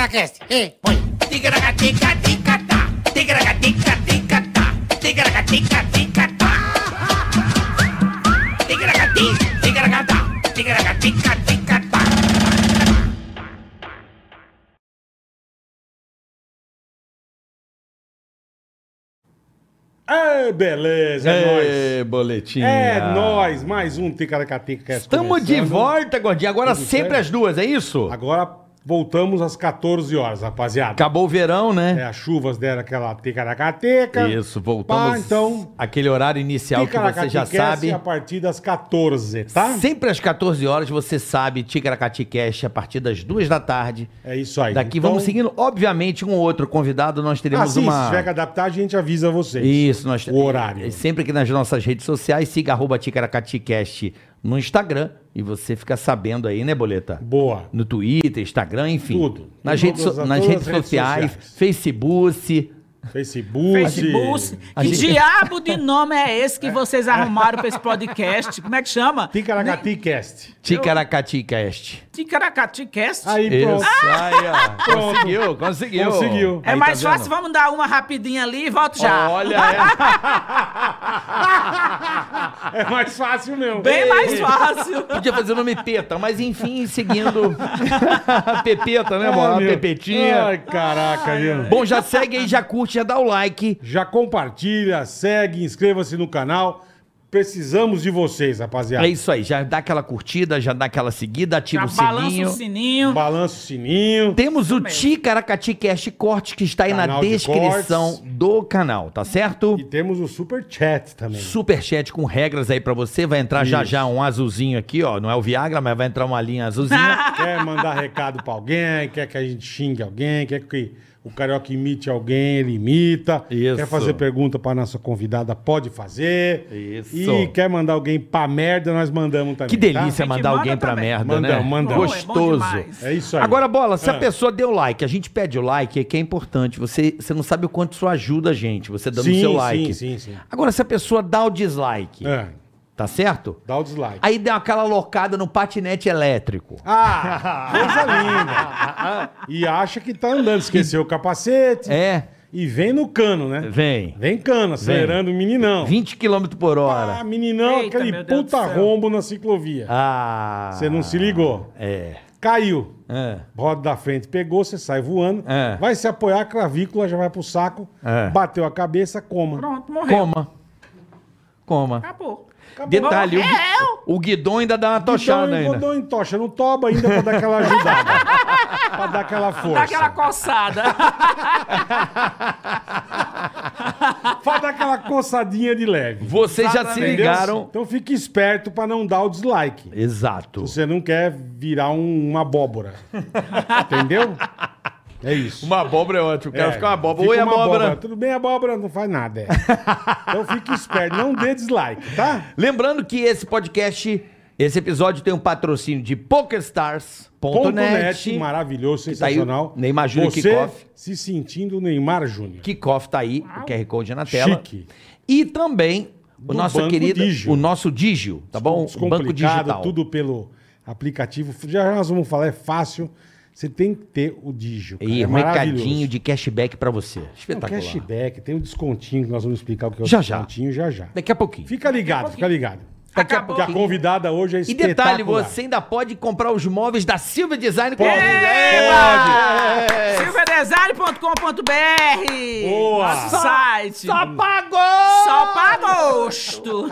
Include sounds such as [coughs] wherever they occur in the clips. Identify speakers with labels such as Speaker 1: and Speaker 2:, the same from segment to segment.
Speaker 1: Tigracast. Ei, põe.
Speaker 2: Tigragatica-tica-tá. Tigragatica-tica-tá. Tigragatica-tica-tá. Tigragati, tigragatá. Tigragatica-tica-tá.
Speaker 3: É, beleza, é nóis.
Speaker 4: Ê, boletim. ah,
Speaker 3: É nóis, mais um Ticaracatica.
Speaker 4: Estamos de volta, Gordinho. Agora
Speaker 3: Tudo
Speaker 4: sempre
Speaker 3: certo?
Speaker 4: às duas, é isso?
Speaker 3: Agora voltamos às 14 horas, rapaziada.
Speaker 4: Acabou o verão,
Speaker 3: É,
Speaker 4: né?
Speaker 3: as chuvas deram aquela ticaracateca.
Speaker 4: Isso, voltamos.
Speaker 3: Pá, então,
Speaker 4: Aquele horário inicial que você já
Speaker 3: Ticaracatiquece
Speaker 4: sabe.
Speaker 3: a partir das 14, tá?
Speaker 4: Sempre às 14 horas você sabe Ticaracati Cash a partir das duas da tarde.
Speaker 3: É isso aí.
Speaker 4: Daqui vamos seguindo. Obviamente, um ou outro convidado, nós
Speaker 3: Ah,
Speaker 4: teremos
Speaker 3: sim, se
Speaker 4: uma.
Speaker 3: tiver que adaptar, a gente avisa vocês.
Speaker 4: Isso, nós
Speaker 3: O horário.
Speaker 4: Sempre que nas nossas redes sociais, siga arroba TicaracatiCast no Instagram e você fica sabendo aí, né, Boleta?
Speaker 3: Boa.
Speaker 4: No Twitter, Instagram, enfim.
Speaker 3: Tudo.
Speaker 4: Nas,
Speaker 3: Em todas
Speaker 4: redes, so-
Speaker 3: as-
Speaker 4: nas
Speaker 3: todas
Speaker 4: redes
Speaker 3: as redes
Speaker 4: sociais,
Speaker 3: sociais.
Speaker 4: Facebook.
Speaker 3: Facebook.
Speaker 5: Facebook.
Speaker 4: A
Speaker 5: Que
Speaker 4: gente-
Speaker 5: diabo de nome é esse que vocês arrumaram pra esse podcast? Como é que chama?
Speaker 3: Ticaracaticast.
Speaker 4: TicaracatiCast.
Speaker 5: Ticaracaticast.
Speaker 3: Aí,
Speaker 4: Isso.
Speaker 3: pronto.
Speaker 4: Aí, ó.
Speaker 3: [laughs] Pronto.
Speaker 4: Conseguiu, conseguiu.
Speaker 3: Conseguiu.
Speaker 5: É
Speaker 4: Aí,
Speaker 5: mais
Speaker 4: tá vendo?
Speaker 5: fácil, vamos dar uma rapidinha ali e volto já.
Speaker 4: Olha, é.
Speaker 3: É mais fácil mesmo.
Speaker 5: Bem mais
Speaker 4: [laughs]
Speaker 5: fácil.
Speaker 4: podia fazer o nome Peta, mas
Speaker 3: [laughs]
Speaker 4: enfim, seguindo Pepeta, né,
Speaker 3: Ah,
Speaker 4: amor?
Speaker 3: meu.
Speaker 4: Pepetinha.
Speaker 3: Ai, caraca, viu?
Speaker 4: Bom, já segue aí, já curte, já dá o like.
Speaker 3: Já compartilha, segue, inscreva-se no canal. Precisamos de vocês, rapaziada.
Speaker 4: É isso aí, já dá aquela curtida, já dá aquela seguida, ativa
Speaker 5: Já
Speaker 4: o
Speaker 5: balança
Speaker 4: Tipo, sininho.
Speaker 5: o sininho.
Speaker 3: Balança o sininho.
Speaker 4: Temos o
Speaker 5: mesmo.
Speaker 4: Ticaracati Cast Corte que está aí na
Speaker 3: Canal de
Speaker 4: descrição
Speaker 3: cortes.
Speaker 4: do canal, tá certo?
Speaker 3: E temos o super chat também.
Speaker 4: Superchat com regras aí pra você, vai entrar já
Speaker 3: Isso.
Speaker 4: já um azulzinho aqui, ó, não é o Viagra, mas vai entrar uma
Speaker 3: [laughs]
Speaker 4: linha azulzinha.
Speaker 3: Quer mandar recado pra alguém, quer que a gente xingue alguém, quer que o carioca imite alguém, ele imita.
Speaker 4: Isso.
Speaker 3: Quer fazer pergunta pra nossa convidada, pode fazer.
Speaker 4: Isso.
Speaker 3: E quer mandar alguém pra merda, nós mandamos também.
Speaker 4: que delícia
Speaker 5: Gente,
Speaker 4: mandar
Speaker 5: manda
Speaker 4: alguém pra
Speaker 5: também.
Speaker 4: merda,
Speaker 3: Manda,
Speaker 4: né?
Speaker 3: manda.
Speaker 5: Bom, é bom
Speaker 4: Gostoso.
Speaker 5: demais.
Speaker 3: Tá? É isso aí.
Speaker 4: Agora, Bola, se
Speaker 3: Ah.
Speaker 4: a pessoa deu like, a gente pede o like, que é importante. Você, você não sabe o quanto isso ajuda a gente, você dando o
Speaker 3: Sim,
Speaker 4: seu like.
Speaker 3: sim, sim, sim.
Speaker 4: Agora, se a pessoa dá o dislike,
Speaker 3: É,
Speaker 4: tá certo?
Speaker 3: dá o dislike.
Speaker 4: Aí deu aquela locada no patinete elétrico.
Speaker 3: Ah, coisa linda. Ah, E acha que tá andando, esqueceu o capacete.
Speaker 4: É,
Speaker 3: E vem no cano, né?
Speaker 4: vem.
Speaker 3: Vem cano, acelerando o meninão.
Speaker 4: 20 km por
Speaker 3: Ah,
Speaker 4: hora.
Speaker 3: meninão,
Speaker 5: Eita,
Speaker 3: aquele
Speaker 5: meu Deus
Speaker 3: puta
Speaker 5: do céu.
Speaker 3: rombo na ciclovia.
Speaker 4: Ah.
Speaker 3: Você não se ligou.
Speaker 4: É.
Speaker 3: Caiu.
Speaker 4: é.
Speaker 3: Roda da frente pegou, você sai voando.
Speaker 4: É.
Speaker 3: Vai se apoiar, a clavícula já vai pro saco.
Speaker 4: É.
Speaker 3: Bateu a cabeça, coma.
Speaker 5: Pronto, morreu.
Speaker 4: Coma. Coma.
Speaker 5: Acabou.
Speaker 4: Detalhe, o,
Speaker 5: É,
Speaker 4: gui- o guidão ainda dá uma tochada
Speaker 3: Então,
Speaker 4: tá ainda.
Speaker 3: Dou em tocha no toba ainda pra dar aquela ajudada. [laughs] pra dar aquela força.
Speaker 5: Dá aquela coçada.
Speaker 3: Pra dar aquela coçadinha de leve.
Speaker 4: Vocês já se
Speaker 3: Entendeu?
Speaker 4: ligaram.
Speaker 3: Então fique esperto pra não dar o dislike.
Speaker 4: Exato.
Speaker 3: Você não quer virar um- uma
Speaker 4: [laughs]
Speaker 3: abóbora. Entendeu? É isso.
Speaker 4: Uma abóbora é ótimo. O cara
Speaker 3: É,
Speaker 4: fica uma abóbora.
Speaker 3: fica
Speaker 4: Oi,
Speaker 3: uma
Speaker 4: abóbora.
Speaker 3: Tudo bem, abóbora? Não faz nada. é. Então fique esperto. Não dê dislike, tá?
Speaker 4: Lembrando que esse podcast, esse episódio tem um patrocínio de
Speaker 3: Ponto
Speaker 4: PokerStars.net.
Speaker 3: net, maravilhoso,
Speaker 4: Que tá aí o
Speaker 3: sensacional.
Speaker 4: Neymar Júnior
Speaker 3: Você
Speaker 4: Kickoff.
Speaker 3: se sentindo Neymar Júnior.
Speaker 4: Kickoff tá aí, o QR Code na tela.
Speaker 3: Chique.
Speaker 4: E também o
Speaker 3: Do
Speaker 4: nosso
Speaker 3: Banco
Speaker 4: querido,
Speaker 3: Digio.
Speaker 4: o nosso Digio, tá bom? O Banco Digital.
Speaker 3: tudo pelo aplicativo. Já já nós vamos falar, é fácil. Você tem que ter o Digio. cara.
Speaker 4: E
Speaker 3: é
Speaker 4: um
Speaker 3: maravilhoso.
Speaker 4: recadinho de cashback pra você.
Speaker 3: Não,
Speaker 4: Espetacular.
Speaker 3: cashback, tem um descontinho que nós vamos explicar o que é o
Speaker 4: Já, já.
Speaker 3: descontinho já já.
Speaker 4: Daqui a pouquinho.
Speaker 3: Fica ligado, fica ligado.
Speaker 4: Daqui a
Speaker 5: Acabou.
Speaker 3: Porque a convidada hoje é
Speaker 4: E detalhe,
Speaker 3: espetacular.
Speaker 4: você ainda pode comprar os móveis da Silva Design com
Speaker 3: Pode.
Speaker 4: [laughs] É.
Speaker 5: Silvadesign.com.br
Speaker 3: Boa.
Speaker 5: Nosso site.
Speaker 4: Só pago!
Speaker 5: Só pra gosto.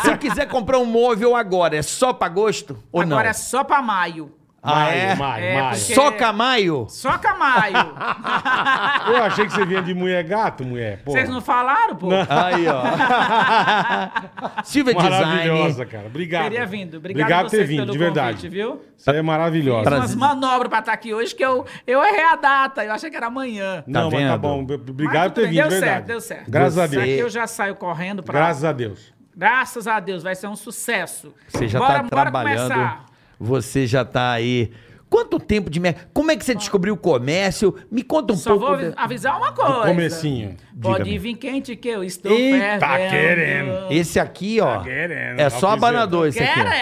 Speaker 4: Se eu quiser comprar um móvel agora, é só pra gosto ou não?
Speaker 5: Agora é só pra maio.
Speaker 4: Ah,
Speaker 3: Maio,
Speaker 4: é?
Speaker 3: maio,
Speaker 5: É,
Speaker 3: maio.
Speaker 5: porque-
Speaker 4: Só Camaio?
Speaker 5: Só
Speaker 4: [laughs]
Speaker 5: pra maio.
Speaker 4: é
Speaker 5: [laughs]
Speaker 3: Eu achei que você vinha de mulher gato, mulher. Pô.
Speaker 5: Vocês não falaram, pô?
Speaker 4: Aí,
Speaker 3: [laughs]
Speaker 4: ó. Silva
Speaker 3: Maravilhosa,
Speaker 4: Design.
Speaker 3: cara. Obrigado.
Speaker 5: Teria vindo. Obrigado,
Speaker 3: Obrigado
Speaker 5: Obrigado
Speaker 3: por
Speaker 5: vocês
Speaker 3: ter vindo,
Speaker 5: pelo
Speaker 3: de
Speaker 5: convite,
Speaker 3: verdade.
Speaker 5: viu?
Speaker 3: Você é maravilhosa.
Speaker 4: Pra-
Speaker 5: Umas manobras pra estar aqui hoje que eu, eu errei a data. Eu achei que era amanhã.
Speaker 3: Não,
Speaker 4: Tá
Speaker 3: mas tá
Speaker 4: vendo?
Speaker 3: bom. B- Obrigado
Speaker 5: Mas
Speaker 3: por ter
Speaker 5: tudo
Speaker 3: vindo,
Speaker 5: bem,
Speaker 3: de
Speaker 5: deu
Speaker 3: verdade.
Speaker 5: certo, deu certo.
Speaker 3: Graças a
Speaker 4: Você-
Speaker 3: Deus.
Speaker 5: Aqui eu já saio correndo pra...
Speaker 3: Graças a Deus.
Speaker 5: Graças a Deus, vai ser um sucesso.
Speaker 4: Você já
Speaker 5: Bora-
Speaker 4: tá
Speaker 5: bora
Speaker 4: trabalhando.
Speaker 5: começar.
Speaker 4: Você já tá aí Quanto tempo de mercado? Como é que você descobriu o comércio? Me conta um
Speaker 5: Só
Speaker 4: pouco.
Speaker 5: vou
Speaker 4: de-
Speaker 5: avisar uma coisa.
Speaker 3: comecinho.
Speaker 5: Pode
Speaker 4: Diga-me.
Speaker 5: vir quente que eu estou
Speaker 3: Eita,
Speaker 5: fervendo.
Speaker 3: tá querendo.
Speaker 4: Esse aqui, ó,
Speaker 3: Tá querendo,
Speaker 4: é só
Speaker 3: Alpizeiro.
Speaker 4: abanador esse aqui.
Speaker 5: é Querendo.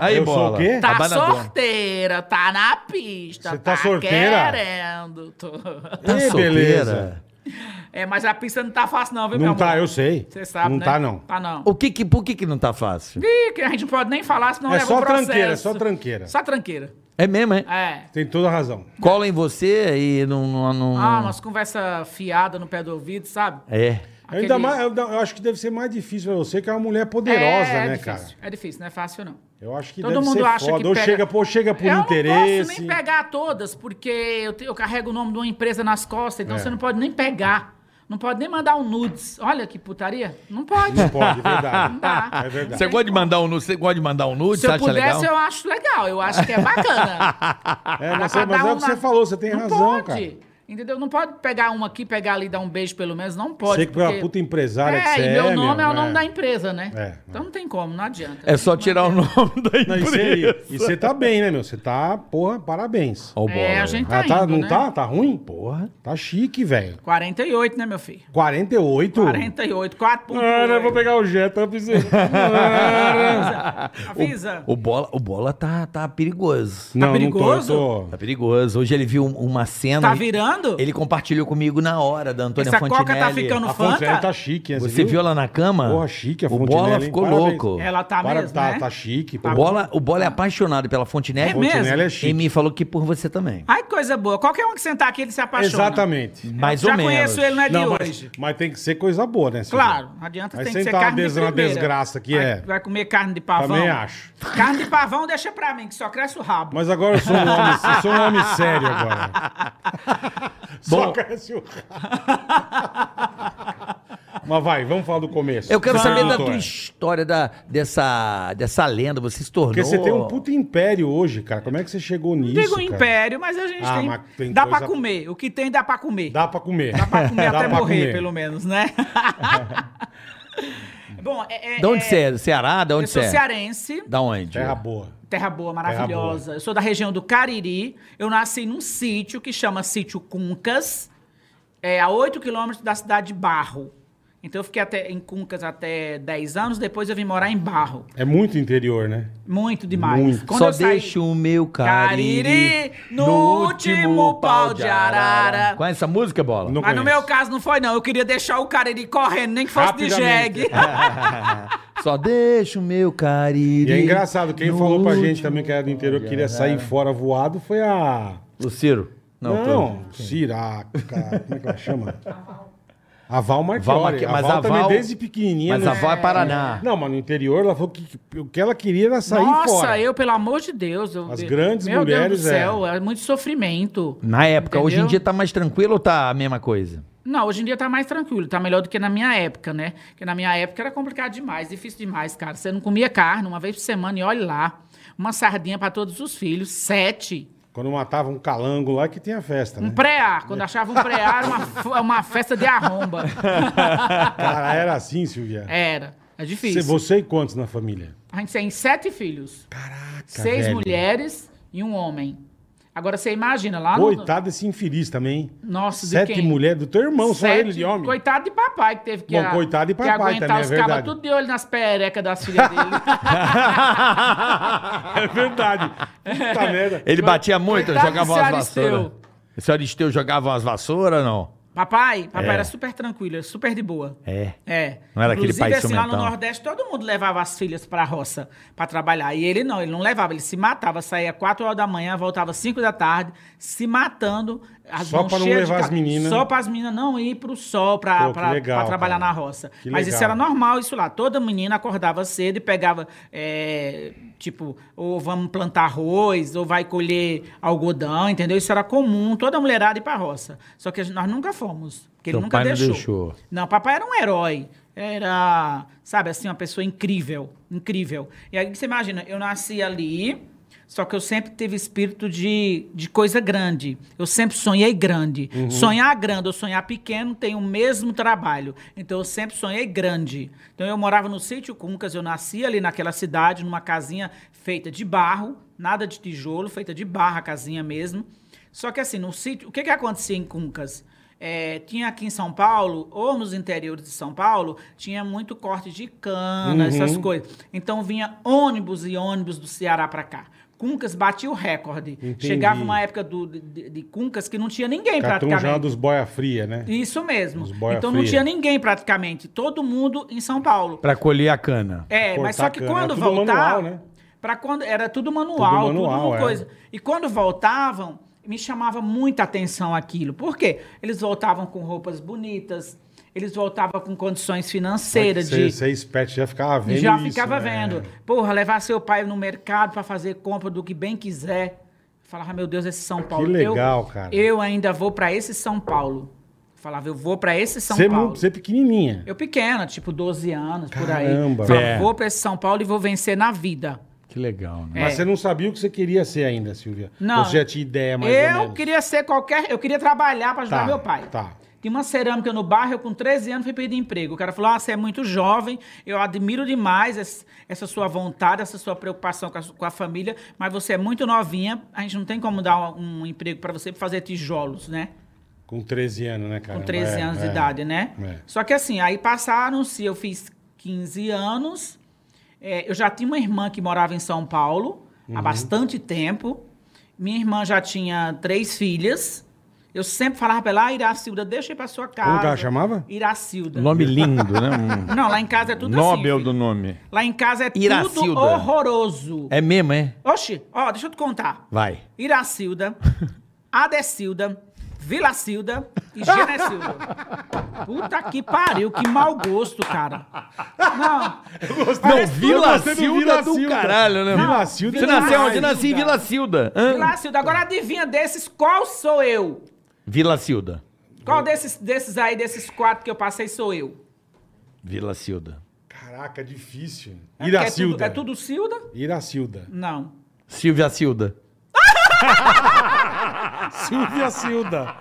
Speaker 4: Aí,
Speaker 3: Eu sou
Speaker 4: bola.
Speaker 3: o quê?
Speaker 5: Tá
Speaker 4: abanador.
Speaker 5: sorteira, tá na pista.
Speaker 3: Você tá sorteira?
Speaker 5: querendo. [laughs] Tô-
Speaker 4: Tá
Speaker 3: Ih,
Speaker 4: solteira.
Speaker 5: É, mas a pista não tá fácil não, viu, meu
Speaker 3: Não
Speaker 5: amor?
Speaker 3: tá, eu sei.
Speaker 5: Você sabe,
Speaker 3: Não
Speaker 5: né?
Speaker 3: tá, não.
Speaker 5: Tá não.
Speaker 4: O que que, por que que não tá fácil?
Speaker 5: Ih, que a gente não pode nem falar, senão
Speaker 3: É
Speaker 5: leva
Speaker 3: só
Speaker 5: um processo.
Speaker 3: tranqueira, é só tranqueira.
Speaker 5: Só tranqueira.
Speaker 4: É mesmo, é?
Speaker 5: É.
Speaker 3: Tem toda a razão.
Speaker 4: Cola em você e não... não,
Speaker 3: Hum.
Speaker 4: não-
Speaker 5: Ah, umas conversa fiada no pé do ouvido, sabe?
Speaker 4: É.
Speaker 5: Aquele-
Speaker 3: Ainda mais, eu, eu acho que deve ser mais difícil pra você, que é uma mulher poderosa,
Speaker 5: é, é
Speaker 3: né,
Speaker 5: difícil,
Speaker 3: cara?
Speaker 5: É difícil, não é fácil não.
Speaker 3: Eu acho que
Speaker 5: Todo
Speaker 3: deve
Speaker 5: mundo
Speaker 3: ser
Speaker 5: acha
Speaker 3: foda.
Speaker 5: que
Speaker 3: Ou
Speaker 5: pega-
Speaker 3: chega, pô, chega por
Speaker 5: Eu não
Speaker 3: interesse.
Speaker 5: posso nem pegar todas, porque eu, te- eu carrego o nome de uma empresa nas costas, então
Speaker 3: É.
Speaker 5: você não pode nem pegar. Não pode nem mandar um nudes. Olha que putaria. Não pode.
Speaker 3: Não pode, é verdade.
Speaker 5: Não dá.
Speaker 3: É verdade.
Speaker 4: Você gosta de mandar um nude? Você gosta de mandar um nude?
Speaker 5: Se
Speaker 4: Você
Speaker 5: eu
Speaker 4: acha
Speaker 5: pudesse,
Speaker 4: legal?
Speaker 5: eu acho legal. Eu acho que é bacana.
Speaker 3: É,
Speaker 5: Dá
Speaker 3: [laughs] mas,
Speaker 5: pra
Speaker 3: é- mas
Speaker 5: dar
Speaker 3: é o que
Speaker 5: uma-
Speaker 3: você falou, você tem
Speaker 5: não
Speaker 3: razão,
Speaker 5: pode,
Speaker 3: cara.
Speaker 5: Entendeu? Não pode pegar uma aqui, pegar ali e dar um beijo pelo menos. Não pode.
Speaker 3: Sei que é uma puta empresária que você
Speaker 5: É, e
Speaker 3: é,
Speaker 5: meu nome é, o
Speaker 3: meu,
Speaker 5: nome da empresa, né?
Speaker 3: É.
Speaker 5: Então não tem como, não adianta.
Speaker 4: [laughs] É só tirar o nome da
Speaker 3: Não, e você-
Speaker 4: empresa.
Speaker 3: E você tá bem, né, meu? Você tá, porra, parabéns.
Speaker 4: Ó o
Speaker 5: É,
Speaker 4: bola.
Speaker 5: a gente tá,
Speaker 3: Ah, tá,
Speaker 5: indo,
Speaker 3: não
Speaker 5: né?
Speaker 3: tá? Tá ruim? Porra. Tá chique, velho.
Speaker 5: 48, né, meu filho?
Speaker 3: 48?
Speaker 5: 48, 4
Speaker 3: Cara, Ah, eu vou pegar o jet, eu [laughs] preciso.
Speaker 5: Tá
Speaker 3: Cara.
Speaker 5: Avisa.
Speaker 4: O bola, o bola tá, tá perigoso.
Speaker 3: não,
Speaker 5: perigoso?
Speaker 3: não tô, eu
Speaker 4: Tá
Speaker 3: tô.
Speaker 4: perigoso. Hoje ele viu um, uma cena.
Speaker 5: Tá
Speaker 4: e-
Speaker 5: virando?
Speaker 4: Ele compartilhou comigo na hora da Antônia
Speaker 5: Essa coca
Speaker 4: Fontinelli.
Speaker 5: tá ficando-
Speaker 3: A
Speaker 5: No
Speaker 3: Fontenelle
Speaker 5: Fanta?
Speaker 3: tá chique, né?
Speaker 4: Você viu ela na cama?
Speaker 3: Porra, chique a
Speaker 4: O
Speaker 3: Fontenelle,
Speaker 4: bola
Speaker 3: hein?
Speaker 4: ficou
Speaker 3: Parabéns.
Speaker 4: louco.
Speaker 5: Ela tá
Speaker 3: Para-
Speaker 5: mesmo,
Speaker 3: tá,
Speaker 5: né?
Speaker 3: tá chique, pô.
Speaker 4: O bola, o bola é apaixonado pela
Speaker 5: Ah. É
Speaker 4: Fontinelli
Speaker 5: mesmo? Ah,
Speaker 3: Fontenelle é
Speaker 4: e
Speaker 3: chique.
Speaker 4: me falou que por você também.
Speaker 5: Ai, que coisa boa. Qualquer um que sentar aqui, ele se apaixona.
Speaker 3: Exatamente.
Speaker 4: Mais
Speaker 5: Já
Speaker 4: ou menos.
Speaker 5: conheço ele, não é de
Speaker 3: Não, mas,
Speaker 5: hoje.
Speaker 3: mas tem que ser coisa boa, né? Silvio?
Speaker 5: Claro, não adianta,
Speaker 3: Aí
Speaker 5: tem que ser
Speaker 3: sentar uma
Speaker 5: carne
Speaker 3: des-
Speaker 5: de
Speaker 3: tá uma
Speaker 5: primeira.
Speaker 3: desgraça que
Speaker 5: vai,
Speaker 3: é.
Speaker 5: Vai comer carne de pavão?
Speaker 3: Também acho.
Speaker 5: Carne de pavão deixa pra mim, que só cresce o rabo.
Speaker 3: Mas agora eu sou um homem, eu sou um homem sério agora. Só
Speaker 5: [laughs]
Speaker 4: Bom.
Speaker 3: cresce o Mas vai, vamos falar do começo.
Speaker 4: Eu quero
Speaker 3: Você
Speaker 4: saber da
Speaker 3: perguntou,
Speaker 4: tua
Speaker 3: é.
Speaker 4: história, da, dessa, dessa lenda. Você se tornou...
Speaker 3: Porque você tem um puto império hoje, cara. Como é que você chegou nisso?
Speaker 5: Digo
Speaker 3: cara?
Speaker 5: império, mas a gente
Speaker 3: Ah,
Speaker 5: tem...
Speaker 3: mas tem
Speaker 5: Dá
Speaker 3: coisa-
Speaker 5: pra comer. O que tem, dá pra comer.
Speaker 3: Dá pra comer. [laughs] Dá
Speaker 5: pra comer até
Speaker 3: pra
Speaker 5: morrer,
Speaker 3: comer.
Speaker 5: pelo menos, né? Bom, é... é-
Speaker 4: De onde
Speaker 5: é-
Speaker 4: você é? Do Ceará? De
Speaker 5: Eu
Speaker 4: onde você
Speaker 5: sou
Speaker 4: é?
Speaker 5: cearense. É,
Speaker 4: Da onde?
Speaker 3: Terra boa.
Speaker 5: Terra boa, maravilhosa. Eu sou da região do Cariri. Eu nasci num sítio que chama Sítio Cuncas, é, a 8 quilômetros da cidade de Barro. Então eu fiquei até, em Cuncas até 10 anos, depois eu vim morar em Barro.
Speaker 3: É muito interior, né?
Speaker 5: Muito demais.
Speaker 3: Muito.
Speaker 5: Quando
Speaker 4: Só
Speaker 5: eu saí-
Speaker 4: deixa o meu cariri,
Speaker 5: Cariri no último pau de arara.
Speaker 4: Conhece essa música, Bola?
Speaker 3: Não
Speaker 5: Mas no
Speaker 3: conheço.
Speaker 5: meu caso não foi, não. Eu queria deixar o Cariri correndo, nem que fosse de
Speaker 3: Rapidamente. É.
Speaker 5: jegue.
Speaker 4: [laughs] Só deixa o meu cariri.
Speaker 3: E é engraçado, quem
Speaker 4: no
Speaker 3: falou pra gente
Speaker 4: último- é.
Speaker 3: também que era do interior, que queria sair fora voado, foi a...
Speaker 4: O Ciro.
Speaker 3: Não,
Speaker 4: tô- [laughs]
Speaker 3: Siraca. Como é que ela chama? A Val
Speaker 4: Val
Speaker 3: Marchiori.
Speaker 4: Marchi-
Speaker 3: A
Speaker 4: mas
Speaker 3: Val
Speaker 4: a
Speaker 3: também,
Speaker 4: Val-
Speaker 3: desde pequenininha...
Speaker 4: Mas
Speaker 3: não-
Speaker 4: a avó é Paraná.
Speaker 3: Não, mas no interior ela falou que que o que ela queria era sair
Speaker 5: Nossa,
Speaker 3: fora.
Speaker 5: eu, pelo amor de Deus. eu-
Speaker 3: As grandes
Speaker 5: meu
Speaker 3: mulheres,
Speaker 5: Deus do céu, é, muito sofrimento.
Speaker 4: Na época, hoje em
Speaker 5: Entendeu?
Speaker 4: dia tá mais tranquilo ou tá a mesma coisa?
Speaker 5: Não, hoje em dia tá mais tranquilo, tá melhor do que na minha época, né? Porque na minha época era complicado demais, difícil demais, cara. Você não comia carne uma vez por semana e olha lá. Uma sardinha pra todos os filhos, sete.
Speaker 3: Quando matava um calango lá que tinha festa, né?
Speaker 5: Um pré-ar. Quando achava um pré-ar, uma, f- uma festa de
Speaker 3: [laughs]
Speaker 5: arromba.
Speaker 3: Cara, era assim, Silvia.
Speaker 5: Era. É
Speaker 3: Você-
Speaker 5: difícil.
Speaker 3: você e quantos na família?
Speaker 5: A gente tem sete filhos.
Speaker 3: Caraca,
Speaker 5: seis
Speaker 3: velho.
Speaker 5: mulheres e um homem. Agora você imagina lá
Speaker 3: Coitado desse infeliz também. hein?
Speaker 5: Ah, Nossa, de
Speaker 3: Sete
Speaker 5: quem?
Speaker 3: mulheres do teu irmão, só
Speaker 5: Sete-
Speaker 3: ele de homem.
Speaker 5: Coitado de papai que teve que,
Speaker 3: Bom, coitado de
Speaker 5: que
Speaker 3: papai
Speaker 5: aguentar
Speaker 3: também, é
Speaker 5: os cabas
Speaker 3: verdade.
Speaker 5: tudo de olho nas perecas das
Speaker 3: [laughs]
Speaker 5: filhas dele.
Speaker 3: É verdade.
Speaker 5: [laughs]
Speaker 3: Puta merda.
Speaker 4: Ele batia muito,
Speaker 5: Coitado
Speaker 4: jogava
Speaker 5: do
Speaker 4: umas
Speaker 5: senhor
Speaker 4: vassouras.
Speaker 5: Aristeu.
Speaker 4: O senhor Aristeu jogava umas vassouras, não?
Speaker 5: papai, papai
Speaker 4: É.
Speaker 5: era super tranquilo, super de boa.
Speaker 4: É.
Speaker 5: É.
Speaker 4: Não era aquele pai
Speaker 5: assim, lá no
Speaker 4: ciumentão.
Speaker 5: Nordeste, todo mundo levava as filhas pra roça pra trabalhar. E ele não, ele não levava, ele se matava, saía 4 horas da manhã, voltava 5 da tarde, se matando. As
Speaker 3: Só
Speaker 5: mãos
Speaker 3: pra não
Speaker 5: cheias de
Speaker 3: levar
Speaker 5: ca-
Speaker 3: as meninas.
Speaker 5: Só para as meninas não ir pro sol pra,
Speaker 3: Pô, que
Speaker 5: pra-
Speaker 3: legal,
Speaker 5: pra trabalhar
Speaker 3: cara.
Speaker 5: na roça.
Speaker 3: Que
Speaker 5: Mas isso
Speaker 3: legal.
Speaker 5: era normal, isso lá. Toda menina acordava cedo e pegava, é, tipo, ou vamos plantar arroz, ou vai colher algodão, entendeu? Isso era comum, toda mulherada ir pra roça. Só que a gente- nós nunca fomos. Porque
Speaker 4: Teu
Speaker 5: ele nunca
Speaker 4: pai não
Speaker 5: deixou.
Speaker 4: deixou.
Speaker 5: Não, papai era um herói. Era, sabe assim, uma pessoa incrível. Incrível. E aí você imagina, eu nasci ali, só que eu sempre tive espírito de, de coisa grande. Eu sempre sonhei grande. Sonhar grande ou sonhar pequeno tem o mesmo trabalho. Então eu sempre sonhei grande. Então eu morava no sítio Cuncas, eu nasci ali naquela cidade, numa casinha feita de barro, nada de tijolo, feita de barra, casinha mesmo. Só que assim, no sítio, o que que acontecia em Cuncas? É, tinha aqui em São Paulo, ou nos interiores de São Paulo, tinha muito corte de cana,
Speaker 3: Uhum.
Speaker 5: essas coisas. Então vinha ônibus e ônibus do Ceará para cá. Cuncas batia o recorde.
Speaker 3: Entendi.
Speaker 5: Chegava uma época do, de, de- de Cuncas que não tinha
Speaker 3: Catum
Speaker 5: ninguém
Speaker 3: já é
Speaker 5: praticamente.
Speaker 3: dos boia fria, né?
Speaker 5: Isso mesmo.
Speaker 3: Os boia
Speaker 5: Então não
Speaker 3: fria.
Speaker 5: tinha ninguém praticamente. Todo mundo em São Paulo.
Speaker 4: Pra colher a cana.
Speaker 5: É, mas
Speaker 3: Cortar
Speaker 5: só que
Speaker 3: cana.
Speaker 5: quando
Speaker 3: Era tudo manual,
Speaker 5: voltava.
Speaker 3: né?
Speaker 5: Pra quando, era tudo manual,
Speaker 3: Tudo
Speaker 5: tudo,
Speaker 3: manual,
Speaker 5: uma
Speaker 3: é.
Speaker 5: coisa. E quando voltavam, me chamava muita atenção aquilo. Por quê? Eles voltavam com roupas bonitas, eles voltavam com condições financeiras de.
Speaker 3: Você esperto já ficava vendo
Speaker 5: já
Speaker 3: isso,
Speaker 5: ficava
Speaker 3: né?
Speaker 5: vendo. Porra, levar seu pai no mercado pra fazer compra do que bem quiser. Falava, meu Deus, esse São
Speaker 3: Que
Speaker 5: Paulo.
Speaker 3: legal,
Speaker 5: eu,
Speaker 3: cara.
Speaker 5: Eu ainda vou pra esse São Paulo. Falava, eu vou pra esse São
Speaker 3: Você,
Speaker 5: Paulo.
Speaker 3: mu- você pequenininha.
Speaker 5: Eu pequena, tipo 12 anos, por
Speaker 3: Caramba,
Speaker 5: aí. Falava,
Speaker 4: velho.
Speaker 5: vou pra esse São Paulo e vou vencer na vida.
Speaker 4: Que legal, né?
Speaker 3: Mas
Speaker 5: É.
Speaker 3: você não sabia o que você queria ser ainda, Silvia.
Speaker 5: Não.
Speaker 3: Você já tinha ideia É mais ou
Speaker 5: eu
Speaker 3: menos.
Speaker 5: queria ser qualquer. Eu queria trabalhar pra ajudar
Speaker 3: Tá,
Speaker 5: meu pai.
Speaker 3: tá.
Speaker 5: Tinha uma cerâmica no bairro, eu com 13 anos fui pedir emprego. O cara falou: Ah, você é muito jovem, eu admiro demais es- essa sua vontade, essa sua preocupação com a, su- com a família, mas você é muito novinha, a gente não tem como dar um, um emprego pra você pra fazer tijolos, né?
Speaker 3: Com 13 anos, né, cara?
Speaker 5: com 13 anos de idade, né?
Speaker 3: É.
Speaker 5: Só que assim, aí passaram-se, eu fiz 15 anos, é, eu já tinha uma irmã que morava em São Paulo
Speaker 3: Uhum.
Speaker 5: há bastante tempo, minha irmã já tinha três filhas, eu sempre falava pra ela, ah, Iracilda, deixa eu ir pra sua casa.
Speaker 3: que ela chamava?
Speaker 5: Iracilda.
Speaker 4: Nome lindo, [laughs] né?
Speaker 5: Não, lá em casa é tudo
Speaker 4: Nobel
Speaker 5: assim.
Speaker 4: do
Speaker 5: filho.
Speaker 4: nome.
Speaker 5: Lá em casa é tudo
Speaker 4: Iracilda.
Speaker 5: horroroso.
Speaker 4: É mesmo, é?
Speaker 5: Oxi, ó, deixa eu te contar.
Speaker 4: Vai.
Speaker 5: Iracilda, Adecilda, Vilacilda e Genecilda. Puta que pariu, que mau gosto, cara. Não,
Speaker 4: Não,
Speaker 5: parece
Speaker 4: Vila
Speaker 3: tudo
Speaker 4: Cilda do
Speaker 3: Vilacilda.
Speaker 4: caralho, né?
Speaker 3: Não, Vilacilda
Speaker 4: Você
Speaker 3: é demais.
Speaker 4: nasceu onde?
Speaker 5: né?
Speaker 4: Nasci em Vila Cilda. Hã?
Speaker 5: Vilacilda. Agora adivinha desses, qual sou eu?
Speaker 4: Vila Cilda.
Speaker 5: Qual desses, desses aí, desses quatro que eu passei, sou eu?
Speaker 4: Vila Cilda.
Speaker 3: Caraca, difícil.
Speaker 5: É porque
Speaker 3: Iracilda.
Speaker 5: É tudo, é tudo Cilda?
Speaker 3: Iracilda.
Speaker 5: Não.
Speaker 4: Silvia Cilda.
Speaker 3: Silvia Cilda.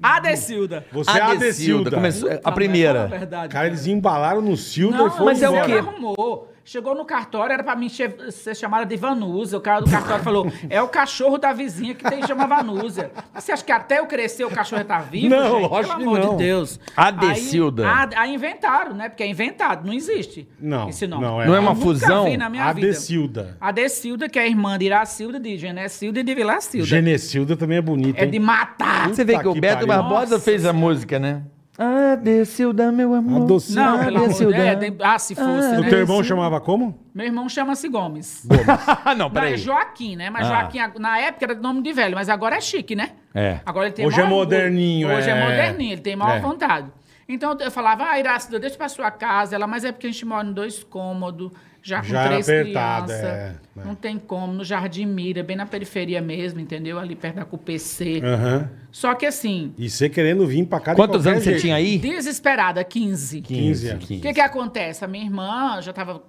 Speaker 5: Adecilda.
Speaker 3: Você é a Adecilda.
Speaker 4: Começou, a
Speaker 5: Puta, mas fala a
Speaker 4: primeira.
Speaker 5: verdade,
Speaker 3: Cara, eles embalaram no Cilda e
Speaker 5: Não,
Speaker 3: foram
Speaker 5: mas é o
Speaker 3: embora.
Speaker 5: que arrumou. Chegou no cartório, era pra mim che- ser chamada de Vanusa. O cara do cartório falou: é o cachorro da vizinha que tem chama Vanusa. Mas Você acha que até eu crescer o cachorro tá vivo?
Speaker 3: Não, lógico que
Speaker 5: Pelo amor
Speaker 3: não.
Speaker 5: de Deus.
Speaker 4: Adecilda.
Speaker 5: Aí, a- aí inventaram, né? Porque é inventado, não existe.
Speaker 3: Não,
Speaker 5: Esse nome.
Speaker 3: não é.
Speaker 4: Não é uma
Speaker 5: Eu nunca
Speaker 4: fusão?
Speaker 5: vi na minha vida.
Speaker 3: Adecilda.
Speaker 5: Adecilda, que é irmã de Iracilda, de Genecilda e de Vilacilda.
Speaker 3: Genecilda também é bonita,
Speaker 5: É
Speaker 3: hein?
Speaker 5: de matar.
Speaker 4: Ah, Você vê
Speaker 3: Puta
Speaker 4: que o
Speaker 3: que
Speaker 4: Beto
Speaker 3: pariu.
Speaker 4: Barbosa
Speaker 5: Nossa
Speaker 4: fez a música, né? Ah, Decilda, meu amor.
Speaker 3: Adocil-
Speaker 5: Não,
Speaker 4: Ah,
Speaker 5: pelo amor de
Speaker 4: Decilda.
Speaker 5: Deus. é de- Ah, se fosse.
Speaker 3: O
Speaker 5: né?
Speaker 3: teu irmão chamava como?
Speaker 5: Meu irmão chama-se Gomes.
Speaker 4: [laughs] Ah, não,
Speaker 5: Não,
Speaker 4: peraí.
Speaker 5: é Joaquim, né? Mas
Speaker 4: Ah.
Speaker 5: Joaquim, ag- na época, era nome de velho, mas agora é chique, né?
Speaker 4: É.
Speaker 5: Agora ele tem
Speaker 3: Hoje é
Speaker 5: maior orgulho.
Speaker 3: moderninho,
Speaker 5: Hoje é.
Speaker 3: é.
Speaker 5: moderninho, ele tem maior
Speaker 3: É.
Speaker 5: vontade. Então eu falava, ah, Irácida, deixa pra sua casa. Ela, mas é porque a gente mora em dois cômodos, já com
Speaker 3: Já era
Speaker 5: três
Speaker 3: apertado,
Speaker 5: crianças.
Speaker 3: é, é.
Speaker 5: Não tem como, no Jardim Mira, bem na periferia mesmo, entendeu? Ali perto da CUPC.
Speaker 3: Aham.
Speaker 5: Só que assim,
Speaker 3: E você querendo vir pra cá de
Speaker 4: Quantos
Speaker 3: qualquer
Speaker 4: anos você
Speaker 3: jeito.
Speaker 4: tinha aí?
Speaker 5: desesperada, 15.
Speaker 3: 15 anos.
Speaker 4: 15.
Speaker 5: O que, que acontece? A minha irmã já estava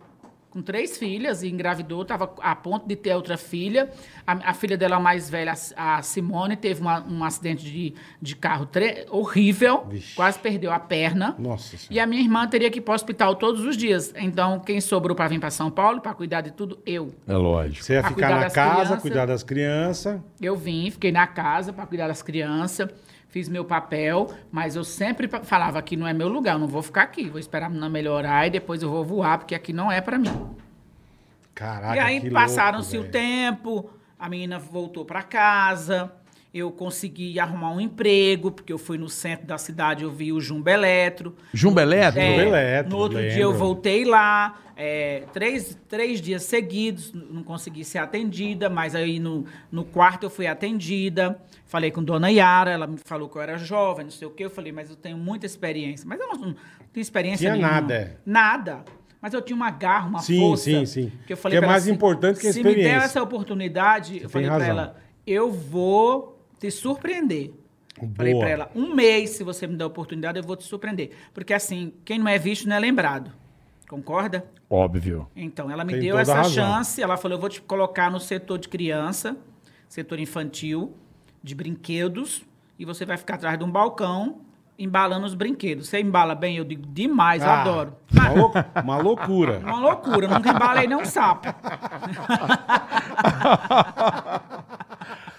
Speaker 5: com três filhas e engravidou, estava a ponto de ter outra filha. A, a filha dela mais velha, a Si- a Simone, teve uma- um acidente de, de carro tre- horrível,
Speaker 3: Vixe.
Speaker 5: quase perdeu a perna.
Speaker 3: Nossa
Speaker 5: E
Speaker 3: senhora.
Speaker 5: a minha irmã teria que ir para o hospital todos os dias. Então, quem sobrou para vir para São Paulo, para cuidar de tudo, eu.
Speaker 4: É lógico.
Speaker 3: Você ia
Speaker 5: Pra
Speaker 3: ficar
Speaker 5: cuidar
Speaker 3: na
Speaker 5: das
Speaker 3: casa,
Speaker 5: crianças.
Speaker 3: cuidar das crianças.
Speaker 5: Eu vim, fiquei na casa para cuidar das crianças, fiz meu papel, mas eu sempre pa- falava que não é meu lugar, eu não vou ficar aqui, vou esperar a menina melhorar e depois eu vou voar, porque aqui não é para mim.
Speaker 3: Caraca,
Speaker 5: e aí
Speaker 3: que
Speaker 5: passaram-se
Speaker 3: louco,
Speaker 5: o
Speaker 3: velho.
Speaker 5: tempo, a menina voltou para casa, eu consegui arrumar um emprego, porque eu fui no centro da cidade, eu vi o Jumbo Eletro.
Speaker 4: Jumba Eletro?
Speaker 5: É,
Speaker 3: Eletro,
Speaker 5: no outro
Speaker 3: lembro.
Speaker 5: dia eu voltei lá, é, três, três dias seguidos, n- não consegui ser atendida, mas aí no, no quarto eu fui atendida. Falei com Dona Yara, ela me falou que eu era jovem, não sei o quê. Eu falei, mas eu tenho muita experiência. Mas eu não, não tenho experiência
Speaker 3: Tinha
Speaker 5: nenhuma.
Speaker 3: nada, é.
Speaker 5: Nada. Mas eu tinha uma garra, uma
Speaker 3: Sim,
Speaker 5: força.
Speaker 3: sim, sim.
Speaker 5: Que eu
Speaker 3: Que
Speaker 5: falei
Speaker 3: é
Speaker 5: pra ela,
Speaker 3: mais
Speaker 5: se-
Speaker 3: importante que a
Speaker 5: Se me der
Speaker 3: experiência.
Speaker 5: essa oportunidade, eu falei pra
Speaker 3: razão.
Speaker 5: ela, eu vou te surpreender. Falei
Speaker 3: Boa.
Speaker 5: pra ela, um mês, se você me der a oportunidade, eu vou te surpreender. Porque assim, quem não é visto não é lembrado. Concorda?
Speaker 4: Óbvio.
Speaker 5: Então, ela me
Speaker 3: Tem
Speaker 5: deu
Speaker 3: toda a
Speaker 5: essa
Speaker 3: razão.
Speaker 5: chance. Ela falou, eu vou te colocar no setor de criança, setor infantil, de brinquedos, e você vai ficar atrás de um balcão, embalando os brinquedos. Você embala bem? Eu digo, demais,
Speaker 3: Ah,
Speaker 5: adoro. [laughs]
Speaker 3: Uma, lou- uma loucura. [laughs]
Speaker 5: Uma loucura, nunca embalei nem um sapo.
Speaker 4: [laughs]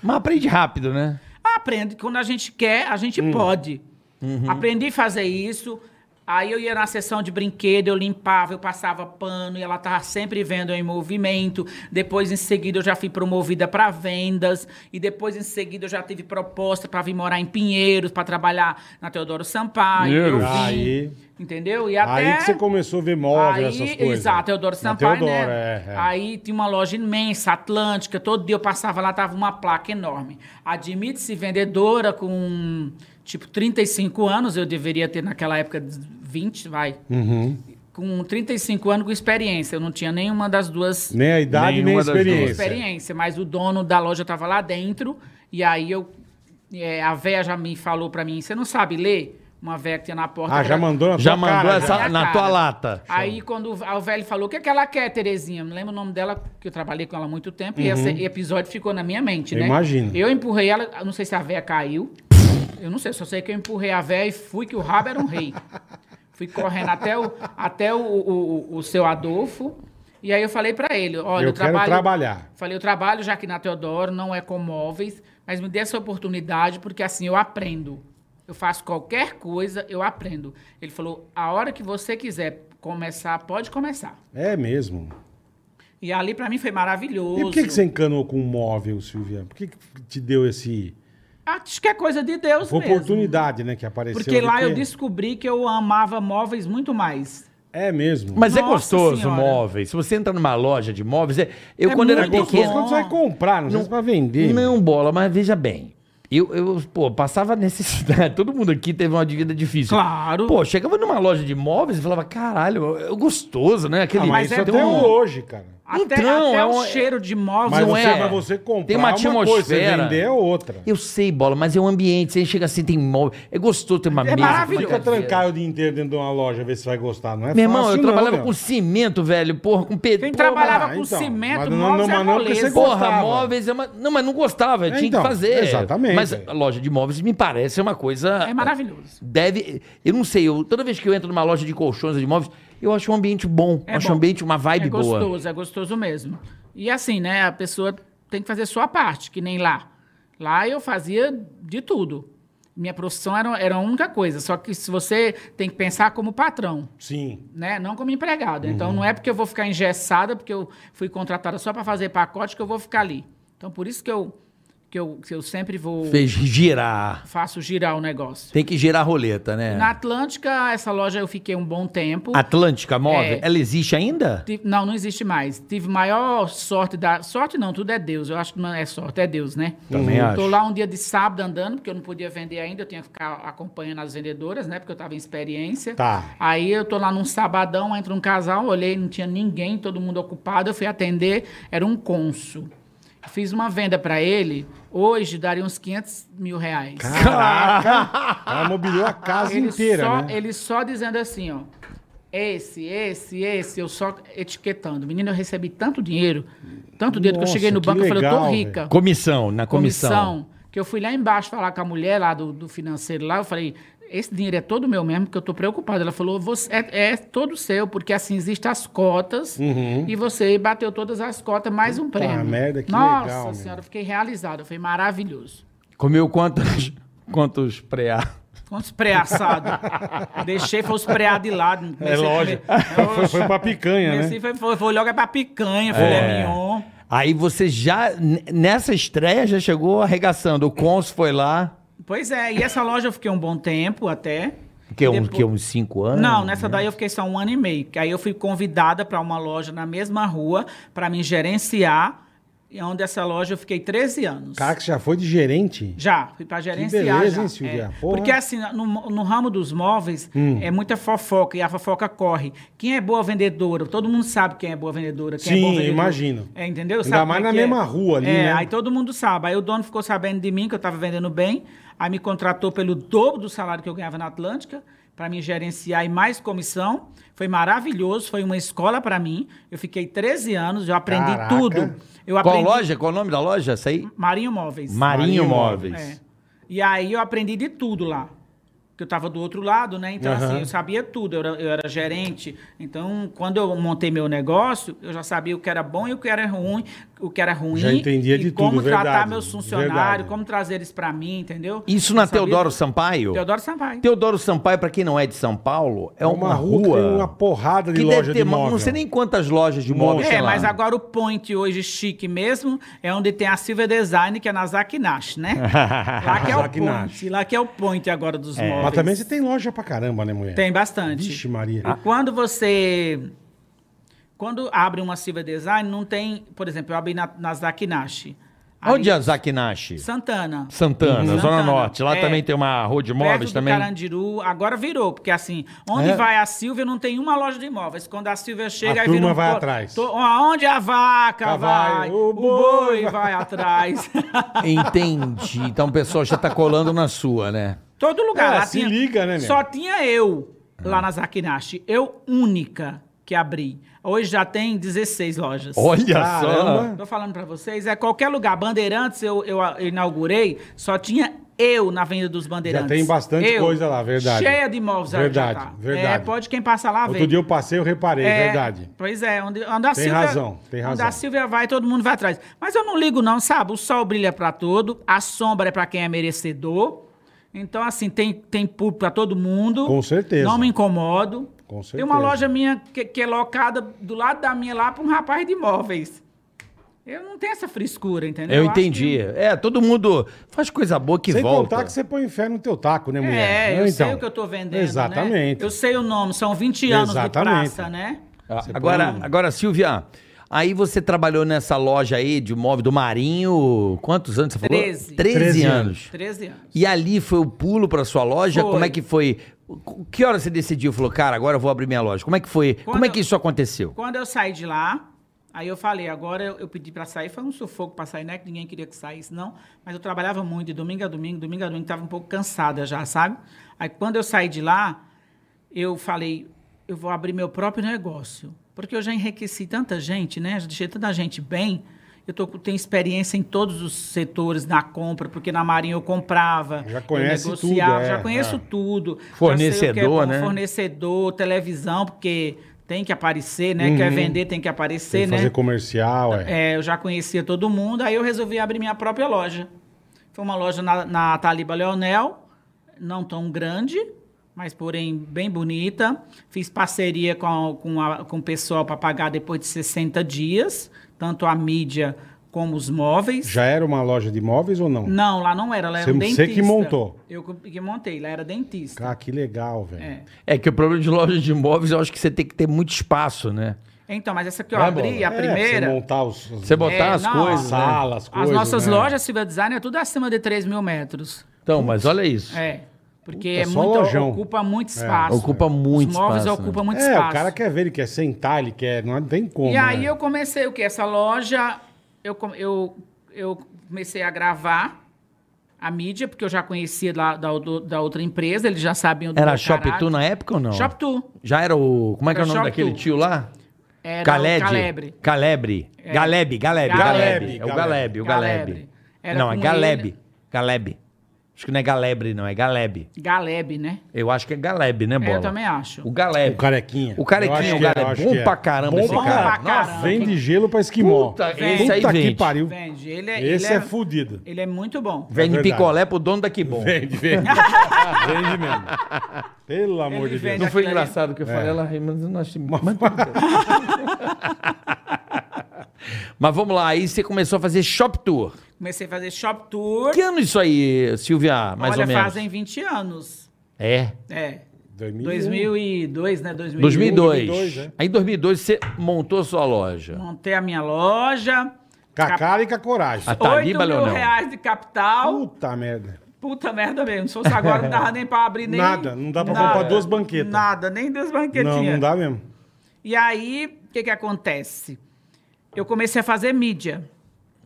Speaker 4: Mas aprende rápido, né?
Speaker 5: Aprende. Quando a gente quer, a gente
Speaker 3: Hum.
Speaker 5: pode.
Speaker 3: Uhum.
Speaker 5: Aprendi a fazer isso. Aí eu ia na sessão de brinquedo, eu limpava, eu passava pano e ela tava sempre vendo eu em movimento. Depois, em seguida, eu já fui promovida para vendas. E depois, em seguida, eu já tive proposta para vir morar em Pinheiros, para trabalhar na Teodoro Sampaio. Eu
Speaker 4: Pinheiros.
Speaker 5: vim,
Speaker 3: Aí.
Speaker 5: Entendeu? E até...
Speaker 3: Aí que você começou a ver móvel,
Speaker 5: Aí,
Speaker 3: essas coisas.
Speaker 5: Exato, Teodoro
Speaker 3: Na
Speaker 5: Sampaio,
Speaker 3: Teodoro,
Speaker 5: né?
Speaker 3: é, é.
Speaker 5: Aí tinha uma loja imensa, Atlântica, todo dia eu passava lá, tava uma placa enorme. Admite-se vendedora com, tipo, 35 anos, eu deveria ter naquela época 20, vai.
Speaker 3: Uhum.
Speaker 5: Com 35 anos com experiência, eu não tinha nenhuma das duas
Speaker 3: Nem a idade, nem a
Speaker 4: Nenhuma das duas.
Speaker 3: experiência.
Speaker 5: experiência, mas o dono da loja estava lá dentro e aí eu é, a véia já me falou pra mim, você não sabe ler? Uma véia que tinha na porta.
Speaker 3: Ah,
Speaker 5: que
Speaker 3: já
Speaker 5: era-
Speaker 3: mandou na
Speaker 4: Já
Speaker 3: tua
Speaker 4: mandou
Speaker 3: cara,
Speaker 4: essa
Speaker 3: já.
Speaker 5: Minha
Speaker 4: na
Speaker 5: cara.
Speaker 4: tua lata.
Speaker 5: Aí quando o o velho falou, o que, é que ela quer, Terezinha? Não lembro o nome dela, que eu trabalhei com ela há muito tempo, e
Speaker 4: Uhum.
Speaker 5: esse episódio ficou na minha mente,
Speaker 3: Eu
Speaker 5: né?
Speaker 3: imagino.
Speaker 5: Eu empurrei ela, eu não sei se a véia caiu, eu não sei, só sei que eu empurrei a véia e fui que o rabo era
Speaker 4: [laughs]
Speaker 5: um rei. fui correndo até o, até o, o, o- o seu Adolfo, e aí eu falei pra ele, olha,
Speaker 3: Eu quero trabalhar.
Speaker 5: Falei, eu trabalho já aqui na Teodoro, não é com móveis, mas me dê essa oportunidade, porque assim eu aprendo. Eu faço qualquer coisa, eu aprendo. Ele falou, a hora que você quiser começar, pode começar.
Speaker 3: É mesmo.
Speaker 5: E ali pra mim foi maravilhoso.
Speaker 3: E por que, que você encanou com um móvel, Silvia? Por que, que te deu esse...
Speaker 5: Acho que é coisa de Deus
Speaker 3: Foi
Speaker 5: mesmo.
Speaker 3: oportunidade, né, que apareceu.
Speaker 5: Porque
Speaker 3: ali,
Speaker 5: lá eu
Speaker 3: que-
Speaker 5: descobri que eu amava móveis muito mais.
Speaker 3: É mesmo.
Speaker 4: Mas é
Speaker 5: Nossa
Speaker 4: gostoso
Speaker 5: Senhora.
Speaker 4: móveis. Se você entra numa loja de móveis, é- eu
Speaker 5: É
Speaker 4: quando era
Speaker 5: muito
Speaker 3: é gostoso
Speaker 4: pequeno,
Speaker 3: quando você vai comprar, não, sei se pra vender.
Speaker 4: Não, bola, mas veja bem. Eu, eu, pô, passava necessidade. [laughs] Todo mundo aqui teve uma vida difícil.
Speaker 5: Claro.
Speaker 4: Pô, chegava numa loja de móveis e falava, caralho, é gostoso, né? Aquele,
Speaker 3: Ah, mas
Speaker 5: Mas
Speaker 3: isso
Speaker 5: é
Speaker 3: até
Speaker 5: bom.
Speaker 4: um-
Speaker 3: hoje, cara.
Speaker 5: até
Speaker 4: Então,
Speaker 5: até
Speaker 4: é
Speaker 5: o
Speaker 4: um-
Speaker 5: cheiro de móveis.
Speaker 3: Mas
Speaker 4: não
Speaker 3: você,
Speaker 4: é.
Speaker 3: pra você comprar
Speaker 4: Tem uma
Speaker 3: coisa, você
Speaker 4: atmosfera.
Speaker 3: vender é outra.
Speaker 4: Eu sei, bola, mas é um ambiente. Você chega assim, tem móvel. É gostoso, tem uma mesa. tem uma
Speaker 5: maravilhoso.
Speaker 3: Fica
Speaker 5: Fica
Speaker 4: cadeira.
Speaker 3: trancar o dia inteiro dentro de uma loja, ver se vai gostar. Não é
Speaker 4: é? Meu irmão,
Speaker 3: fácil,
Speaker 4: eu
Speaker 3: não,
Speaker 4: trabalhava
Speaker 3: meu.
Speaker 4: com cimento, velho. Porra, com pedra.
Speaker 5: Quem trabalhava
Speaker 3: mas
Speaker 5: com
Speaker 3: então, mas
Speaker 5: cimento,
Speaker 3: não-
Speaker 5: móveis
Speaker 3: não-
Speaker 5: é
Speaker 3: mas não porque você
Speaker 5: moleza.
Speaker 4: Porra,
Speaker 3: gostava.
Speaker 4: móveis é uma... Não, mas não gostava, tinha
Speaker 3: então,
Speaker 4: que fazer.
Speaker 3: exatamente.
Speaker 4: Mas a loja de móveis me parece uma coisa...
Speaker 5: É maravilhoso.
Speaker 4: Deve... Eu não sei, eu, toda vez que eu entro numa loja de colchões ou de móveis, eu acho um ambiente bom.
Speaker 5: É
Speaker 4: acho
Speaker 5: bom.
Speaker 4: um ambiente, uma vibe
Speaker 5: é
Speaker 4: boa.
Speaker 5: gostoso, é gostoso mesmo. E assim, né, a pessoa tem que fazer sua parte, que nem lá. Lá eu fazia de tudo. Minha profissão era, era a única coisa, só que se você tem que pensar como patrão,
Speaker 3: Sim.
Speaker 5: né, não como empregado.
Speaker 4: Uhum.
Speaker 5: Então não é porque eu vou ficar engessada, porque eu fui contratada só para fazer pacote que eu vou ficar ali. Então por isso que eu que eu, que eu sempre vou
Speaker 4: Fez girar.
Speaker 5: faço girar o negócio.
Speaker 4: Tem que girar a roleta, né?
Speaker 5: Na Atlântica, essa loja eu fiquei um bom tempo.
Speaker 4: Atlântica Móvel,
Speaker 5: É.
Speaker 4: ela existe ainda?
Speaker 5: Tive- Não, não existe mais. Tive maior sorte da. Sorte não, tudo é Deus. Eu acho que não é sorte, é Deus, né?
Speaker 4: Também
Speaker 5: Tô
Speaker 4: acho.
Speaker 5: lá um dia de sábado andando, porque eu não podia vender ainda, eu tinha que ficar acompanhando as vendedoras, né? Porque eu tava em experiência.
Speaker 3: Tá.
Speaker 5: Aí eu tô lá num sabadão, entra um casal, olhei, não tinha ninguém, todo mundo ocupado. Eu fui atender, era um cônsul. Fiz uma venda pra ele, hoje daria uns 500 mil reais.
Speaker 3: Caraca! [laughs] Ela mobiliou a casa
Speaker 5: Ele
Speaker 3: inteira,
Speaker 5: só,
Speaker 3: né?
Speaker 5: ele só dizendo assim, ó. Esse, esse, esse, eu só etiquetando. Menino, eu recebi tanto dinheiro, tanto dinheiro que
Speaker 3: Nossa,
Speaker 5: eu cheguei no
Speaker 3: que
Speaker 5: banco e falei, eu tô
Speaker 3: legal,
Speaker 5: rica.
Speaker 4: Comissão, na comissão.
Speaker 5: Que eu fui lá embaixo falar com a mulher lá do, do financeiro lá, eu falei, esse dinheiro é todo meu mesmo, porque eu tô preocupada. Ela falou, você, é, é todo seu, porque assim existem as cotas e você bateu todas as cotas, mais um prêmio.
Speaker 3: Uhum. merda, que
Speaker 5: Nossa
Speaker 3: legal, meu.
Speaker 5: senhora, eu fiquei realizada, foi maravilhoso.
Speaker 4: Comeu quantos, quantos preá?
Speaker 3: [laughs]
Speaker 5: Quantos preaçados? um Deixei, foi os preados de lado.
Speaker 3: É lógico. [laughs] Foi, foi pra picanha, né?
Speaker 5: Comecei, foi, foi, foi logo é pra picanha, filé mignon.
Speaker 4: Aí você já, n- nessa estreia, já chegou arregaçando. O Cons foi lá,
Speaker 5: Pois é, e essa loja eu fiquei um bom tempo até.
Speaker 4: que,
Speaker 5: E
Speaker 4: um,
Speaker 5: depois-
Speaker 4: que uns cinco anos.
Speaker 5: Não, nessa
Speaker 3: né?
Speaker 5: daí eu fiquei só um ano e meio. Que aí eu fui convidada para uma loja na mesma rua para me gerenciar, e onde essa loja eu fiquei 13 anos.
Speaker 3: Caraca, você já foi de gerente?
Speaker 5: Já, fui para gerenciar.
Speaker 3: beleza,
Speaker 5: já.
Speaker 3: hein, Silvia?
Speaker 5: É.
Speaker 3: Porra. Hum.
Speaker 5: Porque assim, no, no ramo dos móveis, é muita fofoca e a fofoca corre. Quem é boa vendedora? Todo mundo sabe quem é boa vendedora. Quem
Speaker 3: Sim,
Speaker 5: é bom vendedor.
Speaker 3: imagino.
Speaker 5: É, entendeu?
Speaker 3: Ainda
Speaker 5: Sabe
Speaker 3: mais
Speaker 5: como é
Speaker 3: na
Speaker 5: que é?
Speaker 3: mesma rua ali,
Speaker 5: É,
Speaker 3: né?
Speaker 5: aí todo mundo sabe. Aí o dono ficou sabendo de mim, que eu estava vendendo bem, aí me contratou pelo dobro do salário que eu ganhava na Atlântica. Para me gerenciar e mais comissão. Foi maravilhoso, foi uma escola para mim. Eu fiquei 13 anos, eu aprendi
Speaker 3: Caraca.
Speaker 5: tudo. Eu
Speaker 4: Qual
Speaker 5: aprendi
Speaker 4: loja? Qual o nome da loja? Essa aí?
Speaker 5: Marinho Móveis.
Speaker 4: Marinho,
Speaker 3: Marinho
Speaker 4: Móveis.
Speaker 5: É. E aí eu aprendi de tudo lá. Porque eu estava do outro lado, né? Então,
Speaker 3: Aham.
Speaker 5: assim, eu sabia tudo. Eu era, eu era gerente. Então, quando eu montei meu negócio, eu já sabia o que era bom e o que era ruim. o que era ruim.
Speaker 3: Já entendia de
Speaker 5: e como
Speaker 3: tudo,
Speaker 5: tratar
Speaker 3: verdade,
Speaker 5: meus funcionários,
Speaker 3: verdade.
Speaker 5: como trazer eles pra mim, entendeu?
Speaker 4: Isso na
Speaker 5: Eu sabia-
Speaker 4: Teodoro Sampaio?
Speaker 5: Teodoro Sampaio.
Speaker 4: Teodoro Sampaio, pra quem não é de São Paulo, é uma, rua.
Speaker 3: que tem uma porrada de loja de
Speaker 4: ma-
Speaker 3: imóvel.
Speaker 4: Não sei nem quantas lojas de imóveis
Speaker 5: É,
Speaker 4: tem lá.
Speaker 5: mas agora o point hoje chique mesmo é onde tem a Silver Design, que é na Zakinash,
Speaker 3: [laughs]
Speaker 5: né? Lá que é o
Speaker 3: Zaki Nash.
Speaker 5: point, lá que é o point agora dos móveis.
Speaker 3: Mas também você tem loja pra caramba, né, mulher?
Speaker 5: Tem bastante. Ah,
Speaker 3: Vixe, Maria.
Speaker 5: E quando você. Quando abre uma Silva Design, não tem. Por exemplo, eu abri na, na Zakinashi.
Speaker 4: Onde é a Zakinashi?
Speaker 5: Santana.
Speaker 4: Santana,
Speaker 5: Uhum.
Speaker 4: Zona
Speaker 5: Santana,
Speaker 4: Norte. Lá
Speaker 5: é.
Speaker 4: também tem uma rua de
Speaker 5: Perto
Speaker 4: imóveis
Speaker 5: do
Speaker 4: também.
Speaker 5: Carandiru, agora virou, porque assim, onde
Speaker 3: É.
Speaker 5: vai a Silvia não tem uma loja de imóveis. Quando a Silvia chega,
Speaker 3: A
Speaker 5: aí vira
Speaker 3: turma
Speaker 5: um
Speaker 3: vai
Speaker 5: po-
Speaker 3: atrás.
Speaker 5: To- Aonde a vaca
Speaker 3: Tá,
Speaker 5: vai,
Speaker 3: vai, o
Speaker 5: o boi
Speaker 3: boi
Speaker 5: vai atrás. [laughs]
Speaker 4: Entendi. Então o pessoal já tá colando na sua, né?
Speaker 5: Todo lugar.
Speaker 3: É,
Speaker 5: lá
Speaker 3: se liga, né, meu? Ah.
Speaker 5: Só tinha eu lá na Zakinashi. Eu única que abri. Hoje já tem 16 lojas.
Speaker 4: Olha
Speaker 3: Caramba.
Speaker 5: Tô falando pra vocês, é qualquer lugar. Bandeirantes, eu, eu a- inaugurei, só tinha eu na Avenida dos Bandeirantes.
Speaker 3: tem bastante
Speaker 5: Eu.
Speaker 3: coisa lá, verdade.
Speaker 5: Cheia de imóveis. ela
Speaker 3: Verdade,
Speaker 5: já tá. É,
Speaker 3: verdade.
Speaker 5: pode quem passar lá ver.
Speaker 3: Outro dia eu passei, eu reparei,
Speaker 5: É,
Speaker 3: verdade.
Speaker 5: Pois é, onde, onde a
Speaker 3: Tem
Speaker 5: Silvia...
Speaker 3: razão, tem
Speaker 5: Onde
Speaker 3: razão.
Speaker 5: a Silvia vai, todo mundo vai atrás. Mas eu não ligo não, sabe? O sol brilha pra todo, a sombra é pra quem é merecedor. Então, assim, tem, tem público pra todo mundo.
Speaker 3: Com certeza.
Speaker 5: Não me incomodo.
Speaker 3: Com
Speaker 5: Tem uma
Speaker 3: certeza.
Speaker 5: loja minha que, que é locada do lado da minha lá pra um rapaz de imóveis. Eu não tenho essa frescura, entendeu?
Speaker 4: Eu
Speaker 5: acho
Speaker 4: entendi.
Speaker 5: que-
Speaker 4: É, todo mundo faz coisa boa que
Speaker 3: Sem
Speaker 4: volta.
Speaker 3: contar que você põe fé no teu taco, né, mulher?
Speaker 5: É,
Speaker 3: Não,
Speaker 5: eu sei
Speaker 3: então.
Speaker 5: o que eu tô vendendo, né?
Speaker 3: Exatamente.
Speaker 5: Eu sei o nome, são 20 anos
Speaker 3: Exatamente.
Speaker 5: de praça, né?
Speaker 4: Ah,
Speaker 3: Você
Speaker 4: Agora,
Speaker 3: põe-
Speaker 4: agora, Silvia, aí você trabalhou nessa loja aí de móvel do Marinho, quantos anos você falou?
Speaker 5: Treze.
Speaker 4: 13
Speaker 3: Treze
Speaker 4: anos.
Speaker 5: 13 anos.
Speaker 4: E ali foi o pulo pra sua loja?
Speaker 5: Foi.
Speaker 4: Como é que foi? O- Que hora você decidiu? Falou, cara, agora eu vou abrir minha loja. Como é que foi? Como é
Speaker 5: Quando-
Speaker 4: que isso aconteceu?
Speaker 5: Quando eu saí de lá, aí eu falei, agora eu, eu pedi pra sair, foi um sufoco pra sair, né? Que ninguém queria que saísse, não. Mas eu trabalhava muito, de domingo a domingo, domingo a domingo, tava um pouco cansada já, sabe? Aí quando eu saí de lá, eu falei, eu vou abrir meu próprio negócio. Porque eu já enriqueci tanta gente, né? Já deixei tanta gente bem. Eu tô, com- tenho experiência em todos os setores na compra, porque na Marinha eu comprava,
Speaker 3: Já
Speaker 5: eu
Speaker 3: conhece tudo, é,
Speaker 5: já conheço
Speaker 3: é.
Speaker 5: tudo. já sei o que é
Speaker 4: Fornecedor,
Speaker 5: bom,
Speaker 4: né?
Speaker 5: Fornecedor, televisão, porque tem que aparecer, né? Quer vender, tem que
Speaker 3: Uhum.
Speaker 5: aparecer,
Speaker 3: Tem que
Speaker 5: né?
Speaker 3: fazer comercial, é.
Speaker 5: É, eu já conhecia todo mundo, aí eu resolvi abrir minha própria loja. Foi uma loja na, na Taliba Leonel, não tão grande, mas porém bem bonita. Fiz parceria com, com, a- com o pessoal para pagar depois de 60 dias, tanto a mídia como os móveis.
Speaker 3: Já era uma loja de imóveis ou não?
Speaker 5: Não, lá não era, lá era um
Speaker 3: Você- você
Speaker 5: dentista.
Speaker 3: que montou?
Speaker 5: Eu que que montei, lá era dentista.
Speaker 3: Cara, Ah, que legal, velho.
Speaker 5: É.
Speaker 4: É que o problema de loja de imóveis, eu acho que você tem que ter muito espaço, né?
Speaker 5: Então, mas essa que eu
Speaker 4: Vai,
Speaker 5: abri,
Speaker 4: Bola.
Speaker 5: a primeira...
Speaker 3: é, Você montar os... os-
Speaker 4: Você botar
Speaker 5: É,
Speaker 4: as
Speaker 5: não,
Speaker 4: coisas, né?
Speaker 3: Sala, as
Speaker 5: As
Speaker 3: coisas,
Speaker 5: nossas
Speaker 3: né?
Speaker 5: lojas Silvia Design é tudo acima de 3 mil metros.
Speaker 4: Então, mas olha isso.
Speaker 5: É. Porque
Speaker 3: Puta,
Speaker 5: é
Speaker 3: só
Speaker 5: muito,
Speaker 3: lojão.
Speaker 5: ocupa muito espaço.
Speaker 4: Ocupa muito
Speaker 5: Os móveis
Speaker 4: espaço,
Speaker 5: ocupam
Speaker 4: né?
Speaker 5: muito
Speaker 3: É,
Speaker 5: espaço.
Speaker 3: o cara quer ver, ele quer sentar, ele quer... Não tem como,
Speaker 5: E aí
Speaker 3: né?
Speaker 5: eu comecei o quê? Essa loja, eu, com- eu, eu comecei a gravar a mídia, porque eu já conhecia da, da, do- da outra empresa, eles já sabiam do
Speaker 4: Era
Speaker 5: meu
Speaker 4: Shop
Speaker 5: caráter.
Speaker 4: Tu na época ou não?
Speaker 5: Shop Tu. é,
Speaker 4: Já era o. Como é que é o
Speaker 5: Era
Speaker 4: nome
Speaker 5: Shop
Speaker 4: daquele
Speaker 5: Tu.
Speaker 4: tio lá?
Speaker 5: Era o
Speaker 4: Caled.
Speaker 5: Calebre.
Speaker 4: Calebre. Galeb, Galeb,
Speaker 3: Galeb,
Speaker 4: Galeb. É o Galeb, o Galeb.
Speaker 5: Galeb. Era
Speaker 4: Não, é
Speaker 5: com
Speaker 4: Galeb.
Speaker 5: ele. né?
Speaker 4: Galeb. Acho que não é Galebre, não, é Galeb.
Speaker 5: Galeb, né?
Speaker 4: Eu acho que é Galeb, né, Bola?
Speaker 5: É, eu também acho.
Speaker 4: O Galeb.
Speaker 3: O carequinha.
Speaker 4: O
Speaker 3: Eu
Speaker 4: carequinha,
Speaker 3: acho
Speaker 4: o
Speaker 3: que é, eu
Speaker 4: Galeb.
Speaker 3: acho
Speaker 4: bom
Speaker 3: que é.
Speaker 4: pra caramba
Speaker 3: Bom
Speaker 4: esse
Speaker 3: pra
Speaker 4: cara.
Speaker 5: caramba.
Speaker 4: Nossa,
Speaker 5: Caramba.
Speaker 3: Vende gelo pra esquimó.
Speaker 4: Puta,
Speaker 5: esse
Speaker 4: aí
Speaker 3: que
Speaker 4: vende.
Speaker 3: pariu.
Speaker 5: Vende. Ele é,
Speaker 3: Esse
Speaker 5: ele
Speaker 3: é
Speaker 5: [laughs]
Speaker 3: fudido.
Speaker 5: Ele é muito bom.
Speaker 4: Vende
Speaker 3: verdade.
Speaker 4: picolé pro dono daqui bom.
Speaker 3: Vende, vende. vende mesmo. Pelo amor
Speaker 5: Ele
Speaker 3: de Deus.
Speaker 5: vende
Speaker 4: Não foi
Speaker 5: Aquilo ali-
Speaker 4: engraçado o que eu
Speaker 3: É.
Speaker 4: falei, ela riu, mas eu não achei. Mas,
Speaker 3: [laughs]
Speaker 4: mas vamos lá, aí você começou a fazer Shop Tour.
Speaker 5: Comecei a fazer Shop Tour.
Speaker 4: Que ano isso aí, Silvia, mais
Speaker 5: Olha,
Speaker 4: ou menos?
Speaker 5: fazem 20 anos.
Speaker 4: É,
Speaker 5: É.
Speaker 3: 2001.
Speaker 5: 2002, né? 2001.
Speaker 4: 2002.
Speaker 3: 2002, né?
Speaker 4: Aí em 2002 você montou sua loja.
Speaker 5: Montei a minha loja.
Speaker 3: Com a cara e com a coragem.
Speaker 4: A-
Speaker 5: oito
Speaker 4: Taliba,
Speaker 5: mil
Speaker 4: Leonel.
Speaker 5: reais de capital.
Speaker 3: Puta merda.
Speaker 5: Puta merda mesmo. Se fosse agora, não dava nem pra abrir nem...
Speaker 3: Nada, não dá pra
Speaker 5: nada,
Speaker 3: comprar duas banquetas.
Speaker 5: Nada, nem duas banquetinhas.
Speaker 3: Não, não dá mesmo.
Speaker 5: E aí, o que que acontece? Eu comecei a fazer mídia.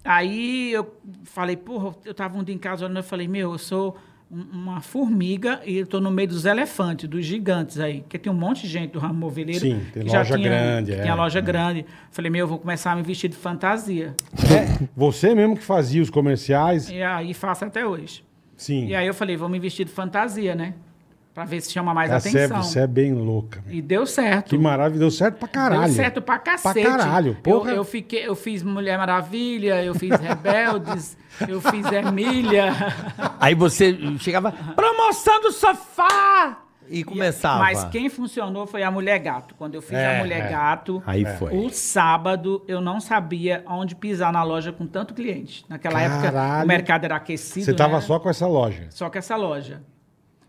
Speaker 5: Aí eu falei, porra, eu tava um dia em casa olhando, eu falei, meu, eu sou um- uma formiga e eu tô no meio dos elefantes, dos gigantes aí, porque tem um monte de gente do ramo moveleiro.
Speaker 3: Sim, tem
Speaker 5: que
Speaker 3: loja grande,
Speaker 5: que
Speaker 3: é.
Speaker 5: Tinha loja grande. Falei, meu, eu vou começar a me vestir de fantasia.
Speaker 3: É, Você mesmo que fazia os comerciais.
Speaker 5: E aí faço até hoje.
Speaker 3: Sim.
Speaker 5: E aí eu falei, vou me vestir de fantasia, né? Pra ver se chama mais
Speaker 3: Cara, Você é,
Speaker 5: atenção.
Speaker 3: você é bem louca. meu.
Speaker 5: E deu certo.
Speaker 3: Que maravilha. Deu certo pra caralho.
Speaker 5: Deu certo pra cacete.
Speaker 3: Pra caralho, porra.
Speaker 5: Eu, eu fiquei, eu fiz Mulher Maravilha, eu fiz Rebeldes, [laughs] eu fiz Emília.
Speaker 4: Aí você chegava, promoção do sofá! E começava.
Speaker 5: Mas quem funcionou foi a Mulher Gato. Quando eu fiz
Speaker 3: É,
Speaker 5: a Mulher
Speaker 3: é.
Speaker 5: Gato,
Speaker 4: Aí foi.
Speaker 5: o sábado eu não sabia onde pisar na loja com tanto cliente. Naquela época
Speaker 3: Caralho.
Speaker 5: o mercado era aquecido.
Speaker 3: Você tava
Speaker 5: né?
Speaker 3: só com essa loja.
Speaker 5: Só que essa loja.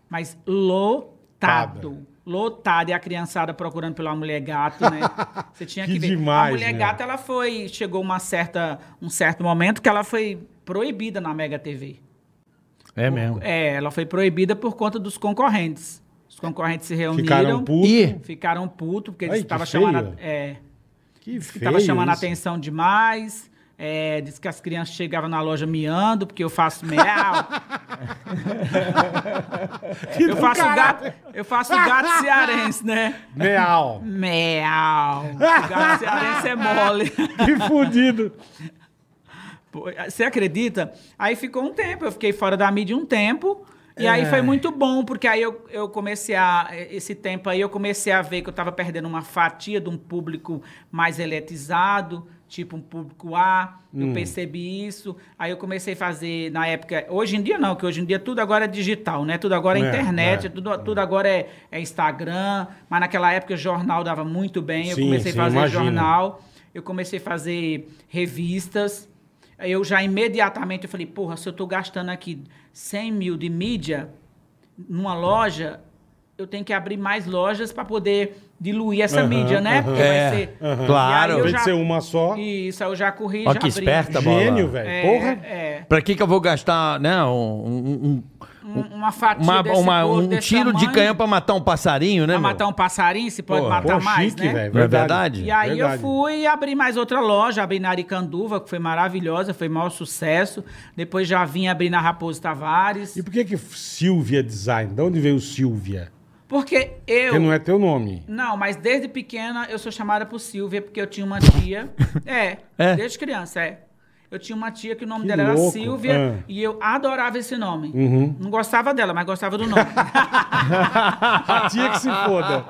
Speaker 5: Mas lotado. Lotado. E a criançada procurando pela mulher gato,
Speaker 3: [laughs]
Speaker 5: né? Você tinha que,
Speaker 3: Que
Speaker 5: ver.
Speaker 3: demais,
Speaker 5: a mulher
Speaker 3: né?
Speaker 5: gato, ela foi. Chegou uma certa, um certo momento que ela foi proibida na Mega TV.
Speaker 4: É mesmo.
Speaker 5: É, ela foi proibida por conta dos concorrentes. Os concorrentes se reuniram.
Speaker 3: Ficaram putos.
Speaker 4: E
Speaker 5: Ficaram putos, porque
Speaker 3: Ai,
Speaker 5: eles
Speaker 3: que
Speaker 5: estavam
Speaker 3: feio.
Speaker 5: chamando. a- é,
Speaker 3: Que
Speaker 5: Disse que
Speaker 3: feio
Speaker 5: tava chamando a
Speaker 3: isso.
Speaker 5: atenção demais. É, disse que as crianças chegavam na loja miando, porque eu
Speaker 3: [laughs]
Speaker 5: faço meal. eu faço gato, eu faço gato cearense, né?
Speaker 3: Real.
Speaker 5: Meal. O gato cearense é mole. [laughs]
Speaker 3: que fudido.
Speaker 5: Pô, eh, Você acredita? Aí ficou um tempo, eu fiquei fora da mídia um tempo. E
Speaker 3: É.
Speaker 5: aí foi muito bom, porque aí eu, eu comecei a. eh, Esse tempo aí eu comecei a ver que eu estava perdendo uma fatia de um público mais eletizado, tipo um público A.
Speaker 3: Hum.
Speaker 5: Eu percebi isso. Aí eu comecei a fazer, na época. Hoje em dia não, que hoje em dia tudo agora é digital, né? Tudo agora é,
Speaker 3: É,
Speaker 5: internet,
Speaker 3: é,
Speaker 5: tudo, tudo agora é, é Instagram. Mas naquela época o jornal dava muito bem. Eu
Speaker 3: Sim,
Speaker 5: comecei
Speaker 3: sim,
Speaker 5: a fazer
Speaker 3: imagino.
Speaker 5: jornal jornal, eu comecei a fazer revistas. Aí Eu já imediatamente eu falei, porra, se eu tô gastando aqui 100 mil de mídia numa loja, eu tenho que abrir mais lojas para poder diluir essa
Speaker 3: Aham,
Speaker 5: mídia, né? Porque
Speaker 4: É,
Speaker 5: vai ser.
Speaker 3: aham.
Speaker 4: Claro.
Speaker 5: E
Speaker 4: Em
Speaker 5: aí eu
Speaker 3: Tem
Speaker 5: já...
Speaker 3: que ser uma só.
Speaker 5: Isso, aí eu já corri,
Speaker 4: Ó
Speaker 5: já
Speaker 4: que
Speaker 5: abri.
Speaker 4: esperta, bola.
Speaker 3: Gênio, velho.
Speaker 5: É,
Speaker 3: Porra.
Speaker 5: é.
Speaker 4: pra que que eu vou gastar, né, um- um- um-
Speaker 5: Um- uma fatia
Speaker 4: uma-
Speaker 5: desse
Speaker 4: uma-
Speaker 5: cor-
Speaker 4: um
Speaker 5: desse
Speaker 4: tiro de
Speaker 5: tamanho,
Speaker 4: canhão pra matar um passarinho, né,
Speaker 5: pra
Speaker 4: meu?
Speaker 5: matar um passarinho, se pode
Speaker 4: Pô,
Speaker 5: matar
Speaker 3: Pô,
Speaker 5: mais,
Speaker 3: chique,
Speaker 5: né?
Speaker 3: velho.
Speaker 4: Não é verdade?
Speaker 5: E aí
Speaker 3: Verdade.
Speaker 5: eu fui abrir mais outra loja, abri na Aricanduva, que foi maravilhosa, foi maior sucesso. Depois já vim abrir na Raposo Tavares.
Speaker 3: E por que que Silvia Design? De onde veio Silvia?
Speaker 5: Porque
Speaker 3: Porque
Speaker 5: eu.
Speaker 3: não
Speaker 5: Não,
Speaker 3: é teu nome.
Speaker 5: mas desde pequena eu sou chamada por Silvia, porque eu tinha
Speaker 3: [laughs]
Speaker 5: uma tia. é,
Speaker 4: É?
Speaker 5: desde criança, é. Eu tinha uma tia que o nome
Speaker 3: Que
Speaker 5: dela
Speaker 3: louco.
Speaker 5: era Silvia
Speaker 3: Ah.
Speaker 5: e eu adorava esse nome.
Speaker 3: Uhum.
Speaker 5: Não gostava dela, mas gostava
Speaker 3: [laughs]
Speaker 5: do nome.
Speaker 3: [laughs] A tia que se foda.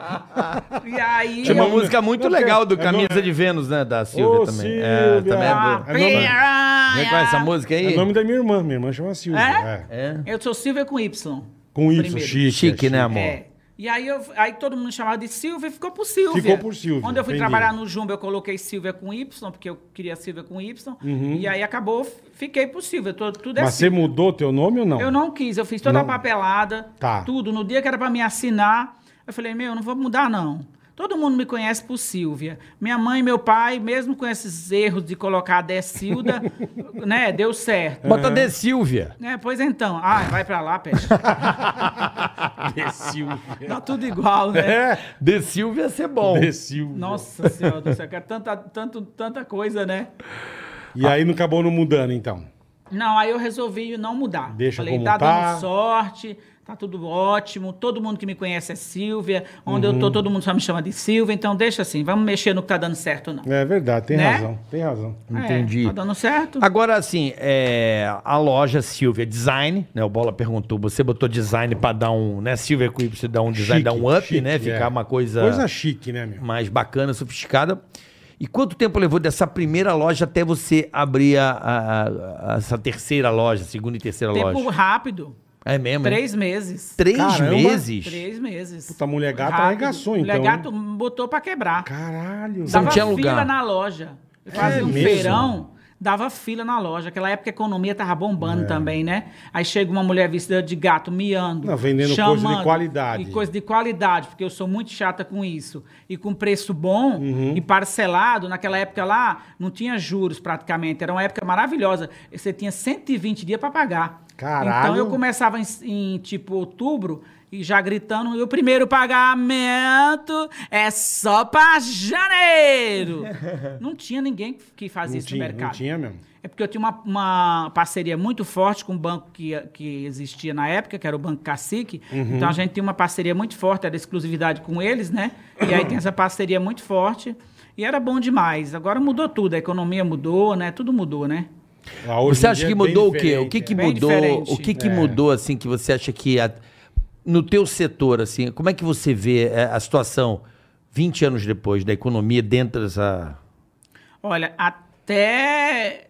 Speaker 5: e aí.
Speaker 4: Tinha uma
Speaker 5: eu-
Speaker 4: música muito
Speaker 3: É, Não,
Speaker 4: legal do
Speaker 3: é nome-
Speaker 4: Camisa de Vênus, né, da Silvia
Speaker 3: Ô,
Speaker 4: também.
Speaker 3: Silvia!
Speaker 4: É, também é
Speaker 5: Ah,
Speaker 4: boa.
Speaker 3: É nome-
Speaker 5: piranha.
Speaker 4: Você conhece essa música aí?
Speaker 3: É o nome da minha irmã. Minha irmã chama Silvia.
Speaker 5: É?
Speaker 3: é.
Speaker 4: É.
Speaker 5: Eu sou Silvia com Y.
Speaker 3: Com Y,
Speaker 5: Primeiro.
Speaker 3: chique.
Speaker 4: Chique,
Speaker 3: é
Speaker 4: né, amor?
Speaker 5: É. E aí, eu, aí todo mundo chamava de Silvia e ficou por Silvia.
Speaker 3: Ficou por Silvia,
Speaker 5: Quando eu fui
Speaker 3: entendi.
Speaker 5: trabalhar no Jumbo, eu coloquei Silvia com Y, porque eu queria Silvia com Y. E aí acabou, f- fiquei por Silvia. Tô, tudo é
Speaker 3: Uhum. Mas você
Speaker 5: Silvia.
Speaker 3: mudou teu nome ou não?
Speaker 5: Eu não quis, eu fiz toda a
Speaker 3: Não.
Speaker 5: papelada,
Speaker 3: Tá.
Speaker 5: tudo. No dia que era pra me assinar, eu falei, meu, não vou mudar, não. Todo mundo me conhece por Silvia. Minha mãe e meu pai, mesmo com esses erros de
Speaker 3: [laughs]
Speaker 5: colocar Decilda, né, deu certo.
Speaker 4: Bota de Silvia.
Speaker 5: É, pois então. Ah, vai pra lá,
Speaker 3: [laughs]
Speaker 5: peste.
Speaker 3: De Silvia.
Speaker 5: Tá tudo igual, né?
Speaker 3: É.
Speaker 4: De Silvia ia ser bom.
Speaker 3: De Silvia.
Speaker 5: Nossa senhora do céu, cara, tanta, tanto, tanta coisa, né?
Speaker 3: E aí não acabou não mudando, então.
Speaker 5: Não, aí eu resolvi não mudar.
Speaker 3: Deixa
Speaker 5: Falei,
Speaker 3: como
Speaker 5: tá,
Speaker 3: tá.
Speaker 5: dando sorte, tá tudo ótimo, todo mundo que me conhece é Silvia, onde
Speaker 3: Uhum.
Speaker 5: eu tô, todo mundo só me chama de Silvia, então deixa assim, vamos mexer no que tá dando certo, não.
Speaker 3: É verdade, tem
Speaker 5: Né?
Speaker 3: razão. Tem razão.
Speaker 4: Entendi.
Speaker 5: É, tá dando certo?
Speaker 4: Agora, assim, é, a loja Silvia Design, né? O Bola perguntou, você botou design pra dar um, né? Silvia com Y dá um design, dá um up,
Speaker 3: chique,
Speaker 4: né?
Speaker 3: é.
Speaker 4: Ficar uma coisa,
Speaker 3: Coisa chique, né, meu?
Speaker 4: mais bacana, sofisticada. E quanto tempo levou dessa primeira loja até você abrir a, a- a- essa terceira loja, segunda e terceira
Speaker 5: Tempo
Speaker 4: loja?
Speaker 5: rápido,
Speaker 4: É mesmo? hein?
Speaker 5: três meses.
Speaker 4: Três
Speaker 3: Caramba.
Speaker 4: meses?
Speaker 5: Três meses.
Speaker 3: Puta, a mulher gata
Speaker 5: Rápido.
Speaker 3: arregaçou, então,
Speaker 5: Mulher gato botou pra quebrar.
Speaker 3: Caralho. É
Speaker 4: Não
Speaker 5: Dava
Speaker 4: tinha
Speaker 5: fila
Speaker 4: lugar.
Speaker 5: na loja. Eu fazia um
Speaker 3: mesmo?
Speaker 5: feirão, dava fila na loja. Aquela época a economia tava bombando
Speaker 3: É.
Speaker 5: também, né? Aí chega uma mulher vestida de gato, miando.
Speaker 3: Não, vendendo coisa de qualidade.
Speaker 5: E coisa de qualidade, porque eu sou muito chata com isso. E com preço bom
Speaker 3: Uhum.
Speaker 5: e parcelado. Naquela época lá, não tinha juros praticamente. Era uma época maravilhosa. Você tinha 120 dias para pagar.
Speaker 3: Caralho.
Speaker 5: Então eu começava em, em, tipo outubro e já gritando, e o primeiro pagamento é só
Speaker 3: [laughs]
Speaker 5: para janeiro. não tinha ninguém que- que fazia
Speaker 3: não
Speaker 5: isso
Speaker 3: tinha,
Speaker 5: no mercado.
Speaker 3: não tinha mesmo.
Speaker 5: É porque eu tinha uma, uma parceria muito forte com o banco que, que existia na época, que era o Banco Cacique.
Speaker 3: Uhum.
Speaker 5: Então a gente tinha uma parceria muito forte, era exclusividade com eles, né? E aí tem essa parceria muito forte. E era bom demais. Agora mudou tudo, a economia mudou, né? Tudo mudou, né?
Speaker 3: Ah, hoje
Speaker 4: Você
Speaker 3: em
Speaker 4: acha
Speaker 3: dia
Speaker 4: que
Speaker 3: é bem
Speaker 4: mudou o quê? O
Speaker 3: diferente,
Speaker 4: que, que
Speaker 3: é.
Speaker 5: Bem
Speaker 4: mudou?
Speaker 5: diferente. né?
Speaker 4: O que, que
Speaker 3: É.
Speaker 4: mudou assim que você acha que a- no teu setor, assim, como é que você vê é, a situação 20 anos depois da economia dentro dessa...
Speaker 5: Olha, até,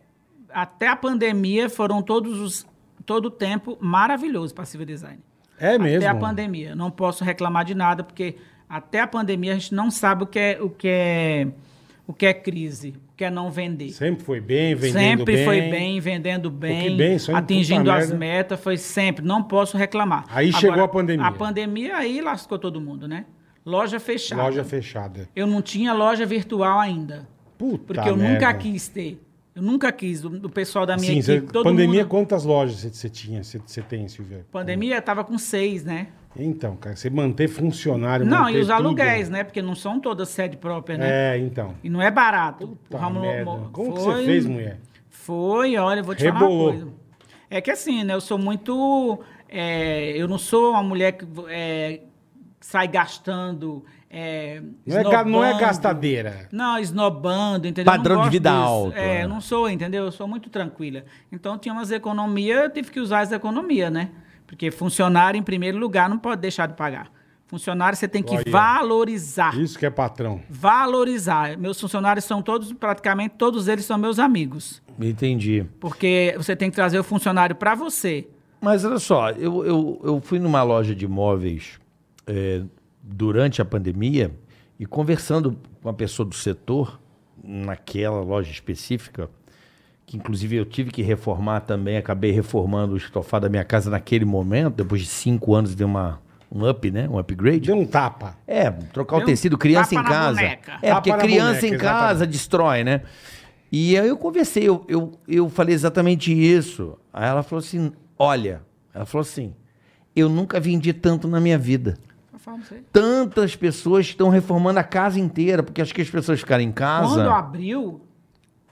Speaker 5: até a pandemia foram todos os, todo o tempo maravilhoso para civil design.
Speaker 3: É mesmo.
Speaker 5: Até a pandemia. Não posso reclamar de nada, porque até a pandemia a gente não sabe o que é, o que é, o que é crise, o que é não vender.
Speaker 3: Sempre foi bem, vendendo
Speaker 5: sempre
Speaker 3: bem.
Speaker 5: foi bem, vendendo bem,
Speaker 3: bem, isso é um
Speaker 5: atingindo
Speaker 3: puta
Speaker 5: as
Speaker 3: merda.
Speaker 5: metas, foi sempre. Não posso reclamar.
Speaker 3: Aí chegou a pandemia.
Speaker 5: A pandemia aí lascou todo mundo, né? Loja fechada.
Speaker 3: Loja fechada.
Speaker 5: Eu não tinha loja virtual ainda.
Speaker 3: Puta
Speaker 5: Porque eu
Speaker 3: Tá merda.
Speaker 5: nunca quis ter. Eu nunca quis. O, o pessoal da minha
Speaker 3: Sim,
Speaker 5: equipe,
Speaker 3: você-
Speaker 5: todo
Speaker 3: pandemia,
Speaker 5: mundo...
Speaker 3: quantas lojas você, você tinha, você, você tem, Silvia?
Speaker 5: Pandemia tava com seis, né?
Speaker 3: Então, cara, você manter funcionário,
Speaker 5: Não,
Speaker 3: manter
Speaker 5: e os
Speaker 3: tudo.
Speaker 5: aluguéis, né? Porque não são todas sede própria, né?
Speaker 3: É, então.
Speaker 5: E não é barato.
Speaker 3: Puta
Speaker 5: O Rômulo-
Speaker 3: merda.
Speaker 5: mo-
Speaker 3: Como que
Speaker 5: foi-
Speaker 3: você fez, mulher?
Speaker 5: Foi, olha, eu vou te
Speaker 3: Rebolou.
Speaker 5: falar uma coisa. É que assim, né? Eu sou muito. é, eu não sou uma mulher que é, sai gastando. é,
Speaker 3: Não é, ga- não é
Speaker 5: esnobando.
Speaker 3: gastadeira.
Speaker 5: Não, esnobando, entendeu?
Speaker 4: Padrão
Speaker 5: Não
Speaker 4: de
Speaker 5: gosto
Speaker 4: vida
Speaker 5: disso.
Speaker 4: alto,
Speaker 5: É,
Speaker 4: né?
Speaker 5: eu não sou, entendeu? Eu sou muito tranquila. Então, tinha umas economias, eu tive que usar as economias, né? Porque funcionário, em primeiro lugar, não pode deixar de pagar. Funcionário, você tem que
Speaker 3: Olha.
Speaker 5: valorizar.
Speaker 3: Isso que é patrão.
Speaker 5: Valorizar. Meus funcionários são todos, praticamente todos eles são meus amigos.
Speaker 4: Entendi.
Speaker 5: Porque você tem que trazer o funcionário para você.
Speaker 4: Mas olha só, eu, eu, eu fui numa loja de imóveis é, durante a pandemia e conversando com uma pessoa do setor, naquela loja específica, que inclusive eu tive que reformar também, acabei reformando o estofado da minha casa naquele momento, depois de cinco anos deu uma, um up, né? Um upgrade.
Speaker 3: Deu um tapa.
Speaker 4: É, trocar o
Speaker 5: Deu
Speaker 4: tecido, criança em
Speaker 5: tapa na
Speaker 4: casa.
Speaker 5: boneca.
Speaker 4: É, porque
Speaker 3: Tapa na
Speaker 4: criança
Speaker 3: boneca,
Speaker 4: em casa
Speaker 3: exatamente.
Speaker 4: destrói, né? E aí eu conversei, eu, eu, eu falei exatamente isso. Aí ela falou assim: olha, ela falou assim, eu nunca vendi tanto na minha vida.
Speaker 5: Eu falo, não sei.
Speaker 4: Tantas pessoas estão reformando a casa inteira, porque acho que as pessoas ficaram em casa.
Speaker 5: Quando abriu,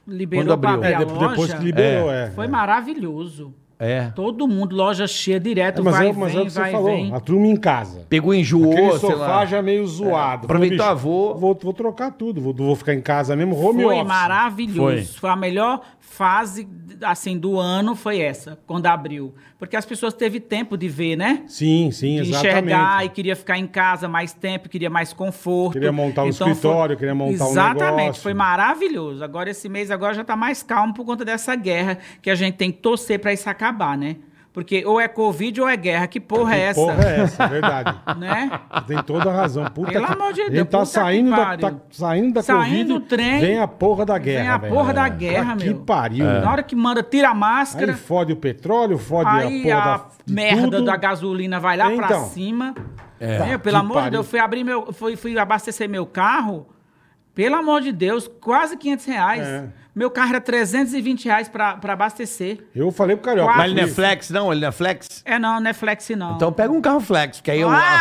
Speaker 5: liberou
Speaker 4: Quando abriu.
Speaker 5: pra abrir
Speaker 3: É,
Speaker 5: a
Speaker 3: de-
Speaker 5: loja,
Speaker 3: depois que liberou, é.
Speaker 5: foi
Speaker 3: É.
Speaker 5: maravilhoso.
Speaker 4: É.
Speaker 5: Todo mundo, loja cheia direto,
Speaker 3: É, mas,
Speaker 5: vai
Speaker 3: é,
Speaker 5: e
Speaker 3: mas é o
Speaker 5: vem,
Speaker 3: que
Speaker 5: vai
Speaker 3: você
Speaker 5: e
Speaker 3: falou.
Speaker 5: vem. É.
Speaker 3: A turma em casa.
Speaker 4: Pegou,
Speaker 3: Aquele
Speaker 4: enjoou, sei
Speaker 3: sofá
Speaker 4: lá.
Speaker 3: já meio zoado.
Speaker 4: Aproveitou,
Speaker 3: Falou,
Speaker 4: avô.
Speaker 3: Vou, vou trocar tudo. Vou, vou ficar em casa mesmo. Home
Speaker 5: foi
Speaker 3: office.
Speaker 5: maravilhoso.
Speaker 4: Foi.
Speaker 5: Foi. a melhor fase assim do ano foi essa, quando abriu, porque as pessoas teve tempo de ver, né?
Speaker 3: Sim, sim,
Speaker 5: De
Speaker 3: exatamente.
Speaker 5: enxergar e queria ficar em casa mais tempo, queria mais conforto.
Speaker 3: Queria montar um
Speaker 5: Então, foi-
Speaker 3: escritório, queria montar um
Speaker 5: Exatamente,
Speaker 3: negócio.
Speaker 5: foi maravilhoso. Agora esse mês agora já tá mais calmo por conta dessa guerra que a gente tem que torcer para isso acabar, né? Porque ou é Covid ou é guerra. Que porra é essa?
Speaker 3: Porra, é essa, verdade.
Speaker 5: [laughs] Né?
Speaker 3: Tem toda a razão. Puta
Speaker 5: Pelo
Speaker 3: que-
Speaker 5: amor de
Speaker 3: a gente
Speaker 5: Deus,
Speaker 3: tá
Speaker 5: puta
Speaker 3: saindo,
Speaker 5: que
Speaker 3: da,
Speaker 5: pariu.
Speaker 3: tá saindo da
Speaker 5: Saindo
Speaker 3: Covid.
Speaker 5: do trem,
Speaker 3: vem a porra da guerra.
Speaker 5: Vem a
Speaker 3: velho.
Speaker 5: porra da
Speaker 3: É.
Speaker 5: guerra,
Speaker 3: Puta
Speaker 5: meu.
Speaker 3: Que
Speaker 4: É.
Speaker 3: pariu.
Speaker 5: Na
Speaker 3: né?
Speaker 5: hora que manda, tira a máscara.
Speaker 3: Aí fode o petróleo, fode
Speaker 5: Aí
Speaker 3: a porra
Speaker 5: a,
Speaker 3: da. de
Speaker 5: merda
Speaker 3: tudo.
Speaker 5: da gasolina vai lá pra
Speaker 3: Então.
Speaker 5: cima.
Speaker 3: É.
Speaker 5: Meu, pelo
Speaker 3: Que
Speaker 5: amor de
Speaker 3: pariu.
Speaker 5: Deus, eu fui abrir meu. Fui, fui abastecer meu carro. Pelo amor de Deus, quase 500 reais.
Speaker 3: É.
Speaker 5: Meu carro era 320 reais pra, pra abastecer.
Speaker 3: Eu falei pro Carioca.
Speaker 4: Mas ele não é
Speaker 3: fui-
Speaker 4: flex, não? Ele não é flex?
Speaker 5: É não, não é flex não.
Speaker 4: Então pega um carro flex, que aí o-
Speaker 5: Ah!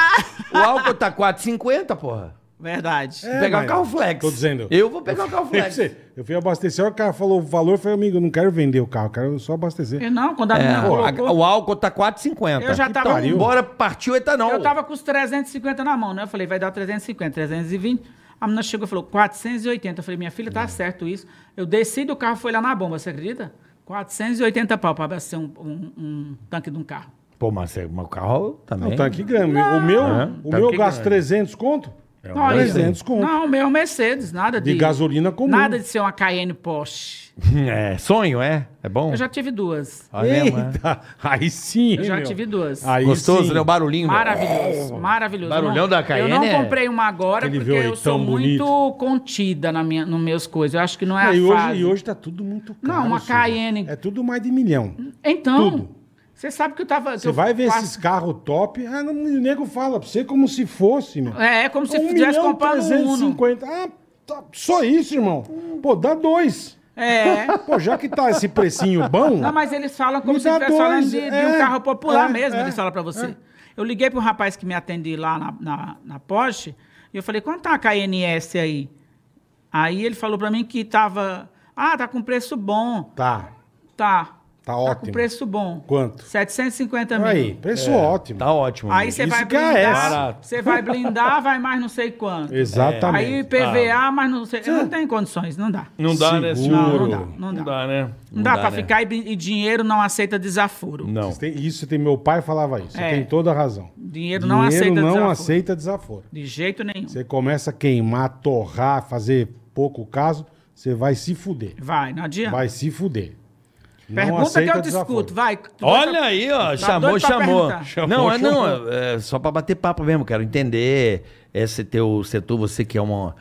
Speaker 4: o álcool tá 4,50, porra.
Speaker 5: Verdade.
Speaker 3: É,
Speaker 4: pegar
Speaker 3: mas-
Speaker 4: o carro flex.
Speaker 3: Tô dizendo.
Speaker 4: Eu vou pegar o carro
Speaker 3: Eu
Speaker 4: flex.
Speaker 3: fui- Eu fui abastecer, a hora que o cara falou o valor, eu falei, amigo, eu não quero vender o carro, eu quero só abastecer.
Speaker 5: É, não, quando a menina
Speaker 4: É,
Speaker 5: colocou,
Speaker 4: a- o álcool tá 4,50.
Speaker 5: Eu já
Speaker 4: Que
Speaker 5: tava-
Speaker 4: pariu. Bora, partiu o etanol.
Speaker 5: Eu tava com os 350 na mão, né? Eu falei, vai dar 350, 320. A menina chegou e falou, 480. Eu falei, minha filha,
Speaker 3: Hum.
Speaker 5: tá certo isso. Eu desci do carro, foi lá na bomba, você acredita? 480 pau pra abastecer um, um- um tanque de um carro.
Speaker 4: Pô, mas você- mas o carro
Speaker 3: Não,
Speaker 4: também.
Speaker 3: um tanque grande. O meu,
Speaker 4: É,
Speaker 3: o
Speaker 4: tanque
Speaker 3: meu eu gasto
Speaker 4: grande.
Speaker 3: 300 conto?
Speaker 4: É um
Speaker 5: Olha,
Speaker 3: 300 conto.
Speaker 5: Não, o meu é um Mercedes, nada de...
Speaker 3: De gasolina comum.
Speaker 5: Nada de ser uma Cayenne Porsche.
Speaker 4: [laughs] É, sonho, é? É bom?
Speaker 5: Eu já
Speaker 3: [laughs]
Speaker 5: tive duas.
Speaker 4: Ah, é mesmo, é?
Speaker 3: Eita, aí sim.
Speaker 5: Eu já
Speaker 3: meu.
Speaker 5: tive duas.
Speaker 3: Aí
Speaker 4: Gostoso,
Speaker 3: sim.
Speaker 4: né? O barulhinho. né?
Speaker 5: Maravilhoso, maravilhoso.
Speaker 4: Barulhão
Speaker 5: Eu não-
Speaker 4: da
Speaker 5: Eu
Speaker 4: Cayenne
Speaker 5: não
Speaker 4: é-
Speaker 5: comprei uma agora
Speaker 3: Oh. Aquele
Speaker 5: porque eu
Speaker 3: V8
Speaker 5: sou
Speaker 3: tão bonito.
Speaker 5: muito contida na minha, nos meus coisas. Eu acho que não é
Speaker 3: É,
Speaker 5: a
Speaker 3: e, hoje,
Speaker 5: fase.
Speaker 3: e hoje tá tudo muito caro.
Speaker 5: Não, uma
Speaker 3: Silvio.
Speaker 5: Cayenne.
Speaker 3: É tudo mais de milhão.
Speaker 5: Então,
Speaker 3: Tudo.
Speaker 5: você sabe que eu tava. que
Speaker 3: Você
Speaker 5: eu
Speaker 3: vai ver
Speaker 5: quase-
Speaker 3: esses carros top, ah, não, o nego fala pra você como se fosse, meu.
Speaker 5: É, é como se
Speaker 3: Um
Speaker 5: estivesse
Speaker 3: milhão,
Speaker 5: comprando um Uno.
Speaker 3: 350. Ah, tá, só isso, irmão. Pô, dá dois.
Speaker 5: É.
Speaker 3: Pô, já que tá esse precinho bom...
Speaker 5: Não, mas eles falam como
Speaker 3: Me
Speaker 5: se
Speaker 3: dá
Speaker 5: estivesse falando
Speaker 3: dois,
Speaker 5: de, de
Speaker 3: é,
Speaker 5: um carro popular
Speaker 3: é,
Speaker 5: mesmo,
Speaker 3: é,
Speaker 5: eles falam pra você.
Speaker 3: é.
Speaker 5: Eu liguei para um rapaz que me atende lá na, na, na Porsche e eu falei, quanto tá a KNS aí? Aí ele falou pra mim que tava. Ah, tá com preço bom.
Speaker 3: Tá.
Speaker 5: Tá.
Speaker 3: Tá
Speaker 5: Tá
Speaker 3: ótimo.
Speaker 5: com preço bom.
Speaker 3: Quanto?
Speaker 5: 750 mil.
Speaker 3: Aí, preço ótimo.
Speaker 4: Tá ótimo.
Speaker 5: Aí
Speaker 4: amigo.
Speaker 5: você
Speaker 3: Isso
Speaker 5: vai
Speaker 3: que é
Speaker 5: blindar,
Speaker 4: barato.
Speaker 5: você vai blindar, vai mais não sei quanto.
Speaker 3: Exatamente.
Speaker 5: Aí
Speaker 3: Ah.
Speaker 5: PVA, mas não sei. Não tem condições, não dá.
Speaker 4: Não dá, né?
Speaker 3: Seguro.
Speaker 4: senhor?
Speaker 5: Não, não dá, não
Speaker 4: Não
Speaker 5: dá.
Speaker 4: dá, né?
Speaker 5: Não, dá, pra
Speaker 4: né?
Speaker 5: ficar e, e dinheiro não aceita desaforo.
Speaker 4: Não.
Speaker 3: Você tem- isso tem meu pai falava isso. Você
Speaker 5: É.
Speaker 3: tem toda a razão.
Speaker 5: Dinheiro não aceita
Speaker 3: não
Speaker 5: desaforo.
Speaker 3: aceita desaforo.
Speaker 5: De jeito nenhum.
Speaker 3: Você começa a queimar, torrar, fazer pouco caso, você vai se fuder.
Speaker 5: Vai, não adianta.
Speaker 3: Vai se fuder. Não
Speaker 5: Pergunta que
Speaker 3: aceita
Speaker 5: eu te
Speaker 3: desaforo.
Speaker 5: escuto, vai. Tu
Speaker 4: Olha
Speaker 5: vai-
Speaker 4: aí, ó. chamou,
Speaker 5: doido pra
Speaker 4: chamou.
Speaker 5: perguntar.
Speaker 4: chamou.
Speaker 3: Chamou,
Speaker 4: Não, é,
Speaker 3: chamou.
Speaker 4: não, é, é só pra bater papo mesmo, quero entender é, esse teu setor, você que é uma,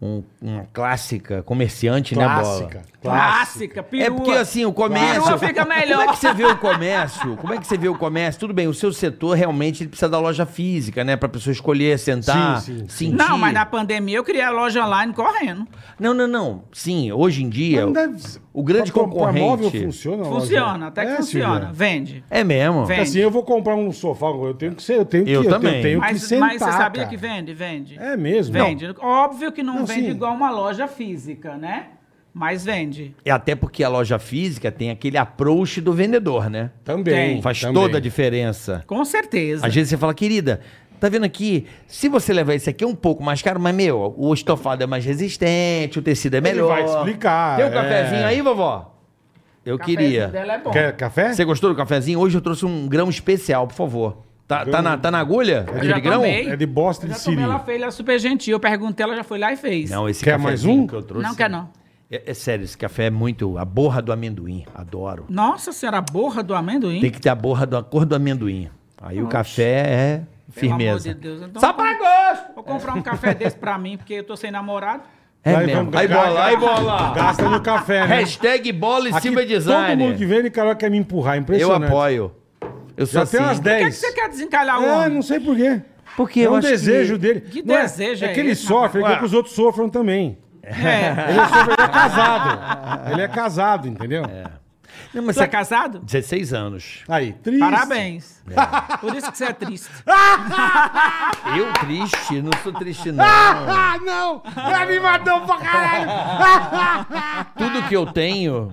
Speaker 4: um- uma clássica comerciante, né,
Speaker 3: Clássica.
Speaker 4: Bola?
Speaker 5: Clássica, perua.
Speaker 4: É porque assim, o comércio.
Speaker 5: Perua fica melhor.
Speaker 4: Como é que você vê o comércio? Como é que você vê o comércio? Tudo bem, o seu setor realmente ele precisa da loja física, né? Pra pessoa escolher, sentar,
Speaker 3: Sim, sim, sim.
Speaker 4: sentir.
Speaker 5: Não, mas na pandemia eu criei a loja online correndo.
Speaker 4: Não, não, não. Sim, hoje em dia.
Speaker 3: Não deve-
Speaker 4: O grande
Speaker 3: pra comprar
Speaker 4: concorrente.
Speaker 3: móvel funciona? Lógico.
Speaker 5: Funciona, até que
Speaker 3: É,
Speaker 5: funciona.
Speaker 3: Silvia?
Speaker 5: Vende.
Speaker 4: É mesmo.
Speaker 5: Vem.
Speaker 3: Assim, eu vou comprar um sofá, eu tenho que ser, eu tenho que,
Speaker 4: Eu
Speaker 3: tenho-
Speaker 4: também.
Speaker 3: tenho que
Speaker 5: Mas,
Speaker 3: sentar,
Speaker 5: mas você sabia
Speaker 3: cara.
Speaker 5: que vende? Vende.
Speaker 3: É mesmo.
Speaker 5: Vende. Óbvio que não,
Speaker 3: Não,
Speaker 5: vende
Speaker 3: sim.
Speaker 5: igual uma loja física, né? Mas vende.
Speaker 4: E É até porque a loja física tem aquele approach do vendedor, né?
Speaker 3: Também.
Speaker 5: Tem.
Speaker 4: Faz
Speaker 3: também.
Speaker 4: toda a diferença.
Speaker 5: Com certeza.
Speaker 4: Às vezes você fala, querida, tá vendo aqui? Se você levar esse aqui é um pouco mais caro, mas meu, o estofado é mais resistente, o tecido é melhor.
Speaker 3: vai te explicar,
Speaker 4: Tem um
Speaker 3: é.
Speaker 4: cafezinho aí, vovó? Eu
Speaker 5: O cafezinho
Speaker 4: queria.
Speaker 5: dela é bom.
Speaker 3: Quer café?
Speaker 4: Você gostou do cafezinho? Hoje eu trouxe um grão especial, por favor. Tá, tá na, tá na agulha?
Speaker 5: Eu já
Speaker 4: Aquele grão?
Speaker 5: tomei.
Speaker 3: É de bosta
Speaker 5: Eu
Speaker 3: de
Speaker 5: já tomei,
Speaker 3: siri.
Speaker 5: ela fez, ela é super gentil. Eu perguntei, ela já foi lá e fez.
Speaker 4: Não, esse
Speaker 3: Quer mais
Speaker 4: cafezinho
Speaker 3: um?
Speaker 4: que eu trouxe.
Speaker 5: não quer não.
Speaker 4: É, é sério, esse café é muito. A borra do amendoim. Adoro.
Speaker 5: Nossa senhora, a borra do amendoim.
Speaker 4: Tem que ter a borra da cor do amendoim. Aí o café é firmeza.
Speaker 5: amor de Deus, então-
Speaker 4: Só pra gosto!
Speaker 5: Vou comprar um café desse pra mim, porque eu tô sem namorado. é
Speaker 4: É
Speaker 3: Aí
Speaker 4: mesmo.
Speaker 3: vamos-
Speaker 4: Aí bola, aí bola!
Speaker 3: Gasta no café, né?
Speaker 4: Hashtag bola e
Speaker 3: Aqui,
Speaker 4: Silva
Speaker 3: Todo mundo que
Speaker 4: Design.
Speaker 3: vem, Nicaragua quer me empurrar.
Speaker 4: Eu
Speaker 3: Impressionante.
Speaker 4: apoio. Eu sou
Speaker 3: Já
Speaker 4: assim.
Speaker 3: tem umas
Speaker 5: Por que, que
Speaker 3: 10.
Speaker 5: você quer desencalhar o
Speaker 3: É,
Speaker 5: homem?
Speaker 3: não sei por quê.
Speaker 4: Porque
Speaker 3: é
Speaker 4: eu
Speaker 3: um
Speaker 4: acho que-
Speaker 3: desejo dele.
Speaker 5: Que
Speaker 3: Não é-
Speaker 5: desejo
Speaker 3: é,
Speaker 5: é
Speaker 3: que ele
Speaker 5: esse,
Speaker 3: sofre, ele
Speaker 4: rapaz?
Speaker 3: quer que os outros sofram também.
Speaker 5: É.
Speaker 3: Ele sofre, ele é
Speaker 4: Ah.
Speaker 3: casado. Ele é casado, entendeu?
Speaker 4: [laughs] É. Não, mas
Speaker 5: Você
Speaker 4: você
Speaker 5: é casado?
Speaker 4: 16 anos.
Speaker 3: Aí, triste.
Speaker 5: Parabéns. Por isso que você é triste.
Speaker 4: Eu triste? Não sou
Speaker 3: [laughs]
Speaker 4: triste, não.
Speaker 3: Ah, não! Já me matou pra caralho!
Speaker 4: [laughs] Tudo que eu tenho,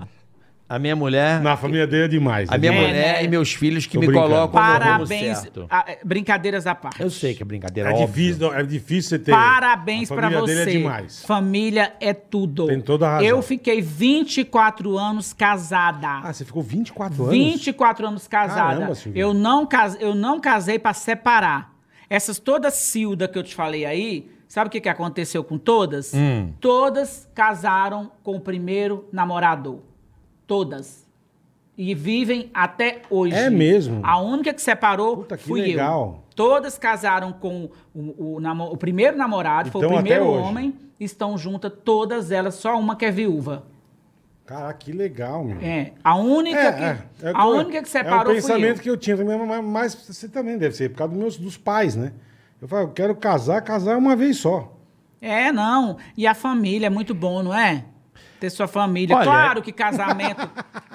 Speaker 4: a minha mulher,
Speaker 3: Na família dele é demais.
Speaker 4: a minha
Speaker 5: É,
Speaker 3: demais.
Speaker 4: mulher
Speaker 5: né?
Speaker 4: e meus filhos que
Speaker 3: Tô
Speaker 4: me
Speaker 3: brincando.
Speaker 4: colocam no
Speaker 5: Parabéns.
Speaker 4: rumo certo.
Speaker 5: Ah, é, brincadeiras à parte.
Speaker 4: Eu sei que é brincadeira,
Speaker 3: É
Speaker 4: óbvio.
Speaker 3: difícil, não, é difícil você ter.
Speaker 5: Parabéns
Speaker 3: A
Speaker 5: pra
Speaker 3: família
Speaker 5: você.
Speaker 3: dele é demais.
Speaker 5: Família é tudo.
Speaker 3: Tem toda a razão.
Speaker 5: Eu fiquei 24 anos casada.
Speaker 3: Ah, você ficou 24 anos?
Speaker 5: 24 anos casada.
Speaker 3: Caramba, Silvia.
Speaker 5: eu não cas... eu não casei pra separar. Essas todas Cilda que eu te falei aí, sabe o que, que aconteceu com todas?
Speaker 3: Hum.
Speaker 5: Todas casaram com o primeiro namorado. Todas. E vivem até hoje.
Speaker 3: É mesmo?
Speaker 5: A única que separou
Speaker 3: Puta, que
Speaker 5: fui
Speaker 3: legal.
Speaker 5: eu. Todas casaram com o, o namo- o primeiro namorado, foi o
Speaker 3: Então, até
Speaker 5: primeiro
Speaker 3: hoje.
Speaker 5: homem. Estão juntas todas elas, só uma que é viúva.
Speaker 3: Caraca, que legal, meu.
Speaker 5: É, a única que
Speaker 3: é
Speaker 5: a
Speaker 3: o-
Speaker 5: única que separou
Speaker 3: É o
Speaker 5: fui eu.
Speaker 3: pensamento que eu tinha também, mas, mas você também deve ser, por causa dos meus, dos pais, né? Eu falo, eu quero casar, casar uma vez só.
Speaker 5: É, não. E a família é muito bom, não é? Ter sua família.
Speaker 4: Olha-
Speaker 5: Claro
Speaker 3: [laughs]
Speaker 5: que casamento.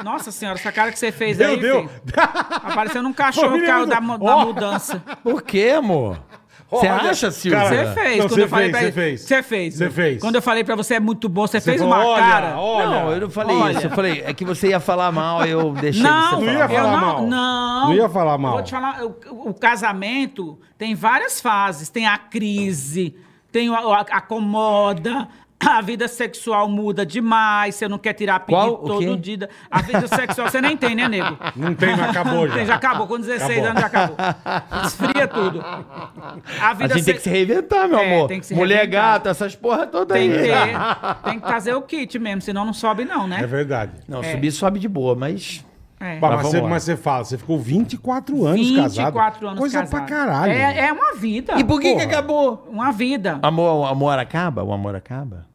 Speaker 5: Nossa senhora, essa cara que você fez
Speaker 3: Meu
Speaker 5: aí.
Speaker 3: Deus.
Speaker 5: filho,
Speaker 3: [laughs]
Speaker 5: Aparecendo um cachorro
Speaker 3: Família é
Speaker 5: que caiu
Speaker 3: muito-
Speaker 5: da, mu- da
Speaker 3: Ó.
Speaker 5: mudança.
Speaker 4: Por quê, amor? Você é
Speaker 3: Olha,
Speaker 4: acha,
Speaker 3: [laughs]
Speaker 4: Silvia?
Speaker 3: cara,
Speaker 5: Você é fez.
Speaker 3: Não,
Speaker 5: quando
Speaker 3: você
Speaker 5: eu falei
Speaker 3: fez,
Speaker 5: pra
Speaker 3: você fez.
Speaker 5: Você fez.
Speaker 3: Você fez.
Speaker 5: Quando eu falei pra você é muito bom, você, fez
Speaker 3: falou,
Speaker 5: uma
Speaker 3: olha,
Speaker 5: cara.
Speaker 3: Olha,
Speaker 4: não, eu não falei
Speaker 5: olha.
Speaker 4: isso. Eu falei, é que você ia falar mal, eu deixei
Speaker 5: Não,
Speaker 4: você
Speaker 3: Não
Speaker 4: falar
Speaker 3: ia
Speaker 5: eu
Speaker 4: mal.
Speaker 3: falar
Speaker 5: não,
Speaker 3: mal.
Speaker 5: não.
Speaker 3: Não ia falar mal.
Speaker 5: Eu Vou te falar, o, o casamento tem várias fases. Tem a crise, tem o- a, a comoda, a vida sexual muda demais, você não quer tirar
Speaker 4: Qual?
Speaker 5: pedido
Speaker 4: O
Speaker 5: todo
Speaker 4: quê?
Speaker 5: dia. A vida sexual você nem tem, né, nego?
Speaker 3: [laughs] Não tem, mas
Speaker 5: [laughs]
Speaker 3: acabou já.
Speaker 5: Tem, já acabou, com 16
Speaker 3: Acabou.
Speaker 5: anos já acabou. Esfria tudo. A
Speaker 4: A
Speaker 5: vida
Speaker 4: gente tem que se
Speaker 5: se-
Speaker 4: reinventar, meu
Speaker 5: É,
Speaker 4: amor.
Speaker 5: tem que se
Speaker 4: Mulher
Speaker 5: reinventar.
Speaker 4: gata, essas porra toda aí.
Speaker 5: tem que ter. É, Tem que fazer o kit mesmo, senão não sobe, não,
Speaker 3: É
Speaker 5: né?
Speaker 3: verdade.
Speaker 4: Não, subir sobe de boa, mas.
Speaker 5: É.
Speaker 3: Bah,
Speaker 4: vamos
Speaker 3: mas, você,
Speaker 4: lá.
Speaker 3: mas você fala, você ficou 24 anos casado.
Speaker 5: 24 anos
Speaker 3: Coisa
Speaker 5: casado.
Speaker 3: pra caralho.
Speaker 5: É, é uma vida.
Speaker 4: que,
Speaker 3: Porra.
Speaker 4: acabou?
Speaker 5: Uma vida.
Speaker 4: Amor, o amor acaba? O amor acaba?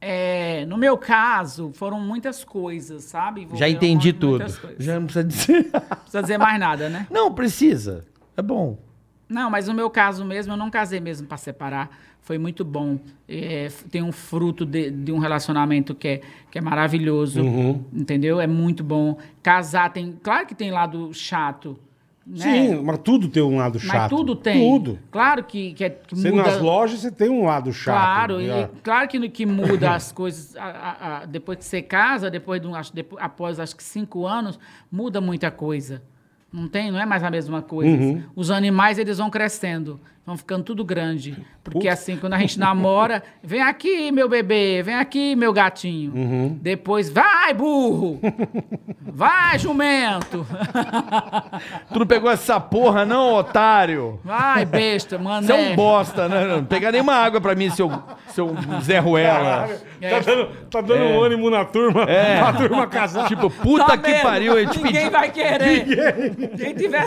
Speaker 5: É, no meu caso, foram muitas coisas, sabe?
Speaker 4: Já
Speaker 5: Envolveram
Speaker 4: entendi
Speaker 5: mu-
Speaker 4: tudo.
Speaker 5: muitas coisas.
Speaker 4: Já não precisa dizer. [laughs]
Speaker 5: Não precisa dizer mais nada, né?
Speaker 4: Não, precisa. É bom.
Speaker 5: Não, mas no meu caso mesmo, eu não casei mesmo para separar. Foi muito bom. É, f- tem um fruto de, de um relacionamento que é, que é
Speaker 3: Uhum.
Speaker 5: maravilhoso, entendeu? É muito bom. Casar tem... Claro que tem lado chato. né?
Speaker 3: Sim, mas tudo tem um lado
Speaker 5: Mas
Speaker 3: chato.
Speaker 5: tudo tem.
Speaker 3: Tudo.
Speaker 5: Claro que, que, é- que
Speaker 3: Você
Speaker 5: muda.
Speaker 3: nas lojas, você tem um lado chato.
Speaker 5: Claro,
Speaker 3: né?
Speaker 5: e- claro que, no- que
Speaker 3: [coughs]
Speaker 5: muda as coisas. a- a- a- depois que você casa, depois de um, acho, depo- após acho que cinco anos, muda muita coisa. Não tem, não é mais a mesma coisa.
Speaker 3: Uhum.
Speaker 5: Os animais eles vão crescendo, vão ficando tudo grande, porque assim quando a
Speaker 3: [laughs]
Speaker 5: gente namora, vem aqui meu bebê, vem aqui meu gatinho.
Speaker 3: Uhum.
Speaker 5: Depois
Speaker 3: [laughs]
Speaker 5: vai burro, vai jumento, [laughs]
Speaker 4: Tu não pegou essa porra, não, otário?
Speaker 5: vai besta, mané.
Speaker 4: Você é um bosta, né? Não pegar nenhuma água pra mim, seu, seu Zé Ruela.
Speaker 5: É.
Speaker 3: Tá dando, tá dando um ânimo [laughs] na turma. Pra turma casar.
Speaker 4: Tipo, puta
Speaker 5: Tá
Speaker 4: que
Speaker 5: mesmo?
Speaker 4: pariu, eu te
Speaker 5: Ninguém
Speaker 4: pedi.
Speaker 5: vai querer. Quem tiver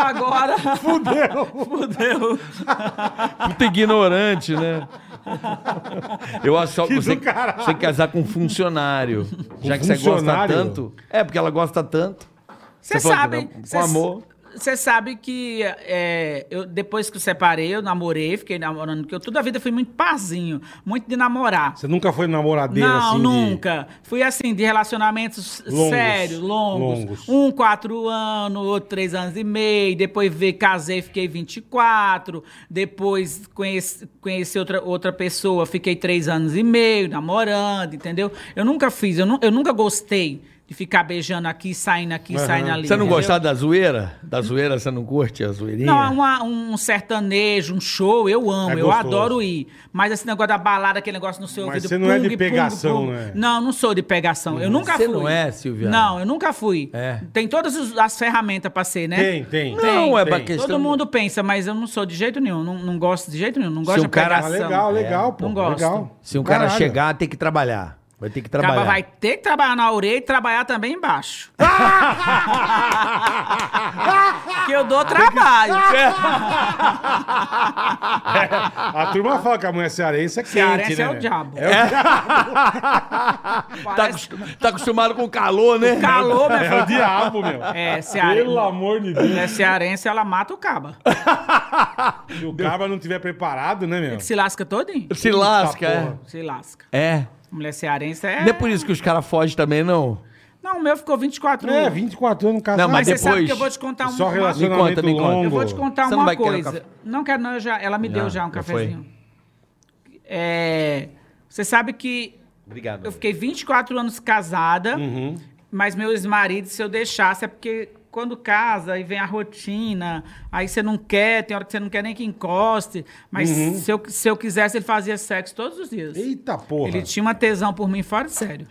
Speaker 4: [laughs]
Speaker 5: agora. Fudeu. Fudeu.
Speaker 4: Puta ignorante, né? Eu acho só que você,
Speaker 3: do caralho.
Speaker 4: você tem que casar com um funcionário. já que você gosta
Speaker 3: funcionário?
Speaker 4: tanto. É, porque ela gosta tanto.
Speaker 5: Você
Speaker 4: falou que
Speaker 5: sabe.
Speaker 4: não, com
Speaker 5: cê-
Speaker 4: amor.
Speaker 5: Você sabe que é, eu, depois que eu separei, eu namorei, fiquei namorando, porque eu toda a vida fui muito parzinho, muito de namorar.
Speaker 3: Você nunca foi namoradeira
Speaker 5: não,
Speaker 3: assim? de-
Speaker 5: nunca. Fui assim, de relacionamentos
Speaker 3: Longos.
Speaker 5: sérios, longos.
Speaker 3: Longos.
Speaker 5: Um, quatro anos, outro, três anos e meio. Depois vi, casei, fiquei 24. Depois conheci, conheci outra, outra pessoa, fiquei três anos e meio namorando, entendeu? Eu nunca fiz, eu, nu- eu nunca gostei de ficar beijando aqui, saindo aqui, saindo ali.
Speaker 4: Você não
Speaker 5: entendeu?
Speaker 4: gostava da zoeira? Da zoeira, você não curte a zoeirinha?
Speaker 5: Não, é uma- um sertanejo, um show, eu amo,
Speaker 3: É
Speaker 5: eu
Speaker 3: gostoso.
Speaker 5: adoro ir. Mas esse negócio da balada, aquele negócio no seu
Speaker 3: Mas
Speaker 5: ouvido.
Speaker 3: você não é de
Speaker 5: pung,
Speaker 3: pegação,
Speaker 5: pung, pung.
Speaker 3: né?
Speaker 5: Não, não sou de pegação. Eu nunca
Speaker 4: Você
Speaker 5: fui.
Speaker 4: não é, Silvia?
Speaker 5: Não, eu nunca fui.
Speaker 4: É.
Speaker 5: Tem todas os- as ferramentas pra ser, né?
Speaker 3: Tem, tem.
Speaker 5: Não,
Speaker 4: Não, é
Speaker 3: tem.
Speaker 4: uma questão...
Speaker 5: Todo mundo pensa, mas eu não sou de jeito nenhum. Não, não gosto de jeito nenhum. Não gosto
Speaker 4: Se
Speaker 5: de
Speaker 4: o cara-
Speaker 3: Ah,
Speaker 5: pegação.
Speaker 3: legal, legal, pô.
Speaker 5: É. Não gosto.
Speaker 3: Legal.
Speaker 4: Se um cara
Speaker 3: Caralho.
Speaker 4: chegar, tem que trabalhar. Vai ter que
Speaker 5: Acaba-
Speaker 4: trabalhar.
Speaker 5: vai ter que trabalhar na orelha e trabalhar
Speaker 3: [laughs]
Speaker 5: também embaixo. que eu dou trabalho.
Speaker 3: É, tá A turma fala que a mulher cearense é quente,
Speaker 5: Cearense
Speaker 3: né?
Speaker 5: é o
Speaker 3: velho?
Speaker 5: diabo.
Speaker 4: Tá,
Speaker 5: Parece-
Speaker 4: acos- tá acostumado com calor, né?
Speaker 5: Calor, meu
Speaker 3: É o
Speaker 5: filho.
Speaker 3: diabo, meu.
Speaker 5: É, cearense.
Speaker 3: Pelo amor de Deus.
Speaker 5: É cearense, ela mata o caba.
Speaker 4: É.
Speaker 3: Se o cabra não tiver preparado, né, meu?
Speaker 5: Se lasca todinho.
Speaker 4: [laughs] Se lasca, é.
Speaker 5: Se lasca.
Speaker 4: É.
Speaker 5: Mulher cearense é.
Speaker 4: Não é por isso que os caras fogem também, não.
Speaker 5: Não, o meu ficou 24
Speaker 3: É, 24 anos casado.
Speaker 4: Não, mas
Speaker 5: Mas você sabe
Speaker 4: depois-
Speaker 5: que eu vou te contar um-
Speaker 3: Só
Speaker 5: uma,
Speaker 3: relacionamento
Speaker 4: Me conta, me conta.
Speaker 3: longo.
Speaker 5: Eu vou te contar
Speaker 4: Você não
Speaker 5: uma
Speaker 4: vai querer um
Speaker 5: coisa.
Speaker 4: café?
Speaker 5: Não quero, não. eu já- ela me
Speaker 4: Já,
Speaker 5: deu já um
Speaker 4: já
Speaker 5: cafezinho. É, você sabe que
Speaker 4: Obrigado.
Speaker 5: eu fiquei 24 anos casada,
Speaker 4: Uhum.
Speaker 5: mas meu ex-marido, se eu deixasse, é porque quando casa e vem a rotina, aí você não quer, tem hora que você não quer nem que encoste. Mas
Speaker 4: Uhum.
Speaker 5: se, eu, se eu quisesse, ele fazia sexo todos os dias.
Speaker 3: Eita porra.
Speaker 5: Ele tinha uma tesão por mim fora de sério.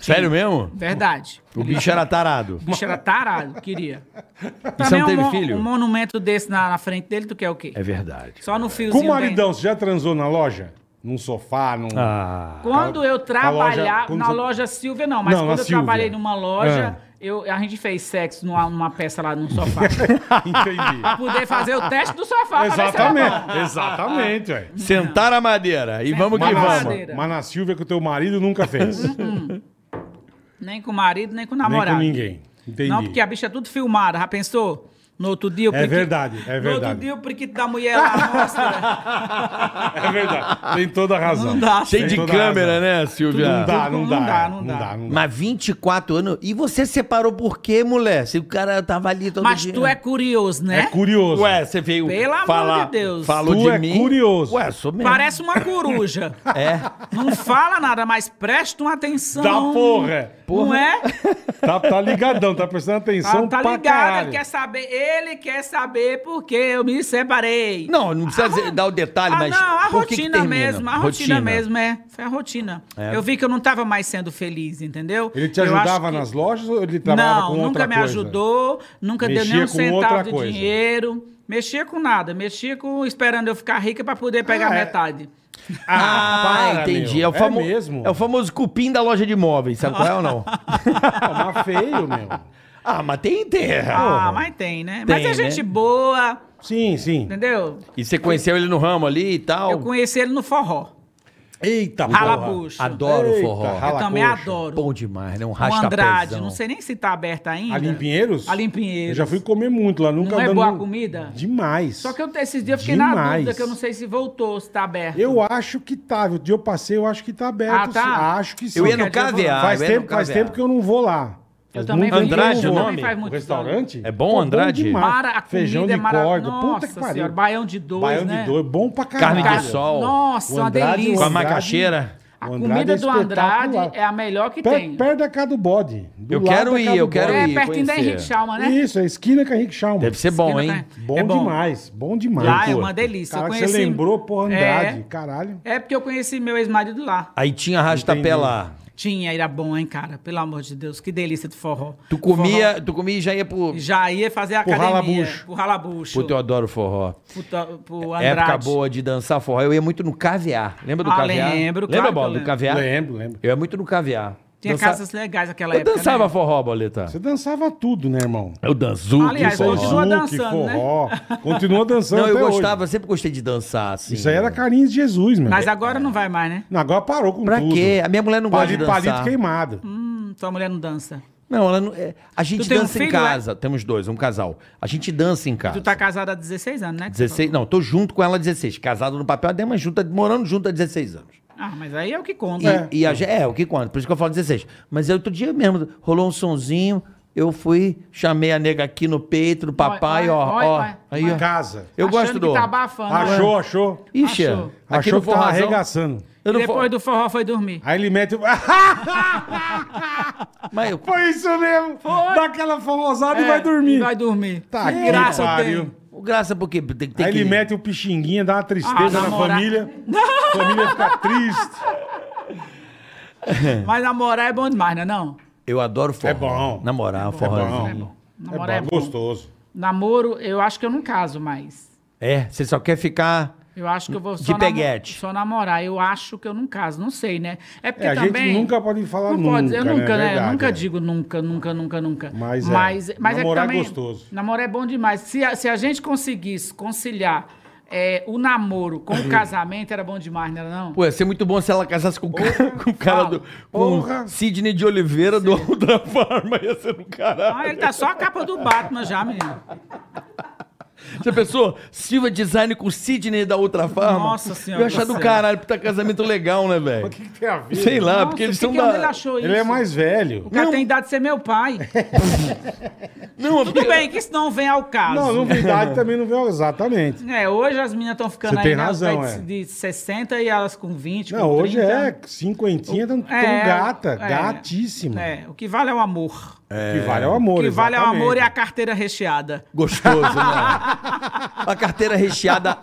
Speaker 4: Sério mesmo?
Speaker 5: Verdade.
Speaker 4: O bicho [laughs] era tarado.
Speaker 5: O bicho era tarado, queria.
Speaker 4: não teve
Speaker 5: um, mon-
Speaker 4: filho?
Speaker 5: um monumento desse na, na frente dele, tu quer o quê?
Speaker 4: É verdade.
Speaker 5: Só no fiozinho.
Speaker 3: Com o maridão, você já transou na loja? Num sofá, num...
Speaker 4: Ah.
Speaker 5: bem. Quando eu
Speaker 3: loja-
Speaker 5: trabalhava
Speaker 3: quando
Speaker 5: na
Speaker 3: você-
Speaker 5: loja Silvia, não, mas
Speaker 3: Não, na
Speaker 5: quando eu
Speaker 3: Silvia. Ah.
Speaker 5: trabalhei numa loja, eu, a gente fez sexo numa, numa peça lá num
Speaker 3: [laughs]
Speaker 5: sofá. [laughs]
Speaker 3: Entendi.
Speaker 5: pra poder fazer o teste do sofá. pra ver se era bom.
Speaker 3: Exatamente, exatamente, velho.
Speaker 4: Sentar a madeira. E vamos que
Speaker 3: Mas,
Speaker 5: Sentar a
Speaker 4: vamos.
Speaker 5: madeira.
Speaker 3: na- mas na Silvia que o teu marido nunca fez. nem
Speaker 5: Nem com o marido, nem com o
Speaker 3: com
Speaker 5: Uhum, namorado.
Speaker 3: ninguém. Entendi.
Speaker 5: Não, porque a bicha é tudo filmada, já pensou? No outro dia o
Speaker 3: É verdade, é
Speaker 5: No outro
Speaker 3: verdade.
Speaker 5: dia o priquito da mulher
Speaker 3: [laughs]
Speaker 5: lá mostra.
Speaker 3: [laughs] É verdade. Tem toda a razão.
Speaker 5: Não dá.
Speaker 4: Cheio de
Speaker 3: Tem toda
Speaker 4: câmera,
Speaker 3: razão.
Speaker 4: né, Silvia?
Speaker 3: Não dá, não
Speaker 5: Não
Speaker 3: dá.
Speaker 5: dá,
Speaker 3: Não
Speaker 5: não
Speaker 3: dá,
Speaker 5: dá.
Speaker 3: não dá.
Speaker 4: Mas 24 anos. E você separou por quê, mulher? Se o cara tava ali todo
Speaker 5: Mas
Speaker 4: dia.
Speaker 5: tu é curioso, né?
Speaker 3: É curioso.
Speaker 4: Ué, você veio
Speaker 5: Pelo amor
Speaker 4: falar,
Speaker 5: de Deus.
Speaker 4: Falou
Speaker 3: Tu
Speaker 4: de
Speaker 3: é
Speaker 4: mim.
Speaker 3: curioso.
Speaker 4: Ué, sou mesmo.
Speaker 5: Parece
Speaker 3: [laughs]
Speaker 5: uma coruja.
Speaker 4: É.
Speaker 5: Não fala nada, mas presta uma atenção.
Speaker 3: Da Tá porra. [laughs]
Speaker 5: Não é?
Speaker 3: Tá, tá ligadão, tá prestando atenção
Speaker 5: Ela tá
Speaker 3: pra
Speaker 5: ligada,
Speaker 3: caralho.
Speaker 5: ele quer saber. Ele quer saber por que eu me separei.
Speaker 4: Não, não precisa
Speaker 5: A ro-
Speaker 4: dizer- dar o detalhe,
Speaker 5: Ah,
Speaker 4: mas
Speaker 5: Não, a
Speaker 4: por que que
Speaker 5: rotina
Speaker 4: termina?
Speaker 5: mesmo, a rotina,
Speaker 4: Rotina.
Speaker 5: mesmo, é. Foi a rotina.
Speaker 4: É.
Speaker 5: Eu vi que eu não tava mais sendo feliz, entendeu?
Speaker 3: Ele te
Speaker 5: Eu acho
Speaker 3: ajudava
Speaker 5: que-
Speaker 3: nas lojas ou ele trabalhava
Speaker 5: Não,
Speaker 3: com outra
Speaker 5: nunca
Speaker 3: coisa?
Speaker 5: me ajudou, nunca
Speaker 3: Mexia
Speaker 5: deu nem um
Speaker 3: com outra
Speaker 5: centavo de
Speaker 3: coisa.
Speaker 5: dinheiro. Mexia com nada, mexia com esperando eu ficar rica para poder pegar
Speaker 3: Ah, é.
Speaker 5: metade.
Speaker 4: Ah,
Speaker 3: para,
Speaker 4: entendi.
Speaker 3: meu.
Speaker 4: É, o famo...
Speaker 3: É mesmo.
Speaker 4: é o famoso cupim da loja de imóveis, sabe qual é
Speaker 3: [laughs]
Speaker 4: ou não?
Speaker 3: Pô, mas Tá feio, meu.
Speaker 4: ah, mas tem terra.
Speaker 5: Ah, mas tem, né? mas
Speaker 4: Tem,
Speaker 5: é gente
Speaker 4: né?
Speaker 5: boa,
Speaker 3: Sim, sim.
Speaker 5: entendeu?
Speaker 4: E você conheceu ele no ramo ali e tal?
Speaker 5: Eu conheci ele no forró.
Speaker 3: Eita,
Speaker 5: Rala
Speaker 3: porra.
Speaker 5: bucho.
Speaker 4: Adoro
Speaker 3: Eita,
Speaker 4: forró.
Speaker 3: rala-
Speaker 5: Eu também
Speaker 3: coxa.
Speaker 5: adoro.
Speaker 4: Bom demais, né? Um
Speaker 5: o
Speaker 4: rasta
Speaker 5: Andrade, não sei nem se tá aberto ainda.
Speaker 3: Ali em Pinheiros?
Speaker 5: Ali em Pinheiros.
Speaker 3: Eu já fui comer muito lá. Nunca
Speaker 5: Não é
Speaker 3: dando-
Speaker 5: boa a comida?
Speaker 3: Demais.
Speaker 5: Só que eu, esses dias eu fiquei na
Speaker 3: Demais.
Speaker 5: dúvida, que eu não sei se voltou, se tá aberto.
Speaker 3: Eu acho que tá. O dia eu passei, eu acho que tá aberto.
Speaker 5: Ah, tá?
Speaker 3: sim. Acho que sim.
Speaker 4: Eu ia no
Speaker 5: Quer dizer, eu vou lá.
Speaker 4: caviar.
Speaker 3: Faz,
Speaker 4: eu ia no
Speaker 3: tempo, faz
Speaker 4: caviar.
Speaker 3: tempo que eu não vou lá.
Speaker 5: Eu
Speaker 3: Faz
Speaker 5: também
Speaker 3: muito-
Speaker 5: fui-
Speaker 4: Andrade,
Speaker 5: eu
Speaker 4: o
Speaker 5: também
Speaker 4: nome?
Speaker 5: faz muito
Speaker 3: O restaurante?
Speaker 4: É bom, Andrade?
Speaker 3: demais.
Speaker 5: Para, a
Speaker 3: Feijão
Speaker 5: comida
Speaker 3: de
Speaker 5: é maravilhosa.
Speaker 3: corda. Puta que
Speaker 5: Nossa
Speaker 3: pariu.
Speaker 5: senhora, baião de dois,
Speaker 3: Baião
Speaker 5: né?
Speaker 3: de dois, bom pra
Speaker 4: Carne
Speaker 3: caralho.
Speaker 4: de sol.
Speaker 5: Nossa,
Speaker 3: O
Speaker 5: uma
Speaker 3: Andrade-
Speaker 5: delícia.
Speaker 4: Com a
Speaker 3: Andrade-
Speaker 4: macaxeira.
Speaker 5: A
Speaker 3: O Andrade
Speaker 5: comida
Speaker 3: é
Speaker 5: do Andrade
Speaker 3: espetacular.
Speaker 5: é a melhor que
Speaker 3: Pe-
Speaker 5: tem.
Speaker 3: Perto da casa do bode. Do
Speaker 4: Eu
Speaker 3: lado
Speaker 4: quero
Speaker 3: da
Speaker 4: ir,
Speaker 3: casa do
Speaker 4: eu quero
Speaker 3: bode.
Speaker 5: é
Speaker 4: ir
Speaker 5: pertinho da
Speaker 4: conhecer.
Speaker 5: Henrique Chalma, né?
Speaker 3: Isso, é esquina com a Henrique Chalma.
Speaker 4: Deve ser bom,
Speaker 5: Esquina
Speaker 4: hein?
Speaker 5: da-
Speaker 3: Bom,
Speaker 5: é bom.
Speaker 3: demais, bom demais.
Speaker 5: Lá é
Speaker 4: Pô,
Speaker 5: uma delícia.
Speaker 3: Cara,
Speaker 5: eu
Speaker 3: que
Speaker 5: conheci...
Speaker 3: você lembrou, porra, Andrade,
Speaker 5: É.
Speaker 3: caralho.
Speaker 5: É porque eu conheci meu ex-marido lá.
Speaker 4: Aí tinha arrastapé
Speaker 3: Entendi.
Speaker 4: lá.
Speaker 5: Tinha, era bom, hein, cara? Pelo amor de Deus, que delícia de forró.
Speaker 4: Tu comia, tu comia e já ia Tipo, pro...
Speaker 5: Forró. Já ia fazer a
Speaker 3: Pro
Speaker 5: academia.
Speaker 3: ralabucho.
Speaker 5: Pro ralabucho.
Speaker 4: Puta, eu adoro forró.
Speaker 5: Pro, to- pro
Speaker 4: Época
Speaker 5: Andrade.
Speaker 4: boa de dançar forró. Eu ia muito no caviar. Lembra do
Speaker 5: Ah,
Speaker 4: caviar?
Speaker 5: lembro,
Speaker 4: Lembra,
Speaker 5: claro que eu
Speaker 4: Bola, do
Speaker 5: lembro.
Speaker 4: caviar?
Speaker 3: Lembro, lembro.
Speaker 4: Eu ia muito no caviar.
Speaker 5: Tinha
Speaker 4: Dança-
Speaker 5: casas legais naquela
Speaker 4: Eu
Speaker 5: época.
Speaker 4: dançava
Speaker 5: né?
Speaker 4: forró, Boleta.
Speaker 3: Você dançava tudo, né, irmão?
Speaker 4: Eu danço.
Speaker 5: Aliás,
Speaker 4: forró.
Speaker 5: É continua
Speaker 3: Zuki,
Speaker 5: dançando, né?
Speaker 3: forró. Continua dançando
Speaker 4: Não, eu
Speaker 3: até hoje.
Speaker 4: gostava, sempre gostei de dançar, assim.
Speaker 3: Isso aí é era carinho de Jesus, meu.
Speaker 5: Mas agora não vai mais, né?
Speaker 3: Não, agora parou com
Speaker 4: Pra
Speaker 3: tudo.
Speaker 4: quê? A minha mulher não gosta de
Speaker 3: Palito,
Speaker 4: dançar.
Speaker 3: palito queimado.
Speaker 5: Hum, tua mulher não dança.
Speaker 4: Não, ela não. é, a gente
Speaker 5: Tu tem um
Speaker 4: dança em
Speaker 5: filho,
Speaker 4: casa. Temos dois, um casal. A gente dança em casa.
Speaker 5: Tu tá casada há 16 anos, né? que você
Speaker 4: 16, não, tô junto com ela há 16. Casado no papel, até mas junto, morando junto há 16 anos.
Speaker 5: falou. Ah, mas aí é o que
Speaker 4: E,
Speaker 5: conta.
Speaker 4: é, e a, ge- é o que conta, por isso que eu falo 16. Mas aí outro dia mesmo, rolou um sonzinho, eu fui, chamei a nega aqui no peito do papai,
Speaker 5: Oi,
Speaker 4: ó,
Speaker 5: oi,
Speaker 4: ó.
Speaker 5: oi,
Speaker 4: aí,
Speaker 5: oi.
Speaker 4: ó.
Speaker 3: Casa.
Speaker 4: Eu
Speaker 5: Achando
Speaker 4: gosto do.
Speaker 5: que tá abafando. né?
Speaker 3: achou, achou.
Speaker 4: Ixi,
Speaker 5: Achou.
Speaker 4: aqui
Speaker 3: Achou
Speaker 4: no
Speaker 3: que tava
Speaker 4: forrazão,
Speaker 3: arregaçando.
Speaker 4: Eu
Speaker 5: E
Speaker 4: não
Speaker 5: depois
Speaker 4: depois
Speaker 5: do forró foi dormir.
Speaker 3: Aí ele mete o... [laughs] Ah,
Speaker 4: Mas eu-
Speaker 3: Foi isso mesmo. Dá aquela famosada e vai
Speaker 5: E
Speaker 3: dormir.
Speaker 5: É, vai dormir.
Speaker 3: Tá que
Speaker 5: graça
Speaker 3: pariu.
Speaker 5: tem.
Speaker 4: graça porque tem, tem
Speaker 3: Aí
Speaker 4: que...
Speaker 3: ele mete o pixinguinha, dá uma tristeza na
Speaker 5: Ah, namorar. [laughs]
Speaker 3: família. A família fica triste.
Speaker 5: Mas namorar é bom demais, não é não?
Speaker 4: Eu adoro forró.
Speaker 3: É bom.
Speaker 4: Na moral, [laughs] forró.
Speaker 3: bom.
Speaker 4: É,
Speaker 5: Namorar é bom.
Speaker 3: gostoso.
Speaker 5: Namoro, eu acho que eu não caso mais.
Speaker 4: É, você só quer ficar...
Speaker 5: Eu acho que eu vou só,
Speaker 4: De
Speaker 5: namo-
Speaker 4: peguete.
Speaker 5: só namorar. Eu acho que eu não caso, não sei, né? É porque
Speaker 3: É, a gente
Speaker 5: também.
Speaker 3: nunca pode falar
Speaker 5: não pode,
Speaker 3: nunca, né?
Speaker 5: eu nunca, né?
Speaker 3: Verdade,
Speaker 5: eu nunca
Speaker 3: é.
Speaker 5: digo nunca, nunca, nunca, nunca.
Speaker 3: Mas é.
Speaker 5: mas, mas é que
Speaker 3: Namorar é
Speaker 5: também,
Speaker 3: gostoso.
Speaker 5: Namorar é bom demais. Se a, se a gente conseguisse conciliar é, o namoro com
Speaker 3: Uhum.
Speaker 5: o casamento, era bom demais, não era não?
Speaker 4: Pô, ia ser muito bom se ela casasse com o cara, com o cara do. Com
Speaker 3: Porra.
Speaker 4: o Sidney de Oliveira do [laughs] Ultra Farma. Ia ser um caralho.
Speaker 5: Ah, ele tá só a capa do Batman já, menino.
Speaker 4: Já pensou? Silva Design com o Sidney da Ultra Farma?
Speaker 5: Nossa Senhora
Speaker 4: Eu ia achar
Speaker 5: do
Speaker 4: do
Speaker 5: céu.
Speaker 4: caralho, puta casamento legal, né, velho?
Speaker 3: Mas o que, é? que tem a ver?
Speaker 4: Sei lá,
Speaker 5: Nossa,
Speaker 4: Tá, porque eles
Speaker 5: por
Speaker 4: são
Speaker 5: que que
Speaker 4: da.
Speaker 5: ele achou isso?
Speaker 3: Ele é mais velho.
Speaker 5: O cara
Speaker 4: Não.
Speaker 5: tem idade de ser meu pai.
Speaker 4: Não,
Speaker 5: Tudo bem que isso não vem ao caso.
Speaker 3: Não, novidade também não vê exatamente.
Speaker 5: É, hoje as meninas estão ficando
Speaker 3: Você tem
Speaker 5: né,
Speaker 3: razão,
Speaker 5: de,
Speaker 3: é.
Speaker 5: de 60 e elas com 20,
Speaker 3: Não,
Speaker 5: com
Speaker 3: hoje
Speaker 5: 30.
Speaker 3: é cinquentinha, tão, tão
Speaker 5: É,
Speaker 3: gata,
Speaker 5: é.
Speaker 3: gatíssima.
Speaker 5: É, o que vale é o amor.
Speaker 3: O que vale é o amor,
Speaker 5: o que vale é o
Speaker 3: exatamente.
Speaker 5: amor e a carteira recheada.
Speaker 4: Gostoso, né? A carteira recheada.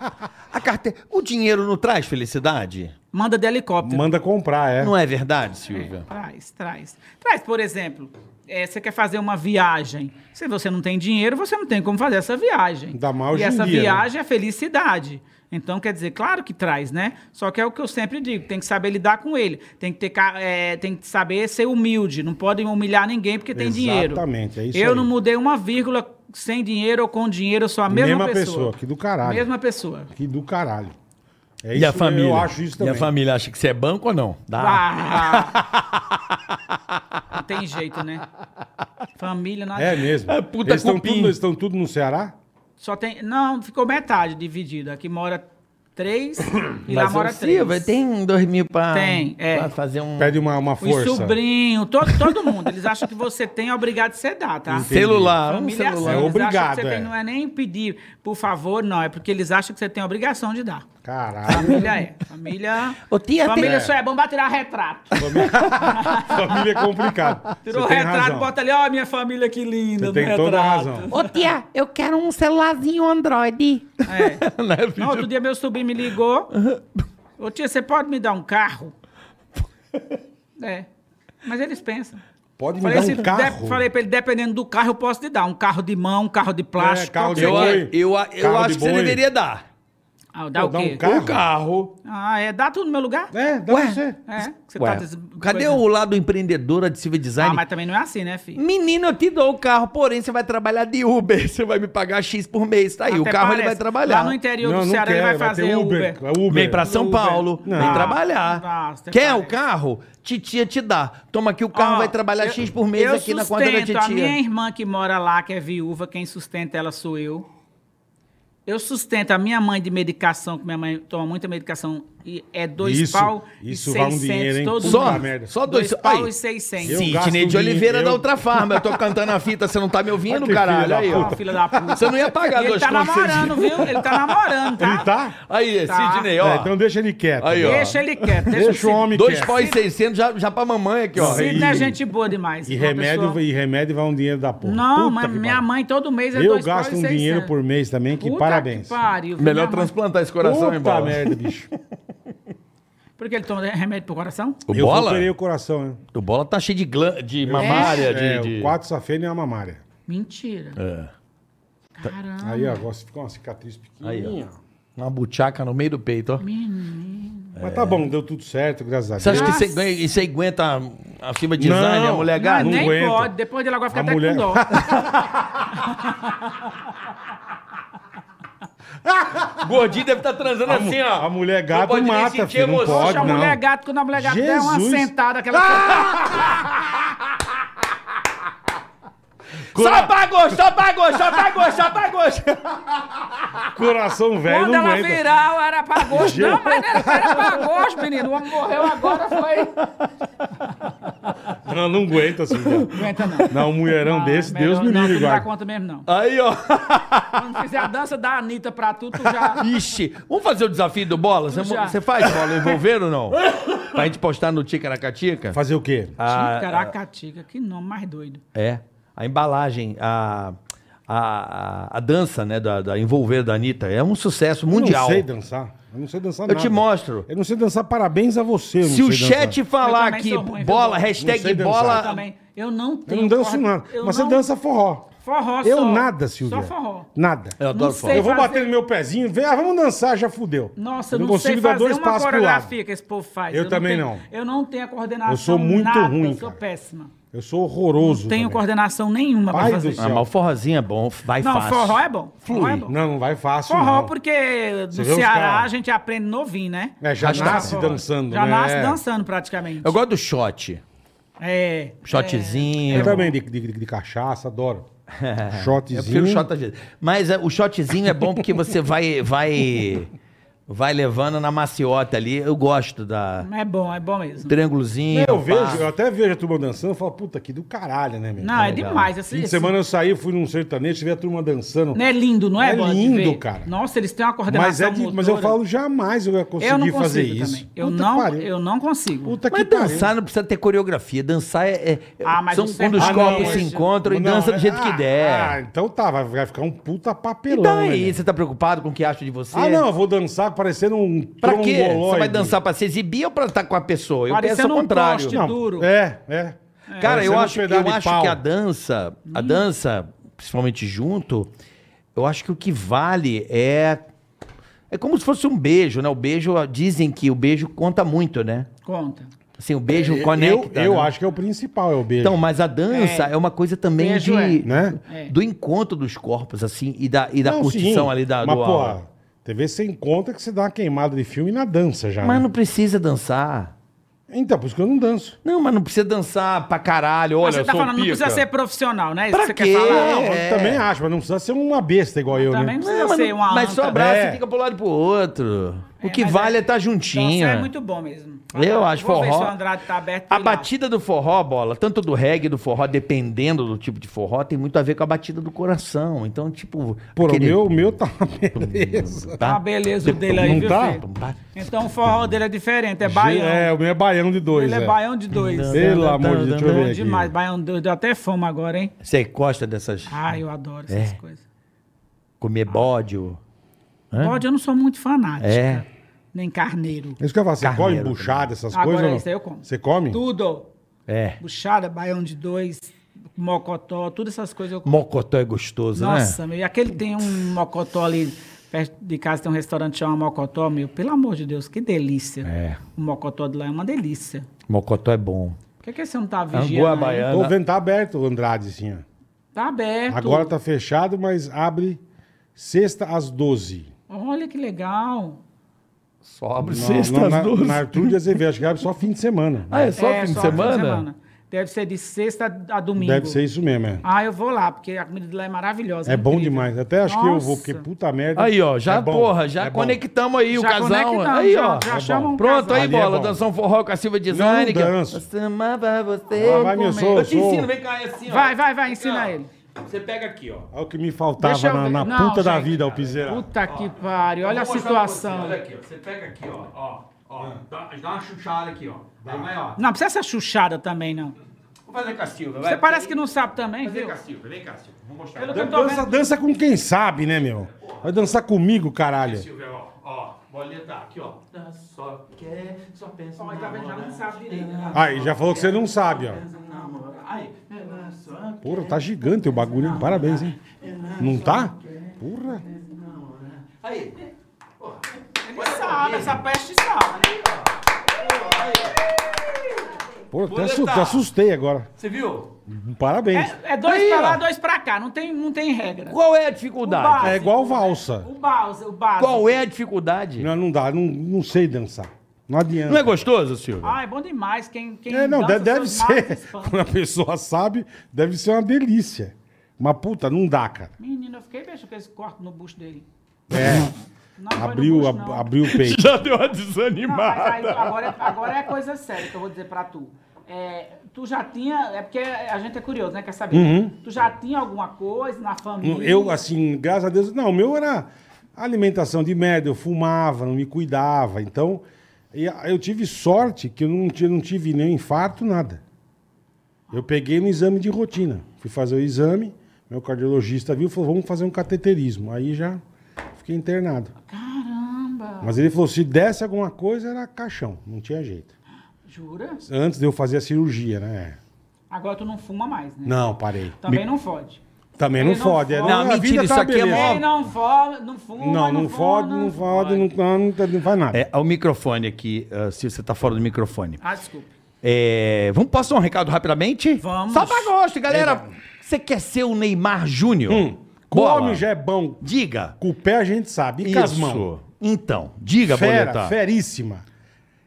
Speaker 4: A carteira. O dinheiro não traz felicidade?
Speaker 5: Manda de helicóptero.
Speaker 3: Manda comprar, é.
Speaker 4: Não é verdade, Silvia?
Speaker 5: Traz, traz. Traz, por exemplo, é, você quer fazer uma viagem. Se você não tem dinheiro, você não tem como fazer essa viagem.
Speaker 3: Ainda mais hoje
Speaker 5: e
Speaker 3: em
Speaker 5: essa
Speaker 3: dia, né?
Speaker 5: viagem é felicidade. Então, quer dizer, claro que traz, né? Só que é o que eu sempre digo, tem que saber lidar com ele. Tem que, ter, ca- é, tem que saber ser humilde. Não pode humilhar ninguém porque tem dinheiro.
Speaker 3: Exatamente, é isso
Speaker 5: Eu
Speaker 3: aí.
Speaker 5: não mudei uma vírgula sem dinheiro ou com dinheiro, eu sou a mesma,
Speaker 3: Mesma
Speaker 5: pessoa.
Speaker 3: pessoa, que do caralho.
Speaker 5: Mesma pessoa.
Speaker 3: Que do caralho. É
Speaker 4: e a família?
Speaker 3: Eu acho isso também.
Speaker 4: E a família acha que você é banco ou não? Dá.
Speaker 3: [laughs]
Speaker 5: Ah! não tem jeito, né? Família, nada.
Speaker 3: É mesmo.
Speaker 4: É puta
Speaker 3: eles estão
Speaker 4: cupim.
Speaker 3: tudo, eles estão tudo no Ceará?
Speaker 5: Só tem. Não, ficou metade dividida. Aqui mora
Speaker 3: [coughs]
Speaker 5: três e lá
Speaker 4: Mas, ô,
Speaker 5: mora três.
Speaker 4: Silvia, tem um, dois mil pra,
Speaker 5: Tem, é.
Speaker 4: pra fazer um.
Speaker 3: Pede uma, uma
Speaker 5: Os
Speaker 3: força.
Speaker 5: sobrinhos, todo, todo mundo. Eles acham que você tem, é obrigado a você dar, tá?
Speaker 3: Entendi.
Speaker 4: Celular, um
Speaker 5: Família é assim,
Speaker 4: celular.
Speaker 3: É
Speaker 5: eles acham
Speaker 3: obrigado,
Speaker 5: que você
Speaker 3: é.
Speaker 5: tem, não é nem pedir, por favor, não. É porque eles acham que você tem a obrigação de dar.
Speaker 3: Caralho. [laughs]
Speaker 5: Família é. Família.
Speaker 4: Ô, tia, tem-
Speaker 5: família
Speaker 4: É.
Speaker 5: só é bom pra tirar retrato.
Speaker 3: família é complicado.
Speaker 5: Tirou o
Speaker 3: Você tem
Speaker 5: retrato,
Speaker 3: razão.
Speaker 5: bota ali, ó, minha família, que
Speaker 3: Você
Speaker 5: linda. no
Speaker 3: tem toda a
Speaker 5: retrato.
Speaker 3: razão.
Speaker 1: Ô tia, eu quero um celularzinho
Speaker 4: [laughs]
Speaker 1: Android.
Speaker 5: É.
Speaker 4: Né, filho?
Speaker 5: Não, outro dia meu sobrinho me ligou. Ô tia, você pode me dar um carro? É. Mas eles pensam.
Speaker 3: Pode me
Speaker 5: Falei,
Speaker 3: dar
Speaker 5: se
Speaker 3: um
Speaker 5: de-
Speaker 3: carro.
Speaker 5: falei pra ele, dependendo do carro, eu posso te dar. Um carro de mão, um carro de plástico.
Speaker 3: É, carro
Speaker 5: qualquer
Speaker 3: de
Speaker 4: Eu,
Speaker 5: coisa.
Speaker 3: boi.
Speaker 4: eu, eu
Speaker 3: Carro
Speaker 4: acho
Speaker 3: de
Speaker 4: que você
Speaker 3: boi.
Speaker 4: deveria dar.
Speaker 5: Ah, dá
Speaker 3: Pô,
Speaker 5: o
Speaker 3: dá
Speaker 5: quê?
Speaker 3: um carro?
Speaker 4: Um carro.
Speaker 5: Ah, é, dá tudo no meu lugar?
Speaker 3: É, dá
Speaker 4: Ué.
Speaker 3: pra você.
Speaker 5: É, que você
Speaker 4: Ué,
Speaker 5: tá des-
Speaker 4: cadê
Speaker 5: coisa-
Speaker 4: o lado empreendedora de Silvia
Speaker 5: Ah,
Speaker 4: Design?
Speaker 5: mas também não é assim, né, filho?
Speaker 4: Menino, eu te dou o carro, porém você vai trabalhar de Uber. [laughs] Você vai me pagar X por mês. Tá aí, o
Speaker 5: Até
Speaker 4: carro ele
Speaker 5: parece.
Speaker 4: vai trabalhar.
Speaker 5: Lá no interior
Speaker 3: Não,
Speaker 5: do
Speaker 3: não
Speaker 5: Ceará ele
Speaker 3: quero,
Speaker 5: vai
Speaker 3: vai
Speaker 5: fazer
Speaker 3: ter
Speaker 5: Uber.
Speaker 3: Uber. É Uber. Ah.
Speaker 4: Vem pra São
Speaker 5: Uber.
Speaker 4: Paulo,
Speaker 5: Não.
Speaker 4: vem trabalhar.
Speaker 5: Nossa, até
Speaker 4: Quer o
Speaker 5: parece.
Speaker 4: carro? Titia te dá. Toma aqui o carro,
Speaker 5: Ó,
Speaker 4: vai trabalhar
Speaker 5: eu-
Speaker 4: X por mês
Speaker 5: eu
Speaker 4: aqui na conta da
Speaker 5: sustento
Speaker 4: titia.
Speaker 5: A minha irmã que mora lá, que é viúva, quem sustenta ela sou eu. Eu sustento a minha mãe de medicação, que minha mãe toma muita medicação e é dois
Speaker 3: Isso,
Speaker 5: pau
Speaker 3: isso
Speaker 5: e
Speaker 3: vale um
Speaker 5: 600
Speaker 3: dinheiro, hein?
Speaker 5: todo
Speaker 3: Puta
Speaker 4: Só,
Speaker 5: mundo.
Speaker 3: merda.
Speaker 4: só dois.
Speaker 5: Dois pau
Speaker 4: aí.
Speaker 5: e 600.
Speaker 3: Eu
Speaker 4: Sidney
Speaker 3: gasto
Speaker 4: de Oliveira
Speaker 3: dinheiro.
Speaker 4: da Outra Farma. Eu tô cantando a fita, você não tá me ouvindo,
Speaker 3: Olha que filho
Speaker 4: caralho?
Speaker 3: da
Speaker 4: Aí, ó.
Speaker 5: Ó, filha da puta.
Speaker 4: Você não ia pagar
Speaker 5: E ele
Speaker 4: dois
Speaker 5: tá
Speaker 4: pontos,
Speaker 5: namorando, viu? Ele tá namorando, tá?
Speaker 3: Ele tá?
Speaker 4: Aí,
Speaker 5: Tá.
Speaker 4: Sidney, ó.
Speaker 3: É, então deixa ele quieto.
Speaker 4: Aí, ó.
Speaker 5: Deixa ele quieto. Deixa,
Speaker 3: Deixa o homem
Speaker 4: Dois
Speaker 3: quieto.
Speaker 4: pau e 600 já, já pra mamãe aqui, ó.
Speaker 3: Sim.
Speaker 5: Sidney é
Speaker 3: e-
Speaker 5: gente boa demais.
Speaker 3: E
Speaker 5: Uma
Speaker 3: remédio,
Speaker 5: pessoa-
Speaker 3: e remédio vai um dinheiro da porra.
Speaker 5: Não,
Speaker 3: Puta
Speaker 5: mas
Speaker 3: que
Speaker 5: minha
Speaker 3: pariu.
Speaker 5: mãe todo mês é
Speaker 3: Eu
Speaker 5: dois pau
Speaker 3: gasto
Speaker 5: e
Speaker 3: um
Speaker 5: 600.
Speaker 3: dinheiro por mês também, que
Speaker 5: Puta
Speaker 3: parabéns.
Speaker 5: Que pariu, viu?
Speaker 4: Melhor
Speaker 5: Minha mãe-
Speaker 4: transplantar esse coração
Speaker 3: Puta
Speaker 4: embora.
Speaker 3: merda, bicho.
Speaker 5: Por que ele toma remédio pro coração?
Speaker 4: O
Speaker 3: Eu
Speaker 4: bola?
Speaker 3: operei o coração, né?
Speaker 4: O bola tá cheio de, glan... de mamária, de.
Speaker 3: É,
Speaker 4: de-
Speaker 3: o quatro safena e uma mamária.
Speaker 5: Mentira.
Speaker 4: É.
Speaker 3: tá.
Speaker 5: Caramba.
Speaker 3: Aí, ó, agora ficou uma cicatriz pequenininha.
Speaker 4: Uma buchaca no meio do peito, ó.
Speaker 3: Mas tá bom, deu tudo certo, graças a
Speaker 4: Você
Speaker 3: Deus.
Speaker 4: acha que
Speaker 5: Nossa.
Speaker 4: você, ganha, e você aguenta acima de
Speaker 3: Não.
Speaker 4: Zane, a mulher
Speaker 5: Não,
Speaker 4: gata?
Speaker 3: não
Speaker 5: nem
Speaker 3: aguento.
Speaker 5: pode. Depois dele agora fica
Speaker 3: A
Speaker 5: até
Speaker 3: mulher-
Speaker 5: com
Speaker 3: [laughs]
Speaker 5: dó.
Speaker 4: Gordinho deve estar transando assim, ó.
Speaker 3: a mulher
Speaker 4: Não
Speaker 3: gato
Speaker 4: pode nem
Speaker 3: mata,
Speaker 4: sentir
Speaker 3: filho, não
Speaker 4: emoção.
Speaker 3: pode.
Speaker 5: Poxa, a
Speaker 3: não.
Speaker 5: mulher gata, quando a mulher gata der uma
Speaker 3: Jesus. Ah,
Speaker 5: sentada, aquela.
Speaker 4: Só pra gostar, só pra gostar, só pra gostar, só pra gostar.
Speaker 3: Coração velho
Speaker 5: Ah, Quando
Speaker 3: não
Speaker 5: ela
Speaker 3: aguenta.
Speaker 5: virar, era pra gosto. Não, mas não era pra gosto, menino. O homem morreu agora, foi.
Speaker 3: Ela não aguenta assim. [laughs] Não,
Speaker 5: Aguenta não.
Speaker 3: não um mulherão
Speaker 5: Ah,
Speaker 3: desse,
Speaker 5: melhor
Speaker 3: Deus me
Speaker 5: não,
Speaker 3: livre,
Speaker 5: tu Não dá
Speaker 3: guarda.
Speaker 5: conta mesmo, não.
Speaker 4: Aí, ó.
Speaker 5: Quando fizer a dança da Anitta pra tu,
Speaker 3: [laughs]
Speaker 5: tu já.
Speaker 4: Ixi, vamos fazer o desafio do Bola? Você,
Speaker 5: Já.
Speaker 4: você faz Bola envolver ou não? Pra gente postar no Ticaracatica?
Speaker 3: Fazer o quê?
Speaker 4: Ah,
Speaker 5: Ticaracatica, que nome mais doido.
Speaker 4: É. A embalagem, a, a, a- a dança, né, da, da envolver da Anitta, é um sucesso mundial.
Speaker 3: Eu não sei dançar. Eu não sei dançar
Speaker 4: Eu
Speaker 3: nada.
Speaker 4: te mostro.
Speaker 3: Eu não sei dançar parabéns a você. eu não
Speaker 4: Se
Speaker 3: sei
Speaker 4: o
Speaker 3: dançar.
Speaker 4: chat
Speaker 5: Eu
Speaker 4: falar
Speaker 5: também
Speaker 4: que
Speaker 5: sou ruim,
Speaker 4: bola,
Speaker 5: viu, Bola?
Speaker 3: Não sei dançar.
Speaker 4: hashtag
Speaker 5: Eu
Speaker 4: bola.
Speaker 5: também. Eu não
Speaker 3: Ah, Eu
Speaker 5: tenho.
Speaker 3: não danço
Speaker 5: corda-
Speaker 3: nada.
Speaker 5: eu
Speaker 3: Mas você
Speaker 5: não-
Speaker 3: dança forró.
Speaker 5: Forró
Speaker 3: Eu
Speaker 5: só.
Speaker 3: nada, Silvia.
Speaker 5: Só forró.
Speaker 3: Nada.
Speaker 4: Eu adoro
Speaker 5: Não
Speaker 4: falar.
Speaker 5: sei
Speaker 3: Eu vou
Speaker 5: fazer.
Speaker 3: bater no meu pezinho, vem, ah, vamos dançar, já fudeu.
Speaker 5: Nossa, eu não, sei fazer uma
Speaker 3: pro lado.
Speaker 5: coreografia que esse povo faz.
Speaker 3: Eu
Speaker 5: não
Speaker 3: também
Speaker 5: tenho-
Speaker 3: não.
Speaker 5: Eu não tenho a coordenação
Speaker 3: Eu sou muito
Speaker 5: nada,
Speaker 3: ruim,
Speaker 5: Eu sou
Speaker 3: cara.
Speaker 5: péssima.
Speaker 3: Eu sou horroroso.
Speaker 5: Não tenho
Speaker 3: também.
Speaker 5: coordenação nenhuma
Speaker 3: Pai
Speaker 5: pra
Speaker 3: do
Speaker 5: fazer.
Speaker 3: céu.
Speaker 4: Ah, mas o forrozinho é bom, vai
Speaker 5: Não,
Speaker 4: fácil.
Speaker 5: forró é bom. Forró é bom.
Speaker 3: Não, não vai fácil.
Speaker 5: Forró,
Speaker 3: não.
Speaker 5: porque
Speaker 3: Você
Speaker 5: no
Speaker 3: vê os
Speaker 5: Ceará
Speaker 3: cara-
Speaker 5: a gente aprende novinho, né?
Speaker 3: É, já
Speaker 4: Arrastar
Speaker 3: nasce
Speaker 5: Forró.
Speaker 3: dançando.
Speaker 5: Já
Speaker 3: né?
Speaker 5: nasce
Speaker 3: É.
Speaker 5: dançando praticamente.
Speaker 4: Eu gosto do shot.
Speaker 5: É.
Speaker 4: Shotzinho.
Speaker 3: É. Eu também, de, de, de cachaça, adoro.
Speaker 4: [laughs] É
Speaker 3: Shotzinho.
Speaker 4: Eu prefiro shot às vezes. Mas é, o shotzinho é bom porque você vai, vai, vai levando na maciota ali. Eu gosto da
Speaker 5: É bom, é bom mesmo.
Speaker 4: triângulozinho.
Speaker 3: Eu
Speaker 4: pá.
Speaker 3: vejo, eu até vejo a turma dançando e falo, puta, que do caralho, né, meu?
Speaker 5: Não, é
Speaker 4: legal.
Speaker 5: demais. Esse,
Speaker 3: Fim de
Speaker 5: esse-
Speaker 3: semana eu saí, fui num sertanejo, vi a turma dançando.
Speaker 5: Não é lindo, não é?
Speaker 3: É
Speaker 5: Bola, de
Speaker 3: lindo,
Speaker 5: ver?
Speaker 3: cara.
Speaker 5: Nossa, eles têm uma coordenação
Speaker 3: mas, é de- mas eu
Speaker 5: motora.
Speaker 3: falo, jamais eu ia conseguir
Speaker 5: eu não consigo
Speaker 3: fazer
Speaker 5: também.
Speaker 3: isso.
Speaker 5: Eu,
Speaker 3: Puta que
Speaker 5: não,
Speaker 3: pariu.
Speaker 5: eu não consigo.
Speaker 3: Puta que tá
Speaker 4: Mas
Speaker 3: pariu.
Speaker 4: dançar não precisa ter coreografia. Dançar é. é-
Speaker 5: Ah, mas
Speaker 4: são
Speaker 5: o
Speaker 4: quando os
Speaker 5: sertanejo-
Speaker 4: corpos se
Speaker 5: Ah, não,
Speaker 4: encontram e
Speaker 3: Não,
Speaker 4: dança do
Speaker 3: é-
Speaker 4: jeito que
Speaker 3: ah, Ah,
Speaker 4: der.
Speaker 3: então tá, vai, vai ficar um puta
Speaker 4: e
Speaker 3: papelão.
Speaker 4: daí?
Speaker 3: né?
Speaker 4: Você tá preocupado com o que acha de você?
Speaker 3: Ah, não, eu vou dançar parecendo um
Speaker 4: é- Pra quê? Você
Speaker 3: tromboloide.
Speaker 4: vai dançar pra se exibir ou pra estar com a pessoa? Eu
Speaker 5: Parecendo
Speaker 4: penso ao
Speaker 5: um
Speaker 4: contrário.
Speaker 5: poste.
Speaker 3: Não,
Speaker 5: duro?
Speaker 3: É, é.
Speaker 4: Cara,
Speaker 3: Parecendo
Speaker 4: eu
Speaker 3: um
Speaker 4: acho,
Speaker 3: pedaço
Speaker 4: eu
Speaker 3: de
Speaker 4: acho
Speaker 3: pau.
Speaker 4: que a dança, a
Speaker 5: Hum.
Speaker 4: dança, principalmente junto, eu acho que o que vale é. É como se fosse um beijo, né? O beijo, dizem que o beijo conta muito, né?
Speaker 5: Conta.
Speaker 4: Assim, o beijo
Speaker 3: É, Eu-
Speaker 4: conecta.
Speaker 3: Eu, eu
Speaker 4: né?
Speaker 3: acho que é o principal, é o beijo.
Speaker 4: Então, mas a dança é, uma coisa também
Speaker 5: Beijo
Speaker 4: de,
Speaker 5: é.
Speaker 3: Né?
Speaker 5: É.
Speaker 4: do encontro dos corpos, assim, e da, e da
Speaker 3: Não,
Speaker 4: curtição
Speaker 3: sim,
Speaker 4: ali da
Speaker 3: Mas,
Speaker 4: do
Speaker 3: pô, TV sem conta que você dá uma queimada de filme na dança já.
Speaker 4: Mas
Speaker 3: né?
Speaker 4: não precisa dançar.
Speaker 3: Então, por isso que eu não danço.
Speaker 4: Não, mas não precisa dançar pra caralho. Olha,
Speaker 5: você tá
Speaker 4: eu sou um
Speaker 5: falando, não
Speaker 4: pica.
Speaker 5: precisa ser profissional, né? Isso
Speaker 4: Pra
Speaker 5: que você
Speaker 4: quê?
Speaker 5: quer falar.
Speaker 3: Não,
Speaker 4: É.
Speaker 3: eu também acho, mas não precisa ser uma besta igual eu,
Speaker 5: Também
Speaker 3: né?
Speaker 5: não
Speaker 4: Não,
Speaker 5: precisa
Speaker 4: É, mas,
Speaker 5: ser
Speaker 4: não-
Speaker 5: uma
Speaker 4: mas só
Speaker 5: anta.
Speaker 4: abraça
Speaker 3: É.
Speaker 4: e fica pro lado e pro outro. o
Speaker 5: É,
Speaker 4: que
Speaker 5: mas
Speaker 4: vale é estar juntinho.
Speaker 5: Dançar é muito bom mesmo.
Speaker 4: Eu acho
Speaker 5: Vou ver
Speaker 4: forró.
Speaker 5: se o Andrade tá aberto. pra
Speaker 4: A
Speaker 5: ir lá.
Speaker 4: batida do forró, bola, tanto do reggae, do forró, dependendo do tipo de forró, tem muito a ver com a batida do coração. Então, tipo.
Speaker 3: Pô, o
Speaker 4: aquele-
Speaker 3: meu, o meu tá uma beleza.
Speaker 5: Tá uma beleza o dele aí,
Speaker 3: Não
Speaker 5: viu,
Speaker 3: tá?
Speaker 5: filho? Então o forró dele é diferente, é baião.
Speaker 3: É, o meu é baião de dois.
Speaker 5: Ele é
Speaker 3: é.
Speaker 5: baião de dois.
Speaker 3: Pelo amor de Deus, deixa eu ver
Speaker 5: Bom
Speaker 3: aqui.
Speaker 5: demais, baião de dois. Deu até fome agora, hein?
Speaker 4: Você gosta dessas.
Speaker 5: Ai, eu adoro essas
Speaker 4: É.
Speaker 5: coisas.
Speaker 4: Comer bode? ou- Hã?
Speaker 5: Bode, eu não sou muito fanática.
Speaker 4: É.
Speaker 5: Nem carneiro.
Speaker 3: É Isso que eu falo, você
Speaker 4: Carneiro
Speaker 3: come buchada, essas
Speaker 5: Agora
Speaker 3: coisas? ou não?
Speaker 5: isso aí eu como.
Speaker 3: Você
Speaker 4: Hum.
Speaker 3: come?
Speaker 5: Tudo.
Speaker 4: É.
Speaker 5: Buchada, baião de dois, mocotó, todas essas coisas eu como.
Speaker 4: Mocotó é gostoso, né?
Speaker 5: Nossa, meu, e aquele tem um mocotó ali perto de casa, tem um restaurante chamado Mocotó, meu, pelo amor de Deus, que delícia.
Speaker 4: É.
Speaker 5: O mocotó de lá é uma delícia.
Speaker 4: Mocotó é bom.
Speaker 5: Por que, que você não tá
Speaker 4: Angua
Speaker 5: vigiando? aí?
Speaker 4: baiana.
Speaker 3: Tô vendo, tá aberto o Andrade, assim, ó.
Speaker 5: Tá aberto.
Speaker 3: Agora tá fechado, mas abre sexta às 12.
Speaker 5: Olha que legal.
Speaker 4: Sobre
Speaker 3: Na- na- na, na Arthur de Azevedo, acho que abre só fim de semana.
Speaker 4: Ah, é só
Speaker 5: É,
Speaker 4: fim de
Speaker 5: fim
Speaker 4: semana?
Speaker 5: Deve ser de sexta a domingo.
Speaker 3: Deve ser isso mesmo, é.
Speaker 5: Ah, eu vou lá, porque a comida de lá é maravilhosa.
Speaker 3: É bom
Speaker 5: incrível.
Speaker 3: demais. Até acho que eu vou,
Speaker 5: Nossa.
Speaker 3: porque puta merda.
Speaker 4: Aí, ó, já,
Speaker 3: é bom,
Speaker 4: porra, já
Speaker 3: é bom.
Speaker 4: conectamos aí o
Speaker 5: Já
Speaker 4: casal.
Speaker 5: conectamos,
Speaker 4: Aí,
Speaker 5: já-
Speaker 4: ó.
Speaker 5: já
Speaker 3: É
Speaker 5: chama
Speaker 3: bom.
Speaker 5: um
Speaker 4: Pronto, aí,
Speaker 5: casal.
Speaker 3: Ali é
Speaker 4: bola.
Speaker 3: bom.
Speaker 4: dançar um forró com a Silva
Speaker 3: Não
Speaker 4: Design. que-
Speaker 3: danço.
Speaker 4: Eu te amava você.
Speaker 3: Ah, vai, meu,
Speaker 4: como é-
Speaker 3: sou,
Speaker 4: Eu te
Speaker 3: sou.
Speaker 4: ensino, vem cá, é assim, ó.
Speaker 5: Vai, vai, vai, ensina
Speaker 4: Aqui, ó.
Speaker 5: ele.
Speaker 4: Você pega aqui, ó.
Speaker 3: Olha o que me faltava
Speaker 5: Deixa eu
Speaker 3: na,
Speaker 5: ver.
Speaker 3: na
Speaker 5: Não,
Speaker 3: puta da
Speaker 5: gente,
Speaker 3: vida, Alpizeira.
Speaker 5: Puta que pariu, olha a
Speaker 4: Vou mostrar pra você,
Speaker 5: situação.
Speaker 4: Olha aqui, ó. Você pega aqui, ó. Ó, ó. Dá, dá uma chuchada aqui, ó. Aí vai, ó.
Speaker 5: Não, precisa ser chuchada também, não.
Speaker 4: Vou fazer com a Silva, vai.
Speaker 5: Você parece que não sabe também,
Speaker 4: Vem
Speaker 5: viu?
Speaker 4: cá, Silva. Vem cá, Silva. Vou mostrar.
Speaker 5: Pelo que
Speaker 4: Dá-
Speaker 5: eu tô
Speaker 3: Dança,
Speaker 5: vendo.
Speaker 3: dança com quem sabe, né, meu? Vai dançar comigo, caralho.
Speaker 4: Silvia, ó, ó, boleta, tá aqui, ó. Só quer, só pensa.
Speaker 5: Mas tá vendo, já não sabe direito. né?
Speaker 3: Aí, já falou que você não sabe, ó.
Speaker 4: Ai, ela só
Speaker 3: Porra, tá gigante o bagulho, hein? Parabéns, hein? Não tá? Porra.
Speaker 4: Aí,
Speaker 5: Ele sabe, essa peste sabe.
Speaker 3: Porra, até assu- até assustei agora.
Speaker 4: você viu?
Speaker 3: Parabéns.
Speaker 5: É, é dois
Speaker 4: Aí,
Speaker 5: pra lá,
Speaker 4: ó.
Speaker 5: dois pra cá, não tem, não tem regra.
Speaker 4: Qual é a dificuldade?
Speaker 5: Oba!
Speaker 3: É igual valsa.
Speaker 5: O básico, o básico.
Speaker 4: Qual é a dificuldade?
Speaker 3: Não, não dá, não, não sei dançar. Não adianta.
Speaker 4: Não é
Speaker 3: [laughs]
Speaker 4: gostoso, Silvio?
Speaker 5: Ah, é bom demais. Quem, quem
Speaker 3: É, não,
Speaker 5: dança
Speaker 3: de- deve
Speaker 5: seus males
Speaker 3: ser. [laughs]
Speaker 5: espanta.
Speaker 3: Quando a pessoa sabe, deve ser uma delícia. Mas puta, não dá, cara.
Speaker 5: Menino, eu fiquei beijo com esse corte no bucho dele.
Speaker 3: É.
Speaker 5: Não foi no
Speaker 3: Abriu,
Speaker 5: bucho,
Speaker 3: ab-
Speaker 5: não.
Speaker 3: abriu o
Speaker 5: [laughs]
Speaker 3: peito.
Speaker 4: Já deu uma
Speaker 5: Não, mas aí,
Speaker 4: desanimada.
Speaker 5: agora, é- agora é coisa séria que eu vou dizer pra tu. É, tu já tinha. É porque a gente é curioso, né? Quer saber? Tu já tinha alguma coisa na
Speaker 3: Uhum. Não,
Speaker 5: família?
Speaker 3: Eu, assim, graças a Deus, não, o meu era alimentação de merda, eu fumava, não me cuidava. Então, e a- eu tive sorte que eu não, ti- não tive nem infarto, nada. Eu peguei no exame de rotina. Fui fazer o exame, meu cardiologista viu e falou: vamos fazer um cateterismo. Aí já fiquei internado.
Speaker 5: Tá. Caramba!
Speaker 3: Mas ele falou: se desse alguma coisa, era caixão, não tinha jeito.
Speaker 5: Jura?
Speaker 3: Antes de eu fazer a cirurgia, né?
Speaker 5: Agora tu não fuma mais, né?
Speaker 3: Não, parei.
Speaker 5: Também
Speaker 3: Me-
Speaker 5: não fode.
Speaker 3: Também não
Speaker 5: Ele não
Speaker 3: fode. é,
Speaker 5: fode.
Speaker 4: Não,
Speaker 3: a
Speaker 4: mentira,
Speaker 3: vida
Speaker 4: isso
Speaker 3: uma
Speaker 4: aqui é
Speaker 3: beleza.
Speaker 4: mó-
Speaker 5: Ele não fode, não fuma.
Speaker 3: Não, não fode, não fode, não, não, não faz nada.
Speaker 4: É, o microfone aqui, ah, se você tá fora do microfone.
Speaker 5: Ah, desculpa.
Speaker 4: É, vamos passar um recado rapidamente?
Speaker 5: Vamos.
Speaker 4: Só pra gosto, galera. Você quer ser o Neymar Júnior?
Speaker 3: Com
Speaker 4: Bola.
Speaker 3: homem já é bom.
Speaker 4: Diga.
Speaker 3: Com o pé a gente sabe. E com as mãos?
Speaker 4: Isso. Então, diga,
Speaker 3: Fera,
Speaker 4: Boleta.
Speaker 3: feríssima.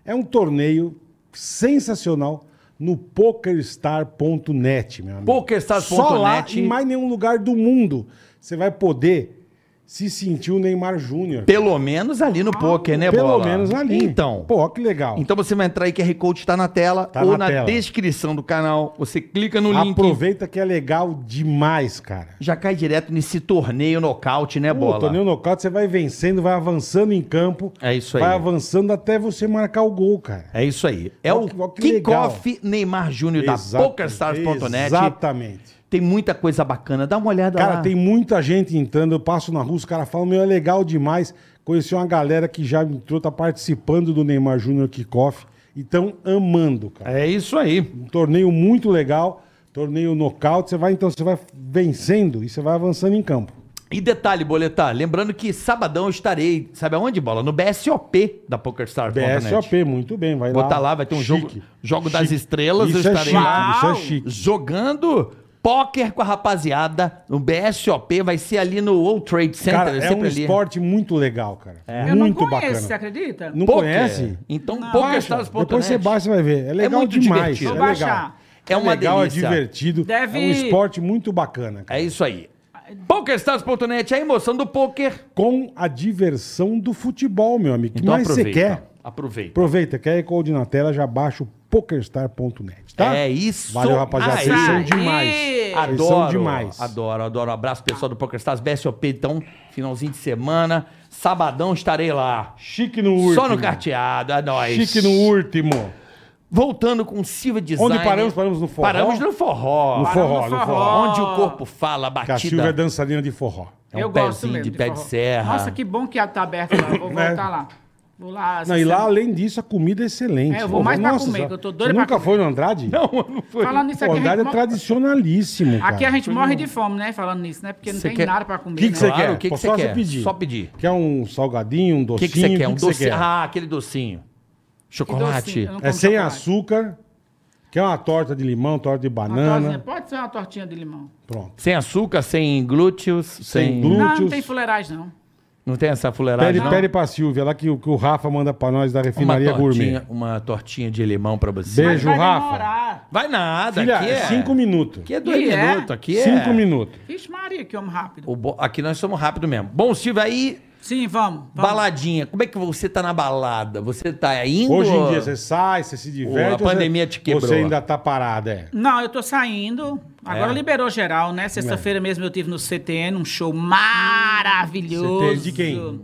Speaker 3: É um torneio sensacional no pokerstar.net, meu amigo.
Speaker 4: PokerStars.net.
Speaker 3: Só lá, em mais nenhum lugar do mundo, você vai poder se sentir o Neymar Júnior.
Speaker 4: Pelo menos ali no poker, né,
Speaker 3: Pelo
Speaker 4: Bola?
Speaker 3: menos ali.
Speaker 4: Então.
Speaker 3: Pô, que legal.
Speaker 4: Então você vai entrar aí, QR Code tá na tela
Speaker 3: Tá
Speaker 4: ou
Speaker 3: na
Speaker 4: na,
Speaker 3: tela.
Speaker 4: descrição do canal. Você clica no link.
Speaker 3: Aproveita que é legal demais, cara.
Speaker 4: Já cai direto nesse torneio nocaute, né,
Speaker 3: Bola.
Speaker 4: Bola?
Speaker 3: O torneio nocaute, você vai vencendo, vai avançando em campo.
Speaker 4: É isso aí.
Speaker 3: Vai avançando até você marcar o gol, cara.
Speaker 4: É isso aí. É
Speaker 3: Olha
Speaker 4: o
Speaker 3: que- olha que
Speaker 4: kickoff Neymar Júnior É, da
Speaker 3: Exata-
Speaker 4: PokerStars.net.
Speaker 3: Exatamente.
Speaker 4: Tem muita coisa bacana. Dá uma olhada lá.
Speaker 3: Cara, tem muita gente entrando. Eu passo na rua, os caras falam, meu, é legal demais. Conheci uma galera que já entrou, tá participando do Neymar Júnior Kickoff. E tão amando, cara.
Speaker 4: É isso aí.
Speaker 3: Um torneio muito legal. Torneio nocaute. Você vai, então, você vai vencendo e você vai avançando em campo.
Speaker 4: E detalhe, Boletar, lembrando que sabadão eu estarei, sabe aonde, Bola? No BSOP da PokerStars.net.
Speaker 3: BSOP, muito bem. Vai
Speaker 4: Vou
Speaker 3: lá.
Speaker 4: tá lá, vai ter um jogo- jogo das estrelas,
Speaker 3: Isso
Speaker 4: eu
Speaker 3: é
Speaker 4: estarei
Speaker 3: chique,
Speaker 5: lá.
Speaker 3: Isso é chique.
Speaker 4: Jogando póquer com a rapaziada no BSOP, vai ser ali no World Trade Center,
Speaker 3: Cara, é um
Speaker 4: né? sempre ali. É.
Speaker 3: esporte muito legal, cara.
Speaker 5: eu não
Speaker 3: É Muito
Speaker 5: conheço,
Speaker 3: bacana.
Speaker 5: você acredita?
Speaker 3: Não
Speaker 4: Poker.
Speaker 3: conhece?
Speaker 4: Então,
Speaker 3: Baixa.
Speaker 4: PokerStars.net.
Speaker 3: Depois você baixa e vai
Speaker 5: né?
Speaker 3: ver. É legal
Speaker 4: muito
Speaker 3: demais.
Speaker 4: divertido.
Speaker 3: É
Speaker 5: Vou
Speaker 3: legal.
Speaker 5: baixar.
Speaker 4: É uma
Speaker 3: legal,
Speaker 4: delícia.
Speaker 3: é divertido.
Speaker 5: Deve-
Speaker 3: É um esporte muito bacana, cara.
Speaker 4: É isso aí. PokerStars.net, a emoção do poker. Então
Speaker 3: Com a diversão do futebol, meu amigo. O que mais você quer?
Speaker 4: Aproveita.
Speaker 3: Aproveita, quer code na tela, já baixa o pokerstar.net, tá?
Speaker 4: É isso
Speaker 3: Valeu, rapaziada.
Speaker 4: aí.
Speaker 3: Vocês são
Speaker 5: Aí.
Speaker 3: demais.
Speaker 4: Adoro,
Speaker 3: Vocês são demais.
Speaker 4: adoro, adoro. Abraço, pessoal do PokerStars, BSOP, então, finalzinho de semana. Sabadão estarei lá.
Speaker 3: Chique no último.
Speaker 4: Só no carteado, é nóis.
Speaker 3: Chique no último.
Speaker 4: Voltando com Silva Design.
Speaker 3: Onde paramos? Paramos no forró?
Speaker 4: Paramos no forró.
Speaker 3: No
Speaker 5: Paramos
Speaker 3: forró,
Speaker 5: no
Speaker 3: no forró.
Speaker 5: forró.
Speaker 4: Onde o corpo fala, a
Speaker 3: Que a Silvia é
Speaker 4: batida.
Speaker 3: dançarina de forró.
Speaker 4: É um
Speaker 5: eu gosto
Speaker 4: pezinho de
Speaker 5: mesmo.
Speaker 4: pé de
Speaker 5: forró.
Speaker 4: serra.
Speaker 5: Nossa, que bom que a tá aberta lá. Vou
Speaker 3: É.
Speaker 5: voltar lá. Vou lá.
Speaker 3: Não, e lá, além disso, a comida é excelente.
Speaker 5: É, eu vou mais pra comer,
Speaker 3: senhora.
Speaker 5: que eu tô doido
Speaker 3: Você
Speaker 5: pra
Speaker 3: nunca
Speaker 5: comer.
Speaker 3: foi no Andrade? Não.
Speaker 4: Não, não foi.
Speaker 5: Falando nisso
Speaker 3: o
Speaker 5: aqui, a
Speaker 3: Andrade
Speaker 5: gente,
Speaker 3: é
Speaker 5: mo-
Speaker 3: tradicionalíssimo, cara.
Speaker 5: aqui a gente morre de fome, né? Falando nisso, né? Porque não
Speaker 4: Você
Speaker 5: tem
Speaker 4: quer-
Speaker 5: nada pra comer.
Speaker 3: O que que
Speaker 5: né?
Speaker 3: você
Speaker 4: Claro,
Speaker 3: quer?
Speaker 4: o que que
Speaker 3: Pô,
Speaker 4: você
Speaker 3: só
Speaker 4: quer?
Speaker 3: Você pedir.
Speaker 4: Só pedir.
Speaker 3: Quer um salgadinho, um
Speaker 4: O que,
Speaker 3: docinho?
Speaker 4: que você quer? Um
Speaker 3: que você
Speaker 4: docinho? Ah, aquele docinho. Chocolate.
Speaker 5: docinho, eu não
Speaker 3: É
Speaker 5: como
Speaker 3: sem
Speaker 5: chocolate.
Speaker 3: açúcar. Quer uma torta de limão, torta de
Speaker 5: Uma tortinha.
Speaker 3: banana.
Speaker 5: Pode ser uma tortinha de limão.
Speaker 3: Pronto.
Speaker 4: Sem açúcar, sem glúteos, sem...
Speaker 3: glú-
Speaker 5: Não,
Speaker 3: Glúteos.
Speaker 5: não tem fuleiragem, não.
Speaker 4: Não tem essa fuleiragem,
Speaker 3: Pede,
Speaker 4: não?
Speaker 3: pede pra Silvia, lá que, o- que o Rafa manda pra nós da
Speaker 4: uma
Speaker 3: refinaria
Speaker 4: tortinha,
Speaker 3: gourmet.
Speaker 4: uma tortinha de limão pra você.
Speaker 3: Beijo,
Speaker 5: Mas vai
Speaker 3: Rafa.
Speaker 5: demorar.
Speaker 4: Vai nada.
Speaker 3: Filha,
Speaker 4: aqui é
Speaker 3: cinco minutos.
Speaker 4: Aqui é dois
Speaker 5: Ih, é?
Speaker 4: minutos. Aqui é...
Speaker 3: Cinco minutos.
Speaker 5: Vixe, Maria, que homem rápido.
Speaker 4: O bo- Aqui nós somos rápido mesmo. Bom, Silvio, aí,
Speaker 5: Sim, vamos. vamos.
Speaker 4: baladinha. Como é que você tá na balada? Você tá indo?
Speaker 3: Hoje em
Speaker 4: ou-
Speaker 3: dia você sai, você se diverte.
Speaker 4: a
Speaker 3: ou você-
Speaker 4: pandemia te quebrou.
Speaker 3: Você ainda tá parado, é.
Speaker 5: Não, eu tô saindo. Agora
Speaker 4: É.
Speaker 5: liberou geral, né? Sexta-feira mesmo eu tive no CTN um show maravilhoso.
Speaker 3: CTN de quem?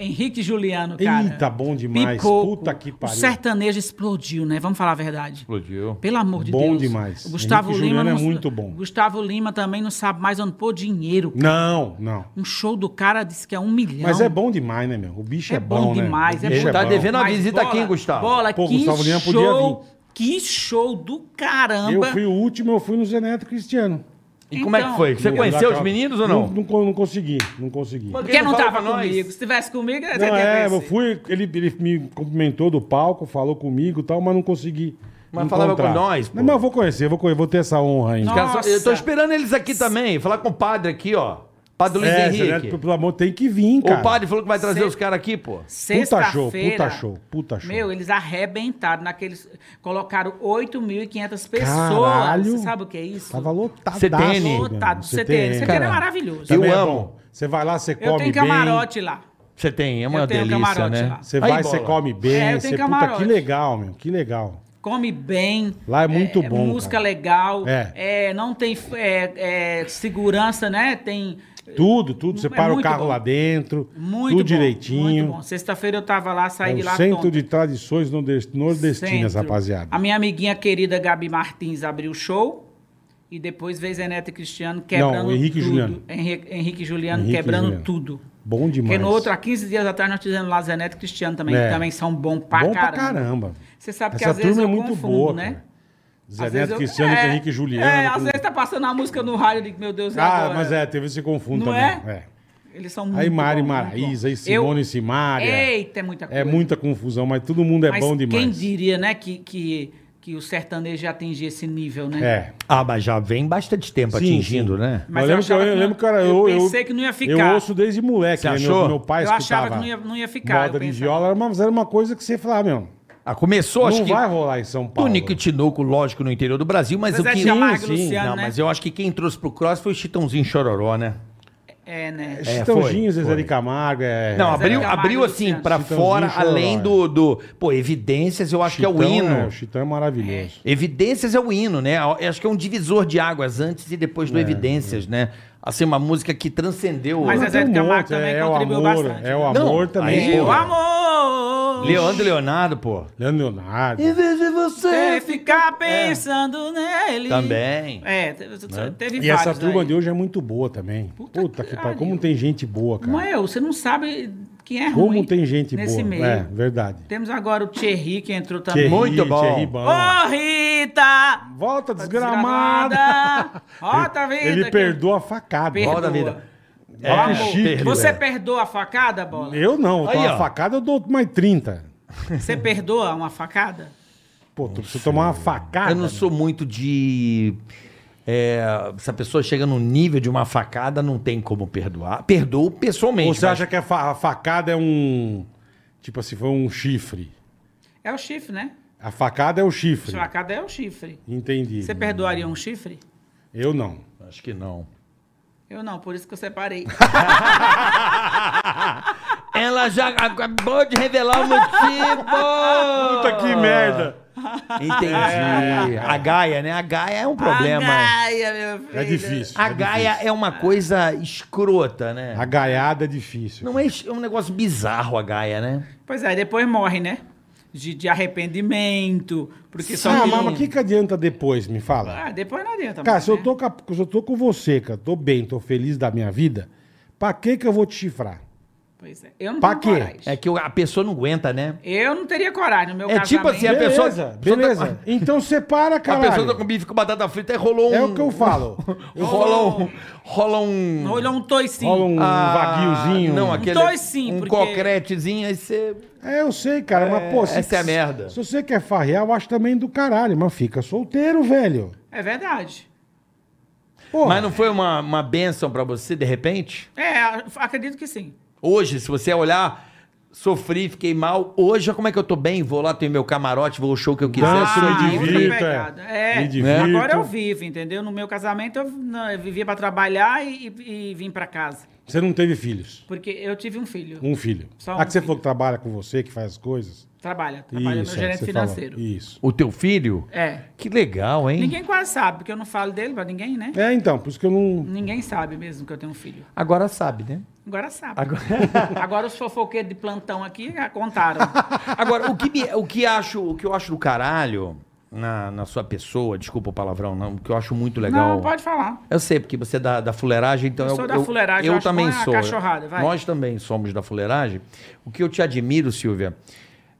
Speaker 5: Henrique Juliano, cara.
Speaker 3: Eita, bom demais.
Speaker 5: Pipoco.
Speaker 3: Puta que pariu.
Speaker 5: O sertanejo explodiu, né? Vamos falar a verdade.
Speaker 4: Explodiu.
Speaker 5: Pelo amor de
Speaker 3: É Bom
Speaker 5: Deus.
Speaker 3: demais.
Speaker 5: O Gustavo
Speaker 3: Henrique
Speaker 5: Lima
Speaker 3: Juliano é
Speaker 5: não-
Speaker 3: muito bom.
Speaker 5: Gustavo Lima também não sabe mais onde pôr dinheiro.
Speaker 3: Não, não.
Speaker 5: Um show do cara disse que é um milhão.
Speaker 3: Mas é bom demais, né, meu? O bicho é,
Speaker 5: É bom
Speaker 3: né?
Speaker 5: demais,
Speaker 3: O
Speaker 5: é
Speaker 3: bicho
Speaker 5: bom.
Speaker 4: Tá
Speaker 3: bom.
Speaker 4: devendo uma
Speaker 5: Mas
Speaker 4: visita
Speaker 5: bola-
Speaker 4: aqui, Gustavo.
Speaker 5: Bola,
Speaker 3: Pô,
Speaker 5: que
Speaker 3: Gustavo Lima podia
Speaker 5: show, que show do caramba.
Speaker 3: Eu fui o último, eu fui no Zeneto Cristiano.
Speaker 4: E como
Speaker 5: Então,
Speaker 4: é que foi? Você
Speaker 3: Não,
Speaker 4: conheceu os
Speaker 3: não,
Speaker 4: meninos ou não?
Speaker 3: Não, con- não consegui, não consegui.
Speaker 4: Por
Speaker 5: Porque não
Speaker 4: fala
Speaker 5: tava
Speaker 4: pra nós?
Speaker 5: comigo. Se tivesse comigo, você
Speaker 3: Não,
Speaker 5: tinha
Speaker 3: é, eu
Speaker 5: conhecido.
Speaker 3: fui, ele, ele me cumprimentou do palco, falou comigo e tal, mas não consegui.
Speaker 4: Mas
Speaker 3: encontrar.
Speaker 4: falava com nós, pô.
Speaker 3: Não, mas eu vou conhecer, eu vou, conhe- vou ter essa honra ainda.
Speaker 4: Os caras só- Eu tô
Speaker 5: Nossa.
Speaker 4: esperando eles aqui também. Falar com o padre aqui, ó. Padre Luiz
Speaker 3: é,
Speaker 4: Henrique.
Speaker 3: Zeneto, pelo amor, tem que vir, cara.
Speaker 4: O padre falou que vai trazer
Speaker 5: Cê-
Speaker 4: os caras aqui, pô.
Speaker 3: Puta show,
Speaker 5: Sexta-feira,
Speaker 3: puta show, puta show.
Speaker 5: Meu, eles arrebentaram naqueles. Colocaram 8.500 pessoas.
Speaker 3: Caralho.
Speaker 5: Você sabe o que é isso?
Speaker 3: Tava lotado.
Speaker 4: CTN.
Speaker 5: Lotado, CTN. CTN é maravilhoso.
Speaker 3: Também
Speaker 4: né? Eu
Speaker 3: é
Speaker 4: amo.
Speaker 3: bom. Você vai lá, você
Speaker 5: Eu
Speaker 3: come bem.
Speaker 5: tenho camarote lá.
Speaker 4: Você tem, é uma
Speaker 5: Eu tenho um
Speaker 4: delícia,
Speaker 5: camarote
Speaker 4: né?
Speaker 5: lá.
Speaker 3: Você
Speaker 4: Aí,
Speaker 3: vai,
Speaker 4: bola.
Speaker 3: você come
Speaker 5: É,
Speaker 3: bem.
Speaker 5: eu
Speaker 3: você, puta, que
Speaker 5: tenho camarote.
Speaker 3: legal, meu. Que legal.
Speaker 5: Come bem.
Speaker 3: Lá é muito bom,
Speaker 5: Música
Speaker 3: cara.
Speaker 5: legal.
Speaker 3: É.
Speaker 5: é, não tem é, é, segurança, né? Tem.
Speaker 3: Tudo, tudo. Você
Speaker 5: É
Speaker 3: para o
Speaker 5: muito
Speaker 3: carro
Speaker 5: bom.
Speaker 3: lá dentro.
Speaker 5: Muito
Speaker 3: tudo
Speaker 5: bom.
Speaker 3: direitinho.
Speaker 5: Muito bom. Sexta-feira eu tava lá, saí
Speaker 3: É
Speaker 5: de
Speaker 3: o
Speaker 5: lá.
Speaker 3: centro
Speaker 5: tonta.
Speaker 3: de tradições nordest- nordestinas,
Speaker 5: Centro.
Speaker 3: rapaziada.
Speaker 5: A minha amiguinha querida Gabi Martins abriu o show. E depois veio Zeneto e Cristiano quebrando
Speaker 3: Não, Henrique e
Speaker 5: tudo.
Speaker 3: Juliano.
Speaker 5: Henrique, Henrique e Juliano
Speaker 3: Henrique e
Speaker 5: quebrando
Speaker 3: Juliano.
Speaker 5: tudo.
Speaker 3: Bom demais.
Speaker 5: Porque no outro, é há 15 dias atrás, nós fizemos lá Zeneto e Cristiano também.
Speaker 3: É.
Speaker 5: que também são bons pra
Speaker 3: bom
Speaker 5: caramba.
Speaker 3: pra caramba.
Speaker 5: Você sabe que
Speaker 3: Essa
Speaker 5: às vezes
Speaker 3: turma
Speaker 5: eu
Speaker 3: é muito
Speaker 5: confundo,
Speaker 3: boa,
Speaker 5: né?
Speaker 3: cara. Zé
Speaker 5: Às
Speaker 3: Neto,
Speaker 5: vezes eu-
Speaker 3: Cristiano,
Speaker 5: é,
Speaker 3: Henrique e Juliano.
Speaker 5: É,
Speaker 3: tudo.
Speaker 5: às vezes tá passando a música no rádio, eu digo, meu Deus, e
Speaker 3: Ah,
Speaker 5: agora?
Speaker 3: mas é, teve esse confundo
Speaker 5: Não
Speaker 3: também.
Speaker 5: é? Eles são muito
Speaker 3: Aí Mari
Speaker 5: bons, muito
Speaker 3: Maraísa,
Speaker 5: bons.
Speaker 3: aí Simone e Simária.
Speaker 5: Eita, é muita coisa.
Speaker 3: É muita confusão, mas todo mundo é
Speaker 5: Mas
Speaker 3: bom demais.
Speaker 5: quem diria, né, que, que, que o sertanejo já atingia esse nível, né?
Speaker 3: É.
Speaker 4: Ah, mas já vem bastante tempo
Speaker 3: Sim,
Speaker 4: atingindo,
Speaker 3: sim.
Speaker 4: né?
Speaker 5: Mas
Speaker 3: eu
Speaker 5: eu
Speaker 3: lembro que eu,
Speaker 5: achava
Speaker 3: eu
Speaker 5: que
Speaker 3: lembro,
Speaker 5: não-
Speaker 3: cara,
Speaker 5: eu
Speaker 3: eu,
Speaker 5: pensei que não ia ficar.
Speaker 3: Eu ouço desde moleque,
Speaker 4: Você
Speaker 3: né?
Speaker 4: achou?
Speaker 3: Meu, meu pai
Speaker 5: Eu achava
Speaker 3: escutava
Speaker 5: que não ia, não ia ficar. eu
Speaker 3: moda de
Speaker 5: pensava.
Speaker 3: viola, mas era uma coisa que você falava, meu,
Speaker 4: Ah, começou, acho
Speaker 3: não
Speaker 4: que.
Speaker 3: vai rolar em São Paulo.
Speaker 4: Tunico e Tinoco, llouco, no interior do Brasil, mas,
Speaker 5: Mas
Speaker 4: o
Speaker 5: é
Speaker 4: que.
Speaker 5: de Camargo e
Speaker 4: Sim, sim.
Speaker 5: Luciano,
Speaker 4: não,
Speaker 5: né?
Speaker 4: mas eu acho que quem trouxe pro cross foi o Chitãozinho Chororó, né?
Speaker 5: É, né?
Speaker 3: Chitãozinho,
Speaker 4: foi,
Speaker 3: Zezé de
Speaker 4: foi.
Speaker 3: Camargo, é...
Speaker 4: Não,
Speaker 5: Zé
Speaker 4: abriu,
Speaker 5: Camargo
Speaker 4: abriu
Speaker 5: e
Speaker 4: assim,
Speaker 5: Luciano.
Speaker 4: pra
Speaker 3: Chitãozinho
Speaker 4: fora,
Speaker 3: Chororó,
Speaker 4: além
Speaker 3: é.
Speaker 4: do, do. Pô, evidências, eu acho que é o hino.
Speaker 3: É, o Chitão é maravilhoso.
Speaker 4: Evidências é o hino, né? Eu Acho que é um divisor de águas antes e depois do Evidências, né? Assim, uma música que transcendeu.
Speaker 5: Mas
Speaker 3: Mas
Speaker 5: Zezé
Speaker 3: tem
Speaker 5: de
Speaker 3: um
Speaker 5: Camargo
Speaker 3: monte,
Speaker 5: também
Speaker 3: é, o
Speaker 5: contribuiu
Speaker 3: amor,
Speaker 5: bastante,
Speaker 3: É o
Speaker 4: né?
Speaker 3: amor
Speaker 4: Não,
Speaker 3: também.
Speaker 4: aí-
Speaker 5: Meu
Speaker 3: pô.
Speaker 5: amor!
Speaker 4: Leandro e Leonardo, pô.
Speaker 3: Leandro Leonardo.
Speaker 4: Em vez de
Speaker 5: Você
Speaker 4: você. é
Speaker 5: ficar pensando nele.
Speaker 4: Também. Né?
Speaker 5: É, te- te- teve
Speaker 3: E essa
Speaker 5: vários
Speaker 3: turma
Speaker 5: aí.
Speaker 3: de hoje é muito boa também. Puta,
Speaker 5: Puta
Speaker 3: que
Speaker 5: que
Speaker 3: pariu. Como
Speaker 5: pariu.
Speaker 3: tem gente boa, um cara.
Speaker 5: Mas é você não sabe quem é
Speaker 3: Como
Speaker 5: ruim
Speaker 3: tem gente
Speaker 5: nesse
Speaker 3: boa.
Speaker 5: meio.
Speaker 3: É, verdade.
Speaker 5: Temos agora o Thierry que entrou
Speaker 3: Thierry,
Speaker 5: também. Ô,
Speaker 4: Muito bom.
Speaker 3: Thierry Bão.
Speaker 5: Rita!
Speaker 3: Volta
Speaker 5: Tá
Speaker 3: desgramada.
Speaker 5: desgramada. Rota a vida.
Speaker 3: Ele
Speaker 5: que-
Speaker 3: perdoa a facada.
Speaker 5: Perdoa.
Speaker 4: Roda a vida.
Speaker 3: Olha que chique,
Speaker 4: perdoa.
Speaker 5: Você perdoa a facada, Bola?
Speaker 3: Eu não, eu
Speaker 4: Aí,
Speaker 3: tomo uma
Speaker 4: ó.
Speaker 3: facada, eu dou mais 30.
Speaker 5: Você perdoa uma facada?
Speaker 3: Pô, tu precisa tomar uma facada.
Speaker 4: Eu não sou muito de. é, se a pessoa chega num nível de uma facada, não tem como perdoar. Perdoo
Speaker 3: né?
Speaker 4: pessoalmente.
Speaker 3: Ou você
Speaker 4: mas-
Speaker 3: acha que a, fa- a facada é um. Tipo assim, foi um chifre.
Speaker 5: É o chifre, né?
Speaker 3: A facada é o chifre.
Speaker 5: Facada é o chifre.
Speaker 3: Entendi.
Speaker 5: Você perdoaria um chifre?
Speaker 3: Eu não.
Speaker 4: Acho que não.
Speaker 5: Eu não, por isso que
Speaker 4: [laughs]
Speaker 5: eu separei.
Speaker 4: Ela já acabou de revelar o motivo!
Speaker 3: Puta que merda!
Speaker 4: [laughs] Entendi. A Gaia, né? A Gaia é um problema.
Speaker 5: Agaia, meu filho.
Speaker 3: É difícil.
Speaker 4: A
Speaker 3: é
Speaker 4: Gaia é uma coisa escrota, né?
Speaker 3: A gaiada é difícil.
Speaker 4: Não é, es- é um negócio bizarro a Gaia, né?
Speaker 5: Pois é, depois morre, né? De, de arrependimento. Porque só.
Speaker 3: ah,
Speaker 5: que-
Speaker 3: mas o que, que adianta depois, me fala?
Speaker 5: Ah, depois não adianta.
Speaker 3: Cara,
Speaker 5: mais,
Speaker 3: se eu,
Speaker 5: né?
Speaker 3: tô com a- se eu tô com você, cara, tô bem, tô feliz da minha vida, pra que que eu vou te chifrar?
Speaker 5: Pois é. Eu não
Speaker 3: Pra
Speaker 5: tenho
Speaker 3: quê?
Speaker 5: coragem.
Speaker 4: É que o- a pessoa não aguenta, né?
Speaker 5: Eu não teria coragem no meu
Speaker 4: É
Speaker 5: casamento.
Speaker 4: tipo assim, a pessoa-
Speaker 3: Beleza,
Speaker 4: pessoa tá-
Speaker 3: beleza.
Speaker 4: [laughs]
Speaker 3: Então separa, cara.
Speaker 4: A pessoa tá com bife com batata frita e rolou um.
Speaker 3: É o que eu
Speaker 4: [laughs]
Speaker 3: falo.
Speaker 4: rola um. Rola um.
Speaker 5: Olha um toicinho.
Speaker 3: Rola um
Speaker 4: ah,
Speaker 3: vaguiozinho.
Speaker 4: Não, aquele.
Speaker 5: dois sim,
Speaker 4: um
Speaker 5: porque-
Speaker 4: concretezinho, aí você.
Speaker 3: É, eu sei, cara, mas pô...
Speaker 4: essa é a merda.
Speaker 3: Se você quer farrear, eu acho também do caralho, mas fica solteiro, velho.
Speaker 5: É verdade.
Speaker 3: Pô,
Speaker 4: Mas não foi uma, uma benção pra você, de repente?
Speaker 5: É, a- acredito que sim.
Speaker 4: Hoje, se você olhar, sofri, fiquei mal. Hoje, como é que eu tô bem? Vou lá, tenho meu camarote, vou ao show que eu quiser,
Speaker 3: Danço,
Speaker 4: sou
Speaker 3: me
Speaker 5: Ah, outra
Speaker 4: livre.
Speaker 3: divirto, é.
Speaker 5: pegada. É,
Speaker 3: Me divirto.
Speaker 5: agora eu vivo, entendeu? No meu casamento eu, não, eu vivia pra trabalhar e, e- e vim pra casa.
Speaker 3: Você não teve filhos?
Speaker 5: Porque eu tive um filho.
Speaker 3: Um filho.
Speaker 5: Só
Speaker 3: ah,
Speaker 5: um
Speaker 3: que você
Speaker 5: filho.
Speaker 3: falou que trabalha com você, que faz as coisas.
Speaker 5: Trabalha, trabalha
Speaker 3: Isso,
Speaker 5: no
Speaker 3: é,
Speaker 5: gerente
Speaker 3: você falou.
Speaker 5: financeiro.
Speaker 3: Isso.
Speaker 4: O teu filho?
Speaker 5: É.
Speaker 4: Que legal, hein?
Speaker 5: Ninguém quase sabe, porque eu não falo dele pra ninguém, né?
Speaker 3: É, então, por isso que eu não.
Speaker 5: Ninguém sabe mesmo que eu tenho um filho.
Speaker 4: Agora sabe, né?
Speaker 5: Agora sabe.
Speaker 4: Agora-
Speaker 5: [laughs] Agora os fofoqueiros de plantão aqui
Speaker 3: [laughs]
Speaker 5: já contaram.
Speaker 4: Agora, o que, me- o que, acho, o que eu acho do caralho na, na sua pessoa, desculpa o palavrão, não, o que eu acho muito legal.
Speaker 5: Não, pode falar.
Speaker 4: Eu sei, porque você é da, da fuleiragem, então
Speaker 5: Eu sou da fuleiragem,
Speaker 4: eu,
Speaker 5: eu acho
Speaker 4: também
Speaker 5: bom a
Speaker 4: sou.
Speaker 5: cachorrada, vai.
Speaker 4: Nós também somos da fuleiragem. O que eu te admiro, Silvia,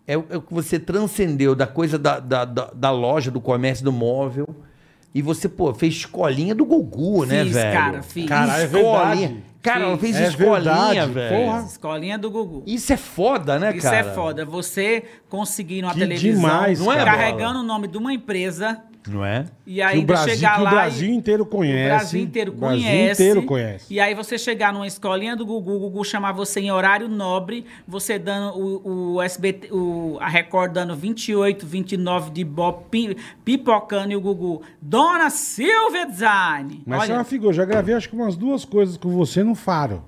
Speaker 4: é o é o que você transcendeu da coisa da, da, da- da loja, do comércio, do móvel. E você, pô, fez escolinha do Gugu, né,
Speaker 5: Fiz,
Speaker 4: velho?
Speaker 5: cara, fiz.
Speaker 3: Cara, é verdade.
Speaker 4: Cara, ela fez
Speaker 5: Fiz.
Speaker 3: É
Speaker 4: escolinha,
Speaker 3: verdade,
Speaker 4: velho.
Speaker 3: porra.
Speaker 5: É, Escolinha do Gugu.
Speaker 4: Isso é foda, né,
Speaker 5: Isso
Speaker 4: cara?
Speaker 5: é foda. Você conseguir numa
Speaker 3: Que
Speaker 5: televisão,
Speaker 3: demais,
Speaker 4: Não é, cara.
Speaker 5: carregando o nome de uma empresa
Speaker 4: Não é?
Speaker 5: e
Speaker 3: Que
Speaker 5: ainda
Speaker 3: o Brasil,
Speaker 5: chegar
Speaker 3: que
Speaker 5: lá
Speaker 3: o Brasil
Speaker 5: e...
Speaker 3: inteiro
Speaker 5: o
Speaker 3: conhece.
Speaker 5: Brasil inteiro
Speaker 3: O
Speaker 5: conhece.
Speaker 3: Brasil inteiro conhece.
Speaker 5: E aí você chegar numa escolinha do Gugu, o Gugu chamar você em horário nobre, você dando o, o SBT, o, a Record dando 28, 29 de bop, pipocando e o Gugu. Dona Silvia Design!
Speaker 3: Mas você é
Speaker 5: Olha,
Speaker 3: uma figura. Eu já gravei acho que umas duas coisas com você no faro.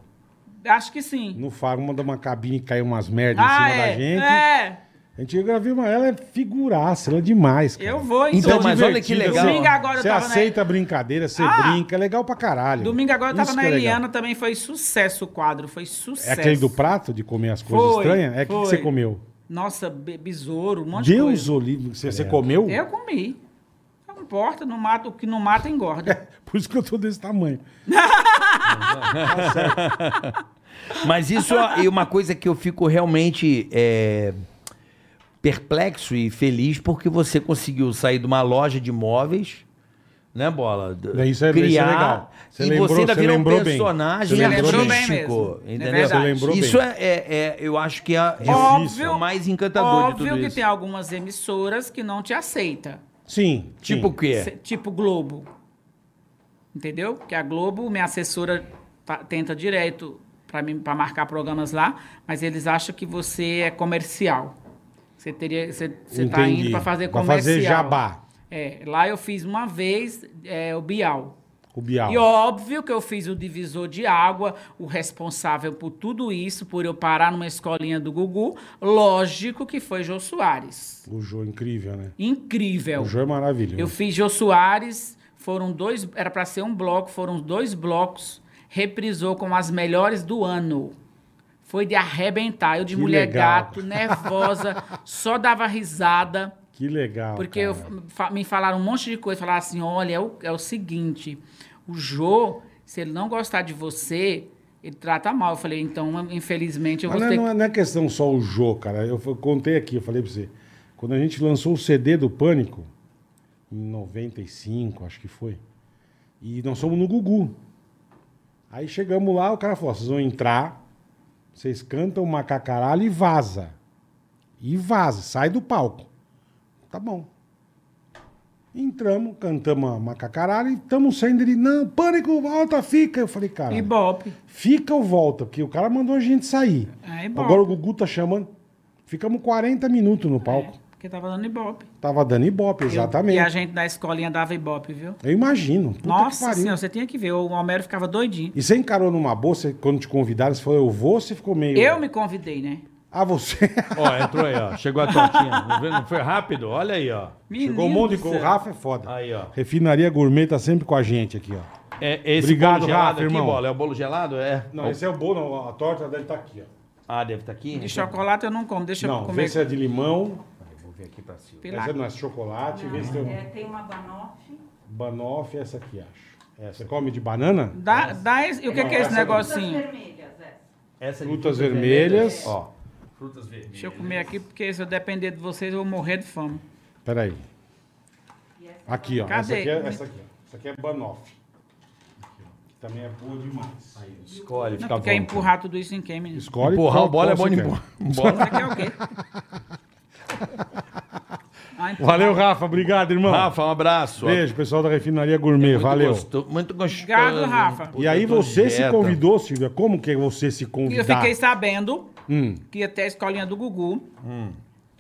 Speaker 5: acho que sim.
Speaker 3: No faro, uma de uma cabine que caiu umas merdas em
Speaker 5: Ah,
Speaker 3: cima da
Speaker 5: é,
Speaker 3: gente.
Speaker 5: é.
Speaker 3: A gente gravei uma. Ela é figuraça, ela é demais. Cara.
Speaker 5: Eu vou, então.
Speaker 4: Então,
Speaker 3: É
Speaker 4: mas olha que
Speaker 3: divertido,
Speaker 4: legal.
Speaker 3: você-
Speaker 5: Domingo agora eu
Speaker 3: Você
Speaker 5: tava na-
Speaker 3: aceita a brincadeira, você
Speaker 5: Ah!
Speaker 3: brinca. É legal pra caralho.
Speaker 5: Domingo agora eu tava
Speaker 3: Isso
Speaker 5: na
Speaker 3: que é legal.
Speaker 5: Eliana, também foi sucesso o quadro, foi sucesso.
Speaker 3: É aquele do prato de comer as coisas
Speaker 5: Foi,
Speaker 3: estranhas? É o que que
Speaker 5: foi.
Speaker 3: você comeu?
Speaker 5: Nossa, be- besouro, um monte
Speaker 3: Deus
Speaker 5: de coisa.
Speaker 3: olivo, você, você comeu?
Speaker 5: Eu comi. Não importa, não mata, o que não
Speaker 4: [laughs]
Speaker 5: mata engorda.
Speaker 3: Por isso que eu tô desse tamanho.
Speaker 4: Mas isso é uma coisa que eu fico realmente é, perplexo e feliz porque você conseguiu sair de uma loja de móveis, né, Bola? D-
Speaker 3: É, isso é- isso é legal. Você
Speaker 4: e
Speaker 3: lembrou-
Speaker 4: você ainda
Speaker 3: você
Speaker 4: virou um
Speaker 3: lembrou bem.
Speaker 4: personagem
Speaker 3: Você
Speaker 5: lembrou bem
Speaker 4: artístico,
Speaker 5: mesmo. É
Speaker 4: entendeu?
Speaker 5: verdade. Você
Speaker 3: lembrou
Speaker 4: isso
Speaker 3: bem.
Speaker 4: É, é- é- eu acho que é, é
Speaker 5: Óbvio,
Speaker 4: o mais encantador
Speaker 5: óbvio
Speaker 4: de Tá tudo
Speaker 5: que
Speaker 4: isso.
Speaker 5: tem algumas emissoras que não te aceita.
Speaker 3: Sim.
Speaker 4: Tipo o
Speaker 3: sim.
Speaker 4: quê?
Speaker 5: Se- Tipo Globo. Entendeu? Que a Globo, minha assessora tá- tenta direto para mim para marcar programas lá, mas eles acham que você é comercial. Você teria, você, você tá
Speaker 3: Entendi.
Speaker 5: indo para fazer
Speaker 3: Pra
Speaker 5: comercial.
Speaker 3: fazer jabá.
Speaker 5: É, lá eu fiz uma vez é, o Bial.
Speaker 3: O Bial.
Speaker 5: E óbvio que eu fiz o divisor de água, o responsável por tudo isso, por eu parar numa escolinha do Gugu, lógico que foi Jô Soares.
Speaker 3: O Jô, é incrível, né?
Speaker 5: Incrível.
Speaker 3: O Jô é maravilhoso.
Speaker 5: Eu fiz Jô Soares, foram dois, era pra ser um bloco, foram dois blocos, reprisou com as melhores do ano. Foi de arrebentar, eu de
Speaker 3: Que
Speaker 5: mulher
Speaker 3: legal.
Speaker 5: gato,
Speaker 3: [laughs]
Speaker 5: nervosa, só dava risada,
Speaker 3: Que legal.
Speaker 5: porque
Speaker 3: cara.
Speaker 5: eu- fa- me falaram um monte de coisa, falaram assim, olha, é o, é o seguinte, o Jô, se ele não gostar de você, ele trata mal. Eu falei, então, infelizmente, eu
Speaker 3: Mas
Speaker 5: vou
Speaker 3: não, é-
Speaker 5: ter
Speaker 3: não é,
Speaker 5: que...
Speaker 3: não é questão só o Jô, cara. Eu f- contei aqui, eu falei pra você. Quando a gente lançou o CD do Pânico, em 95, acho que foi. E nós fomos no Gugu. Aí chegamos lá, o cara falou: vocês vão entrar, vocês cantam uma cacaralho e vaza. E vaza, sai do palco. Tá bom. Entramos, cantamos uma cacaralho e estamos saindo. Ele, não, pânico, volta, fica. Eu falei, cara.
Speaker 5: Ibope.
Speaker 3: Fica ou volta, porque o cara mandou a gente sair.
Speaker 5: É, Ibope.
Speaker 3: Agora o Gugu tá chamando. Ficamos 40 minutos no palco.
Speaker 5: É, Porque tava dando Ibope.
Speaker 3: Tava dando ibope,
Speaker 5: É. Eu-
Speaker 3: exatamente.
Speaker 5: E
Speaker 3: Eu,
Speaker 5: a gente da escolinha dava Ibope, viu?
Speaker 3: imagino. Puta que
Speaker 5: Nossa
Speaker 3: pariu.
Speaker 5: senhora, você tinha que ver. O Homero ficava doidinho.
Speaker 3: E você encarou numa bolsa, quando te convidaram, você falou, eu é. vou, você ficou meio.
Speaker 5: Eu me convidei, né?
Speaker 3: Ah,
Speaker 5: [laughs]
Speaker 3: você.
Speaker 4: Ó, entrou aí, ó. Chegou a tortinha. Não vê- Não foi rápido? Olha aí, ó.
Speaker 5: Menino
Speaker 3: Chegou um monte de
Speaker 5: do
Speaker 3: coisa. O
Speaker 5: céu.
Speaker 3: Rafa é foda.
Speaker 4: Aí, ó.
Speaker 3: Refinaria Gourmet tá sempre com a gente aqui, ó.
Speaker 4: É, esse
Speaker 3: Obrigado,
Speaker 4: bolo gelado
Speaker 3: Rafa,
Speaker 4: aqui,
Speaker 3: irmão.
Speaker 4: Bola? É o bolo gelado? É.
Speaker 3: Não, esse é o bolo, não. A torta deve estar aqui, ó.
Speaker 4: Ah, deve estar aqui?
Speaker 5: De chocolate eu não Tipo, como. Deixa eu
Speaker 3: Não,
Speaker 5: comer.
Speaker 3: vê se é de limão,
Speaker 4: Vou ver aqui pra cima.
Speaker 5: Pela-
Speaker 3: essa não é chocolate, vê se tem um
Speaker 6: É, tem uma banoffee.
Speaker 3: banoffee, essa aqui, acho. É, você come de banana?
Speaker 5: Dá, dá esse... O que, que é esse
Speaker 3: essa-
Speaker 6: Frutas
Speaker 5: negocinho?
Speaker 6: vermelhas, essa.
Speaker 4: Essa é de
Speaker 3: Frutas vermelhas.
Speaker 4: Ó. Frutas vermelhas.
Speaker 5: Deixa eu comer aqui, porque se eu depender de vocês, eu vou morrer de fome.
Speaker 3: Peraí. Aqui, ó. Essa
Speaker 5: Cadê?
Speaker 3: aqui, é, essa aqui, ó. Essa aqui é banoff. Também é boa demais.
Speaker 4: Escolhe,
Speaker 5: Não,
Speaker 4: fica
Speaker 5: tu
Speaker 4: bom.
Speaker 5: quer empurrar tudo isso em quem, menino?
Speaker 3: Escolhe
Speaker 4: Empurrar
Speaker 3: qual-
Speaker 4: o bola é bom
Speaker 3: qual
Speaker 4: de
Speaker 3: você
Speaker 4: empurrar.
Speaker 5: Isso
Speaker 4: Bola.
Speaker 5: aqui é o quê? Ah,
Speaker 3: quer.
Speaker 5: então.
Speaker 3: Valeu, Rafa. Obrigado, irmão.
Speaker 4: Rafa, um abraço.
Speaker 3: Beijo, pessoal da Refinaria Gourmet.
Speaker 4: Muito
Speaker 3: Valeu.
Speaker 4: gosto- muito gostoso.
Speaker 5: Obrigado, Rafa.
Speaker 4: Puta,
Speaker 3: E aí
Speaker 4: eu tô
Speaker 3: você se
Speaker 4: dieta.
Speaker 3: convidou, Silvia. Como que você se
Speaker 5: E
Speaker 3: convidou?
Speaker 5: eu fiquei sabendo que ia até a escolinha do Gugu.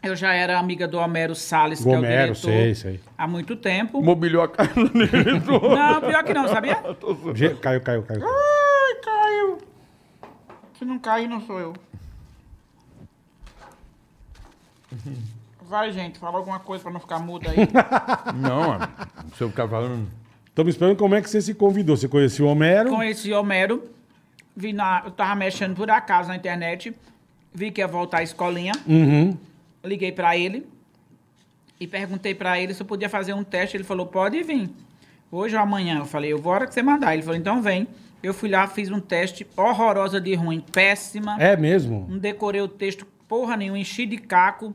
Speaker 5: Eu já era amiga do Homero Salles, que é o
Speaker 3: Homero,
Speaker 5: diretor,
Speaker 3: sei, sei.
Speaker 5: há muito tempo.
Speaker 4: Mobiliou a casa dele.
Speaker 5: Não, pior que não, sabia?
Speaker 3: Ge- Caiu, caiu, caiu.
Speaker 5: Ai, caiu. Se não cair, não sou eu. Vai, gente, fala alguma coisa pra não ficar muda aí.
Speaker 4: Não, mano. Se eu ficar falando.
Speaker 3: Estamos esperando como é que você se convidou. Você conheceu o Homero?
Speaker 5: Conheci Homero, vi na, eu tava mexendo por acaso na internet, vi que ia voltar à escolinha,
Speaker 3: Uhum.
Speaker 5: liguei pra ele e perguntei pra ele se eu podia fazer um teste. Ele falou, pode vir. Hoje ou amanhã. Eu falei, eu vou a hora que você mandar. Ele falou, então vem. Eu fui lá, fiz um teste horrorosa de ruim, péssima.
Speaker 3: É mesmo?
Speaker 5: Não decorei o texto porra nenhuma, enchi de caco.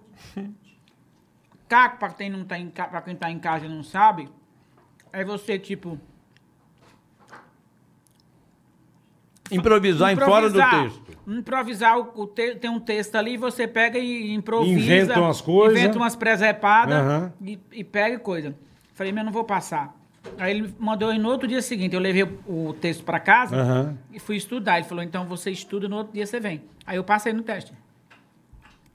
Speaker 5: Caco, pra quem, não tá em, ca- pra quem tá em casa e não sabe, é você, tipo,
Speaker 4: Improvisar, em fora do
Speaker 5: improvisar.
Speaker 4: texto.
Speaker 5: Improvisar, o, o te- tem um texto ali, você pega e improvisa.
Speaker 3: Inventa umas coisas.
Speaker 5: Inventa umas presepadas
Speaker 3: Aham.
Speaker 5: e, e pega e coisa. Falei, mas eu não vou passar. Aí ele mandou e no outro dia seguinte, eu levei o, o texto pra casa
Speaker 3: Aham.
Speaker 5: e fui estudar. Ele falou, então você estuda, no outro dia você vem. Aí eu passei no teste.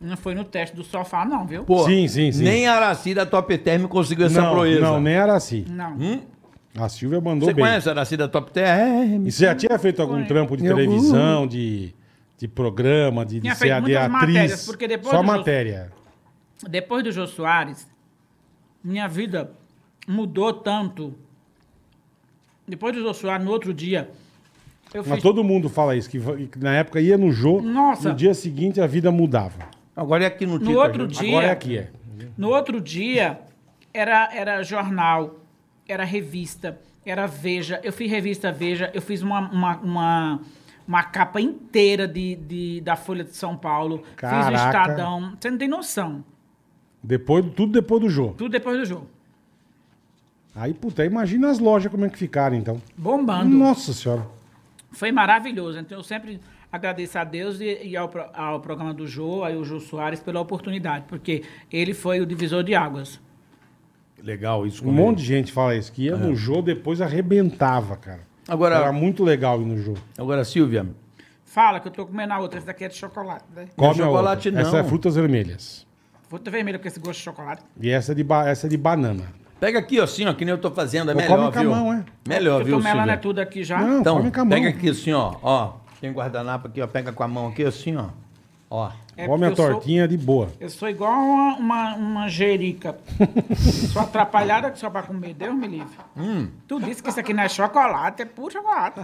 Speaker 5: Não foi no teste do sofá, não, viu?
Speaker 4: Pô,
Speaker 3: Sim, sim, sim.
Speaker 4: nem a Aracida Top Term conseguiu essa
Speaker 3: não,
Speaker 4: proeza.
Speaker 3: não, nem era assim.
Speaker 5: Não.
Speaker 3: A Silvia mandou
Speaker 4: Você
Speaker 3: bem.
Speaker 4: conhece a Aracida Top Term? É,
Speaker 3: E você já tinha feito algum
Speaker 5: Conheço.
Speaker 3: trampo de
Speaker 4: Em algum-
Speaker 3: televisão, de, de programa, de, de
Speaker 5: Tinha
Speaker 3: ser
Speaker 5: feito
Speaker 3: a- de
Speaker 5: muitas
Speaker 3: atriz?
Speaker 5: matérias, porque depois
Speaker 3: Só
Speaker 5: dos-
Speaker 3: matéria.
Speaker 5: Depois do Jô Soares, minha vida mudou tanto. Depois do Jô Soares, no outro dia, eu
Speaker 3: Mas
Speaker 5: fiz...
Speaker 3: todo mundo fala isso, que va- que na época ia no Jô,
Speaker 5: Nossa.
Speaker 3: no dia seguinte a vida mudava.
Speaker 4: Agora é aqui no Tito.
Speaker 5: outro
Speaker 4: gente.
Speaker 5: dia-
Speaker 3: Agora é aqui, é.
Speaker 5: No outro dia, era, era jornal, era revista, era Veja. Eu fiz revista Veja, eu fiz uma, uma, uma, uma capa inteira de, de- da Folha de São Paulo.
Speaker 3: Caraca.
Speaker 5: Fiz o Estadão. Você não tem noção.
Speaker 3: Depois, tudo depois do Jô.
Speaker 5: Tudo depois do jogo.
Speaker 3: Aí, puta, imagina as lojas como é que ficaram, então.
Speaker 5: Bombando.
Speaker 3: Nossa senhora.
Speaker 5: Foi maravilhoso. Então, eu sempre agradeço a Deus e, e ao, pro- ao programa do Jô, ao Jô Soares, pela oportunidade, porque ele foi o divisor de águas.
Speaker 4: Legal isso.
Speaker 3: Um monte de gente fala isso, que ia no Jô, depois arrebentava, cara.
Speaker 4: Agora-
Speaker 3: Era muito legal ir no Jô.
Speaker 4: Agora, Silvia,
Speaker 5: Fala que eu tô comendo a outra, essa daqui é de chocolate, né?
Speaker 3: Come a
Speaker 4: chocolate
Speaker 3: outra.
Speaker 4: não.
Speaker 3: Essa é frutas vermelhas.
Speaker 5: Vou ter vermelha com esse gosto de chocolate.
Speaker 3: E essa é de, ba- essa é de banana.
Speaker 4: pega aqui, ó, assim, ó, que nem eu tô fazendo. É
Speaker 3: Pô,
Speaker 4: melhor,
Speaker 3: come com a
Speaker 4: viu?
Speaker 3: mão, é.
Speaker 4: Melhor,
Speaker 5: eu
Speaker 4: viu,
Speaker 5: tô melando é
Speaker 4: Silvia?
Speaker 5: tudo aqui já.
Speaker 3: Não.
Speaker 4: Então,
Speaker 3: Come com a mão.
Speaker 4: pega aqui assim, ó. Ó, tem guardanapo aqui, ó. Pega com a mão aqui, assim, ó. Ó.
Speaker 5: É
Speaker 3: Come a
Speaker 5: porque eu sou-
Speaker 3: tortinha de boa.
Speaker 5: eu sou igual uma, uma, uma jerica.
Speaker 3: [laughs]
Speaker 5: sou atrapalhada só pra comer. Deus me livre.
Speaker 3: Hum.
Speaker 5: Tu disse que isso aqui não é chocolate, é puro
Speaker 3: [laughs]
Speaker 5: chocolate.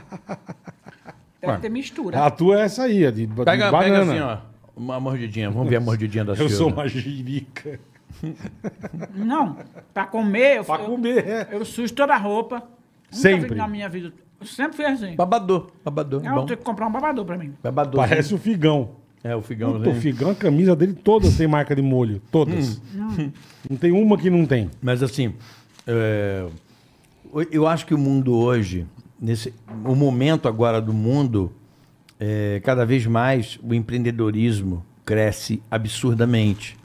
Speaker 5: Deve
Speaker 4: Ué.
Speaker 5: ter mistura.
Speaker 3: A tua é essa aí, é de, ba- de
Speaker 4: Pega, pega
Speaker 3: banana.
Speaker 4: assim, ó. Uma mordidinha. Vamos ver a mordidinha da
Speaker 3: Eu
Speaker 4: Silvia.
Speaker 3: sou uma jirica.
Speaker 5: Não, pra comer... Eu,
Speaker 3: Pra
Speaker 5: eu-
Speaker 3: comer, é.
Speaker 5: Eu sujo toda a roupa. Nunca
Speaker 3: Sempre.
Speaker 5: vi Na minha vida. Eu sempre fui assim.
Speaker 4: Babador. Babador.
Speaker 3: É
Speaker 5: Eu
Speaker 4: bom.
Speaker 5: tenho que comprar um babador pra mim.
Speaker 4: Babador.
Speaker 3: Parece o Figão.
Speaker 4: É, o figão.
Speaker 3: Puta, o Figão, a camisa dele todas tem marca de molho.
Speaker 4: Hum.
Speaker 3: Todas. Não tem uma que não tem.
Speaker 4: Mas assim, é, eu- eu acho que o mundo hoje, nesse, o momento agora do mundo, é, cada vez mais o empreendedorismo cresce absurdamente.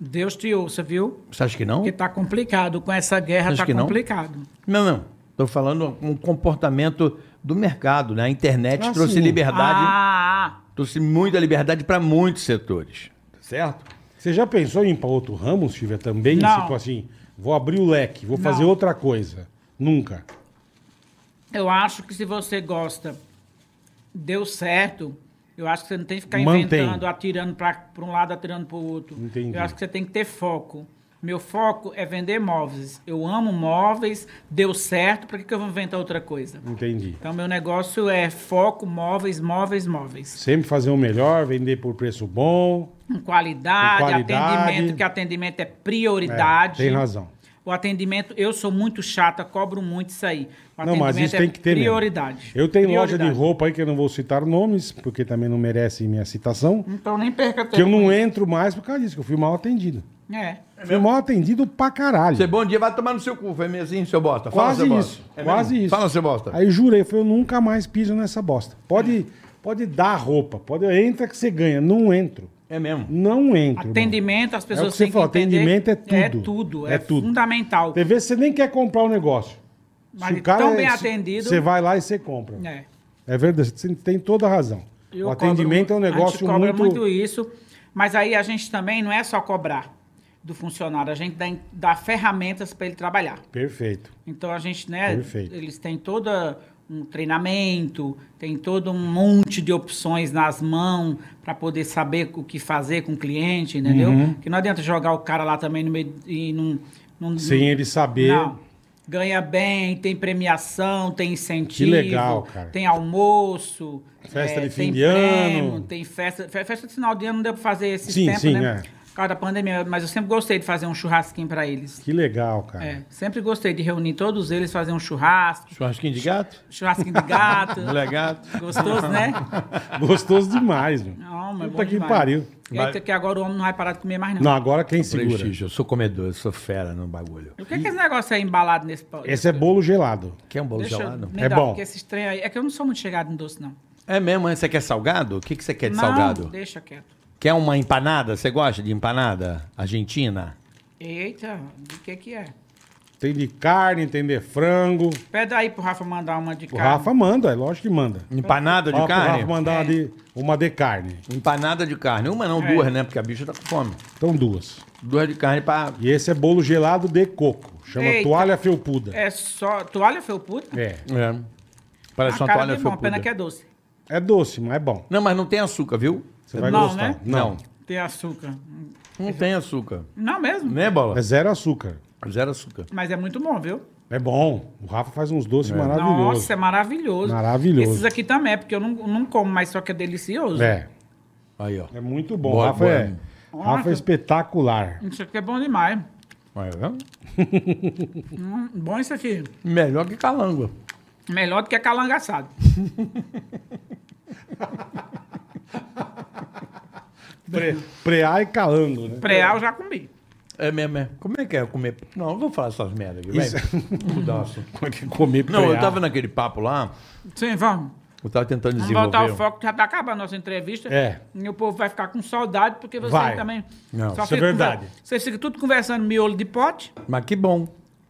Speaker 5: Deus te ouça, viu?
Speaker 4: Você acha que não?
Speaker 5: Porque tá complicado. Com essa guerra
Speaker 4: Acho
Speaker 5: tá
Speaker 4: que não.
Speaker 5: complicado.
Speaker 4: Não, não. Estou falando um comportamento do mercado, né? A internet
Speaker 3: Ah,
Speaker 4: trouxe
Speaker 3: sim.
Speaker 4: liberdade,
Speaker 5: Ah,
Speaker 4: trouxe muita liberdade para muitos setores, certo?
Speaker 3: Você já pensou em ir pra outro ramo, Silvia, também?
Speaker 5: Não.
Speaker 3: Tipo assim, vou abrir o leque, vou
Speaker 5: Não.
Speaker 3: fazer outra coisa. Nunca.
Speaker 5: eu acho que se você gosta, deu certo. Eu acho que você não tem que ficar
Speaker 3: Mantém.
Speaker 5: inventando, atirando pra, pra um lado, atirando pro outro.
Speaker 3: Entendi.
Speaker 5: Eu acho que você tem que ter foco. Meu foco é vender móveis. Eu amo móveis, deu certo, por que, que eu vou inventar outra coisa?
Speaker 3: Entendi.
Speaker 5: Então, meu negócio é foco, móveis, móveis, móveis.
Speaker 3: Sempre fazer o melhor, vender por preço bom.
Speaker 5: Com qualidade,
Speaker 3: Com qualidade.
Speaker 5: atendimento, que atendimento é
Speaker 3: É,
Speaker 5: prioridade.
Speaker 3: tem razão.
Speaker 5: O atendimento, eu sou muito chata, cobro muito isso aí. O
Speaker 3: Não, mas
Speaker 5: atendimento
Speaker 3: isso
Speaker 5: é
Speaker 3: tem que ter mesmo.
Speaker 5: prioridade.
Speaker 3: Eu tenho loja de
Speaker 5: Prioridade.
Speaker 3: roupa aí que eu não vou citar nomes, porque também não merece minha citação.
Speaker 5: Então nem perca tempo.
Speaker 3: Que eu não entro mais por causa disso, que eu fui mal atendido.
Speaker 5: É.
Speaker 3: fui mal atendido pra caralho.
Speaker 4: Você, bom dia, vai tomar no seu cu, foi mesmo assim, seu bosta. Fala,
Speaker 3: Quase
Speaker 4: seu bosta.
Speaker 3: isso,
Speaker 4: É
Speaker 3: quase
Speaker 4: mesmo?
Speaker 3: isso.
Speaker 4: Fala, seu bosta.
Speaker 3: Aí eu jurei, eu falei, eu nunca mais piso nessa bosta. Pode, pode dar roupa, pode entra que você ganha. Não entro.
Speaker 4: É mesmo.
Speaker 3: Não entro. irmão.
Speaker 5: Atendimento, as pessoas
Speaker 3: que você
Speaker 5: têm que
Speaker 3: falou,
Speaker 5: entender.
Speaker 3: atendimento é
Speaker 5: É
Speaker 3: tudo.
Speaker 5: tudo,
Speaker 3: É
Speaker 5: é,
Speaker 3: tudo.
Speaker 5: fundamental.
Speaker 3: Tem vezes que você nem quer comprar o negócio.
Speaker 5: Mas tão bem
Speaker 3: se-
Speaker 5: atendido-
Speaker 3: Você vai lá e você compra.
Speaker 5: É.
Speaker 3: É verdade, você tem toda a razão.
Speaker 5: Eu
Speaker 3: O
Speaker 5: cobro
Speaker 3: atendimento é um
Speaker 5: mu-
Speaker 3: negócio
Speaker 5: a gente cobra
Speaker 3: muito-
Speaker 5: isso, mas aí a gente também não é só cobrar do funcionário, a gente dá, em- dá ferramentas para ele trabalhar.
Speaker 3: Perfeito.
Speaker 5: Então a gente, né?
Speaker 3: Perfeito.
Speaker 5: Eles têm todo um treinamento, tem todo um monte de opções nas mãos para poder saber o que fazer com o cliente, entendeu?
Speaker 3: Uhum.
Speaker 5: Que não adianta jogar o cara lá também no meio e não. não
Speaker 3: Sem ele saber.
Speaker 5: Não. Ganha bem, tem premiação, tem incentivo.
Speaker 3: legal, cara.
Speaker 5: Tem almoço. é,
Speaker 3: Festa de fim
Speaker 5: tem
Speaker 3: de ano.
Speaker 5: Tem festa. fe- Festa de final de ano não deu para fazer esse
Speaker 3: Sim,
Speaker 5: tempo,
Speaker 3: sim,
Speaker 5: né?
Speaker 3: é.
Speaker 5: Por causa da pandemia, mas eu sempre gostei de fazer um churrasquinho para eles.
Speaker 3: Que legal, cara.
Speaker 5: É, sempre gostei de reunir todos eles, fazer um churrasco,
Speaker 4: Churrasquinho de [laughs] gato?
Speaker 5: churrasquinho
Speaker 3: [laughs]
Speaker 5: de gato.
Speaker 4: Mulher gato?
Speaker 5: Gostoso, né?
Speaker 3: [laughs] Gostoso demais, meu.
Speaker 5: Não, mas é
Speaker 3: Puta
Speaker 5: bom
Speaker 3: que
Speaker 5: demais.
Speaker 3: pariu.
Speaker 5: E aí, que agora o homem não vai parar de comer mais, não.
Speaker 3: Não, agora quem segura?
Speaker 4: Prestígio, eu sou comedor, eu sou fera no bagulho.
Speaker 5: O que é que esse negócio aí embalado nesse pau?
Speaker 3: Esse é bolo gelado.
Speaker 4: Quer um bolo
Speaker 5: Deixa eu
Speaker 4: gelado?
Speaker 5: me
Speaker 3: É
Speaker 5: dar,
Speaker 3: bom.
Speaker 5: Porque esses trem aí... É que eu não sou muito chegado em doce, não.
Speaker 4: É mesmo, hein? você quer salgado? O que, que você
Speaker 3: É
Speaker 4: quer de
Speaker 5: não,
Speaker 4: salgado?
Speaker 5: deixa quieto.
Speaker 4: Quer uma empanada? Você gosta de empanada? Argentina?
Speaker 5: Eita, o que que é?
Speaker 3: Tem de carne, tem de frango.
Speaker 5: Pede aí pro Rafa mandar uma de
Speaker 3: O
Speaker 5: carne.
Speaker 3: Rafa manda, é lógico que manda.
Speaker 4: Empanada de
Speaker 3: Fala pro Rafa
Speaker 4: carne?
Speaker 3: mandar uma de, uma de carne.
Speaker 4: Empanada de carne. Uma não,
Speaker 5: É.
Speaker 4: duas, né? Porque a bicha tá com fome.
Speaker 3: Então duas.
Speaker 4: Duas de carne pra.
Speaker 3: E esse é bolo gelado de coco. Chama
Speaker 5: Eita.
Speaker 3: toalha felpuda. É.
Speaker 5: É só... Toalha felpuda?
Speaker 3: é.
Speaker 4: É. Parece
Speaker 5: A
Speaker 4: uma
Speaker 5: cara
Speaker 4: toalha
Speaker 5: de mão, pena
Speaker 4: felpuda.
Speaker 5: que é doce.
Speaker 3: doce, mas é bom.
Speaker 4: Não, mas não tem açúcar, viu?
Speaker 3: Você vai
Speaker 5: Não,
Speaker 3: gostar.
Speaker 5: né?
Speaker 4: Não.
Speaker 5: Tem açúcar.
Speaker 4: Não tem açúcar.
Speaker 5: Não mesmo?
Speaker 4: Né, Bola?
Speaker 3: É zero açúcar.
Speaker 4: Zero açúcar.
Speaker 5: Mas é muito bom, viu?
Speaker 3: É bom. O Rafa faz uns doces maravilhosos.
Speaker 5: Nossa, é maravilhoso.
Speaker 3: Maravilhoso.
Speaker 5: Esses aqui também, é porque eu não, não como, mas só que é delicioso.
Speaker 3: É.
Speaker 4: Aí, ó.
Speaker 3: É muito bom.
Speaker 4: Boa,
Speaker 3: Rafa,
Speaker 4: boa.
Speaker 3: É, Rafa é espetacular.
Speaker 5: Isso aqui é bom demais.
Speaker 4: Aí, ó.
Speaker 5: Hum, bom isso aqui.
Speaker 4: Melhor que calango.
Speaker 5: Melhor do que calanga assado.
Speaker 3: Pre, preá e calango, né?
Speaker 5: Preal já comi.
Speaker 4: É mesmo, é. Como é que é comer? Não, eu vou falar essas merdas aqui,
Speaker 3: Isso-
Speaker 4: velho. Mudar o assunto.
Speaker 3: Como é que comer preá?
Speaker 4: Não, eu tava naquele papo lá,
Speaker 5: Sim, vamos.
Speaker 4: eu tava tentando
Speaker 5: Vamos
Speaker 4: desenvolver. um.
Speaker 5: voltar ao foco, já tá acabando a nossa entrevista.
Speaker 3: É.
Speaker 5: E o povo vai ficar com saudade, porque vocês
Speaker 3: Vai.
Speaker 5: também...
Speaker 4: Não,
Speaker 5: só
Speaker 3: isso é
Speaker 5: fica
Speaker 3: verdade.
Speaker 5: conver- Vocês ficam tudo conversando miolo de pote.
Speaker 4: Mas que bom.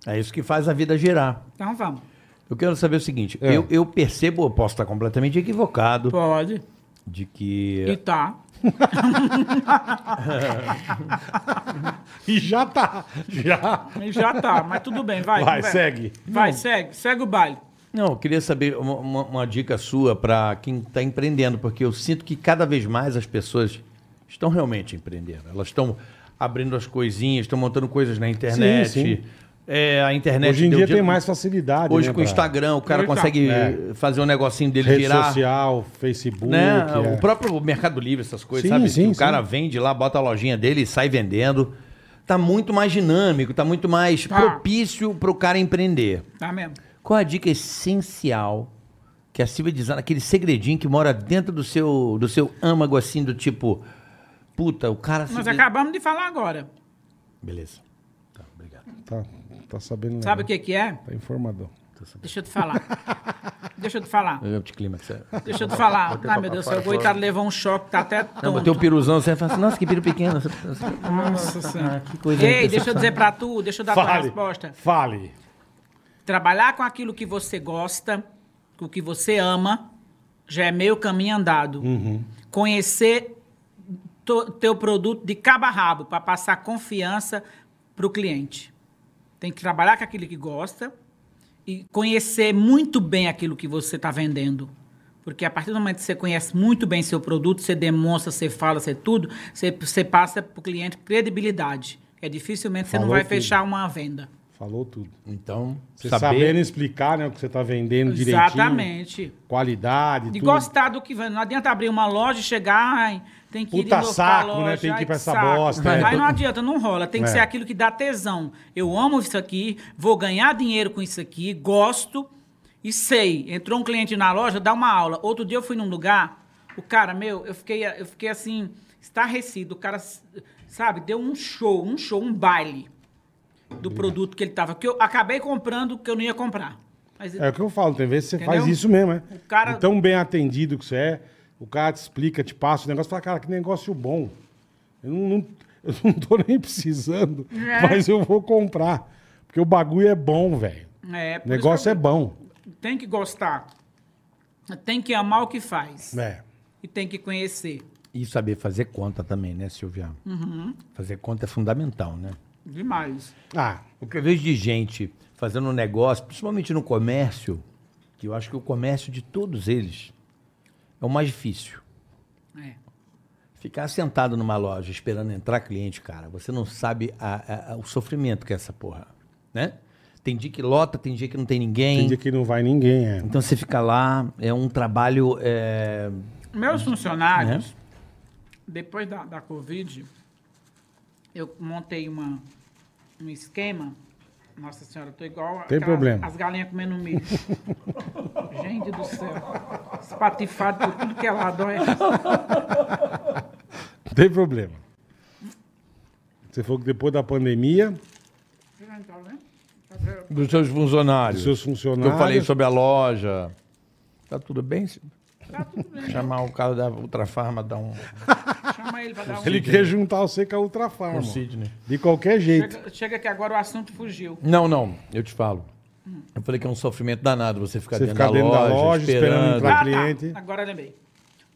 Speaker 4: É isso que faz a vida girar.
Speaker 5: Então vamos.
Speaker 4: Eu quero saber o seguinte, eu, eu percebo, eu posso estar completamente equivocado,
Speaker 5: Pode.
Speaker 4: de
Speaker 3: É.
Speaker 4: que...
Speaker 5: E tá.
Speaker 3: E já tá. Já.
Speaker 5: E já tá, mas tudo bem, vai.
Speaker 3: Vai,
Speaker 5: conversa.
Speaker 3: segue.
Speaker 5: Vai, segue. Segue o baile.
Speaker 4: Não, eu queria saber uma, uma- uma dica sua para quem está empreendendo, porque eu sinto que cada vez mais as pessoas estão realmente empreendendo. Elas estão abrindo as coisinhas, estão montando coisas na internet.
Speaker 3: Sim, sim.
Speaker 4: É, a internet
Speaker 3: Hoje em
Speaker 4: deu
Speaker 3: dia
Speaker 4: dia-
Speaker 3: tem mais facilidade.
Speaker 4: Hoje
Speaker 3: né,
Speaker 4: com o
Speaker 3: pra
Speaker 4: Instagram, o cara
Speaker 5: Hoje tá.
Speaker 4: consegue
Speaker 3: É.
Speaker 4: fazer um negocinho dele
Speaker 3: Rede
Speaker 4: girar.
Speaker 3: social, Facebook.
Speaker 4: né?
Speaker 3: é.
Speaker 4: O próprio Mercado Livre, essas
Speaker 3: Sim,
Speaker 4: coisas, sabe?
Speaker 3: sim,
Speaker 4: que o
Speaker 3: sim.
Speaker 4: cara vende lá, bota a lojinha dele e sai vendendo. Tá muito mais dinâmico, tá muito mais
Speaker 5: Tá.
Speaker 4: propício para o cara empreender.
Speaker 5: Tá mesmo.
Speaker 4: Qual a dica essencial que a Silvia diz, aquele segredinho que mora dentro do seu, do seu âmago, assim, do tipo, puta, o cara... se
Speaker 5: Nós
Speaker 4: de-
Speaker 5: acabamos de falar agora.
Speaker 4: Beleza. Tá, obrigado.
Speaker 3: Tá, tá sabendo.
Speaker 5: Sabe o
Speaker 3: né?
Speaker 5: que que é?
Speaker 3: Tá informadão.
Speaker 5: Deixa eu te falar. Deixa eu te falar.
Speaker 4: Eu te clima que você...
Speaker 5: Deixa eu te falar. Ah, meu Deus, seu coitado levou um choque, tá até
Speaker 4: Não, botei
Speaker 5: tonto.
Speaker 4: um piruzão, você fala assim, nossa, que piru pequeno. Você- você-
Speaker 5: Nossa senhora.
Speaker 4: Ah, Que coisa
Speaker 5: Ei,
Speaker 4: interessante.
Speaker 5: deixa eu dizer pra tu, deixa eu dar tua
Speaker 3: Fale.
Speaker 5: resposta.
Speaker 3: Fale.
Speaker 5: Trabalhar com aquilo que você gosta, com o que você ama, já é meio caminho andado.
Speaker 3: Uhum.
Speaker 5: Conhecer to- teu produto de cabo a rabo para passar confiança pro cliente. Tem que trabalhar com aquilo que gosta e conhecer muito bem aquilo que você está vendendo. Porque a partir do momento que você conhece muito bem seu produto, você demonstra, você fala, você tudo, você, você passa para o cliente credibilidade. É dificilmente você
Speaker 3: Falou
Speaker 5: não vai
Speaker 3: tudo.
Speaker 5: fechar uma venda.
Speaker 3: Falou tudo.
Speaker 4: Então,
Speaker 3: Você sabendo
Speaker 4: saber...
Speaker 3: explicar né, o que você tá vendendo direitinho.
Speaker 5: Exatamente.
Speaker 3: Qualidade,
Speaker 5: De
Speaker 3: tudo.
Speaker 5: gostar do que vende. Não adianta abrir uma loja e chegar, ai, tem que ir
Speaker 3: Puta
Speaker 5: de novo
Speaker 3: saco,
Speaker 5: pra loja,
Speaker 3: né? Tem que ir
Speaker 5: ai,
Speaker 3: pra essa
Speaker 5: saco.
Speaker 3: bosta, né?
Speaker 4: é.
Speaker 5: Aí não adianta, não rola. Tem que
Speaker 3: É.
Speaker 5: ser aquilo que dá tesão. Eu amo isso aqui, vou ganhar dinheiro com isso aqui, gosto e sei. Entrou um cliente na loja, dá uma aula. Outro dia eu fui num lugar, o cara, meu, eu fiquei, eu fiquei assim, estarrecido. O cara, sabe, deu um show, um show, um baile do produto que ele tava. Que eu acabei comprando que eu não ia comprar. Mas
Speaker 3: É o que eu falo, tem vezes você
Speaker 5: Entendeu?
Speaker 3: faz isso mesmo, é.
Speaker 5: O cara-
Speaker 3: De Tão bem atendido que você é, o cara te explica, te passa o negócio, fala, cara, que negócio bom. Eu não, não- [laughs] eu não tô nem precisando,
Speaker 5: É.
Speaker 3: mas eu vou comprar. Porque o bagulho é bom, velho.
Speaker 5: é,
Speaker 3: O
Speaker 5: por isso que
Speaker 3: negócio
Speaker 5: eu-
Speaker 3: é bom.
Speaker 5: tem que gostar, tem que amar o que faz.
Speaker 3: É.
Speaker 5: e tem que conhecer.
Speaker 4: E saber fazer conta também, né, Silvia? Fazer conta é fundamental, né?
Speaker 5: Demais.
Speaker 3: Ah,
Speaker 4: O que eu vejo de gente fazendo um negócio, principalmente no comércio, que eu acho que o comércio de todos eles é o mais difícil.
Speaker 5: É.
Speaker 4: Ficar sentado numa loja esperando entrar cliente, cara, você não sabe a- a- a- o sofrimento que é essa porra, né? Tem dia que lota, tem dia que não tem ninguém.
Speaker 3: tem dia que não vai ninguém, é.
Speaker 4: Então você fica lá, é um trabalho. é, né?
Speaker 5: Meus funcionários,
Speaker 3: Né?
Speaker 5: depois da, da Covid, eu montei uma, um esquema. Nossa senhora, eu tô igual
Speaker 3: Tem
Speaker 5: aquelas-
Speaker 3: problema.
Speaker 5: as galinhas comendo milho.
Speaker 3: [laughs]
Speaker 5: Gente do céu. Espatifado por tudo que ela adora.
Speaker 3: Não tem problema. Você falou que depois da pandemia,
Speaker 4: Dos seus
Speaker 3: Dos
Speaker 4: funcionários.
Speaker 3: seus funcionários.
Speaker 4: Eu falei sobre a loja. Tá tudo bem? Silvio?
Speaker 5: Tá tudo bem.
Speaker 4: Chamar o cara da Ultrafarma, dar [laughs] um,
Speaker 5: Chama ele pra dar um...
Speaker 3: ele quer juntar você com a Ultrafarma.
Speaker 4: um Sidney.
Speaker 3: De qualquer jeito.
Speaker 5: Chega, chega que agora o assunto fugiu.
Speaker 4: Não, não, eu te falo. Eu falei que é um sofrimento danado você ficar,
Speaker 3: Você
Speaker 4: dentro,
Speaker 3: ficar
Speaker 4: da
Speaker 3: dentro da
Speaker 4: loja,
Speaker 3: loja,
Speaker 4: esperando.
Speaker 3: esperando entrar. Pra cliente.
Speaker 5: Ah, tá. Agora eu lembrei.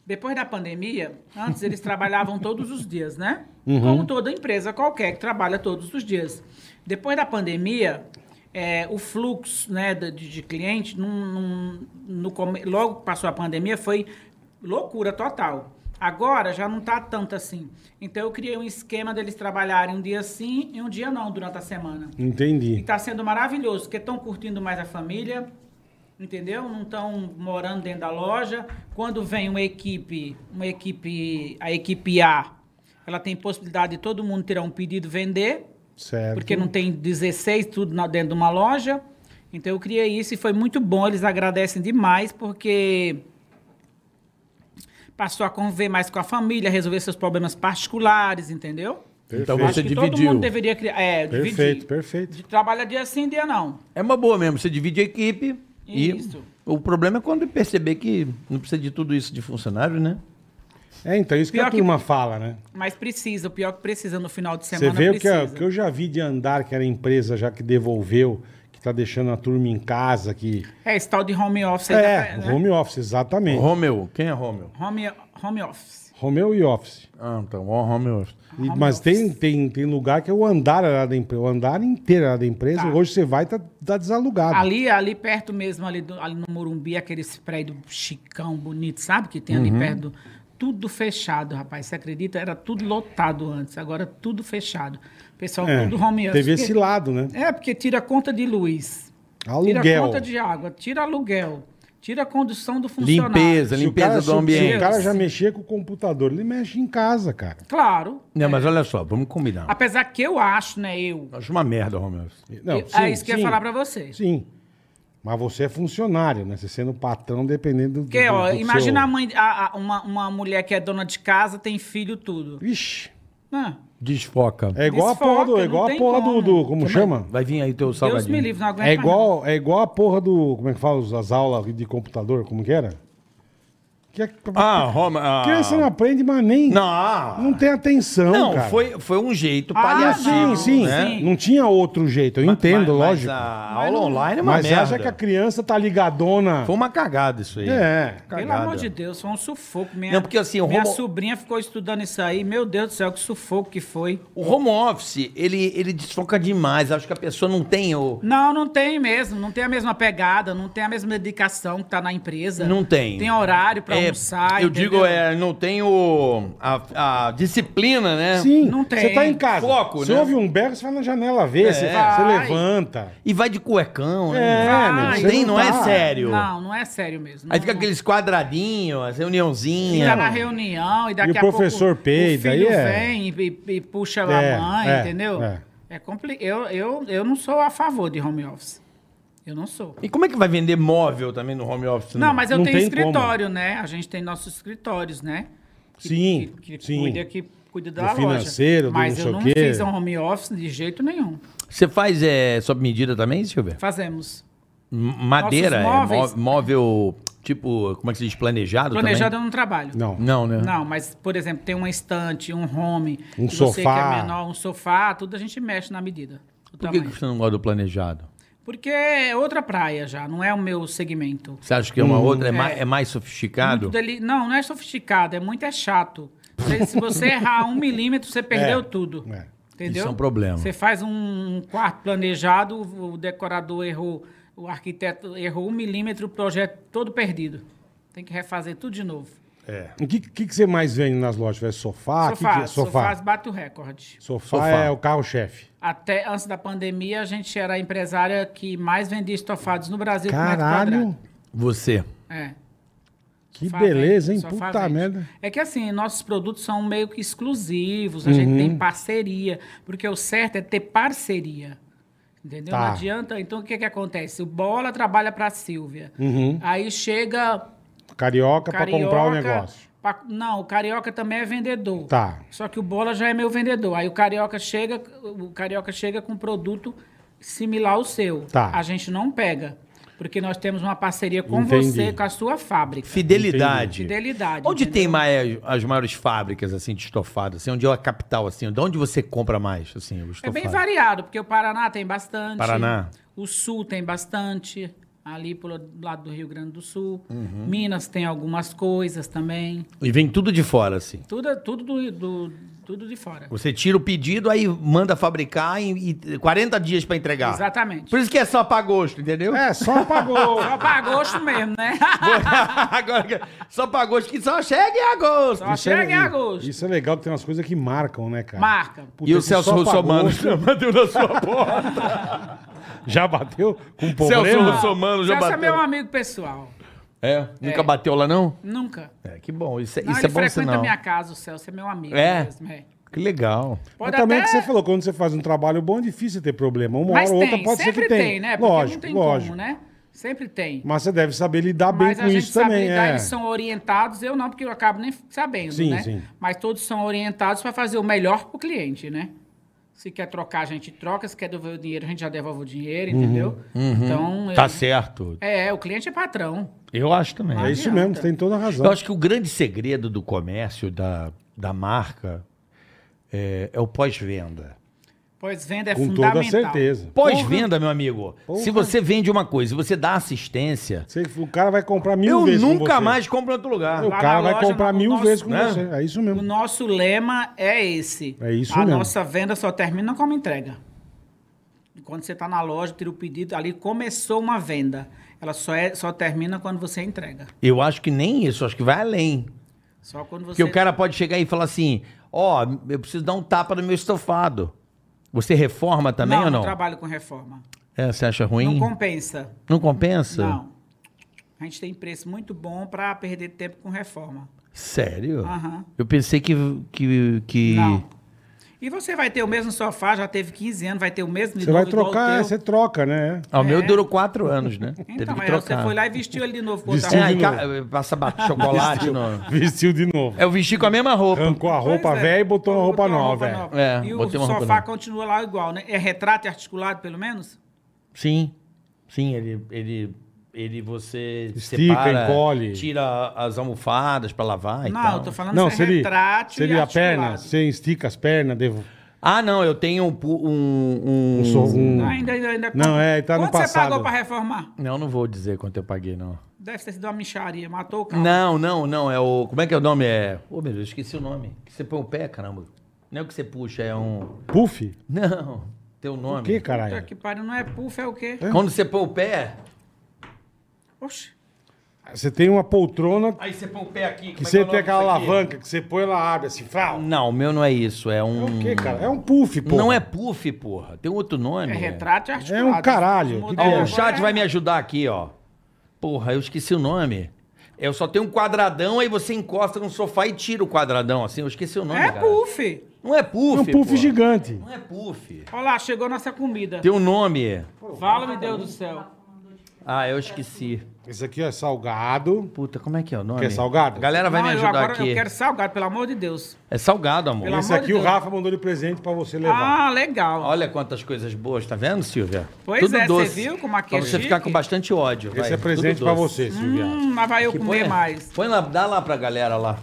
Speaker 5: Depois da pandemia, antes eles trabalhavam todos os dias, né? Como toda empresa qualquer que trabalha todos os dias. Depois da pandemia, é, o fluxo né, de, de cliente, num- num- no come- logo que passou a pandemia, foi loucura total. Agora já não está tanto assim. Então eu criei um esquema deles trabalharem um dia sim e um dia não durante a semana. E
Speaker 3: Entendi.
Speaker 5: tá sendo maravilhoso, porque estão curtindo mais a família, entendeu? Não estão morando dentro da loja. Quando vem uma equipe, uma equipe, a equipe A, ela tem possibilidade de todo mundo tirar um pedido e vender,
Speaker 3: Certo.
Speaker 5: porque não tem 16 tudo na- dentro de uma loja. Então eu criei isso e foi muito bom, eles agradecem demais porque passou a conviver mais com a família, resolver seus problemas particulares, entendeu?
Speaker 4: Então
Speaker 3: Perfeito.
Speaker 4: você
Speaker 5: que todo
Speaker 4: dividiu.
Speaker 5: mundo deveria criar, é, dividir.
Speaker 3: Perfeito, perfeito.
Speaker 5: De trabalha dia sim, dia não.
Speaker 4: É uma boa mesmo, você divide a equipe.
Speaker 5: Isso.
Speaker 4: E o problema é quando perceber que não precisa de tudo isso de funcionário, né?
Speaker 3: É, então, isso que
Speaker 5: Pior
Speaker 3: a
Speaker 5: que-
Speaker 3: turma fala, né?
Speaker 5: Mas precisa, o pior é que precisa no final de
Speaker 3: Você
Speaker 5: semana
Speaker 3: vê o que,
Speaker 5: precisa.
Speaker 3: o que eu já vi de andar, que era empresa já que devolveu, que tá deixando a turma em casa, que...
Speaker 5: É, esse tal de home office. aí
Speaker 3: É,
Speaker 5: tá- né?
Speaker 3: home office, exatamente.
Speaker 4: Romeu, quem é Romeu?
Speaker 5: Home, home office.
Speaker 3: Romeu e office.
Speaker 4: Ah, então, ó, Romeu.
Speaker 3: E- mas tem, tem, tem lugar que é o andar era da empresa, o andar inteiro era da empresa,
Speaker 5: Tá.
Speaker 3: hoje você vai tá, tá desalugado.
Speaker 5: Ali, ali perto mesmo, ali, do- ali no Morumbi, aqueles prédios chicão, bonito, sabe? Que tem ali
Speaker 3: Uhum.
Speaker 5: perto. Tudo fechado, rapaz. Você acredita? Era tudo lotado antes, agora tudo fechado. Pessoal,
Speaker 3: É,
Speaker 5: tudo home office.
Speaker 3: teve esse
Speaker 5: porque-
Speaker 3: lado, né?
Speaker 5: É, porque tira conta de luz. Tira
Speaker 3: Aluguel.
Speaker 5: conta de água, tira aluguel, tira a condução do funcionário.
Speaker 4: Limpeza,
Speaker 3: Se o
Speaker 4: limpeza
Speaker 3: cara- se
Speaker 4: do
Speaker 3: o-
Speaker 4: ambiente.
Speaker 3: Se o cara já mexia com o computador, ele mexe em casa, cara.
Speaker 5: Claro.
Speaker 3: É.
Speaker 4: Não, mas olha só, vamos combinar.
Speaker 5: Apesar que eu acho, né, eu.
Speaker 4: Acho uma merda, Romeu.
Speaker 3: Não,
Speaker 5: eu-
Speaker 3: sim,
Speaker 5: é isso que eu
Speaker 3: sim,
Speaker 5: ia falar pra vocês.
Speaker 3: Sim. Mas você é funcionário, né? Você sendo patrão, dependendo do.
Speaker 5: Porque,
Speaker 3: do-
Speaker 5: ó,
Speaker 3: do
Speaker 5: imagina
Speaker 3: seu-
Speaker 5: a mãe, a- a- uma, uma mulher que é dona de casa, tem filho, tudo. Ah,
Speaker 3: Ixi,
Speaker 5: Não,
Speaker 4: Desfoca.
Speaker 3: é igual
Speaker 5: Desfoca,
Speaker 3: a porra do. É
Speaker 5: não
Speaker 3: igual a
Speaker 5: tem
Speaker 3: porra do.
Speaker 5: como. né?
Speaker 3: do- como chama?
Speaker 4: Vai vir aí teu
Speaker 5: Deus
Speaker 4: salgadinho.
Speaker 5: me livre, não aguento
Speaker 3: É
Speaker 5: mais não.
Speaker 3: igual, é igual a porra do. Como é que fala? os- As aulas de computador, como que era? Que é-
Speaker 4: Ah, Romeu. ah.
Speaker 3: criança não aprende, mas nem. Não,
Speaker 4: Não,
Speaker 3: tem atenção.
Speaker 4: Não,
Speaker 3: cara.
Speaker 4: foi, foi um jeito
Speaker 5: Ah,
Speaker 3: Sim,
Speaker 4: paliativo.
Speaker 3: sim.
Speaker 4: né?
Speaker 3: Não tinha outro jeito. Eu entendo,
Speaker 4: Mas- mas
Speaker 3: lógico. Mas,
Speaker 4: a aula online é uma merda. assim?
Speaker 3: acha que a criança tá ligadona.
Speaker 4: Foi uma cagada isso aí.
Speaker 3: É.
Speaker 5: Pelo amor de Deus, foi um sufoco. Minha,
Speaker 4: Não, porque, assim, o
Speaker 5: minha
Speaker 4: Romo-
Speaker 5: sobrinha ficou estudando isso aí. Meu Deus do céu, que sufoco que foi.
Speaker 4: O home office, ele, ele desfoca demais. Acho que a pessoa não tem o...
Speaker 5: Não, não tem mesmo. Não tem a mesma pegada, não tem a mesma dedicação que tá na empresa.
Speaker 4: Não tem.
Speaker 5: Tem horário pra
Speaker 4: É,
Speaker 5: almoçar.
Speaker 4: Eu
Speaker 5: entendeu?
Speaker 4: digo, é, não tem o... A, a disciplina, né?
Speaker 3: Sim,
Speaker 5: Não tem.
Speaker 3: você tá em casa.
Speaker 4: Foco,
Speaker 3: você
Speaker 4: né? É.
Speaker 3: ouve um berro, você vai na janela ver, você, você
Speaker 5: Vai.
Speaker 3: levanta.
Speaker 4: E vai de cuecão, né?
Speaker 5: Vai.
Speaker 3: meu,
Speaker 4: Não
Speaker 3: você
Speaker 4: tem, não, é
Speaker 3: tá.
Speaker 4: sério.
Speaker 5: Não, não é sério mesmo.
Speaker 4: Aí
Speaker 5: Não,
Speaker 4: fica
Speaker 5: não.
Speaker 4: aqueles quadradinhos, as reuniãozinhas.
Speaker 5: Fica tá na reunião e daqui
Speaker 3: E o
Speaker 5: a pouco
Speaker 3: professor peida,
Speaker 5: o filho
Speaker 3: aí é-
Speaker 5: vem e, e- e puxa lá
Speaker 3: É,
Speaker 5: a mãe,
Speaker 3: é,
Speaker 5: entendeu?
Speaker 3: é.
Speaker 5: É, compli... eu, eu, eu não sou a favor de home office. Eu não sou.
Speaker 4: E como é que vai vender móvel também no home office?
Speaker 5: Não, mas eu
Speaker 3: não
Speaker 5: tenho
Speaker 3: tem
Speaker 5: escritório, né? A gente tem nossos escritórios, né?
Speaker 3: Sim,
Speaker 5: Que, que
Speaker 3: sim.
Speaker 5: cuida que cuida da
Speaker 3: Do
Speaker 5: loja.
Speaker 3: financeiro, do
Speaker 5: Mas
Speaker 3: não
Speaker 5: eu
Speaker 3: sei o
Speaker 5: não
Speaker 3: quê.
Speaker 5: fiz um home office de jeito nenhum.
Speaker 4: Você faz é, sob medida também, Silvia?
Speaker 5: Fazemos.
Speaker 4: M- Madeira,
Speaker 5: Nossos
Speaker 4: é,
Speaker 5: móveis.
Speaker 4: mó- móvel, tipo, como é que se diz? Planejado,
Speaker 5: Planejado
Speaker 4: também?
Speaker 5: eu não um trabalho.
Speaker 3: Não.
Speaker 4: Não, né?
Speaker 5: Não, mas, por exemplo, tem uma estante, um home,
Speaker 3: Um
Speaker 5: que você que
Speaker 3: sofá.
Speaker 5: é menor, um sofá, tudo a gente mexe na medida. do
Speaker 4: Por que,
Speaker 5: tamanho.
Speaker 4: que você não gosta do planejado?
Speaker 5: Porque é outra praia já, não é o meu segmento.
Speaker 4: Você acha que é
Speaker 3: Hum,
Speaker 4: uma outra? É, mais, é mais sofisticado?
Speaker 5: Muito deli- Não, não é sofisticado, é muito é chato. Se, se você errar um milímetro, você perdeu
Speaker 3: É,
Speaker 5: tudo.
Speaker 3: é.
Speaker 5: Entendeu?
Speaker 4: Isso é um problema.
Speaker 5: Você faz um quarto planejado, o decorador errou, o arquiteto errou um milímetro, o projeto todo perdido. Tem que refazer tudo de novo.
Speaker 4: É.
Speaker 3: O que, que, que você mais vende nas lojas? É sofá?
Speaker 5: sofá,
Speaker 3: que que é sofá?
Speaker 5: sofás bate o recorde.
Speaker 3: Sofá
Speaker 4: Sofá.
Speaker 3: é o carro-chefe.
Speaker 5: Até antes da pandemia, a gente era a empresária que mais vendia estofados no Brasil por metro
Speaker 3: Caralho,
Speaker 5: quadrado.
Speaker 4: Você.
Speaker 5: É.
Speaker 3: que
Speaker 5: Sofá
Speaker 3: beleza, hein?
Speaker 5: vende, sofá
Speaker 3: Puta
Speaker 5: vende.
Speaker 3: merda.
Speaker 5: É que assim, nossos produtos são meio que exclusivos, a gente
Speaker 3: Uhum.
Speaker 5: tem parceria, porque o certo é ter parceria. Entendeu?
Speaker 3: Tá.
Speaker 5: Não adianta. Então o que que acontece? O Bola trabalha para Silvia. Aí chega
Speaker 3: Carioca, Uhum. pra
Speaker 5: Carioca.
Speaker 3: comprar o negócio.
Speaker 5: pra- Não, o Carioca também é vendedor.
Speaker 3: Tá.
Speaker 5: Só que o Bola já é meu vendedor. Aí o Carioca chega, o Carioca chega com um produto similar ao seu.
Speaker 3: Tá.
Speaker 5: A gente não pega, porque nós temos uma parceria com
Speaker 3: Entendi.
Speaker 5: você, com a sua fábrica.
Speaker 4: Fidelidade.
Speaker 5: Fidelidade,
Speaker 4: Onde
Speaker 5: entendeu?
Speaker 4: tem mais as maiores fábricas assim de estofado, assim, onde é a capital assim, de onde você compra mais assim, o
Speaker 5: É
Speaker 4: estofado?
Speaker 5: bem variado, porque o Paraná tem bastante.
Speaker 4: Paraná.
Speaker 5: O Sul tem bastante. Ali pelo lado do Rio Grande do Sul.
Speaker 3: Uhum.
Speaker 5: Minas tem algumas coisas também.
Speaker 4: E vem tudo de fora assim.
Speaker 5: Tudo, tudo, do, do- tudo de fora.
Speaker 4: Você tira o pedido, aí manda fabricar e, e 40 dias pra entregar.
Speaker 5: Exatamente.
Speaker 4: Por isso que é só pra gosto, entendeu?
Speaker 3: É, só pagou.
Speaker 5: [laughs] Só pra gosto mesmo, né?
Speaker 4: [laughs] Agora, que- é só pra gosto que só chega em agosto.
Speaker 5: Só
Speaker 3: é-
Speaker 5: chega em agosto.
Speaker 3: Isso é legal, tem umas coisas que marcam, né, cara?
Speaker 5: [laughs] Marca.
Speaker 3: Puta,
Speaker 4: E o
Speaker 3: esse
Speaker 4: Celso
Speaker 3: só
Speaker 4: Russo
Speaker 3: pagou.
Speaker 4: Mano já né? bateu na sua porta.
Speaker 3: [laughs] Já bateu com
Speaker 4: [laughs] Celso
Speaker 3: problema?
Speaker 4: Russo Mano já
Speaker 5: Celso é
Speaker 4: bateu.
Speaker 5: meu amigo pessoal.
Speaker 4: É? Nunca bateu lá, não?
Speaker 5: Nunca.
Speaker 4: É, que bom. Isso, é-
Speaker 5: Não,
Speaker 4: isso
Speaker 5: ele
Speaker 4: é bom
Speaker 5: frequenta
Speaker 4: sinal.
Speaker 5: minha casa, o Celso é meu amigo
Speaker 4: É?
Speaker 5: mesmo. É.
Speaker 4: Que legal.
Speaker 3: Mas
Speaker 5: Pode
Speaker 3: também é
Speaker 5: até-
Speaker 3: que você falou, quando você faz um trabalho bom, é difícil ter problema. Uma
Speaker 5: Mas
Speaker 3: hora ou outra
Speaker 5: tem,
Speaker 3: pode ser
Speaker 5: sempre
Speaker 3: que tenha.
Speaker 5: tem, né? Porque
Speaker 3: Lógico,
Speaker 5: não tem
Speaker 3: lógico.
Speaker 5: como, né? Sempre tem.
Speaker 3: Mas você deve saber lidar bem
Speaker 5: Mas
Speaker 3: com
Speaker 5: a gente
Speaker 3: isso
Speaker 5: sabe
Speaker 3: também,
Speaker 5: lidar,
Speaker 3: é.
Speaker 5: eles são orientados, eu não, porque eu acabo nem sabendo,
Speaker 3: Sim,
Speaker 5: né?
Speaker 3: sim.
Speaker 5: Mas todos são orientados para fazer o melhor pro cliente, né? Se quer trocar, a gente troca, se quer devolver o dinheiro, a gente já devolve o dinheiro,
Speaker 3: Uhum,
Speaker 5: entendeu? Então,
Speaker 4: Tá
Speaker 5: eu-
Speaker 4: certo.
Speaker 5: é, o cliente é patrão.
Speaker 4: Eu acho também.
Speaker 3: É
Speaker 5: Mas-
Speaker 3: isso mesmo,
Speaker 5: Adianta.
Speaker 3: você tem toda a razão.
Speaker 4: Eu acho que o grande segredo do comércio, da, da marca, é, é o pós-venda.
Speaker 5: Pois venda é
Speaker 3: com
Speaker 5: fundamental.
Speaker 3: toda certeza.
Speaker 4: Pós-venda, meu amigo.
Speaker 3: Porra.
Speaker 4: Se você vende uma coisa e você dá assistência,
Speaker 3: Você- o cara vai comprar mil
Speaker 4: eu
Speaker 3: vezes com
Speaker 4: nunca
Speaker 3: você.
Speaker 4: mais compro em outro lugar.
Speaker 3: O
Speaker 5: Lá
Speaker 3: cara
Speaker 5: na
Speaker 3: vai
Speaker 5: loja,
Speaker 3: comprar
Speaker 5: no-
Speaker 3: mil
Speaker 5: nosso-
Speaker 3: vezes com
Speaker 4: né?
Speaker 3: você. É isso
Speaker 5: O
Speaker 3: mesmo.
Speaker 5: nosso lema é esse.
Speaker 3: É isso
Speaker 5: A
Speaker 3: mesmo.
Speaker 5: nossa venda só termina como entrega. Quando você está na loja, tira o pedido, ali começou uma venda. Ela só, é, só termina quando você entrega.
Speaker 4: Eu acho que nem isso, acho que vai além.
Speaker 5: Só quando você...
Speaker 4: Porque o cara pode chegar e falar assim: ó, eu preciso dar um tapa no meu estofado. Você reforma também
Speaker 5: não,
Speaker 4: ou não?
Speaker 5: Não trabalho com reforma.
Speaker 4: É, você acha ruim?
Speaker 5: Não
Speaker 4: Não,
Speaker 5: compensa.
Speaker 4: compensa?
Speaker 5: Não. A gente tem preço muito bom para perder tempo com reforma.
Speaker 4: Sério?
Speaker 5: Aham.
Speaker 4: Eu pensei que. que, que...
Speaker 5: Não. E você vai ter o mesmo sofá, já teve 15 anos, vai ter o mesmo de
Speaker 3: Você vai
Speaker 5: novo igual o
Speaker 3: trocar, é,
Speaker 5: teu.
Speaker 3: você troca, né?
Speaker 4: Ah, o meu durou quatro anos, né?
Speaker 5: É. Então, mas aí você foi lá e vestiu ele de novo. com outra
Speaker 3: Vestiu
Speaker 4: É,
Speaker 5: roupa.
Speaker 4: aí
Speaker 3: de
Speaker 4: ca- passa
Speaker 5: [laughs]
Speaker 4: ba- chocolate no. É,
Speaker 3: Vestiu de novo.
Speaker 4: Eu vesti com a mesma roupa.
Speaker 3: Arrancou a roupa
Speaker 5: É, Pois é.
Speaker 3: velha e botou uma roupa
Speaker 5: uma
Speaker 3: nova. é.
Speaker 4: É,
Speaker 5: e o
Speaker 4: botei uma roupa
Speaker 5: sofá
Speaker 4: nova.
Speaker 5: continua lá igual, né? É retrato e articulado, pelo menos?
Speaker 4: Sim. Sim, ele. ele... Ele você
Speaker 3: Estica,
Speaker 4: separa,
Speaker 3: encolhe.
Speaker 4: tira as almofadas pra lavar e
Speaker 5: não,
Speaker 4: tal.
Speaker 5: eu tô falando
Speaker 3: Não,
Speaker 5: se
Speaker 3: se
Speaker 5: é
Speaker 3: ele,
Speaker 5: retrato
Speaker 3: se
Speaker 5: e
Speaker 3: ele a
Speaker 5: articulado.
Speaker 3: perna, você estica as pernas, devo...
Speaker 4: Ah, não, eu tenho um pu- um, um-
Speaker 3: um so- um-
Speaker 5: Ainda, ainda,
Speaker 3: Não, é, tá no
Speaker 5: Quanto você
Speaker 3: passado.
Speaker 5: pagou pra reformar?
Speaker 4: Não, não vou dizer quanto eu paguei não.
Speaker 5: Deve ter sido uma micharia, matou o carro.
Speaker 4: Não, não, não, é o como é que é o nome é? Ô, meu Deus, esqueci o nome. Que você põe o pé, caramba. Não é o que você puxa, é um
Speaker 3: Puff?
Speaker 4: Não, teu nome.
Speaker 3: O que,
Speaker 5: Puta
Speaker 3: caralho?
Speaker 5: que pariu, não é puff, é o quê?
Speaker 4: Quando você põe o pé,
Speaker 5: Oxi.
Speaker 3: Você tem uma poltrona
Speaker 5: é
Speaker 4: aí você põe é o pé aqui,
Speaker 3: que você tem aquela alavanca que você põe, ela abre assim,
Speaker 5: Hum.
Speaker 3: frau.
Speaker 4: Não, o meu não é isso, é um
Speaker 3: É o quê, cara? É um puff, pô.
Speaker 4: Não é puff, porra. Tem outro nome.
Speaker 5: É retrato e articulado.
Speaker 3: É um caralho,
Speaker 5: Os
Speaker 3: que
Speaker 5: modelos
Speaker 3: que
Speaker 4: Ó,
Speaker 3: é?
Speaker 4: o
Speaker 5: agora
Speaker 4: chat
Speaker 5: é-
Speaker 4: vai me ajudar aqui, ó. Porra, eu esqueci o nome. Eu só tenho um quadradão, aí você encosta no sofá e tira o quadradão, assim. Eu esqueci o nome,
Speaker 5: É
Speaker 4: cara.
Speaker 5: puff.
Speaker 4: Não é puff,
Speaker 3: um puff
Speaker 4: porra.
Speaker 3: gigante.
Speaker 4: Não é puff.
Speaker 5: Olha lá, chegou nossa comida.
Speaker 4: Tem um nome.
Speaker 5: Fala, meu Deus do céu.
Speaker 4: Ah, eu esqueci.
Speaker 3: Esse aqui é salgado.
Speaker 4: Puta, como é que é o nome?
Speaker 3: Quer salgado?
Speaker 4: A galera vai
Speaker 5: Não,
Speaker 4: me
Speaker 5: eu
Speaker 4: ajudar
Speaker 5: agora
Speaker 4: aqui.
Speaker 5: eu quero salgado, pelo amor de Deus.
Speaker 4: É salgado, amor.
Speaker 5: Pelo
Speaker 3: Esse
Speaker 5: amor de
Speaker 3: aqui o
Speaker 5: Deus.
Speaker 3: Rafa mandou de presente pra você levar.
Speaker 5: Ah, legal.
Speaker 4: Olha quantas coisas boas, tá vendo, Silvia?
Speaker 5: Pois é, você viu como aqui
Speaker 4: Pra
Speaker 5: é
Speaker 4: você
Speaker 5: chique?
Speaker 4: ficar com bastante ódio.
Speaker 3: Esse
Speaker 4: vai.
Speaker 3: é presente
Speaker 4: Tudo
Speaker 3: pra
Speaker 4: doce.
Speaker 3: você, Silvia.
Speaker 5: Hum, mas vai eu
Speaker 4: Que
Speaker 5: comer
Speaker 4: põe-
Speaker 5: mais.
Speaker 4: Põe lá, dá lá pra galera lá.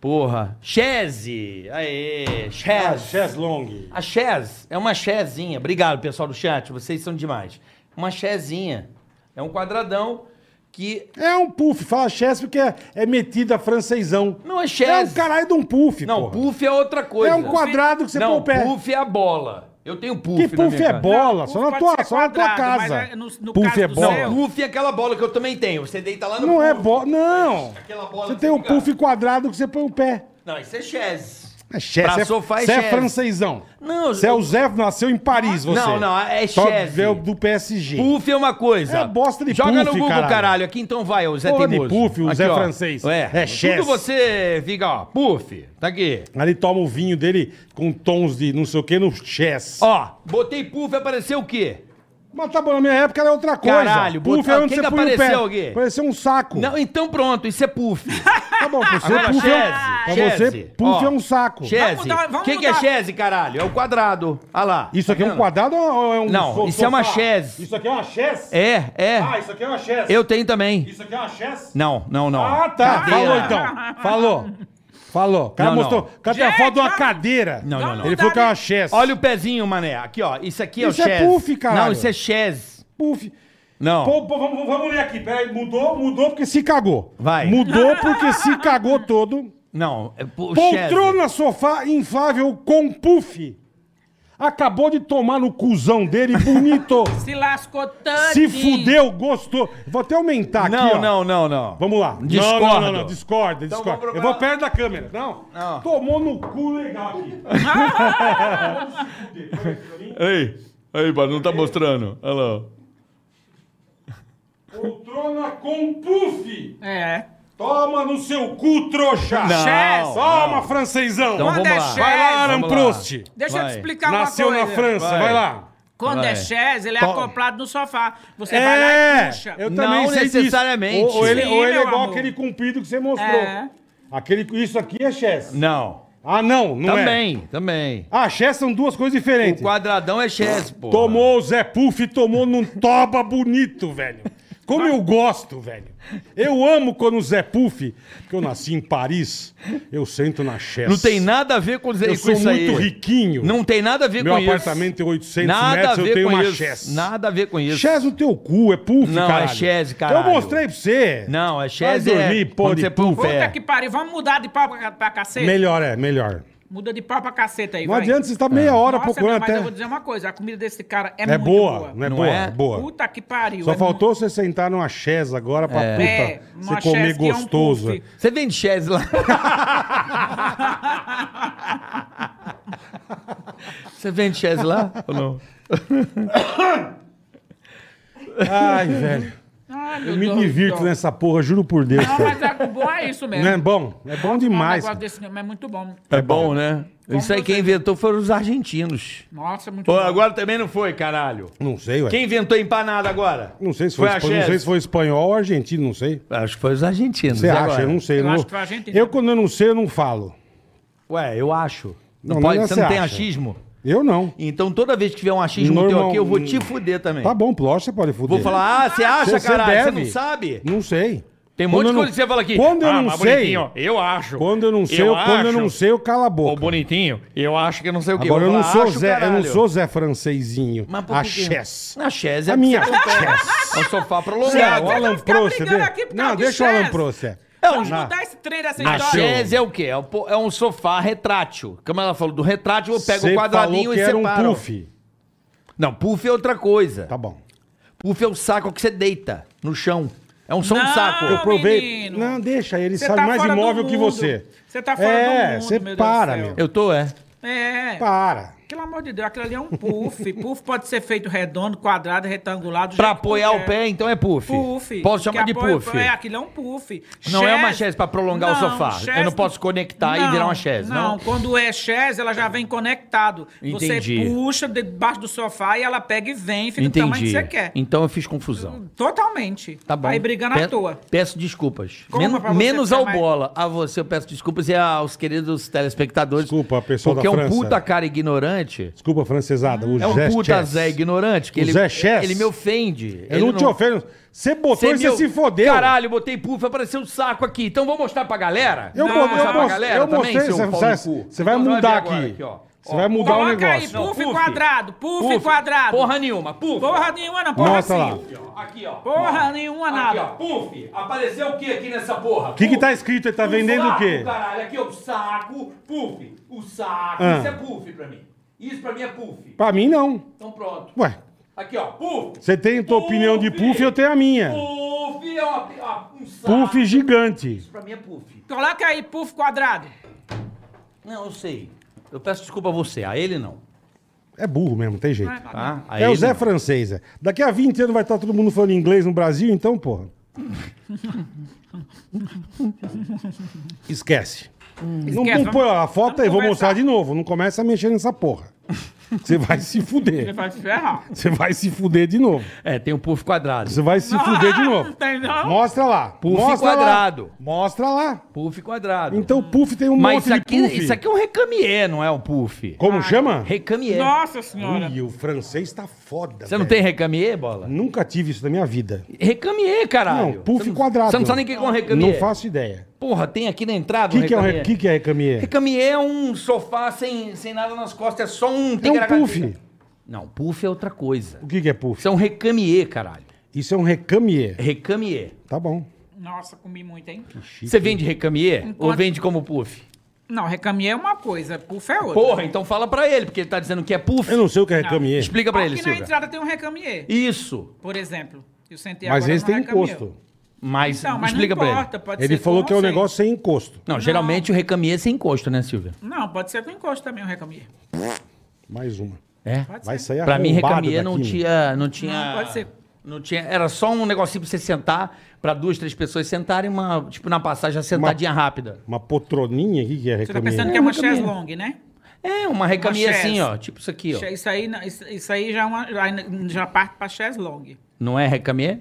Speaker 4: Porra. Chese! Aê,
Speaker 3: Ah,
Speaker 4: Chese.
Speaker 3: Chess Long.
Speaker 4: A Chaz é uma chezinha. Obrigado, pessoal do chat. Vocês são demais. Uma chezinha. É um quadradão que.
Speaker 3: É um puff. Fala Chess porque é, é metido a francesão.
Speaker 4: Não é
Speaker 3: É
Speaker 4: chaz.
Speaker 3: um caralho de um puff,
Speaker 4: Não,
Speaker 3: porra.
Speaker 4: puff é outra coisa.
Speaker 3: É um quadrado que você põe
Speaker 4: Não,
Speaker 3: o pé.
Speaker 4: puff é a bola. Eu tenho puff. né,
Speaker 3: Que
Speaker 4: na minha
Speaker 3: puff é
Speaker 4: casa.
Speaker 3: bola,
Speaker 5: Não,
Speaker 3: só
Speaker 5: puff
Speaker 3: na
Speaker 5: pode
Speaker 3: tua,
Speaker 5: ser
Speaker 3: só na tua
Speaker 5: quadrado, mas
Speaker 3: casa.
Speaker 5: é- no- no
Speaker 3: puff
Speaker 5: caso
Speaker 3: é
Speaker 5: do
Speaker 3: bola.
Speaker 5: seu-
Speaker 4: Puff é aquela bola que eu também tenho. Você deita lá no
Speaker 3: Não é
Speaker 4: puff.
Speaker 3: bola, não.
Speaker 4: Aquela bola
Speaker 3: Você
Speaker 4: que
Speaker 3: tem um
Speaker 4: fica-
Speaker 3: puff quadrado que você põe o pé.
Speaker 4: Não, isso é chaz.
Speaker 3: É chess,
Speaker 4: Pra
Speaker 3: é-
Speaker 4: sofá é
Speaker 3: você é
Speaker 4: chess.
Speaker 3: francesão.
Speaker 4: Não,
Speaker 3: Você é o Zé, nasceu em Paris, você.
Speaker 4: Não, não, é
Speaker 3: Só
Speaker 4: chess.
Speaker 3: vê o do PSG.
Speaker 4: Puff é uma coisa.
Speaker 3: É bosta de puff,
Speaker 4: Joga no Google,
Speaker 3: caralho.
Speaker 4: caralho. Aqui então vai, o Zé
Speaker 3: Porra de
Speaker 4: Teimoso.
Speaker 3: puff, o Zé
Speaker 4: ó.
Speaker 3: francês.
Speaker 4: É,
Speaker 3: É
Speaker 4: é
Speaker 3: chess.
Speaker 4: Tudo você fica, ó, puff. Tá aqui.
Speaker 3: Ali toma o vinho dele com tons de não sei o que no chess.
Speaker 4: Ó, botei puff, apareceu o quê?
Speaker 3: Mas tá bom, na minha época era outra coisa.
Speaker 4: Caralho,
Speaker 3: puff
Speaker 4: botou-
Speaker 3: é onde
Speaker 4: quem
Speaker 3: você
Speaker 4: que
Speaker 3: põe o pé.
Speaker 4: apareceu aqui?
Speaker 3: Pareceu um saco.
Speaker 4: Não, então pronto, isso
Speaker 3: [laughs]
Speaker 4: é puff.
Speaker 3: Tá bom, pra você,
Speaker 4: Agora,
Speaker 3: puff, é, um-
Speaker 4: chess,
Speaker 3: pra você,
Speaker 4: chess.
Speaker 3: puff
Speaker 4: Ó,
Speaker 3: é um saco.
Speaker 4: Chese.
Speaker 5: mudar, vamos
Speaker 4: O que, que é
Speaker 5: mudar.
Speaker 4: chese, caralho? É o quadrado. Olha lá.
Speaker 3: Isso aqui é um
Speaker 4: Tá vendo?
Speaker 3: quadrado ou é um
Speaker 4: Não,
Speaker 3: so-
Speaker 4: isso é uma
Speaker 3: sofá?
Speaker 4: chess.
Speaker 3: Isso aqui é uma chess?
Speaker 4: É, é.
Speaker 3: Ah, isso aqui é uma chess.
Speaker 4: Eu tenho também.
Speaker 3: Isso aqui é uma chess?
Speaker 4: Não, não, não.
Speaker 3: Ah, tá.
Speaker 4: Cadeira.
Speaker 3: Falou então. Falou. Falou. O cara
Speaker 4: Não, não.
Speaker 3: mostrou. O cara tem a
Speaker 5: Gente,
Speaker 3: foto de uma
Speaker 5: vamos-
Speaker 3: cadeira.
Speaker 4: Não, não, não.
Speaker 3: Ele falou que é uma chess.
Speaker 4: Olha o pezinho, mané. Aqui, ó. Isso aqui é
Speaker 3: Isso
Speaker 4: o
Speaker 3: é
Speaker 4: chese.
Speaker 3: puff, caralho.
Speaker 4: Não, isso é chese.
Speaker 3: puff.
Speaker 4: Não.
Speaker 3: Pô, pô, vamos, vamos ler aqui. Peraí, mudou, mudou porque se cagou.
Speaker 4: Vai.
Speaker 3: Mudou porque se cagou todo.
Speaker 4: Não, é pu- chese.
Speaker 3: Poltrona, sofá inflável com puff. Acabou de tomar no cuzão dele,
Speaker 4: [laughs]
Speaker 3: bonito.
Speaker 5: Se lascou tanto.
Speaker 3: se fudeu, gostou. Vou até aumentar aqui, ó.
Speaker 4: Não, não, não, não.
Speaker 3: Vamos lá.
Speaker 4: Discordo.
Speaker 3: Não, não, não, não. Discorda,
Speaker 4: Então
Speaker 3: discorda.
Speaker 4: vamos
Speaker 3: Eu
Speaker 4: procurar-
Speaker 3: vou perto da câmera. Não.
Speaker 4: Não.
Speaker 3: Tomou no cu legal
Speaker 4: [laughs]
Speaker 3: aqui.
Speaker 4: Ei, ei, mano, não tá mostrando. Olha lá.
Speaker 3: Poltrona com puff.
Speaker 5: É.
Speaker 3: Toma no seu cu, trouxa.
Speaker 4: Não.
Speaker 5: Chess.
Speaker 3: Toma, francesão.
Speaker 4: Então
Speaker 5: Quando
Speaker 4: vamos
Speaker 5: é
Speaker 4: lá.
Speaker 5: chess,
Speaker 3: Vai lá, Aram
Speaker 4: Vamos lá.
Speaker 3: Prost.
Speaker 5: Deixa eu
Speaker 4: Vai.
Speaker 5: te explicar
Speaker 3: Nasceu
Speaker 5: uma
Speaker 3: na
Speaker 5: coisa.
Speaker 3: França. Vai,
Speaker 4: Vai.
Speaker 3: lá.
Speaker 5: Quando
Speaker 4: Vai.
Speaker 5: é chess, ele é
Speaker 4: Toma.
Speaker 5: acoplado no sofá. Você vai lá e
Speaker 3: É,
Speaker 5: puxa.
Speaker 3: eu
Speaker 4: Não
Speaker 3: também sei disso.
Speaker 4: necessariamente.
Speaker 3: Ou, ou ele,
Speaker 5: Sim,
Speaker 3: ou ele é
Speaker 5: meu
Speaker 3: igual
Speaker 5: amor.
Speaker 3: aquele comprido que você mostrou.
Speaker 5: É.
Speaker 3: Aquele, isso aqui é chess.
Speaker 4: Não.
Speaker 3: Ah, não, não é.
Speaker 4: também, também.
Speaker 3: Ah, chess são duas coisas diferentes.
Speaker 4: Quadradão é chess, pô.
Speaker 3: Tomou o Zé Puff e tomou num toba bonito, velho. Como eu gosto, velho. Eu amo quando o Zé Puff, porque eu nasci em Paris, eu sento na chess.
Speaker 4: Não tem nada a ver com,
Speaker 3: Eu sou muito riquinho.
Speaker 4: Não tem nada a ver
Speaker 3: Meu
Speaker 4: com isso.
Speaker 3: apartamento é 800
Speaker 4: nada
Speaker 3: metros,
Speaker 4: a
Speaker 3: eu
Speaker 4: ver
Speaker 3: tenho
Speaker 4: com
Speaker 3: uma
Speaker 4: isso.
Speaker 3: chess.
Speaker 4: Nada a ver com isso.
Speaker 3: Chess no teu cu, é puff,
Speaker 4: Não, é
Speaker 3: caralho. Então
Speaker 4: chess, caralho.
Speaker 3: Eu mostrei pra você.
Speaker 4: Não, é chess
Speaker 3: Vai
Speaker 4: é
Speaker 3: dormir, pô,
Speaker 4: quando
Speaker 3: de
Speaker 4: você põe o
Speaker 3: puff.
Speaker 5: Puta
Speaker 4: pé.
Speaker 5: que pariu. Vamos mudar de pau pra, pra caceta?
Speaker 3: Melhor é, melhor.
Speaker 5: Muda de pau pra caceta aí,
Speaker 3: Não
Speaker 5: vai.
Speaker 3: adianta você estar
Speaker 4: Ah.
Speaker 3: meia hora
Speaker 5: Nossa,
Speaker 3: procurando
Speaker 5: meu, mas eu vou
Speaker 3: até...
Speaker 5: dizer uma coisa. A comida desse cara é,
Speaker 3: É
Speaker 5: muito
Speaker 3: boa,
Speaker 5: boa.
Speaker 3: não é
Speaker 4: Não
Speaker 3: boa,
Speaker 4: é?
Speaker 3: é boa.
Speaker 5: Puta que pariu.
Speaker 3: Só
Speaker 5: é
Speaker 3: faltou você sentar numa chess agora pra
Speaker 4: É.
Speaker 3: puta
Speaker 5: É,
Speaker 3: você
Speaker 5: uma
Speaker 3: comer
Speaker 5: chess que é um
Speaker 3: gostoso.
Speaker 5: puff.
Speaker 4: Você vende chess lá. Você vende chess lá ou não?
Speaker 5: [laughs]
Speaker 3: Ai, velho.
Speaker 5: Ai, meu
Speaker 3: Eu me
Speaker 5: Deus do
Speaker 3: divirto
Speaker 5: céu.
Speaker 3: nessa porra, juro por Deus.
Speaker 5: Não, mas é bom, é isso
Speaker 3: [laughs]
Speaker 5: mesmo.
Speaker 3: Não é bom? É bom demais.
Speaker 5: Um negócio
Speaker 3: cara.
Speaker 5: desse mesmo é muito bom.
Speaker 4: É bom, né?
Speaker 5: Como
Speaker 4: Isso aí quem
Speaker 5: você-
Speaker 4: inventou foram os argentinos.
Speaker 5: Nossa, é muito
Speaker 4: Pô,
Speaker 5: bom.
Speaker 4: agora também não foi, caralho.
Speaker 3: Não sei, ué.
Speaker 4: Quem inventou empanada agora?
Speaker 3: Não, sei se foi
Speaker 4: a
Speaker 3: espan- não sei
Speaker 4: Chess?
Speaker 3: se foi espanhol ou argentino, não sei.
Speaker 4: Acho que foi os argentinos.
Speaker 3: Você
Speaker 4: e
Speaker 3: acha?
Speaker 4: agora?
Speaker 3: Eu não sei.
Speaker 5: Eu
Speaker 3: não-
Speaker 5: acho que foi argentino.
Speaker 3: Eu, quando eu não sei, eu não falo.
Speaker 4: Ué, eu acho. Não,
Speaker 3: Não,
Speaker 4: pode,
Speaker 3: não é
Speaker 4: você
Speaker 3: você
Speaker 4: não tem
Speaker 3: acha.
Speaker 4: achismo?
Speaker 3: Eu não.
Speaker 4: Então toda vez que tiver um achismo teu
Speaker 3: Normal-
Speaker 4: aqui, eu vou te fuder também.
Speaker 3: Tá bom, lógico, você pode fuder.
Speaker 4: Vou falar, ah, você acha,
Speaker 3: Você- você
Speaker 4: caralho? Você não
Speaker 3: deve.
Speaker 4: sabe?
Speaker 3: Não sei.
Speaker 4: Tem um monte
Speaker 3: Quando
Speaker 4: de
Speaker 3: eu não-
Speaker 4: coisa que você fala aqui.
Speaker 3: Quando eu
Speaker 4: Ah,
Speaker 3: não
Speaker 4: mas
Speaker 3: sei-
Speaker 4: bonitinho, Eu acho.
Speaker 3: Quando eu não sei, eu, quando eu não sei, eu calo a
Speaker 4: Ô,
Speaker 3: boca.
Speaker 4: bonitinho, eu acho que não sei o quê.
Speaker 3: Agora eu
Speaker 4: vou
Speaker 3: não
Speaker 4: falar,
Speaker 3: sou
Speaker 4: acho,
Speaker 3: Zé, eu não
Speaker 4: caralho.
Speaker 3: sou Zé francesinho.
Speaker 4: Mas por
Speaker 3: a
Speaker 4: que que-
Speaker 3: chess.
Speaker 4: Na chess é
Speaker 3: A minha
Speaker 4: porque você-
Speaker 3: chess.
Speaker 4: É um sofá
Speaker 3: Não,
Speaker 4: prolongado.
Speaker 3: o
Speaker 5: vai
Speaker 3: Alan
Speaker 5: ficar
Speaker 3: Prost.
Speaker 5: brigando
Speaker 3: de-
Speaker 5: aqui por causa
Speaker 3: Não,
Speaker 5: de
Speaker 3: deixa o Alan
Speaker 5: chess.
Speaker 3: Prost. é.
Speaker 4: É um
Speaker 5: Vamos mudar esse trem dessa
Speaker 4: A
Speaker 5: história.
Speaker 4: chaise é o quê? É um, po- é um sofá retrátil. Como ela falou, do retrátil eu pego o
Speaker 3: Você
Speaker 4: quadradinho
Speaker 3: falou que
Speaker 4: e
Speaker 3: era um
Speaker 4: separo.
Speaker 3: puff.
Speaker 4: Não, puff é outra coisa.
Speaker 3: Tá bom.
Speaker 4: Puff é o saco que você deita no chão. É um som
Speaker 5: Não,
Speaker 4: de saco.
Speaker 3: Eu provei.
Speaker 5: menino.
Speaker 3: Não, deixa, ele
Speaker 5: Você
Speaker 3: sabe
Speaker 5: tá
Speaker 3: mais
Speaker 5: fora do
Speaker 3: imóvel que
Speaker 5: mundo.
Speaker 3: você.
Speaker 5: Você tá fora
Speaker 3: é,
Speaker 5: do mundo,
Speaker 3: você
Speaker 5: meu Deus
Speaker 3: para,
Speaker 5: do céu.
Speaker 3: meu.
Speaker 4: Eu tô, é.
Speaker 5: É.
Speaker 3: Para.
Speaker 5: Pelo amor de Deus, aquilo ali é
Speaker 3: [laughs]
Speaker 5: um puff. puff pode ser feito redondo, quadrado, retangular. do
Speaker 4: Pra
Speaker 5: jeito que
Speaker 4: apoiar
Speaker 5: tu
Speaker 4: o
Speaker 5: quer.
Speaker 4: pé, então é puff.
Speaker 5: Puff.
Speaker 4: Posso chamar
Speaker 5: Que
Speaker 4: de
Speaker 5: apoia-
Speaker 4: puff.
Speaker 5: É, aquilo é um puff.
Speaker 4: Não é uma chaise pra prolongar o sofá. Eu não posso conectar e virar uma chaise, não.
Speaker 5: quando é chaise, ela já vem conectado.
Speaker 4: Entendi.
Speaker 5: Você puxa debaixo do sofá e ela pega e vem, fica do tamanho
Speaker 4: Entendi.
Speaker 5: que você quer.
Speaker 4: Então eu fiz confusão.
Speaker 5: Totalmente.
Speaker 4: Tá bom.
Speaker 5: Aí brigando
Speaker 4: Pe-
Speaker 5: à toa.
Speaker 4: Peço desculpas.
Speaker 5: Como
Speaker 4: Men-
Speaker 5: pra você
Speaker 4: menos
Speaker 5: ficar
Speaker 4: ao
Speaker 5: mais-
Speaker 4: bola. A você eu peço desculpas e aos queridos telespectadores.
Speaker 3: Desculpa, pessoal da
Speaker 4: Porque é um
Speaker 3: França.
Speaker 4: puta cara ignorante.
Speaker 3: Desculpa, francesada. O
Speaker 4: É um
Speaker 3: Zé
Speaker 4: puta
Speaker 3: Chess.
Speaker 4: Zé ignorante. Que
Speaker 3: O
Speaker 4: ele,
Speaker 3: Zé Chess.
Speaker 4: ele me ofende.
Speaker 3: Eu não, te ofendo. Você botou e você
Speaker 4: meu-
Speaker 3: se fodeu.
Speaker 4: Caralho, botei puff, apareceu um saco aqui. Então vou mostrar pra galera?
Speaker 3: Eu,
Speaker 5: Não,
Speaker 3: mo- eu,
Speaker 5: sabe a
Speaker 3: mos- eu
Speaker 4: também,
Speaker 3: mostrei.
Speaker 4: seu
Speaker 3: Você
Speaker 4: pau
Speaker 3: vai,
Speaker 4: no cu?
Speaker 3: você vai
Speaker 4: Então vai
Speaker 3: mudar
Speaker 4: ver agora
Speaker 3: aqui.
Speaker 4: aqui, ó.
Speaker 3: Você
Speaker 4: Ó,
Speaker 3: vai mudar o
Speaker 5: Coloca aí,
Speaker 3: negócio.
Speaker 5: puff,
Speaker 4: puff.
Speaker 5: quadrado, puff,
Speaker 4: Puff,
Speaker 5: quadrado.
Speaker 4: Porra nenhuma, puff.
Speaker 5: Porra nenhuma, não, porra
Speaker 3: Mostra lá.
Speaker 4: assim.
Speaker 5: sim.
Speaker 4: Aqui, ó.
Speaker 5: Porra nenhuma,
Speaker 4: Aqui,
Speaker 5: nada.
Speaker 4: ó. Puff, apareceu o que aqui nessa porra?
Speaker 3: O que, que tá escrito? Ele tá vendendo o quê?
Speaker 4: Caralho, aqui é o saco, puff, o saco.
Speaker 3: Ah.
Speaker 4: Isso é puff pra mim. Isso pra mim é puff.
Speaker 3: Pra mim, não.
Speaker 4: Então pronto.
Speaker 3: Ué,
Speaker 4: Aqui, ó, puff.
Speaker 3: você tem a tua
Speaker 4: Puff.
Speaker 3: opinião de puff eu tenho a minha.
Speaker 4: Puff é uma- ó, um saco.
Speaker 3: Puff gigante.
Speaker 4: Isso pra mim é puff.
Speaker 5: Coloca aí, puff, quadrado.
Speaker 4: Não, eu sei. Eu peço desculpa a você, a ele não.
Speaker 3: É burro mesmo, tem jeito.
Speaker 4: Tá? A
Speaker 3: É o
Speaker 4: ele
Speaker 3: Zé
Speaker 4: não.
Speaker 3: Francês. é. Daqui a 20 anos vai estar todo mundo falando inglês no Brasil, então,
Speaker 4: [laughs]
Speaker 3: porra. Esquece.
Speaker 4: Hum.
Speaker 3: Não,
Speaker 5: Esquece,
Speaker 3: não
Speaker 5: vamos-
Speaker 3: põe a foto
Speaker 5: vamos
Speaker 3: aí, vou
Speaker 5: conversar.
Speaker 3: mostrar de novo. Não começa a mexer nessa porra. Você vai se
Speaker 5: Você
Speaker 3: fuder.
Speaker 5: vai se ferrar.
Speaker 3: Você vai se fuder de novo.
Speaker 4: É, tem um puff quadrado.
Speaker 3: Você vai se fuder
Speaker 5: [laughs]
Speaker 3: de novo.
Speaker 5: Tem não?
Speaker 3: Mostra lá.
Speaker 4: Puff
Speaker 3: Mostra
Speaker 4: quadrado.
Speaker 3: Lá. Mostra lá.
Speaker 4: Puff quadrado.
Speaker 3: Então, puff tem um
Speaker 4: Mas
Speaker 3: monte
Speaker 4: isso aqui,
Speaker 3: de puff.
Speaker 4: isso aqui é um recamier, não é um puff.
Speaker 3: Como chama?
Speaker 4: Recamier.
Speaker 5: Nossa senhora.
Speaker 3: Ui, o francês tá foda,
Speaker 4: Você não tem
Speaker 3: velho.
Speaker 4: recamier, bola?
Speaker 3: Nunca tive isso na minha vida.
Speaker 4: Recamier, caralho.
Speaker 3: Não, puff
Speaker 4: Você
Speaker 3: quadrado.
Speaker 4: Você não sabe nem o que é um recamier.
Speaker 3: Não faço ideia.
Speaker 4: Porra, tem aqui na entrada
Speaker 3: O que, que é o re-
Speaker 4: recamier.
Speaker 3: que, que é recamier?
Speaker 4: Recamier é um sofá sem, sem nada nas costas, é só um...
Speaker 3: É um puff.
Speaker 4: Não, puff é outra coisa.
Speaker 3: O que, que é puff?
Speaker 4: Isso é um recamier, caralho.
Speaker 3: Isso é um recamier.
Speaker 4: Recamier.
Speaker 3: Tá bom.
Speaker 5: Nossa, comi muito, hein?
Speaker 4: Você vende recamier ou
Speaker 5: Enquanto-
Speaker 4: vende como puff?
Speaker 5: Não, recamier é uma coisa, puff é outra.
Speaker 4: Porra, então fala pra ele, porque ele tá dizendo que é puff.
Speaker 3: Eu não sei o que é recamier.
Speaker 4: Explica pra ele,
Speaker 5: Aqui na
Speaker 4: Silvia.
Speaker 5: entrada tem um recamier,
Speaker 4: Isso.
Speaker 5: por exemplo. Eu sentei
Speaker 3: Mas
Speaker 5: agora
Speaker 3: esse
Speaker 5: no
Speaker 3: tem
Speaker 5: recamier.
Speaker 3: encosto.
Speaker 4: Mas
Speaker 5: Não, Então, mas
Speaker 4: explica
Speaker 5: não
Speaker 4: pra
Speaker 5: importa,
Speaker 4: ele.
Speaker 5: pode ser
Speaker 3: Ele falou
Speaker 5: com
Speaker 3: que é um
Speaker 5: ou sem.
Speaker 3: negócio sem encosto.
Speaker 4: Não, geralmente o recamier é sem encosto, né, Silvia?
Speaker 5: Não, pode ser com encosto também o recamier.
Speaker 3: Mais uma.
Speaker 4: É.
Speaker 5: Pode
Speaker 3: Vai
Speaker 5: ser.
Speaker 3: sair
Speaker 4: Pra mim,
Speaker 3: arrombado
Speaker 4: recamier não
Speaker 3: daqui, meu.
Speaker 4: tinha, não tinha.
Speaker 5: Não, pode ser.
Speaker 4: Não tinha, era só um negocinho pra você sentar, pra duas, três pessoas sentarem, uma, tipo, na passagem, uma sentadinha rápida.
Speaker 3: Uma potroninha, o que, que é
Speaker 5: Você tá
Speaker 3: recamier?
Speaker 5: pensando que é uma
Speaker 4: recamier.
Speaker 5: chaise-longue, né?
Speaker 4: É, uma recamier
Speaker 5: chaise.
Speaker 4: assim, ó. Tipo isso aqui, ó.
Speaker 5: Che- Isso aí, não- isso isso aí já, é uma, já- já parte pra chaise-longue.
Speaker 4: Não é recamier?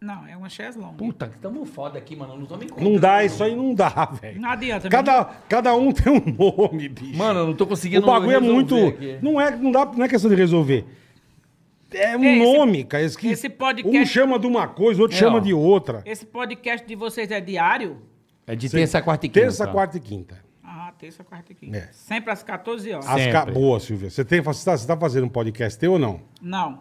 Speaker 5: Não, é uma chaise-longue.
Speaker 4: Puta, que tamo foda aqui, mano. Não tô me
Speaker 3: Não dá, isso aí não dá, velho.
Speaker 5: Não adianta.
Speaker 3: Cada, cada um tem um nome, bicho.
Speaker 4: Mano, eu não tô
Speaker 3: o
Speaker 4: conseguindo.
Speaker 3: bagulho é
Speaker 4: resolver
Speaker 3: muito.
Speaker 4: aqui.
Speaker 3: Não é, não, dá, não é questão de resolver. É um
Speaker 5: É, esse-
Speaker 3: nome, cara. Esse, que
Speaker 5: esse podcast-
Speaker 3: Um chama de uma coisa, o outro
Speaker 4: É,
Speaker 3: chama
Speaker 4: ó.
Speaker 3: de outra.
Speaker 5: Esse podcast de vocês é diário?
Speaker 4: É de terça, quarta e quinta.
Speaker 3: Terça, quarta e quinta.
Speaker 5: Ah, terça, quarta e quinta.
Speaker 3: É.
Speaker 5: Sempre às 14 horas.
Speaker 3: As
Speaker 4: Sempre.
Speaker 3: ca... Boa, Silvia. Você, tem, você, tá, você tá fazendo um podcast teu ou não?
Speaker 5: Não,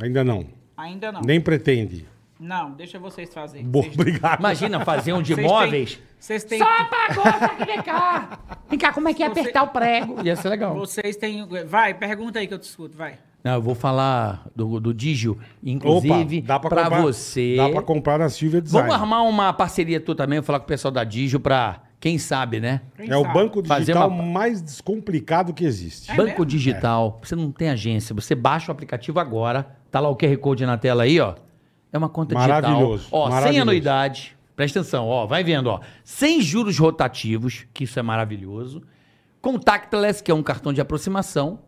Speaker 3: Ainda não.
Speaker 5: ainda não.
Speaker 3: Nem pretende.
Speaker 5: Não, deixa vocês fazerem.
Speaker 3: Boa,
Speaker 5: Vocês-
Speaker 3: obrigado.
Speaker 4: Imagina fazer um de
Speaker 5: [laughs] vocês têm-
Speaker 4: móveis.
Speaker 5: Vocês têm...
Speaker 1: Só apagou, tá aqui, vem cá. Vem cá, como é que é apertar o prego?
Speaker 4: Ia ser legal.
Speaker 5: Vocês têm. Vai, pergunta aí que eu te escuto, vai.
Speaker 4: Não, eu vou falar do, do Digio, inclusive,
Speaker 3: dá pra,
Speaker 4: pra
Speaker 3: comprar,
Speaker 4: você.
Speaker 3: Dá pra comprar na Silvia Design.
Speaker 4: Vamos armar uma parceria tu também, vou falar com o pessoal da Digio pra, quem sabe, né?
Speaker 5: Quem
Speaker 3: É o
Speaker 5: sabe?
Speaker 3: banco
Speaker 4: Fazer
Speaker 3: digital
Speaker 4: uma-
Speaker 3: mais descomplicado que existe.
Speaker 5: É
Speaker 4: Banco
Speaker 5: mesmo?
Speaker 4: digital, você não tem agência, você baixa o aplicativo agora, tá lá o QR Code na tela aí, ó. É uma conta
Speaker 3: Maravilhoso,
Speaker 4: digital. Ó, sem
Speaker 3: maravilhoso.
Speaker 4: anuidade, presta atenção, ó, vai vendo, ó. Sem juros rotativos, que isso é maravilhoso. Contactless, que é um cartão de aproximação.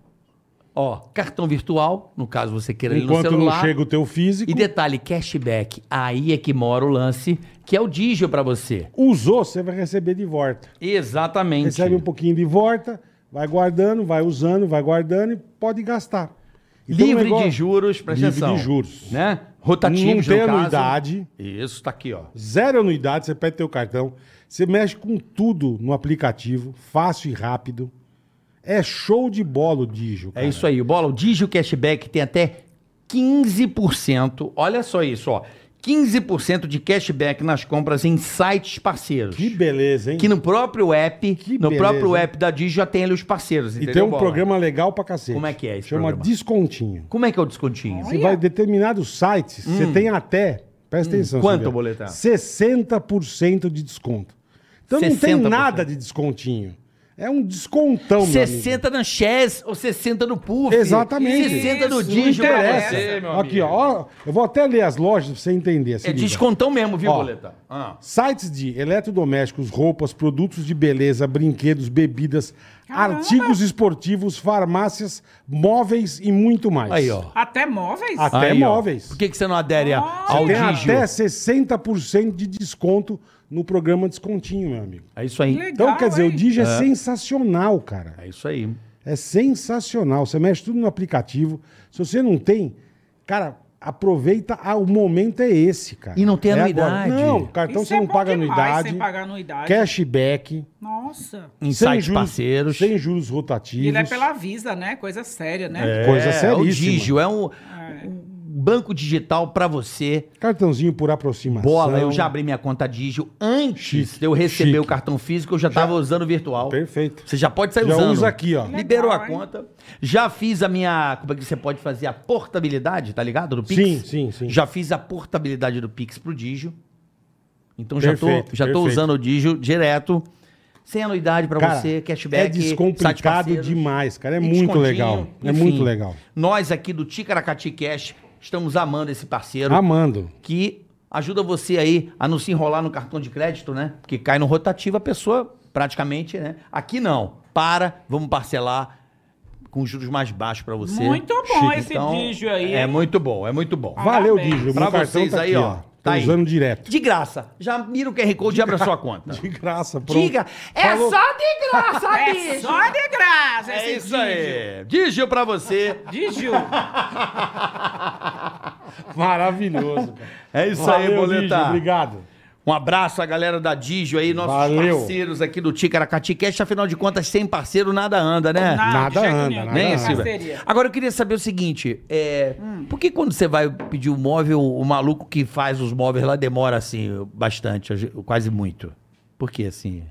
Speaker 4: Ó, cartão virtual, no caso você queira ele no
Speaker 3: Enquanto
Speaker 4: celular.
Speaker 3: não chega o teu físico,
Speaker 4: E detalhe, cashback. Aí é que mora o lance, que é o Digio pra você.
Speaker 3: usou, você vai receber de volta.
Speaker 4: Exatamente.
Speaker 3: Recebe um pouquinho de volta, vai guardando, vai usando, vai guardando e pode gastar. Então,
Speaker 4: Livre
Speaker 3: o negócio-
Speaker 4: de juros, presta
Speaker 3: Livre
Speaker 4: atenção.
Speaker 3: de juros.
Speaker 4: Né? Rotativos,
Speaker 3: Não tem
Speaker 4: no caso.
Speaker 3: anuidade.
Speaker 4: Isso, tá aqui, ó.
Speaker 3: Zero anuidade, você pede teu cartão. Você mexe com tudo no aplicativo, fácil e rápido. É show de bola o Digio,
Speaker 4: É isso aí. Bola, o Digio Cashback tem até 15%. Olha só isso, ó. 15% de cashback nas compras em sites parceiros.
Speaker 3: Que beleza, hein?
Speaker 4: Que no próprio app,
Speaker 3: Que
Speaker 4: no
Speaker 3: beleza,
Speaker 4: próprio
Speaker 3: hein?
Speaker 4: app da Digio já tem ali os parceiros,
Speaker 3: E
Speaker 4: entendeu,
Speaker 3: tem um
Speaker 4: Bola?
Speaker 3: programa legal pra cacete.
Speaker 4: Como é que é esse
Speaker 3: Chama
Speaker 4: programa?
Speaker 3: Descontinho.
Speaker 4: Como é que é o descontinho?
Speaker 3: Você vai em determinados sites, você tem até, presta atenção,
Speaker 4: Hum. Quanto,
Speaker 3: Silvia,
Speaker 4: Boletar?
Speaker 3: 60% de desconto. Então não tem
Speaker 4: 60%.
Speaker 3: nada de descontinho. É um descontão, meu amigo.
Speaker 4: 60 na Chess ou 60 no Puff.
Speaker 3: Exatamente.
Speaker 4: 60 no
Speaker 5: Isso,
Speaker 3: Não
Speaker 4: Digio pra
Speaker 3: interessa.
Speaker 4: você, meu
Speaker 3: Aqui,
Speaker 4: amigo.
Speaker 3: ó, eu vou até ler as lojas pra você entender. se
Speaker 4: É
Speaker 3: liga.
Speaker 4: descontão mesmo, viu,
Speaker 3: Ó.
Speaker 4: Boleta? Ah.
Speaker 3: Sites de eletrodomésticos, roupas, produtos de beleza, brinquedos, bebidas, artigos esportivos, farmácias, móveis e muito mais.
Speaker 4: Aí, ó.
Speaker 5: Até móveis?
Speaker 3: Até
Speaker 4: Aí, ó.
Speaker 3: móveis.
Speaker 4: Por que, que você não adere a-
Speaker 5: Você
Speaker 4: ao
Speaker 3: Tem
Speaker 4: Digio?
Speaker 3: até 60% de desconto no programa Descontinho, meu amigo.
Speaker 4: É isso aí.
Speaker 5: Legal,
Speaker 3: Então, quer dizer, o
Speaker 5: hein?
Speaker 3: Digi é sensacional, cara.
Speaker 4: É isso aí.
Speaker 3: É sensacional. Você mexe tudo no aplicativo. Se você não tem, cara, aproveita. Ah, o momento é esse, cara.
Speaker 4: E não tem
Speaker 3: É
Speaker 4: anuidade.
Speaker 3: agora. Não, cartão
Speaker 5: Isso
Speaker 3: então, você
Speaker 5: é
Speaker 3: não
Speaker 5: bom
Speaker 3: paga
Speaker 5: demais,
Speaker 3: anuidade.
Speaker 5: sem pagar anuidade.
Speaker 3: Cashback.
Speaker 5: Nossa.
Speaker 4: Em
Speaker 3: sem
Speaker 4: sites
Speaker 3: juros-
Speaker 4: parceiros.
Speaker 3: Sem juros rotativos.
Speaker 5: E ele é pela Visa, né? Coisa séria, né?
Speaker 3: Coisa
Speaker 4: o
Speaker 3: seríssima.
Speaker 4: Digio é um, um banco digital para você.
Speaker 3: Cartãozinho por aproximação.
Speaker 4: Bola, eu já abri minha conta Digio antes
Speaker 3: Chique,
Speaker 4: de eu receber
Speaker 3: chique.
Speaker 4: o cartão físico, eu já estava usando o virtual.
Speaker 3: Perfeito.
Speaker 4: Você já pode sair
Speaker 3: Já
Speaker 4: usando.
Speaker 3: usa aqui, ó.
Speaker 4: Liberou
Speaker 5: Legal,
Speaker 4: a
Speaker 5: hein?
Speaker 4: conta. Já fiz a minha. Como é que você pode fazer a portabilidade, tá ligado? Do Pix?
Speaker 3: Sim, sim, sim.
Speaker 4: Já fiz a portabilidade do Pix pro Digio. Então já tô,
Speaker 3: Perfeito,
Speaker 4: já tô
Speaker 3: perfeito.
Speaker 4: usando o Digio direto. Sem anuidade pra
Speaker 3: Cara,
Speaker 4: você, cashback.
Speaker 3: é
Speaker 4: sites
Speaker 3: descomplicado
Speaker 4: parceiros.
Speaker 3: demais, cara. É
Speaker 4: E
Speaker 3: muito
Speaker 4: descontinho.
Speaker 3: legal. É
Speaker 4: Enfim,
Speaker 3: muito legal.
Speaker 4: Nós aqui do Ticaracati Cash estamos amando esse parceiro
Speaker 3: Amando.
Speaker 4: que ajuda você aí a não se enrolar no cartão de crédito, né? Porque cai no rotativo a pessoa praticamente, né? Aqui não. Para, vamos parcelar com juros mais baixos pra você.
Speaker 5: Muito bom
Speaker 4: Chique.
Speaker 5: esse dígio aí,
Speaker 4: É
Speaker 5: hein?
Speaker 4: muito bom, é muito bom.
Speaker 5: Parabéns.
Speaker 3: Valeu, Digio.
Speaker 4: Pra
Speaker 3: Meu cartão
Speaker 4: vocês
Speaker 3: tá
Speaker 4: aí,
Speaker 3: aqui,
Speaker 4: ó.
Speaker 3: ó.
Speaker 4: Tá
Speaker 3: Tô
Speaker 4: aí.
Speaker 3: usando direto.
Speaker 4: De graça. Já mira o QR Code e abre a
Speaker 3: [laughs]
Speaker 4: sua conta.
Speaker 3: De graça, pronto.
Speaker 4: Tá. Diga, é
Speaker 3: Falou.
Speaker 4: só de graça,
Speaker 5: É
Speaker 4: bicho.
Speaker 5: só de graça
Speaker 4: É
Speaker 5: esse
Speaker 4: isso aí. Digio pra você.
Speaker 3: [laughs]
Speaker 5: Digio.
Speaker 3: Maravilhoso, cara.
Speaker 4: É [laughs] isso aí,
Speaker 3: Valeu,
Speaker 4: Boleta.
Speaker 3: Digio, Obrigado.
Speaker 4: Um abraço à galera da Digio aí, nossos
Speaker 3: Valeu.
Speaker 4: parceiros aqui do Ticaracati Cash. Afinal de contas, sem parceiro nada anda, né?
Speaker 5: Nada,
Speaker 3: É, Nada
Speaker 5: de jeito
Speaker 3: anda,
Speaker 5: nenhum.
Speaker 3: nada
Speaker 4: Nem
Speaker 3: anda.
Speaker 5: Sem
Speaker 4: assim,
Speaker 5: parceria. Hum.
Speaker 4: velho. Agora eu queria saber o seguinte: é, por que quando você vai pedir o móvel, o maluco que faz os móveis lá demora assim, bastante, quase muito? Por que assim?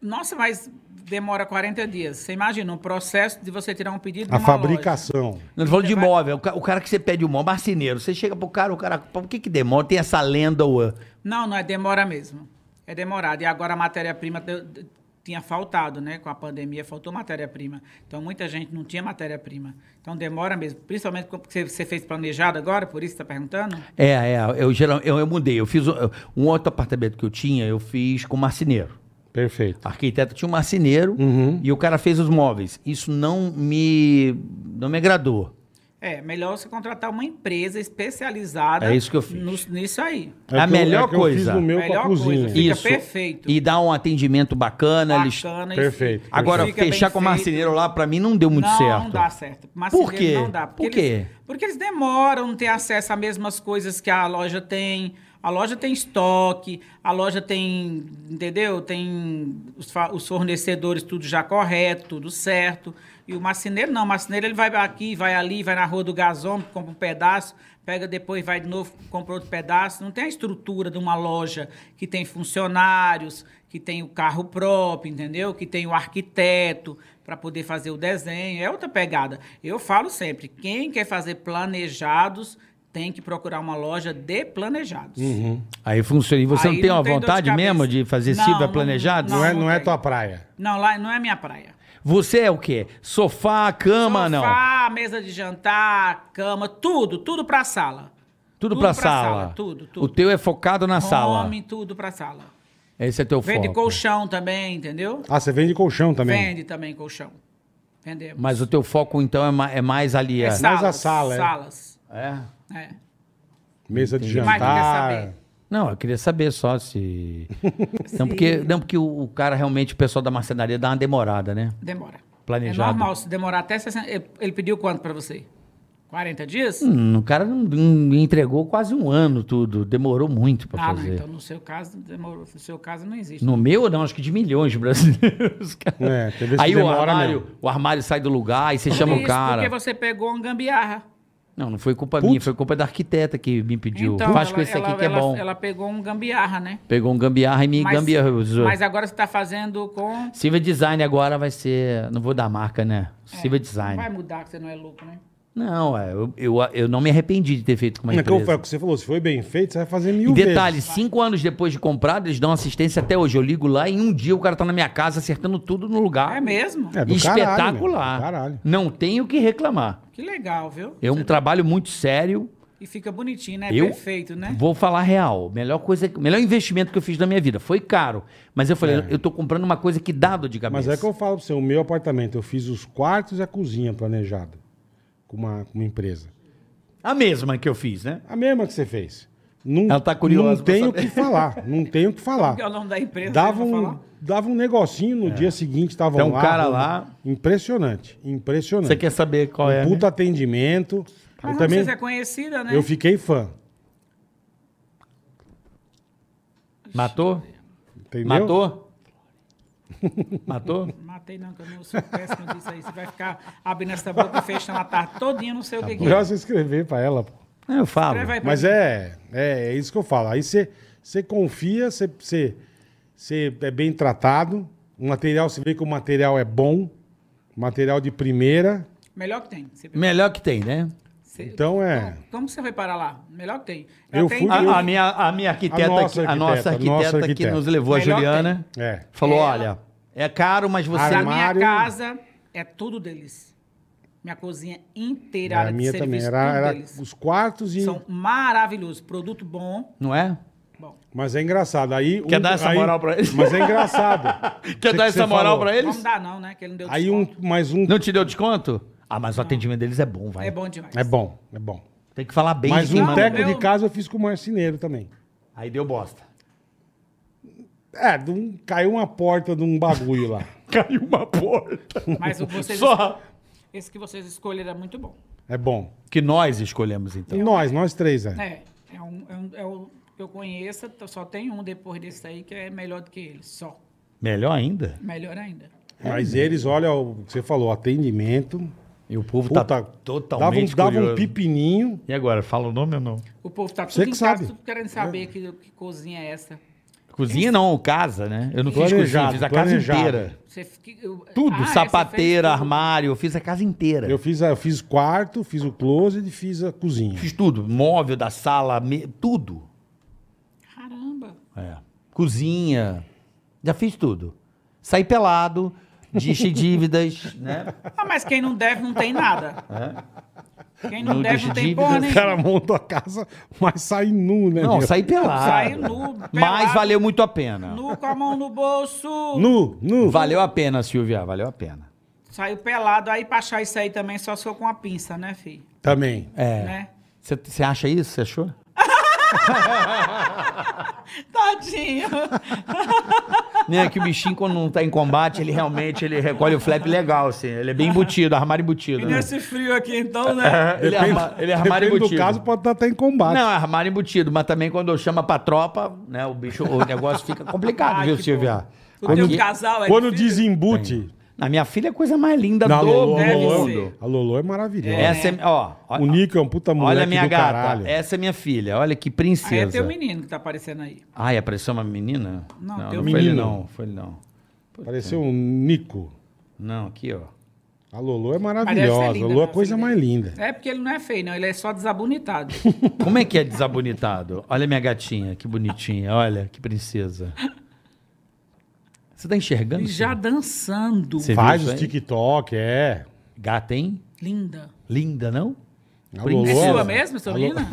Speaker 5: Nossa, mas demora 40 dias. Você imagina o processo de você tirar um pedido de
Speaker 3: A
Speaker 5: uma
Speaker 3: fabricação.
Speaker 4: Não tô falando de
Speaker 5: vai-
Speaker 4: móvel, o ca- o cara que você pede o móvel, marceneiro, você chega pro cara, o cara, por que que demora? Tem essa lenda, ué.
Speaker 5: loja. Não, não é demora mesmo. É demorado. E agora a matéria-prima deu- d- tinha faltado, né? Com a pandemia faltou matéria-prima. Então muita gente não tinha matéria-prima. Então demora mesmo. Principalmente porque você- você fez planejado agora, por isso está perguntando?
Speaker 4: É, é, eu, geral, eu, eu mudei, eu fiz um, um outro apartamento que eu tinha, eu fiz com marceneiro.
Speaker 3: Perfeito.
Speaker 4: arquiteto tinha um marceneiro e o cara fez os móveis. Isso não me não me agradou.
Speaker 5: É, melhor você contratar uma empresa especializada
Speaker 4: É isso que eu fiz.
Speaker 5: nos- nisso aí.
Speaker 4: A
Speaker 3: É que eu-
Speaker 4: melhor
Speaker 3: que eu fiz
Speaker 4: coisa.
Speaker 3: no meu com a
Speaker 5: Melhor coisa,
Speaker 3: cozinha.
Speaker 5: Fica
Speaker 4: Isso.
Speaker 5: perfeito.
Speaker 4: E dá um atendimento bacana, eles-
Speaker 5: Bacana,
Speaker 3: Perfeito,
Speaker 5: isso-
Speaker 4: Agora
Speaker 5: fica bem
Speaker 4: fechar com o
Speaker 5: feito.
Speaker 4: marceneiro lá pra mim não deu muito
Speaker 5: não,
Speaker 4: certo.
Speaker 5: Não dá certo. Marceneiro
Speaker 4: Por quê?
Speaker 5: Não dá. Porque
Speaker 4: Por quê?
Speaker 5: Eles, porque eles demoram a ter acesso às mesmas coisas que a loja tem. A loja tem estoque, a loja tem, entendeu? Tem os, fa- os fornecedores tudo já correto, tudo certo. E o marceneiro não, o marceneiro ele vai aqui, vai ali, vai na rua do gasômetro, compra um pedaço, pega depois, vai de novo, compra outro pedaço. Não tem a estrutura de uma loja que tem funcionários, que tem o carro próprio, entendeu? Que tem o arquiteto, para poder fazer o desenho, é outra pegada. Eu falo sempre, quem quer fazer planejados tem que procurar uma loja de planejados.
Speaker 4: Uhum. Aí funciona. E você
Speaker 5: Aí
Speaker 4: não tem
Speaker 5: não
Speaker 4: uma
Speaker 5: tem dor de
Speaker 4: vontade
Speaker 5: cabeça.
Speaker 4: mesmo de fazer
Speaker 5: Não,
Speaker 4: cibra
Speaker 5: não-
Speaker 4: planejado?
Speaker 3: Não, é,
Speaker 5: Não,
Speaker 3: não é
Speaker 5: tem.
Speaker 3: tua praia.
Speaker 5: Não, lá não é minha praia.
Speaker 4: Você é o quê? Sofá, cama, não.
Speaker 5: Sofá, mesa de jantar, cama, tudo, tudo para sala.
Speaker 4: Tudo, pra,
Speaker 5: pra
Speaker 4: sala.
Speaker 5: Tudo, tudo.
Speaker 4: O teu é focado na sala.
Speaker 5: Home, tudo para sala.
Speaker 4: Esse é teu
Speaker 5: Vende
Speaker 4: foco.
Speaker 5: colchão também, entendeu?
Speaker 3: Ah, você vende colchão também.
Speaker 5: Vende também colchão. Vendemos.
Speaker 4: Mas o teu foco então é, ma- é mais ali. É.
Speaker 5: é salas,
Speaker 3: a sala, é.
Speaker 5: Salas.
Speaker 4: É?
Speaker 5: É.
Speaker 3: Mesa de
Speaker 5: O que mais que quer
Speaker 3: jantar.
Speaker 5: saber?
Speaker 4: Não, eu queria saber
Speaker 3: [laughs]
Speaker 4: só se. Não, porque, não, porque o, o cara realmente, o pessoal da marcenaria dá uma demorada, né?
Speaker 5: Demora.
Speaker 4: Planejado.
Speaker 5: É normal, se demorar até 60... Ele ele pediu quanto pra você? 40 dias?
Speaker 4: Hum, o cara não, não entregou quase um ano tudo. Demorou muito pra
Speaker 5: ah,
Speaker 4: fazer.
Speaker 5: não, então no seu caso, demorou. No seu caso não existe.
Speaker 4: No meu, não, acho que de milhões de brasileiros, [laughs] cara.
Speaker 3: É, teve esse
Speaker 4: aí o
Speaker 3: demora
Speaker 4: armário,
Speaker 3: mesmo.
Speaker 4: o armário sai do lugar, aí você
Speaker 5: Por
Speaker 4: chama o
Speaker 5: isso,
Speaker 4: cara.
Speaker 5: Porque você pegou uma gambiarra.
Speaker 4: Não, não foi culpa
Speaker 3: Putz.
Speaker 4: minha, foi culpa da arquiteta que me pediu.
Speaker 5: Então,
Speaker 4: Faz
Speaker 5: ela,
Speaker 4: com esse aqui
Speaker 5: ela-
Speaker 4: que é
Speaker 5: ela-
Speaker 4: bom.
Speaker 5: Ela pegou um gambiarra, né?
Speaker 4: Pegou um gambiarra e me gambiarrou.
Speaker 5: mas agora você tá fazendo com...
Speaker 4: Silva Design agora vai ser. Não vou dar marca, né?
Speaker 5: É,
Speaker 4: Silva Design.
Speaker 5: Vai mudar que você não é louco, né?
Speaker 4: Não, é, eu, eu, eu não me arrependi de ter feito com uma
Speaker 3: É que eu- é
Speaker 4: empresa.
Speaker 3: o que você falou, se foi bem feito, você vai fazer
Speaker 4: E
Speaker 3: mil vezes.
Speaker 4: detalhe, cinco anos depois de comprado, eles dão assistência até hoje. Eu ligo lá e em um dia o cara tá na minha casa acertando tudo no lugar.
Speaker 5: É mesmo?
Speaker 3: É do
Speaker 4: Espetacular.
Speaker 3: Caralho. meu, do caralho.
Speaker 4: Não tenho o que reclamar.
Speaker 5: Que legal, viu?
Speaker 4: É um trabalho muito sério.
Speaker 5: E fica bonitinho, né?
Speaker 4: eu
Speaker 5: Perfeito, né?
Speaker 4: vou falar real. Melhor coisa, melhor investimento que eu fiz na minha vida. Foi caro, mas eu falei, eu tô comprando uma coisa que dá dor de cabeça.
Speaker 3: É. Mas é que eu falo pra você, o meu apartamento, eu fiz os quartos e a cozinha planejada com uma, com uma empresa.
Speaker 4: A mesma que eu fiz, né?
Speaker 3: A mesma que você fez. Não,
Speaker 4: Ela tá curiosa
Speaker 3: Não
Speaker 4: pra
Speaker 3: tenho o
Speaker 4: saber.
Speaker 3: que falar. Não tenho o que falar.
Speaker 5: [laughs] Que é o nome da empresa?
Speaker 3: Ah. dava
Speaker 5: que eu vou
Speaker 3: um,
Speaker 5: falar?
Speaker 3: dava um negocinho no dia seguinte, estavam
Speaker 4: É. Tem um
Speaker 3: lá.
Speaker 4: cara
Speaker 3: arrumando.
Speaker 4: lá.
Speaker 3: Impressionante, impressionante.
Speaker 4: Você quer saber qual é? né?
Speaker 3: Um Puta atendimento.
Speaker 5: Mas
Speaker 3: eu também
Speaker 5: Você é conhecida, né?
Speaker 3: eu fiquei fã,
Speaker 4: Matou?
Speaker 3: entendeu?
Speaker 4: Matou?
Speaker 3: [laughs]
Speaker 4: Matou?
Speaker 5: Matei não, que eu não sou péssimo disso aí. Você vai ficar abrindo essa boca e fechando a tarde todinha, não sei o que que é.
Speaker 3: Melhor você escrever pra ela. pô.
Speaker 4: É, Eu falo.
Speaker 5: Escreve aí pra
Speaker 3: Mas
Speaker 5: mim.
Speaker 3: é, é, é isso que eu falo. Aí você você confia, você- você você é bem tratado. O material, você vê que o material é bom. Material de primeira.
Speaker 5: Melhor que tem. Você-
Speaker 4: Melhor que tem, né?
Speaker 5: você-
Speaker 3: é- Então é.
Speaker 5: Como você foi parar lá? Melhor que tem.
Speaker 3: Eu
Speaker 5: Até
Speaker 3: fui-
Speaker 5: então,
Speaker 3: eu-
Speaker 4: A, a minha, a minha arquiteta,
Speaker 3: A
Speaker 4: a
Speaker 3: nossa
Speaker 4: nossa arquiteta,
Speaker 3: arquiteta, nossa
Speaker 4: que
Speaker 3: arquiteta.
Speaker 4: nos levou, a
Speaker 5: Melhor
Speaker 4: Juliana,
Speaker 3: É.
Speaker 4: falou:
Speaker 5: Ela-
Speaker 4: olha, é caro, mas você.
Speaker 5: A
Speaker 3: Armário-
Speaker 5: minha casa é tudo deles. Minha cozinha inteira,
Speaker 3: É, A
Speaker 5: área de
Speaker 3: minha também.
Speaker 5: serviço,
Speaker 3: Era,
Speaker 5: tudo
Speaker 3: era
Speaker 5: deles.
Speaker 3: os quartos e.
Speaker 5: São maravilhosos. Produto bom.
Speaker 4: Não é?
Speaker 5: Bom,
Speaker 3: Mas é engraçado. Aí,
Speaker 4: Quer dar essa
Speaker 3: aí-
Speaker 4: moral pra ele?
Speaker 3: Mas é engraçado.
Speaker 4: [laughs] Quer
Speaker 3: que
Speaker 4: dar
Speaker 3: você
Speaker 4: essa moral
Speaker 3: falou.
Speaker 4: pra
Speaker 5: não
Speaker 4: eles?
Speaker 5: dá não, né? Que ele não deu
Speaker 3: Aí um,
Speaker 5: desconto.
Speaker 3: mais um.
Speaker 4: Não te deu desconto? Ah, mas o atendimento deles é bom, vai.
Speaker 5: É bom demais.
Speaker 3: É bom, é bom.
Speaker 4: Tem que falar bem.
Speaker 3: Mas
Speaker 4: de quem
Speaker 3: um
Speaker 4: manda
Speaker 3: teco
Speaker 4: bem.
Speaker 5: meu-
Speaker 3: de casa eu fiz com o marceneiro também.
Speaker 4: Aí deu bosta.
Speaker 3: É, de um- caiu uma porta de um bagulho lá.
Speaker 4: Caiu uma porta.
Speaker 5: Mas o que Então vocês...
Speaker 4: Só
Speaker 5: Esse que vocês escolheram é muito bom.
Speaker 3: É bom.
Speaker 4: que nós escolhemos, então.
Speaker 3: E nós, nós três, é.
Speaker 5: É, é um, é um- é um que eu conheça, t- só tem um depois desse aí que é melhor do que ele, só.
Speaker 4: Melhor ainda.
Speaker 5: Melhor ainda.
Speaker 3: Mas eles, olha o que você falou, atendimento.
Speaker 4: E o povo tá
Speaker 3: Puta,
Speaker 4: totalmente
Speaker 3: dava, um- dava um
Speaker 4: curioso.
Speaker 3: pepininho.
Speaker 4: E agora, fala o nome ou não?
Speaker 5: O povo tá
Speaker 3: Você
Speaker 5: tudo
Speaker 3: que
Speaker 5: em
Speaker 3: sabe.
Speaker 5: casa, tudo querendo saber que, que cozinha é essa.
Speaker 4: Cozinha não, casa, né? Eu não fiz cozinha, eu
Speaker 3: Planejado,
Speaker 4: fiz a casa
Speaker 3: planejado.
Speaker 4: inteira.
Speaker 5: Você fica- eu-
Speaker 4: Tudo,
Speaker 5: Ah, essa fez
Speaker 4: sapateira,
Speaker 5: tudo.
Speaker 4: armário, eu fiz a casa inteira.
Speaker 3: Eu fiz, a- eu fiz quarto, fiz o closet e fiz a cozinha.
Speaker 4: Fiz tudo, móvel da sala, me- tudo.
Speaker 5: Caramba.
Speaker 4: É. Cozinha, já fiz tudo. Saí pelado, de
Speaker 5: [laughs]
Speaker 4: enchi dívidas, né?
Speaker 5: Ah, mas quem não deve não tem nada. Quem não,
Speaker 4: Não
Speaker 5: deve
Speaker 4: deixa
Speaker 5: não tem
Speaker 4: dívida.
Speaker 5: porra
Speaker 3: O
Speaker 5: nenhuma.
Speaker 3: cara montou a casa, mas sai nu, né?
Speaker 4: Não,
Speaker 3: meu?
Speaker 4: saí pelado.
Speaker 5: Saí nu,
Speaker 4: Mas
Speaker 5: pelado.
Speaker 4: valeu muito a pena.
Speaker 5: Nu com a mão no bolso.
Speaker 3: Nu, nu.
Speaker 4: Valeu a pena, Silvia, valeu a pena.
Speaker 5: Saiu pelado. Aí pra achar isso aí também só sou com a pinça, né, filho?
Speaker 3: Também.
Speaker 4: É.
Speaker 5: Né?
Speaker 4: Você acha isso? Você achou?
Speaker 5: Tadinho.
Speaker 4: Né, que o bichinho, quando não tá em combate, ele realmente ele recolhe o flap legal, assim. Ele é bem embutido, armário embutido.
Speaker 5: E
Speaker 4: Né?
Speaker 5: nesse frio aqui, então, né?
Speaker 4: Ele é, arma, ele é armário
Speaker 3: Depende
Speaker 4: embutido.
Speaker 3: do caso, pode estar até em combate.
Speaker 4: Não, é armário embutido, mas também quando chama pra tropa, né, o bicho, o negócio
Speaker 3: [laughs]
Speaker 4: fica complicado,
Speaker 3: Ah,
Speaker 5: Ai,
Speaker 4: viu,
Speaker 5: que
Speaker 4: Silvia?
Speaker 5: O teu
Speaker 4: Aqui-
Speaker 5: casal é
Speaker 3: Quando
Speaker 5: difícil?
Speaker 3: desembute.
Speaker 4: Na minha filha é a coisa mais linda
Speaker 3: Não, a
Speaker 4: do
Speaker 3: Lolo, a
Speaker 5: deve
Speaker 4: mundo.
Speaker 5: ser.
Speaker 3: Lolo, a Lolo é maravilhosa.
Speaker 4: Essa é, ó, ó,
Speaker 3: O Nico é um puta moleque
Speaker 4: olha a minha
Speaker 3: do
Speaker 4: gata,
Speaker 3: caralho.
Speaker 4: essa é minha filha, olha que
Speaker 5: Aí é
Speaker 4: princesa.
Speaker 5: teu menino que tá aparecendo aí.
Speaker 4: Ai, apareceu uma menina?
Speaker 5: Não, um
Speaker 4: não,
Speaker 5: teu
Speaker 4: não foi ele
Speaker 3: menino.
Speaker 4: não, foi ele não.
Speaker 3: Pareceu um Nico.
Speaker 4: Não, aqui, ó.
Speaker 3: A Lolo é
Speaker 5: Mas deve ser
Speaker 3: maravilhosa.
Speaker 5: linda,
Speaker 3: a Lolo é a
Speaker 5: né,
Speaker 3: coisa
Speaker 5: filha
Speaker 3: mais
Speaker 5: dele.
Speaker 3: linda.
Speaker 5: É porque ele não é feio, não. Ele é
Speaker 3: [laughs]
Speaker 5: só desabonitado.
Speaker 4: Como é que é desabonitado? Olha minha gatinha, que bonitinha. Olha, que princesa. Você tá enxergando?
Speaker 5: e já
Speaker 4: Silvia?
Speaker 5: dançando.
Speaker 4: Você viu
Speaker 3: Faz
Speaker 4: isso
Speaker 3: os
Speaker 4: aí?
Speaker 3: TikTok, é.
Speaker 4: Gata, hein?
Speaker 5: Linda.
Speaker 4: Linda, não?
Speaker 3: A
Speaker 4: Brinca-
Speaker 5: É
Speaker 4: Lolo.
Speaker 5: sua mesmo,
Speaker 3: [laughs]
Speaker 5: sua menina?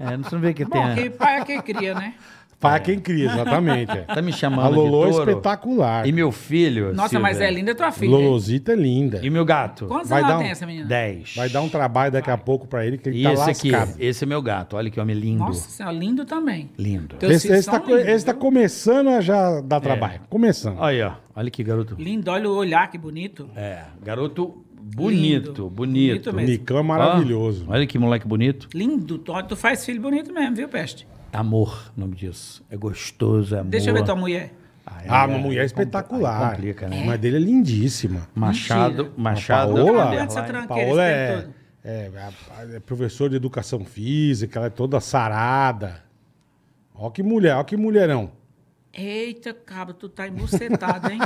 Speaker 4: É. É, não você não vê que tem.
Speaker 5: Bom,
Speaker 4: a-
Speaker 5: quem pai é quem cria, né?
Speaker 3: Pra quem cria, exatamente.
Speaker 4: [laughs]
Speaker 3: é.
Speaker 4: Tá me
Speaker 3: A
Speaker 4: chamando
Speaker 3: Lolo é
Speaker 4: de touro?
Speaker 3: espetacular.
Speaker 4: E meu filho.
Speaker 5: Nossa,
Speaker 4: Silvia.
Speaker 5: mas é linda tua filha. hein?
Speaker 3: Lolozita é linda.
Speaker 4: E meu gato?
Speaker 5: Quantos
Speaker 3: Vai
Speaker 5: anos
Speaker 3: dar
Speaker 5: ela
Speaker 3: um-
Speaker 5: tem essa menina?
Speaker 4: 10.
Speaker 3: Vai dar um trabalho daqui a pouco pra ele, que ele
Speaker 4: E
Speaker 3: tá
Speaker 4: esse aqui,
Speaker 3: lascado.
Speaker 4: esse é meu gato. Olha que homem lindo.
Speaker 5: Nossa senhora, lindo também.
Speaker 4: um Lindo.
Speaker 5: Teus
Speaker 3: Esse,
Speaker 5: filhos
Speaker 3: esse tá,
Speaker 5: são
Speaker 3: co-
Speaker 5: lindos,
Speaker 3: esse tá
Speaker 5: viu?
Speaker 3: começando a já dar trabalho. Começando.
Speaker 4: Aí, ó. Olha que garoto.
Speaker 5: Lindo, olha o olhar, que bonito.
Speaker 4: É, garoto bonito,
Speaker 5: Lindo.
Speaker 4: bonito.
Speaker 5: Bonito
Speaker 3: O
Speaker 5: mesmo.
Speaker 3: Nicão é maravilhoso.
Speaker 4: Ó, olha que moleque bonito.
Speaker 5: Lindo, tu, tu faz filho bonito mesmo, viu, Peste?
Speaker 4: Amor, o nome disso. É gostoso, é amor.
Speaker 5: Deixa eu ver então. tua mulher.
Speaker 4: Aí,
Speaker 3: Ah,
Speaker 4: é,
Speaker 3: uma mulher
Speaker 4: aí
Speaker 3: espetacular.
Speaker 4: Complica,
Speaker 3: A
Speaker 4: né?
Speaker 3: mãe dele é lindíssima.
Speaker 4: Machado,
Speaker 5: Mentira.
Speaker 4: Machado.
Speaker 3: Paola?
Speaker 4: Underline.
Speaker 5: Antes eu tranquei.
Speaker 3: Paola
Speaker 5: esse
Speaker 3: é,
Speaker 5: tempo
Speaker 3: é, é professor de educação física, ela é toda sarada. Ó que mulher, ó que mulherão.
Speaker 5: Eita, cabra, tu tá
Speaker 3: [laughs]
Speaker 5: embucetado, hein?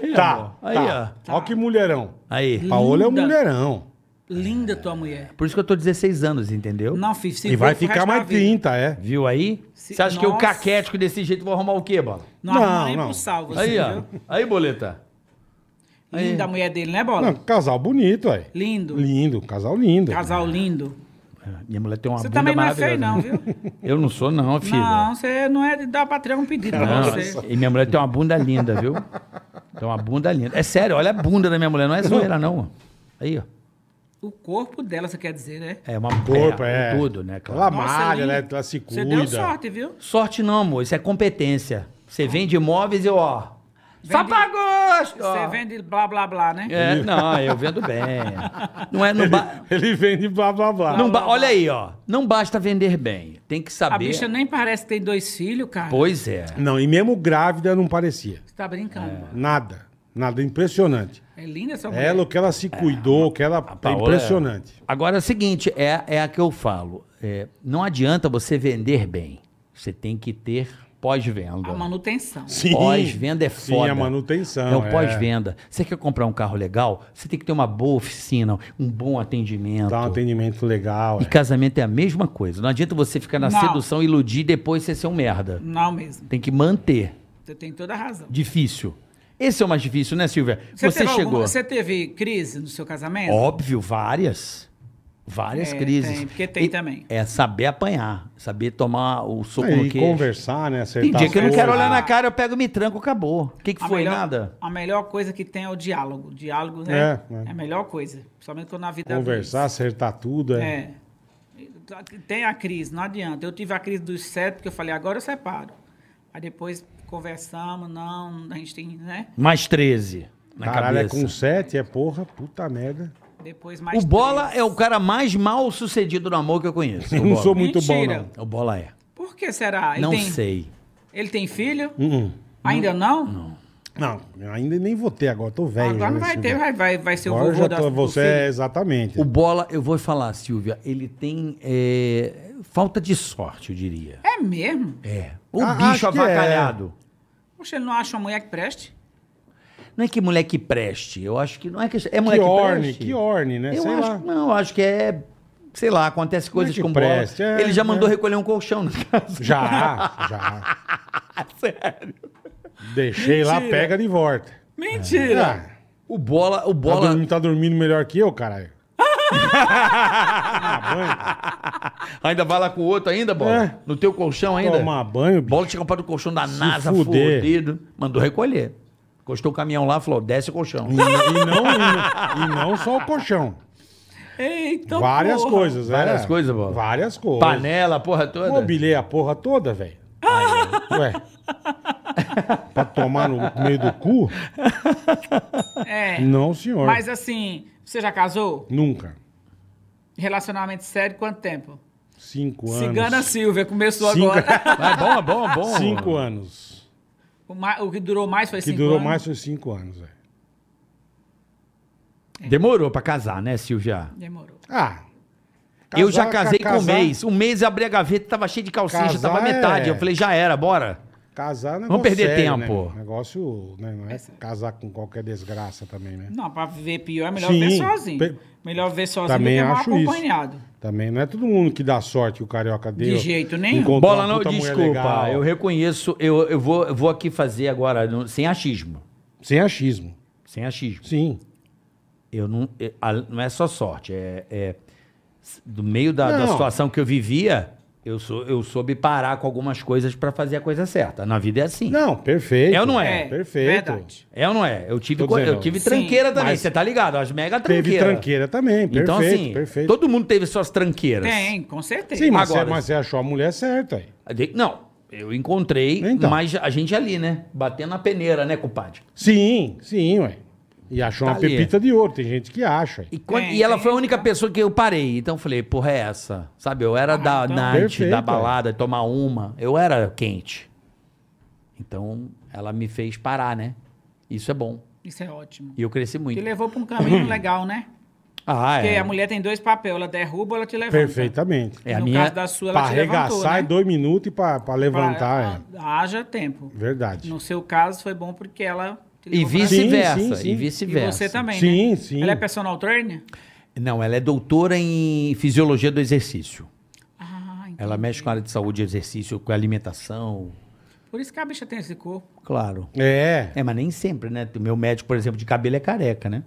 Speaker 4: Aí,
Speaker 3: Tá,
Speaker 4: ó. Aí,
Speaker 3: tá.
Speaker 4: ó.
Speaker 3: Ó que mulherão.
Speaker 4: Aí.
Speaker 3: Paola é um
Speaker 5: Linda.
Speaker 3: mulherão.
Speaker 5: Linda tua mulher.
Speaker 4: Por isso que eu tô 16 anos, entendeu?
Speaker 5: Não, filho, se
Speaker 3: E vai
Speaker 5: for pro
Speaker 3: ficar
Speaker 5: resto da
Speaker 3: mais
Speaker 5: vida.
Speaker 3: 30, é.
Speaker 4: Viu aí?
Speaker 5: Se-
Speaker 4: Você acha que eu
Speaker 5: Nossa.
Speaker 4: caquético desse jeito vou arrumar o quê, bola?
Speaker 5: Não,
Speaker 3: Não,
Speaker 5: arruma nem
Speaker 3: não.
Speaker 5: pro sal, você
Speaker 4: Aí, ó.
Speaker 5: viu?
Speaker 4: Aí, boleta. Aí.
Speaker 5: Linda a mulher dele, né, Bola?
Speaker 3: Não, casal bonito, aí.
Speaker 5: Lindo.
Speaker 3: Lindo, casal lindo.
Speaker 5: Casal lindo.
Speaker 4: É, Minha mulher tem uma
Speaker 5: Você
Speaker 4: bunda
Speaker 5: também não é
Speaker 4: maravilhosa.
Speaker 5: feio, não, viu?
Speaker 4: Eu não sou, não, filho.
Speaker 5: Não, você não é de dar pra tirar um pedido pra
Speaker 4: Não,
Speaker 5: você.
Speaker 4: e minha mulher tem uma bunda linda, viu? Tem uma bunda linda. É sério, olha a bunda da minha mulher, não é zoeira, não. Aí, ó.
Speaker 5: O corpo dela, você quer dizer, né?
Speaker 4: É uma
Speaker 3: Corpo,
Speaker 4: é,
Speaker 3: é.
Speaker 4: Tudo, né? Claro.
Speaker 3: Ela
Speaker 5: Nossa,
Speaker 3: malha,
Speaker 5: Lili,
Speaker 3: ela, ela se cuida.
Speaker 5: Você deu sorte, viu?
Speaker 4: Sorte não, amor. Isso é competência. Você vende imóveis e eu, ó. Só
Speaker 5: Vende-
Speaker 4: pra gosto!
Speaker 5: Você
Speaker 4: ó.
Speaker 5: vende blá blá blá, né?
Speaker 4: É, não, eu vendo bem. Não é, não ba-
Speaker 3: Ele vende blá blá blá.
Speaker 4: não ba- Olha aí, ó. Não basta vender bem. Tem que saber.
Speaker 5: A bicha nem parece que tem dois filhos, cara.
Speaker 4: Pois é.
Speaker 3: Não, e mesmo grávida não parecia.
Speaker 5: Você tá brincando.
Speaker 3: Nada. Nada. Impressionante.
Speaker 5: É, linda essa mulher.
Speaker 3: Ela, o que ela se cuidou, o que ela. É
Speaker 4: Paola-
Speaker 3: impressionante.
Speaker 4: Agora é o seguinte, é, é a que eu falo. É, não adianta você vender bem. Você tem que ter pós-venda.
Speaker 5: A manutenção.
Speaker 3: Sim.
Speaker 4: Pós-venda é foda.
Speaker 3: Sim, a manutenção.
Speaker 4: É o pós-venda. Você quer comprar um carro legal? Você tem que ter uma boa oficina, um bom atendimento.
Speaker 3: Dá um atendimento legal.
Speaker 4: E
Speaker 3: é.
Speaker 4: casamento é a mesma coisa. Não adianta você ficar na
Speaker 5: Não.
Speaker 4: sedução, iludir e depois você ser um merda.
Speaker 5: Não mesmo.
Speaker 4: Tem que manter.
Speaker 5: Você tem toda a razão.
Speaker 4: Difícil. Esse é o mais difícil, né, Silvia? Você,
Speaker 5: teve alguma-
Speaker 4: chegou.
Speaker 5: Você teve crise no seu casamento?
Speaker 4: Óbvio, várias. Várias
Speaker 5: É,
Speaker 4: crises.
Speaker 5: tem, porque tem também.
Speaker 4: É saber apanhar, saber tomar o soco
Speaker 3: É,
Speaker 4: no
Speaker 3: e
Speaker 4: queixo.
Speaker 3: conversar, né? Acertar
Speaker 4: Tem dia
Speaker 3: as
Speaker 4: que eu não quero
Speaker 3: coisas.
Speaker 4: olhar na cara, eu pego e me tranco, acabou. O que, que
Speaker 5: A
Speaker 4: foi?
Speaker 5: melhor-
Speaker 4: Nada?
Speaker 5: A melhor coisa que tem é o diálogo. O diálogo, né?
Speaker 3: É,
Speaker 5: É,
Speaker 3: é.
Speaker 5: a melhor coisa. Principalmente quando na vida...
Speaker 3: Conversar, acertar tudo. É.
Speaker 5: É. Tem a crise, não adianta. Eu tive a crise dos sete, porque eu falei, agora eu separo. Aí depois conversamos, não, a gente tem, né?
Speaker 4: Mais 13 na
Speaker 3: Caralho, é
Speaker 4: cabeça.
Speaker 3: com sete, é porra, puta merda.
Speaker 5: Depois mais
Speaker 4: O Bola
Speaker 5: três.
Speaker 4: é o cara mais mal sucedido no amor que eu conheço.
Speaker 3: Eu
Speaker 4: o
Speaker 3: não
Speaker 4: Bola.
Speaker 3: sou muito
Speaker 5: Mentira.
Speaker 3: bom,
Speaker 4: O Bola é.
Speaker 5: Por que será? Ele
Speaker 4: não
Speaker 5: tem-
Speaker 4: sei.
Speaker 5: Ele tem filho?
Speaker 3: não. Uh-uh.
Speaker 5: Ainda não?
Speaker 3: Não, eu ainda nem votei agora, tô velho.
Speaker 5: Agora
Speaker 3: já,
Speaker 5: não
Speaker 3: né,
Speaker 5: vai
Speaker 3: Silvio?
Speaker 5: ter, vai, vai, vai ser o
Speaker 3: Agora eu
Speaker 5: vovô
Speaker 3: já
Speaker 5: da
Speaker 3: tô,
Speaker 5: do
Speaker 3: você
Speaker 5: filho.
Speaker 3: é exatamente.
Speaker 4: O Bola, eu vou falar, Silvia, ele tem é, falta de sorte, eu diria.
Speaker 5: É mesmo?
Speaker 4: É. O
Speaker 3: Ah,
Speaker 4: bicho
Speaker 3: acho que é.
Speaker 4: avacalhado.
Speaker 5: Poxa, ele não acha uma mulher que preste?
Speaker 4: Não é que moleque preste, eu acho que não é que é
Speaker 3: que
Speaker 4: moleque
Speaker 3: orne,
Speaker 4: preste.
Speaker 3: que orne, né?
Speaker 4: Eu
Speaker 3: Sei
Speaker 4: acho,
Speaker 3: lá. é
Speaker 4: não, eu acho que é sei lá, acontece coisas
Speaker 3: que
Speaker 4: com
Speaker 3: preste,
Speaker 4: bola.
Speaker 3: é,
Speaker 4: ele já mandou
Speaker 3: é.
Speaker 4: recolher um colchão na casa. [laughs]
Speaker 3: Já, já.
Speaker 4: Sério.
Speaker 3: Deixei lá, pega de volta.
Speaker 5: Mentira!
Speaker 3: Ah,
Speaker 4: O bola, o
Speaker 3: tá,
Speaker 4: bola.
Speaker 3: dormindo, tá dormindo melhor que eu, caralho. Tomar banho,
Speaker 4: ainda vai lá com o outro ainda, bola?
Speaker 3: É.
Speaker 4: No teu colchão ainda?
Speaker 3: tomar banho, bicho.
Speaker 4: Bola tinha comprado o colchão da NASA
Speaker 3: fuder.
Speaker 4: fudido. Mandou recolher. Encostou o caminhão lá, falou: desce o colchão.
Speaker 3: E, e não, e, não- e não só o colchão.
Speaker 5: Eita,
Speaker 3: Ah. várias
Speaker 5: Então, porra.
Speaker 3: coisas, né?
Speaker 4: Várias coisas, Bola.
Speaker 3: Várias coisas.
Speaker 4: Panela, a porra toda.
Speaker 3: Mobilei a porra toda, velho. Ué. pra tomar no meio do cu?
Speaker 5: É.
Speaker 3: [laughs] Não, senhor.
Speaker 5: Mas assim, você já casou?
Speaker 3: Nunca.
Speaker 5: Relacionamento sério, quanto tempo?
Speaker 3: Cinco anos.
Speaker 5: Cigana Silvia, começou
Speaker 3: Cinco- [laughs]
Speaker 5: agora.
Speaker 4: Ah, bom, é bom, é bom.
Speaker 3: Cinco anos.
Speaker 5: O, ma- o que durou mais foi
Speaker 3: Que
Speaker 5: cinco
Speaker 3: durou
Speaker 5: anos.
Speaker 3: mais foi cinco anos, é. velho.
Speaker 4: Demorou pra casar, né, Silvia?
Speaker 5: Demorou.
Speaker 3: Ah.
Speaker 4: eu
Speaker 3: casar-
Speaker 4: já casei
Speaker 3: ca-
Speaker 4: com um
Speaker 3: casar-
Speaker 4: mês. Um mês eu abri a gaveta, tava cheio de calcinha, já tava
Speaker 3: Casar é-
Speaker 4: metade. Eu falei, já era, bora.
Speaker 3: Casar é um negócio
Speaker 4: Vamos perder
Speaker 3: sério,
Speaker 4: tempo.
Speaker 3: Né? Negócio, né? Não é casar com qualquer desgraça também, né?
Speaker 5: Não, pra viver pior é melhor
Speaker 3: Sim.
Speaker 5: ver sozinho.
Speaker 3: Pe-
Speaker 5: Melhor ver sozinho
Speaker 3: Também
Speaker 5: do que mal
Speaker 3: acho isso.
Speaker 5: acompanhado.
Speaker 3: Também não é todo mundo que dá sorte que o carioca deu.
Speaker 5: jeito nenhum.
Speaker 3: Encontrar
Speaker 4: Bola
Speaker 3: uma
Speaker 4: não,
Speaker 3: puta mulher
Speaker 4: desculpa.
Speaker 3: legal.
Speaker 4: Eu reconheço, eu, eu, vou, eu vou aqui fazer agora, no- sem achismo.
Speaker 3: Sem achismo.
Speaker 4: Sem achismo.
Speaker 3: Sim.
Speaker 4: Eu não, eu- a- não é só sorte, é, é s- do meio da, da
Speaker 3: Não.
Speaker 4: situação que eu vivia, eu, sou, eu soube parar com algumas coisas pra fazer a coisa certa. Na vida é assim.
Speaker 3: Não, perfeito.
Speaker 4: É ou não é?
Speaker 3: Perfeito.
Speaker 5: Verdade.
Speaker 4: É ou não é? Eu tive,
Speaker 3: Tô
Speaker 4: co- eu
Speaker 3: dizendo.
Speaker 4: tive
Speaker 5: Sim,
Speaker 4: tranqueira também,
Speaker 3: mas-
Speaker 4: você tá ligado? As mega tranqueiras.
Speaker 3: Teve tranqueira também, perfeito,
Speaker 4: Então, assim,
Speaker 3: perfeito.
Speaker 4: todo mundo teve suas tranqueiras.
Speaker 5: Tem, com certeza.
Speaker 3: Sim, mas, é
Speaker 4: Agora-
Speaker 3: você, mas você achou a mulher certa aí.
Speaker 4: De- Não, eu encontrei,
Speaker 3: Então.
Speaker 4: mas a gente ali, né? Batendo na peneira, né, compadre?
Speaker 3: Sim, sim, ué. E achou
Speaker 4: Tá
Speaker 3: uma
Speaker 4: ali.
Speaker 3: pepita de ouro, tem gente que acha.
Speaker 4: E, quando-
Speaker 5: Tem,
Speaker 4: e ela
Speaker 5: tem
Speaker 4: foi a única pessoa que eu parei. Então eu falei, porra, é essa? Sabe, eu
Speaker 5: Ah,
Speaker 4: era da
Speaker 5: então.
Speaker 4: night,
Speaker 3: Perfeito,
Speaker 4: da
Speaker 3: é.
Speaker 4: balada, tomar uma. Eu era quente. Então ela me fez parar, né? Isso é bom.
Speaker 5: Isso é ótimo.
Speaker 4: E eu cresci
Speaker 5: Te
Speaker 4: muito.
Speaker 5: levou pra
Speaker 3: [clears throat]
Speaker 5: um caminho legal, né?
Speaker 4: Ah,
Speaker 5: Porque
Speaker 4: é.
Speaker 5: a mulher tem dois papéis, ela derruba ou ela te levanta.
Speaker 3: Perfeitamente.
Speaker 4: É, a
Speaker 5: no
Speaker 4: minha-
Speaker 5: caso da sua,
Speaker 3: pra
Speaker 5: ela te levantou,
Speaker 3: arregaçar
Speaker 5: né?
Speaker 3: é dois minutos e pra, pra
Speaker 5: Pra-
Speaker 3: levantar,
Speaker 5: a- Haja tempo.
Speaker 3: é. Verdade.
Speaker 5: No seu caso, foi bom porque ela... te
Speaker 4: E
Speaker 5: levou pra-
Speaker 3: Sim,
Speaker 4: vice-versa.
Speaker 3: sim, sim.
Speaker 4: E
Speaker 3: E
Speaker 4: vice-versa.
Speaker 5: E você também,
Speaker 3: Sim,
Speaker 5: né?
Speaker 3: sim.
Speaker 5: Ela é personal trainer?
Speaker 4: Não, ela é doutora em fisiologia do exercício.
Speaker 5: Ah, então.
Speaker 4: Ela mexe com a área de saúde, exercício, com alimentação.
Speaker 5: Por isso que a bicha tem esse corpo.
Speaker 4: Claro.
Speaker 3: É.
Speaker 4: É, mas nem sempre, né? O meu médico, por exemplo, de cabelo é careca,
Speaker 5: [laughs]
Speaker 4: né?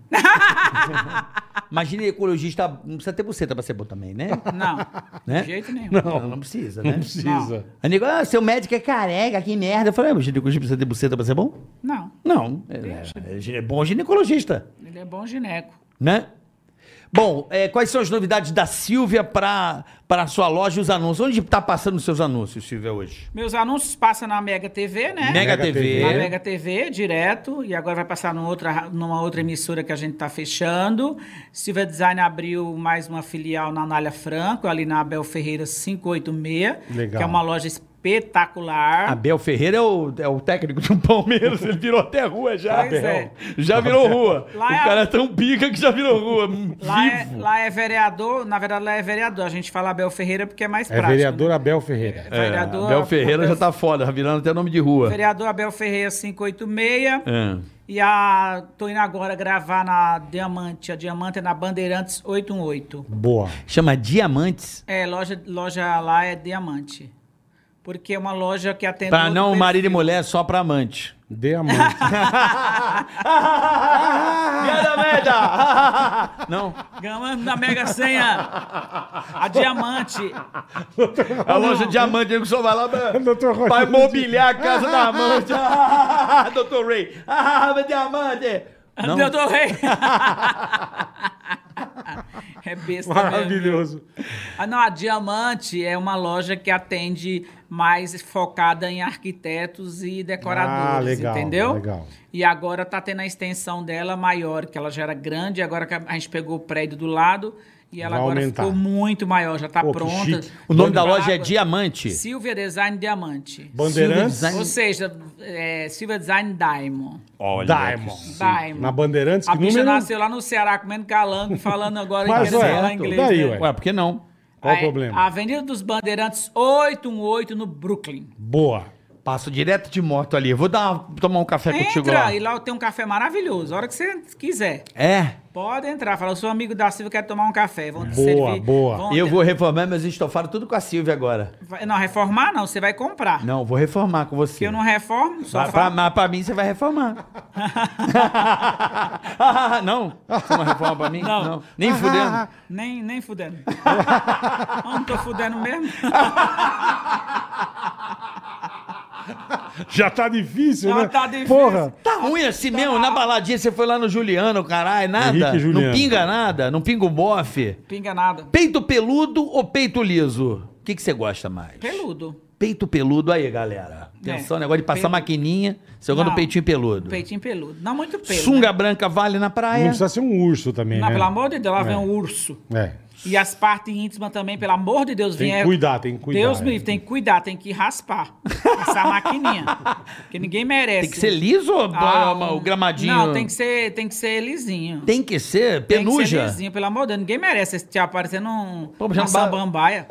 Speaker 4: Imagina ecologista, não precisa ter buceta pra ser bom também,
Speaker 5: [laughs]
Speaker 4: né? [laughs]
Speaker 5: Não,
Speaker 4: Né?
Speaker 5: de jeito nenhum.
Speaker 4: Não, não precisa, né?
Speaker 3: Não precisa.
Speaker 4: Aí nego, ah, seu médico é careca, que merda. Eu falei, ah, mas ginecologista precisa ter buceta pra ser bom?
Speaker 5: Não,
Speaker 4: Não. É, é, é, é bom ginecologista,
Speaker 5: ele é bom gineco.
Speaker 4: né? Bom, é, quais são as novidades da Silvia para a sua loja e os anúncios? Onde está passando os seus anúncios, Silvia, hoje?
Speaker 5: Meus anúncios passam na Mega TV, né?
Speaker 4: Mega,
Speaker 3: Mega
Speaker 4: TV.
Speaker 3: TV.
Speaker 5: Na Mega TV, direto, e agora vai passar numa outra, ra- numa outra emissora que a gente está fechando. Silvia Design abriu mais uma filial na Anália Franco, ali na Abel Ferreira 586,
Speaker 3: Legal.
Speaker 5: que é uma loja espetacular.
Speaker 4: Abel Ferreira é o, é o técnico do Palmeiras, ele virou até rua já.
Speaker 5: Pois é.
Speaker 4: Já virou rua.
Speaker 5: Lá
Speaker 4: o
Speaker 5: é a-
Speaker 4: cara é tão bica que já virou rua. Hum,
Speaker 5: Lá é,
Speaker 4: vivo.
Speaker 5: lá é vereador, na verdade lá é vereador, a gente fala Abel Ferreira porque é mais
Speaker 3: É
Speaker 5: prático.
Speaker 3: vereador Abel Ferreira.
Speaker 5: né? Vereador,
Speaker 4: Abel Ferreira já tá foda, virando até nome de rua.
Speaker 5: Vereador Abel Ferreira 586.
Speaker 4: É.
Speaker 5: E a. tô indo agora gravar na Diamante. A Diamante é na Bandeirantes 818.
Speaker 3: Boa.
Speaker 4: Chama Diamantes.
Speaker 5: É, loja, loja lá é Diamante. Porque é uma loja que atende.
Speaker 4: Pra
Speaker 5: outro
Speaker 4: não
Speaker 5: perfil.
Speaker 4: marido e mulher, só pra amante.
Speaker 3: Dê
Speaker 5: [laughs]
Speaker 3: a mão.
Speaker 5: Tá
Speaker 4: Piada merda! [laughs] não.
Speaker 5: Ganhamos na
Speaker 4: [laughs]
Speaker 5: Mega Senha. A Diamante.
Speaker 4: A loja Diamante, ele só vai lá
Speaker 5: [laughs]
Speaker 4: pra,
Speaker 3: Doutor Rogério.
Speaker 4: pra mobiliar a casa da amante. [laughs] Doutor Ray. Ah, Diamante! Não.
Speaker 5: [laughs] Eu tô rei. É besta mesmo.
Speaker 3: Maravilhoso.
Speaker 5: Ah, não, a Diamante é uma loja que atende mais focada em arquitetos e decoradores,
Speaker 3: Ah, legal,
Speaker 5: entendeu?
Speaker 3: legal.
Speaker 5: E agora tá tendo a extensão dela maior, que ela já era grande, agora que a a gente pegou o prédio do lado e ela
Speaker 3: Vai
Speaker 5: agora
Speaker 3: aumentar.
Speaker 5: ficou muito maior, já tá
Speaker 3: Pô, que
Speaker 5: pronta.
Speaker 3: chique.
Speaker 4: O nome da
Speaker 5: Água.
Speaker 4: loja é Diamante.
Speaker 5: Silvia Design Diamante.
Speaker 3: Bandeirantes.
Speaker 4: Silvia Design-
Speaker 5: Ou seja, é, Silvia Design Diamond.
Speaker 4: Olha,
Speaker 3: Diamond.
Speaker 5: Diamond.
Speaker 3: Na Bandeirantes,
Speaker 5: A
Speaker 3: que
Speaker 5: bicha
Speaker 3: número? um.
Speaker 5: nasceu lá no Ceará comendo calango, falando agora
Speaker 3: Mas,
Speaker 5: querendo
Speaker 3: ué,
Speaker 5: falar inglês.
Speaker 3: daí,
Speaker 5: né?
Speaker 3: ué.
Speaker 4: Ué, por que não?
Speaker 3: Qual o
Speaker 5: É,
Speaker 3: problema?
Speaker 5: Avenida dos Bandeirantes 818 no Brooklyn.
Speaker 3: Boa.
Speaker 4: Passo direto de moto ali. Vou dar, uma- tomar um café contigo
Speaker 5: Entra
Speaker 4: lá.
Speaker 5: e lá tem um café maravilhoso, a hora que você quiser.
Speaker 4: É.
Speaker 5: Pode entrar, fala, eu sou amigo da Silvia, quero tomar um café. Vão te
Speaker 3: Boa,
Speaker 5: servir.
Speaker 3: boa.
Speaker 5: Vão
Speaker 4: Eu
Speaker 5: te-
Speaker 4: vou reformar meus estofados tudo com a Silvia agora.
Speaker 5: vai- Não, reformar não, você vai comprar.
Speaker 4: Não, vou reformar com você.
Speaker 5: Porque eu não reformo, só
Speaker 4: Mas pra,
Speaker 5: faço.
Speaker 4: mas pra mim você vai
Speaker 5: [laughs]
Speaker 4: reformar. não? Você não reforma pra mim?
Speaker 5: Não.
Speaker 4: Nem fudendo.
Speaker 5: Nem, nem fudendo. eu não tô fudendo mesmo.
Speaker 3: [laughs] Já tá difícil,
Speaker 5: Já
Speaker 3: né?
Speaker 5: tá difícil.
Speaker 3: Porra.
Speaker 5: [laughs]
Speaker 4: Tá ruim assim mesmo, na baladinha você foi lá no Juliano, caralho, nada.
Speaker 3: Henrique Juliano.
Speaker 4: Não pinga nada, não pinga o bofe.
Speaker 5: Pinga nada.
Speaker 4: Peito peludo ou peito liso? O que que você gosta mais?
Speaker 5: Peludo.
Speaker 4: Peito peludo aí, galera. Atenção,
Speaker 5: É.
Speaker 4: negócio de passar
Speaker 5: Peito-
Speaker 4: maquininha, você gosta do
Speaker 5: Não.
Speaker 4: peitinho peludo.
Speaker 5: Peitinho peludo. Não muito pelo.
Speaker 4: Sunga
Speaker 5: né?
Speaker 4: branca vale na
Speaker 3: Não
Speaker 4: praia.
Speaker 3: precisa ser um urso também,
Speaker 5: é. Não,
Speaker 3: né?
Speaker 5: pelo amor de Deus, lá vem
Speaker 3: É.
Speaker 5: um urso.
Speaker 3: É.
Speaker 5: E as partes íntimas também, pelo amor de Deus,
Speaker 3: Tem que
Speaker 5: vinha-
Speaker 3: cuidar, tem que cuidar,
Speaker 5: Deus
Speaker 3: é.
Speaker 5: me livre, tem que cuidar, tem que raspar. Essa
Speaker 3: [laughs]
Speaker 5: maquininha. que ninguém merece.
Speaker 4: Tem que ser liso ou
Speaker 5: Ah,
Speaker 4: o gramadinho?
Speaker 5: Não, tem que ser, tem que ser lisinho.
Speaker 4: Tem que ser
Speaker 5: Tem que ser
Speaker 4: penuja.
Speaker 5: lisinho, pelo amor de Deus. Ninguém merece esse tchau parecendo um,
Speaker 4: Pô,
Speaker 5: uma
Speaker 4: Jambá-
Speaker 5: sambambaia.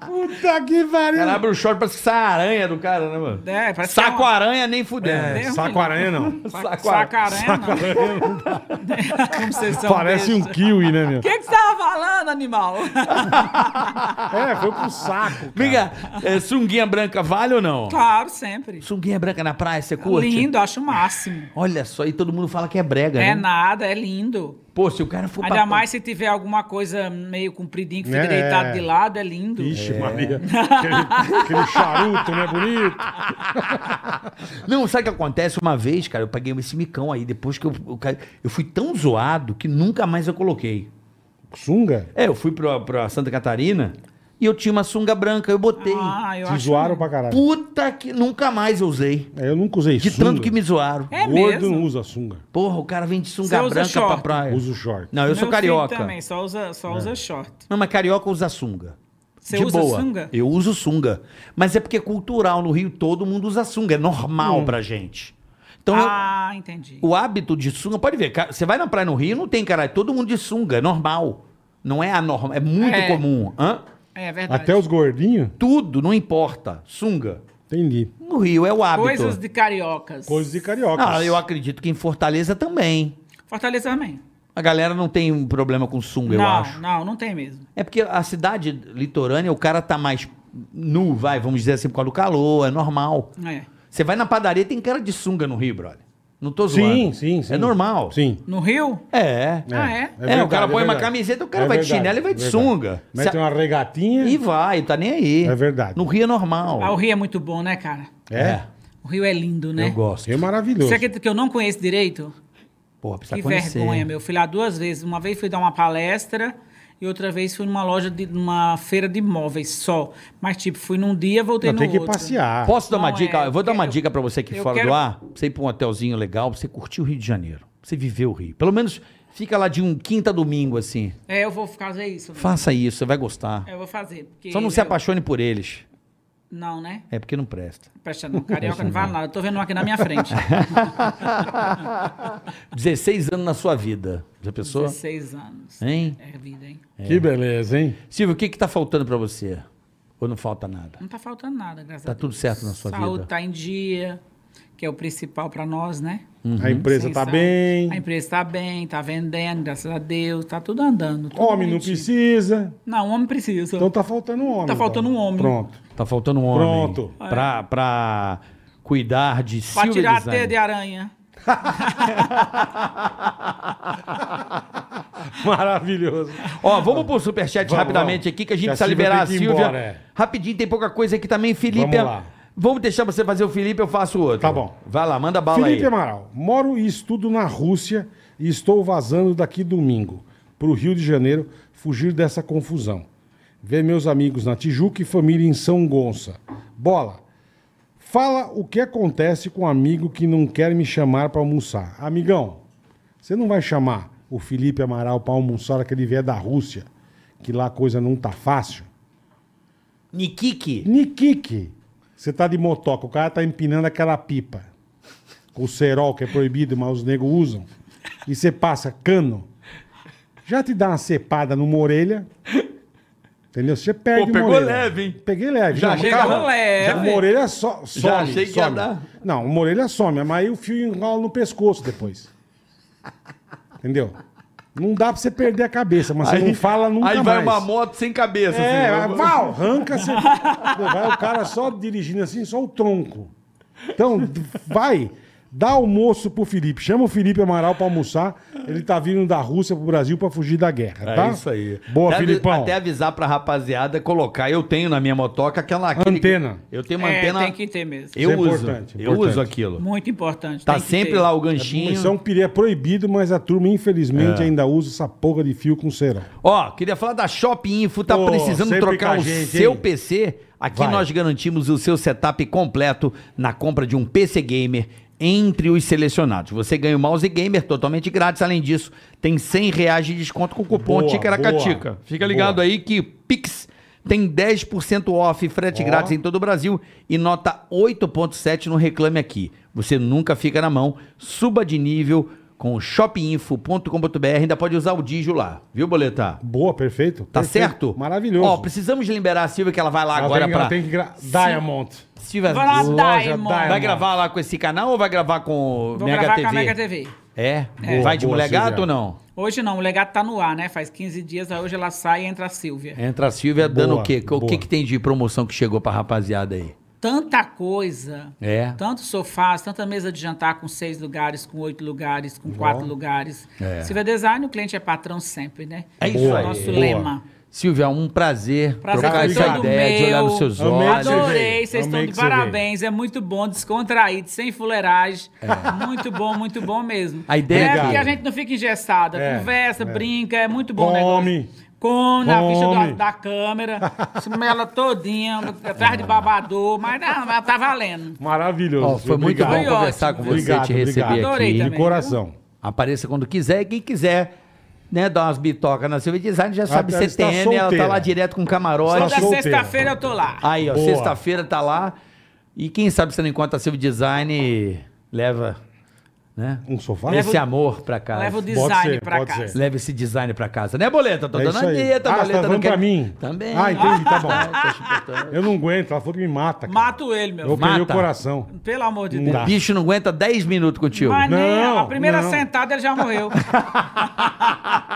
Speaker 3: Puta que pariu.
Speaker 4: Cara, abre o short, parece que sai a aranha do cara, né, mano?
Speaker 5: É, parece que é
Speaker 4: Saco
Speaker 5: uma-
Speaker 4: aranha nem fudendo.
Speaker 3: É,
Speaker 5: Deus
Speaker 3: saco
Speaker 5: me-
Speaker 3: aranha não.
Speaker 5: Sacarena. [laughs] Como vocês [laughs] são
Speaker 3: Parece um
Speaker 5: bestas.
Speaker 3: kiwi, né,
Speaker 5: [laughs]
Speaker 3: meu?
Speaker 5: O que que você tava falando, animal? [laughs]
Speaker 3: É, foi pro saco. cara.
Speaker 4: Miga,
Speaker 5: [laughs]
Speaker 4: é, sunguinha branca vale ou não?
Speaker 5: claro, sempre.
Speaker 4: Sunguinha branca na praia, você curte?
Speaker 5: Lindo, acho o máximo.
Speaker 4: Olha só, e todo mundo fala que é brega, né?
Speaker 5: É nada, é lindo.
Speaker 4: Pô, se o cara for
Speaker 5: Ainda
Speaker 4: pra-
Speaker 5: mais se tiver alguma coisa meio compridinho que fica
Speaker 3: É.
Speaker 5: deitado de lado, é lindo.
Speaker 3: Ixi, Maria. Aquele, aquele charuto, né, bonito?
Speaker 4: [laughs] Não, sabe o que acontece? Uma vez, cara, eu paguei esse micão aí, depois que eu, eu, ca- eu fui tão zoado que nunca mais eu coloquei.
Speaker 3: Sunga?
Speaker 4: É, eu fui pra, pra Santa Catarina e eu tinha uma sunga branca, eu botei.
Speaker 5: Ah, eu
Speaker 3: Te
Speaker 5: acho.
Speaker 3: zoaram pra caralho.
Speaker 4: Puta que nunca mais eu usei.
Speaker 3: É, eu nunca usei
Speaker 4: De
Speaker 3: sunga.
Speaker 4: tanto que me zoaram.
Speaker 5: É
Speaker 3: Gordo não
Speaker 5: mesmo.
Speaker 3: usa sunga.
Speaker 4: Porra, o cara vem de sunga
Speaker 5: Você usa
Speaker 4: branca pra
Speaker 5: short?
Speaker 4: praia.
Speaker 3: Usa o short.
Speaker 4: É. Não, eu
Speaker 5: Meu
Speaker 4: sou
Speaker 5: filho
Speaker 4: carioca.
Speaker 5: também, só usa, só usa short.
Speaker 4: Não, mas carioca usa sunga.
Speaker 5: Você
Speaker 4: De
Speaker 5: usa
Speaker 4: boa.
Speaker 5: sunga?
Speaker 4: Eu uso sunga. Mas é porque é cultural. No Rio todo mundo usa sunga. É normal pra gente. Então, eu-
Speaker 5: Hum. ah, entendi.
Speaker 4: o hábito de sunga... Pode ver, ca- você vai na praia no Rio, não tem, caralho. Todo mundo de sunga. É normal. Não é anormal. É muito
Speaker 5: É.
Speaker 4: comum. Hã?
Speaker 5: É verdade.
Speaker 3: Até os gordinhos?
Speaker 4: Tudo, não importa. Sunga.
Speaker 3: Entendi.
Speaker 4: No Rio é o hábito.
Speaker 5: Coisas de cariocas.
Speaker 3: Coisas de carioca.
Speaker 4: Ah, eu acredito que em Fortaleza também.
Speaker 5: Fortaleza também.
Speaker 4: A galera não tem um problema com sunga, eu
Speaker 5: não,
Speaker 4: acho.
Speaker 5: não, não tem mesmo.
Speaker 4: É porque a cidade litorânea, o cara tá mais nu, vai, vamos dizer assim, por causa do calor, é normal.
Speaker 5: É.
Speaker 4: Você vai na padaria, tem cara de sunga no Rio, brother. Não tô zoando.
Speaker 3: Sim, sim, sim.
Speaker 4: É normal.
Speaker 3: Sim.
Speaker 5: No Rio?
Speaker 4: É.
Speaker 5: Ah, é?
Speaker 4: É, o cara põe uma camiseta, o cara vai de chinelo e vai de sunga.
Speaker 3: É Mete
Speaker 4: Se-
Speaker 3: uma regatinha.
Speaker 4: E vai, tá nem aí.
Speaker 3: É verdade.
Speaker 4: No Rio é normal.
Speaker 5: Ah, o Rio é muito bom, né, cara?
Speaker 3: É.
Speaker 5: O Rio é lindo, né?
Speaker 4: Eu gosto.
Speaker 3: É maravilhoso.
Speaker 5: Você acredita que eu não conheço direito?
Speaker 4: Porra, precisa
Speaker 5: que
Speaker 4: conhecer.
Speaker 5: vergonha, meu. Fui lá duas vezes. Uma vez fui dar uma palestra e outra vez fui numa loja, de, numa feira de imóveis só. Mas, tipo, fui num dia, voltei
Speaker 3: Não,
Speaker 5: no
Speaker 3: tem que
Speaker 5: outro.
Speaker 3: passear.
Speaker 4: Posso dar uma
Speaker 5: Não,
Speaker 4: dica?
Speaker 5: é,
Speaker 4: eu vou dar uma
Speaker 5: eu-
Speaker 4: dica pra você aqui
Speaker 5: eu
Speaker 4: fora
Speaker 5: quero-
Speaker 4: do ar. pra Você ir pra um hotelzinho legal, pra você curtir o Rio de Janeiro. pra Você viver o Rio. Pelo menos fica lá de um quinta a domingo, assim.
Speaker 5: É, eu vou fazer isso. meu.
Speaker 4: Faça isso, você vai gostar.
Speaker 5: Eu vou fazer. É porque
Speaker 4: Só não se
Speaker 5: eu-
Speaker 4: apaixone por eles.
Speaker 5: Não, né?
Speaker 4: É porque não
Speaker 5: [laughs]
Speaker 4: presta.
Speaker 5: Presta não. Carioca não vale nada. Eu tô vendo um aqui na minha frente.
Speaker 4: [laughs] 16 anos na sua vida. Já pensou?
Speaker 5: 16 anos.
Speaker 4: Hein?
Speaker 5: É vida, hein?
Speaker 3: Que beleza, hein?
Speaker 4: Silvio, o que que tá faltando pra você? Ou não falta nada?
Speaker 5: Não tá faltando nada, graças
Speaker 4: Tá
Speaker 5: a Deus.
Speaker 4: tudo certo na sua
Speaker 5: Saúde
Speaker 4: vida?
Speaker 5: tá em dia, que é o principal pra nós, né?
Speaker 4: Hum. Uhum.
Speaker 3: A empresa
Speaker 5: Sem
Speaker 3: tá
Speaker 5: saúde. A
Speaker 3: bem.
Speaker 5: empresa tá bem, tá vendendo, graças a Deus, tá tudo andando. tudo
Speaker 3: Homem não
Speaker 5: bonitinho.
Speaker 3: precisa.
Speaker 5: Não, homem precisa.
Speaker 3: Então tá faltando um homem.
Speaker 5: Tá faltando um homem.
Speaker 3: Pronto.
Speaker 4: Tá faltando um homem.
Speaker 3: Pronto.
Speaker 4: Pra, pra cuidar de
Speaker 5: pra
Speaker 4: Silvio
Speaker 5: tirar a
Speaker 4: Design. [laughs]
Speaker 5: [laughs] teia de aranha.
Speaker 3: Maravilhoso.
Speaker 4: Ó, vamos pro superchat
Speaker 3: Vamos,
Speaker 4: rapidamente
Speaker 3: vamos.
Speaker 4: aqui, que a
Speaker 3: Que
Speaker 4: gente
Speaker 3: a
Speaker 4: precisa
Speaker 3: Silvia
Speaker 4: liberar a
Speaker 3: tem que ir
Speaker 4: Silvia.
Speaker 3: embora, é.
Speaker 4: Rapidinho, tem pouca coisa aqui também, Felipe. é-
Speaker 3: Vamos lá.
Speaker 4: Vamos deixar você fazer o Felipe, eu faço o outro.
Speaker 3: Tá bom.
Speaker 4: Vai lá, manda bala
Speaker 3: Felipe é
Speaker 4: aí.
Speaker 3: Amaral, moro e estudo na Rússia e estou vazando daqui domingo para o Rio de Janeiro fugir dessa confusão. Ver meus amigos na Tijuca e família em São Gonça. Bola, fala o que acontece com um amigo que não quer me chamar para almoçar. Amigão, você não vai chamar o Felipe Amaral para almoçar aquele ele vier da Rússia, que lá a coisa não tá fácil?
Speaker 4: Nikiki.
Speaker 3: Nikiki, você tá de motoca, o cara tá empinando aquela pipa. Com o cerol, que é proibido, mas os negros usam. E você passa cano. Já te dá uma cepada numa orelha. Entendeu? Você perde uma
Speaker 4: Pô, pegou
Speaker 3: orelha.
Speaker 4: leve, hein?
Speaker 3: Peguei leve.
Speaker 4: Já achei que
Speaker 3: calma.
Speaker 5: ia- leve.
Speaker 3: Uma orelha so, some.
Speaker 4: achei que ia
Speaker 3: some.
Speaker 4: dar.
Speaker 3: Não, uma orelha some, mas aí o fio enrola no pescoço depois. Entendeu? Não dá pra você perder a cabeça, mas você não fala nunca
Speaker 4: Aí
Speaker 3: mais.
Speaker 4: vai uma moto sem cabeça.
Speaker 3: É,
Speaker 4: assim,
Speaker 3: vai,
Speaker 4: eu-
Speaker 3: vai, arranca, você... vai o cara só dirigindo assim, só o tronco. Então, d- vai, dá almoço pro Felipe, chama o Felipe Amaral pra almoçar, ele tá vindo da Rússia pro Brasil pra fugir da guerra,
Speaker 4: É
Speaker 3: tá?
Speaker 4: isso aí.
Speaker 3: Boa,
Speaker 4: até, avi-
Speaker 3: Filipão.
Speaker 4: Até avisar pra rapaziada colocar. Eu tenho na minha motoca aquela. aquele-
Speaker 3: Antena.
Speaker 4: eu tenho uma
Speaker 5: É,
Speaker 4: antena.
Speaker 5: tem que ter mesmo.
Speaker 4: Eu
Speaker 3: Isso é
Speaker 4: uso.
Speaker 3: importante,
Speaker 4: eu
Speaker 3: importante.
Speaker 4: uso aquilo.
Speaker 5: Muito importante.
Speaker 4: Tá
Speaker 5: tem que
Speaker 4: sempre
Speaker 5: ter.
Speaker 4: lá o
Speaker 3: Isso é
Speaker 4: ganchinho.
Speaker 3: um piri, é proibido, mas a turma, infelizmente,
Speaker 4: É.
Speaker 3: ainda usa essa porra de fio com cerol.
Speaker 4: Ó, queria falar da Shop Info. Tá
Speaker 3: Pô,
Speaker 4: precisando
Speaker 3: sempre
Speaker 4: trocar
Speaker 3: com a
Speaker 4: o
Speaker 3: gente,
Speaker 4: seu
Speaker 3: hein?
Speaker 4: PC? Aqui
Speaker 3: Vai.
Speaker 4: nós garantimos o seu setup completo na compra de um PC Gamer entre os selecionados. Você ganha o mouse gamer totalmente grátis. Além disso, tem 100 reais de desconto com o cupom
Speaker 3: Boa,
Speaker 4: Ticaracatica.
Speaker 3: boa,
Speaker 4: Fica ligado
Speaker 3: boa.
Speaker 4: aí que Pix tem 10% off, frete
Speaker 3: Ó.
Speaker 4: grátis em todo o Brasil e nota 8.7 no Reclame Aqui. Você nunca fica na mão. Suba de nível com shopinfo.com.br. Ainda pode usar o Digio lá. Viu, Boletar?
Speaker 3: Boa, perfeito.
Speaker 4: Tá
Speaker 3: perfeito.
Speaker 4: certo?
Speaker 3: Maravilhoso.
Speaker 4: Ó, precisamos liberar a Silvia que ela vai lá
Speaker 3: Ela
Speaker 4: agora
Speaker 3: tem, ela
Speaker 4: pra.
Speaker 3: tem que gra... Diamond.
Speaker 4: Silvia
Speaker 5: Vai lá,
Speaker 4: Loja
Speaker 5: Diamond.
Speaker 4: Vai
Speaker 3: Diamond.
Speaker 4: gravar lá com esse canal ou vai gravar com o
Speaker 5: Vou
Speaker 4: Mega
Speaker 5: gravar
Speaker 4: TV?
Speaker 5: com a Mega TV.
Speaker 4: É?
Speaker 3: É.
Speaker 4: vai de
Speaker 3: Boa,
Speaker 4: mulher
Speaker 3: Silvia.
Speaker 4: gato ou não?
Speaker 5: Hoje não, o legado tá no ar, né? Faz 15 dias, aí hoje ela sai e entra a Silvia.
Speaker 4: Entra a Silvia dando
Speaker 3: Boa,
Speaker 4: o quê? O que,
Speaker 3: boa.
Speaker 4: que tem de promoção que chegou pra rapaziada aí?
Speaker 5: Tanta coisa.
Speaker 4: É.
Speaker 5: Tanto sofás, tanta mesa de jantar com seis lugares, com oito lugares, com quatro lugares.
Speaker 4: É.
Speaker 5: Silvia Design, o cliente é patrão sempre, né?
Speaker 4: É isso
Speaker 5: Esse é
Speaker 4: aí.
Speaker 5: o nosso
Speaker 3: Boa.
Speaker 5: lema.
Speaker 4: Silvia, um prazer,
Speaker 5: Prazer
Speaker 4: trocar
Speaker 3: foi
Speaker 4: essa
Speaker 3: todo
Speaker 4: ideia, de
Speaker 5: meu.
Speaker 4: olhar nos seus
Speaker 3: Amei
Speaker 4: olhos.
Speaker 3: que você
Speaker 5: Adorei,
Speaker 3: veio.
Speaker 5: vocês
Speaker 3: Amei
Speaker 5: estão de
Speaker 3: que você veio.
Speaker 5: parabéns. É muito bom, descontraído, sem fuleiragem. Muito bom, muito bom mesmo.
Speaker 4: É. A ideia
Speaker 5: é
Speaker 4: é-
Speaker 5: porque a gente não fica engessada.
Speaker 3: É,
Speaker 5: Conversa,
Speaker 3: é.
Speaker 5: brinca, é muito bom
Speaker 3: Come.
Speaker 5: o negócio. Come na
Speaker 3: Come.
Speaker 5: ficha do- da câmera,
Speaker 3: [laughs]
Speaker 5: smela todinha, atrás de babador, mas não, mas tá valendo.
Speaker 3: Maravilhoso.
Speaker 4: Ó, foi muito
Speaker 3: Obrigado.
Speaker 4: bom conversar
Speaker 5: ótimo.
Speaker 4: com você,
Speaker 3: Obrigado,
Speaker 4: te receber
Speaker 3: obrigado.
Speaker 5: Adorei né?
Speaker 4: aqui.
Speaker 5: também.
Speaker 3: De coração.
Speaker 4: Apareça quando quiser e quem quiser, né, dar umas bitocas na Silvia Design, já sabe
Speaker 3: tá- está
Speaker 4: CTN, ela tá
Speaker 3: solteira.
Speaker 4: lá direto com camarote.
Speaker 3: Está
Speaker 5: Toda
Speaker 3: solteira.
Speaker 5: sexta-feira eu tô lá.
Speaker 4: Aí, ó,
Speaker 3: Boa.
Speaker 4: sexta-feira tá lá. E quem sabe você não encontra a Silvia Design e leva, né?
Speaker 3: Um sofá?
Speaker 4: esse amor pra casa.
Speaker 5: Leva o
Speaker 4: Leva,
Speaker 5: design
Speaker 3: ser,
Speaker 5: pra
Speaker 3: pode
Speaker 5: casa.
Speaker 3: ser.
Speaker 4: esse design pra casa, né, Boleta? Tô
Speaker 3: É
Speaker 4: dando
Speaker 3: isso
Speaker 4: a
Speaker 3: aí.
Speaker 4: dieta,
Speaker 3: Ah, você
Speaker 4: Boleta
Speaker 3: tá
Speaker 4: não
Speaker 3: dando
Speaker 4: quer...
Speaker 3: pra mim?
Speaker 4: Também.
Speaker 3: Ah, entendi,
Speaker 4: [laughs]
Speaker 3: tá bom.
Speaker 4: Tá chupetando.
Speaker 3: Eu não aguento, ela falou que me mata. cara.
Speaker 5: Mato ele, meu
Speaker 3: Eu
Speaker 5: filho.
Speaker 3: queria o
Speaker 4: Mata.
Speaker 3: coração.
Speaker 5: Pelo amor de
Speaker 3: Não
Speaker 5: Deus.
Speaker 3: dá.
Speaker 4: O bicho não aguenta 10 minutos contigo.
Speaker 5: Mas nem
Speaker 3: Não,
Speaker 5: a primeira
Speaker 3: não.
Speaker 5: sentada
Speaker 3: [laughs]
Speaker 5: ele já morreu.
Speaker 4: [laughs]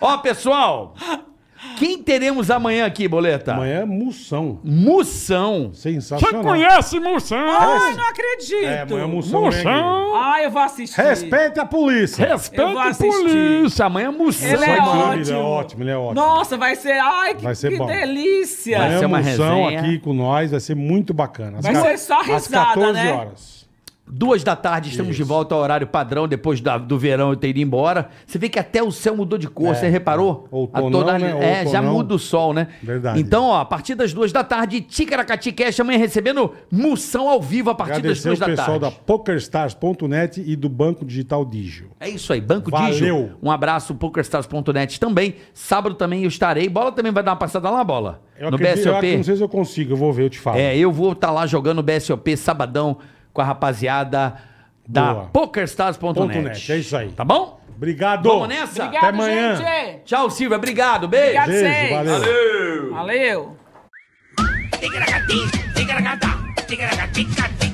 Speaker 4: Ó, pessoal, quem teremos amanhã aqui, Boleta?
Speaker 3: Amanhã é moção.
Speaker 4: Moção.
Speaker 3: Sensacional.
Speaker 5: Ai, não acredito.
Speaker 3: É, amanhã é moção. moção.
Speaker 5: Ai, eu vou assistir.
Speaker 3: Respeite a polícia.
Speaker 5: Eu vou assistir.
Speaker 4: polícia. Amanhã é moção.
Speaker 5: Ele é
Speaker 3: Ele é
Speaker 5: ótimo.
Speaker 3: ótimo, ele é ótimo.
Speaker 5: Nossa, vai ser. Ai, que,
Speaker 3: Vai ser
Speaker 5: que
Speaker 3: bom.
Speaker 5: delícia.
Speaker 4: Vai
Speaker 3: Amanhã
Speaker 4: ser
Speaker 3: é
Speaker 4: uma
Speaker 3: moção
Speaker 4: resenha.
Speaker 3: aqui com nós, vai ser muito bacana. Às
Speaker 5: Vai
Speaker 3: ca-
Speaker 5: ser só risada,
Speaker 3: Às 14
Speaker 5: né?
Speaker 3: horas.
Speaker 4: Duas da tarde estamos de volta ao horário padrão, depois da- do verão eu ter ido embora. Você vê que até o céu mudou de
Speaker 3: É,
Speaker 4: cor, você reparou?
Speaker 3: Outonão,
Speaker 4: a tonal-
Speaker 3: né?
Speaker 4: É, já
Speaker 3: Outonão.
Speaker 4: muda o sol, né?
Speaker 3: Verdade.
Speaker 4: Então, ó, a partir das duas da tarde, Ticaracati Cash, amanhã recebendo Moção ao vivo a partir
Speaker 3: Agradecer
Speaker 4: das duas
Speaker 3: o
Speaker 4: da
Speaker 3: pessoal
Speaker 4: tarde.
Speaker 3: da PokerStars.net e do Banco Digital Digio.
Speaker 4: É isso aí, Banco
Speaker 3: Valeu.
Speaker 4: Digio. Um abraço, PokerStars.net também. Sábado também eu estarei. Bola também vai dar uma passada lá, Bola?
Speaker 3: Eu
Speaker 4: no
Speaker 3: acredito- eu
Speaker 4: BSOP.
Speaker 3: ac- não sei se eu consigo, eu vou ver, eu te falo.
Speaker 4: É, eu vou estar lá jogando BSOP sabadão com a rapaziada da
Speaker 3: Boa.
Speaker 4: PokerStars.net.
Speaker 3: .net, é isso aí.
Speaker 4: Tá bom?
Speaker 3: Obrigado.
Speaker 4: Vamos nessa?
Speaker 5: Obrigado,
Speaker 3: Até amanhã.
Speaker 5: gente.
Speaker 4: Tchau, Silvia. Obrigado. Beijo.
Speaker 5: Obrigado,
Speaker 3: Beijo,
Speaker 5: vocês.
Speaker 3: valeu.
Speaker 5: Valeu.
Speaker 2: Ticaracati, ticaracata, ticaracati, ticaracati.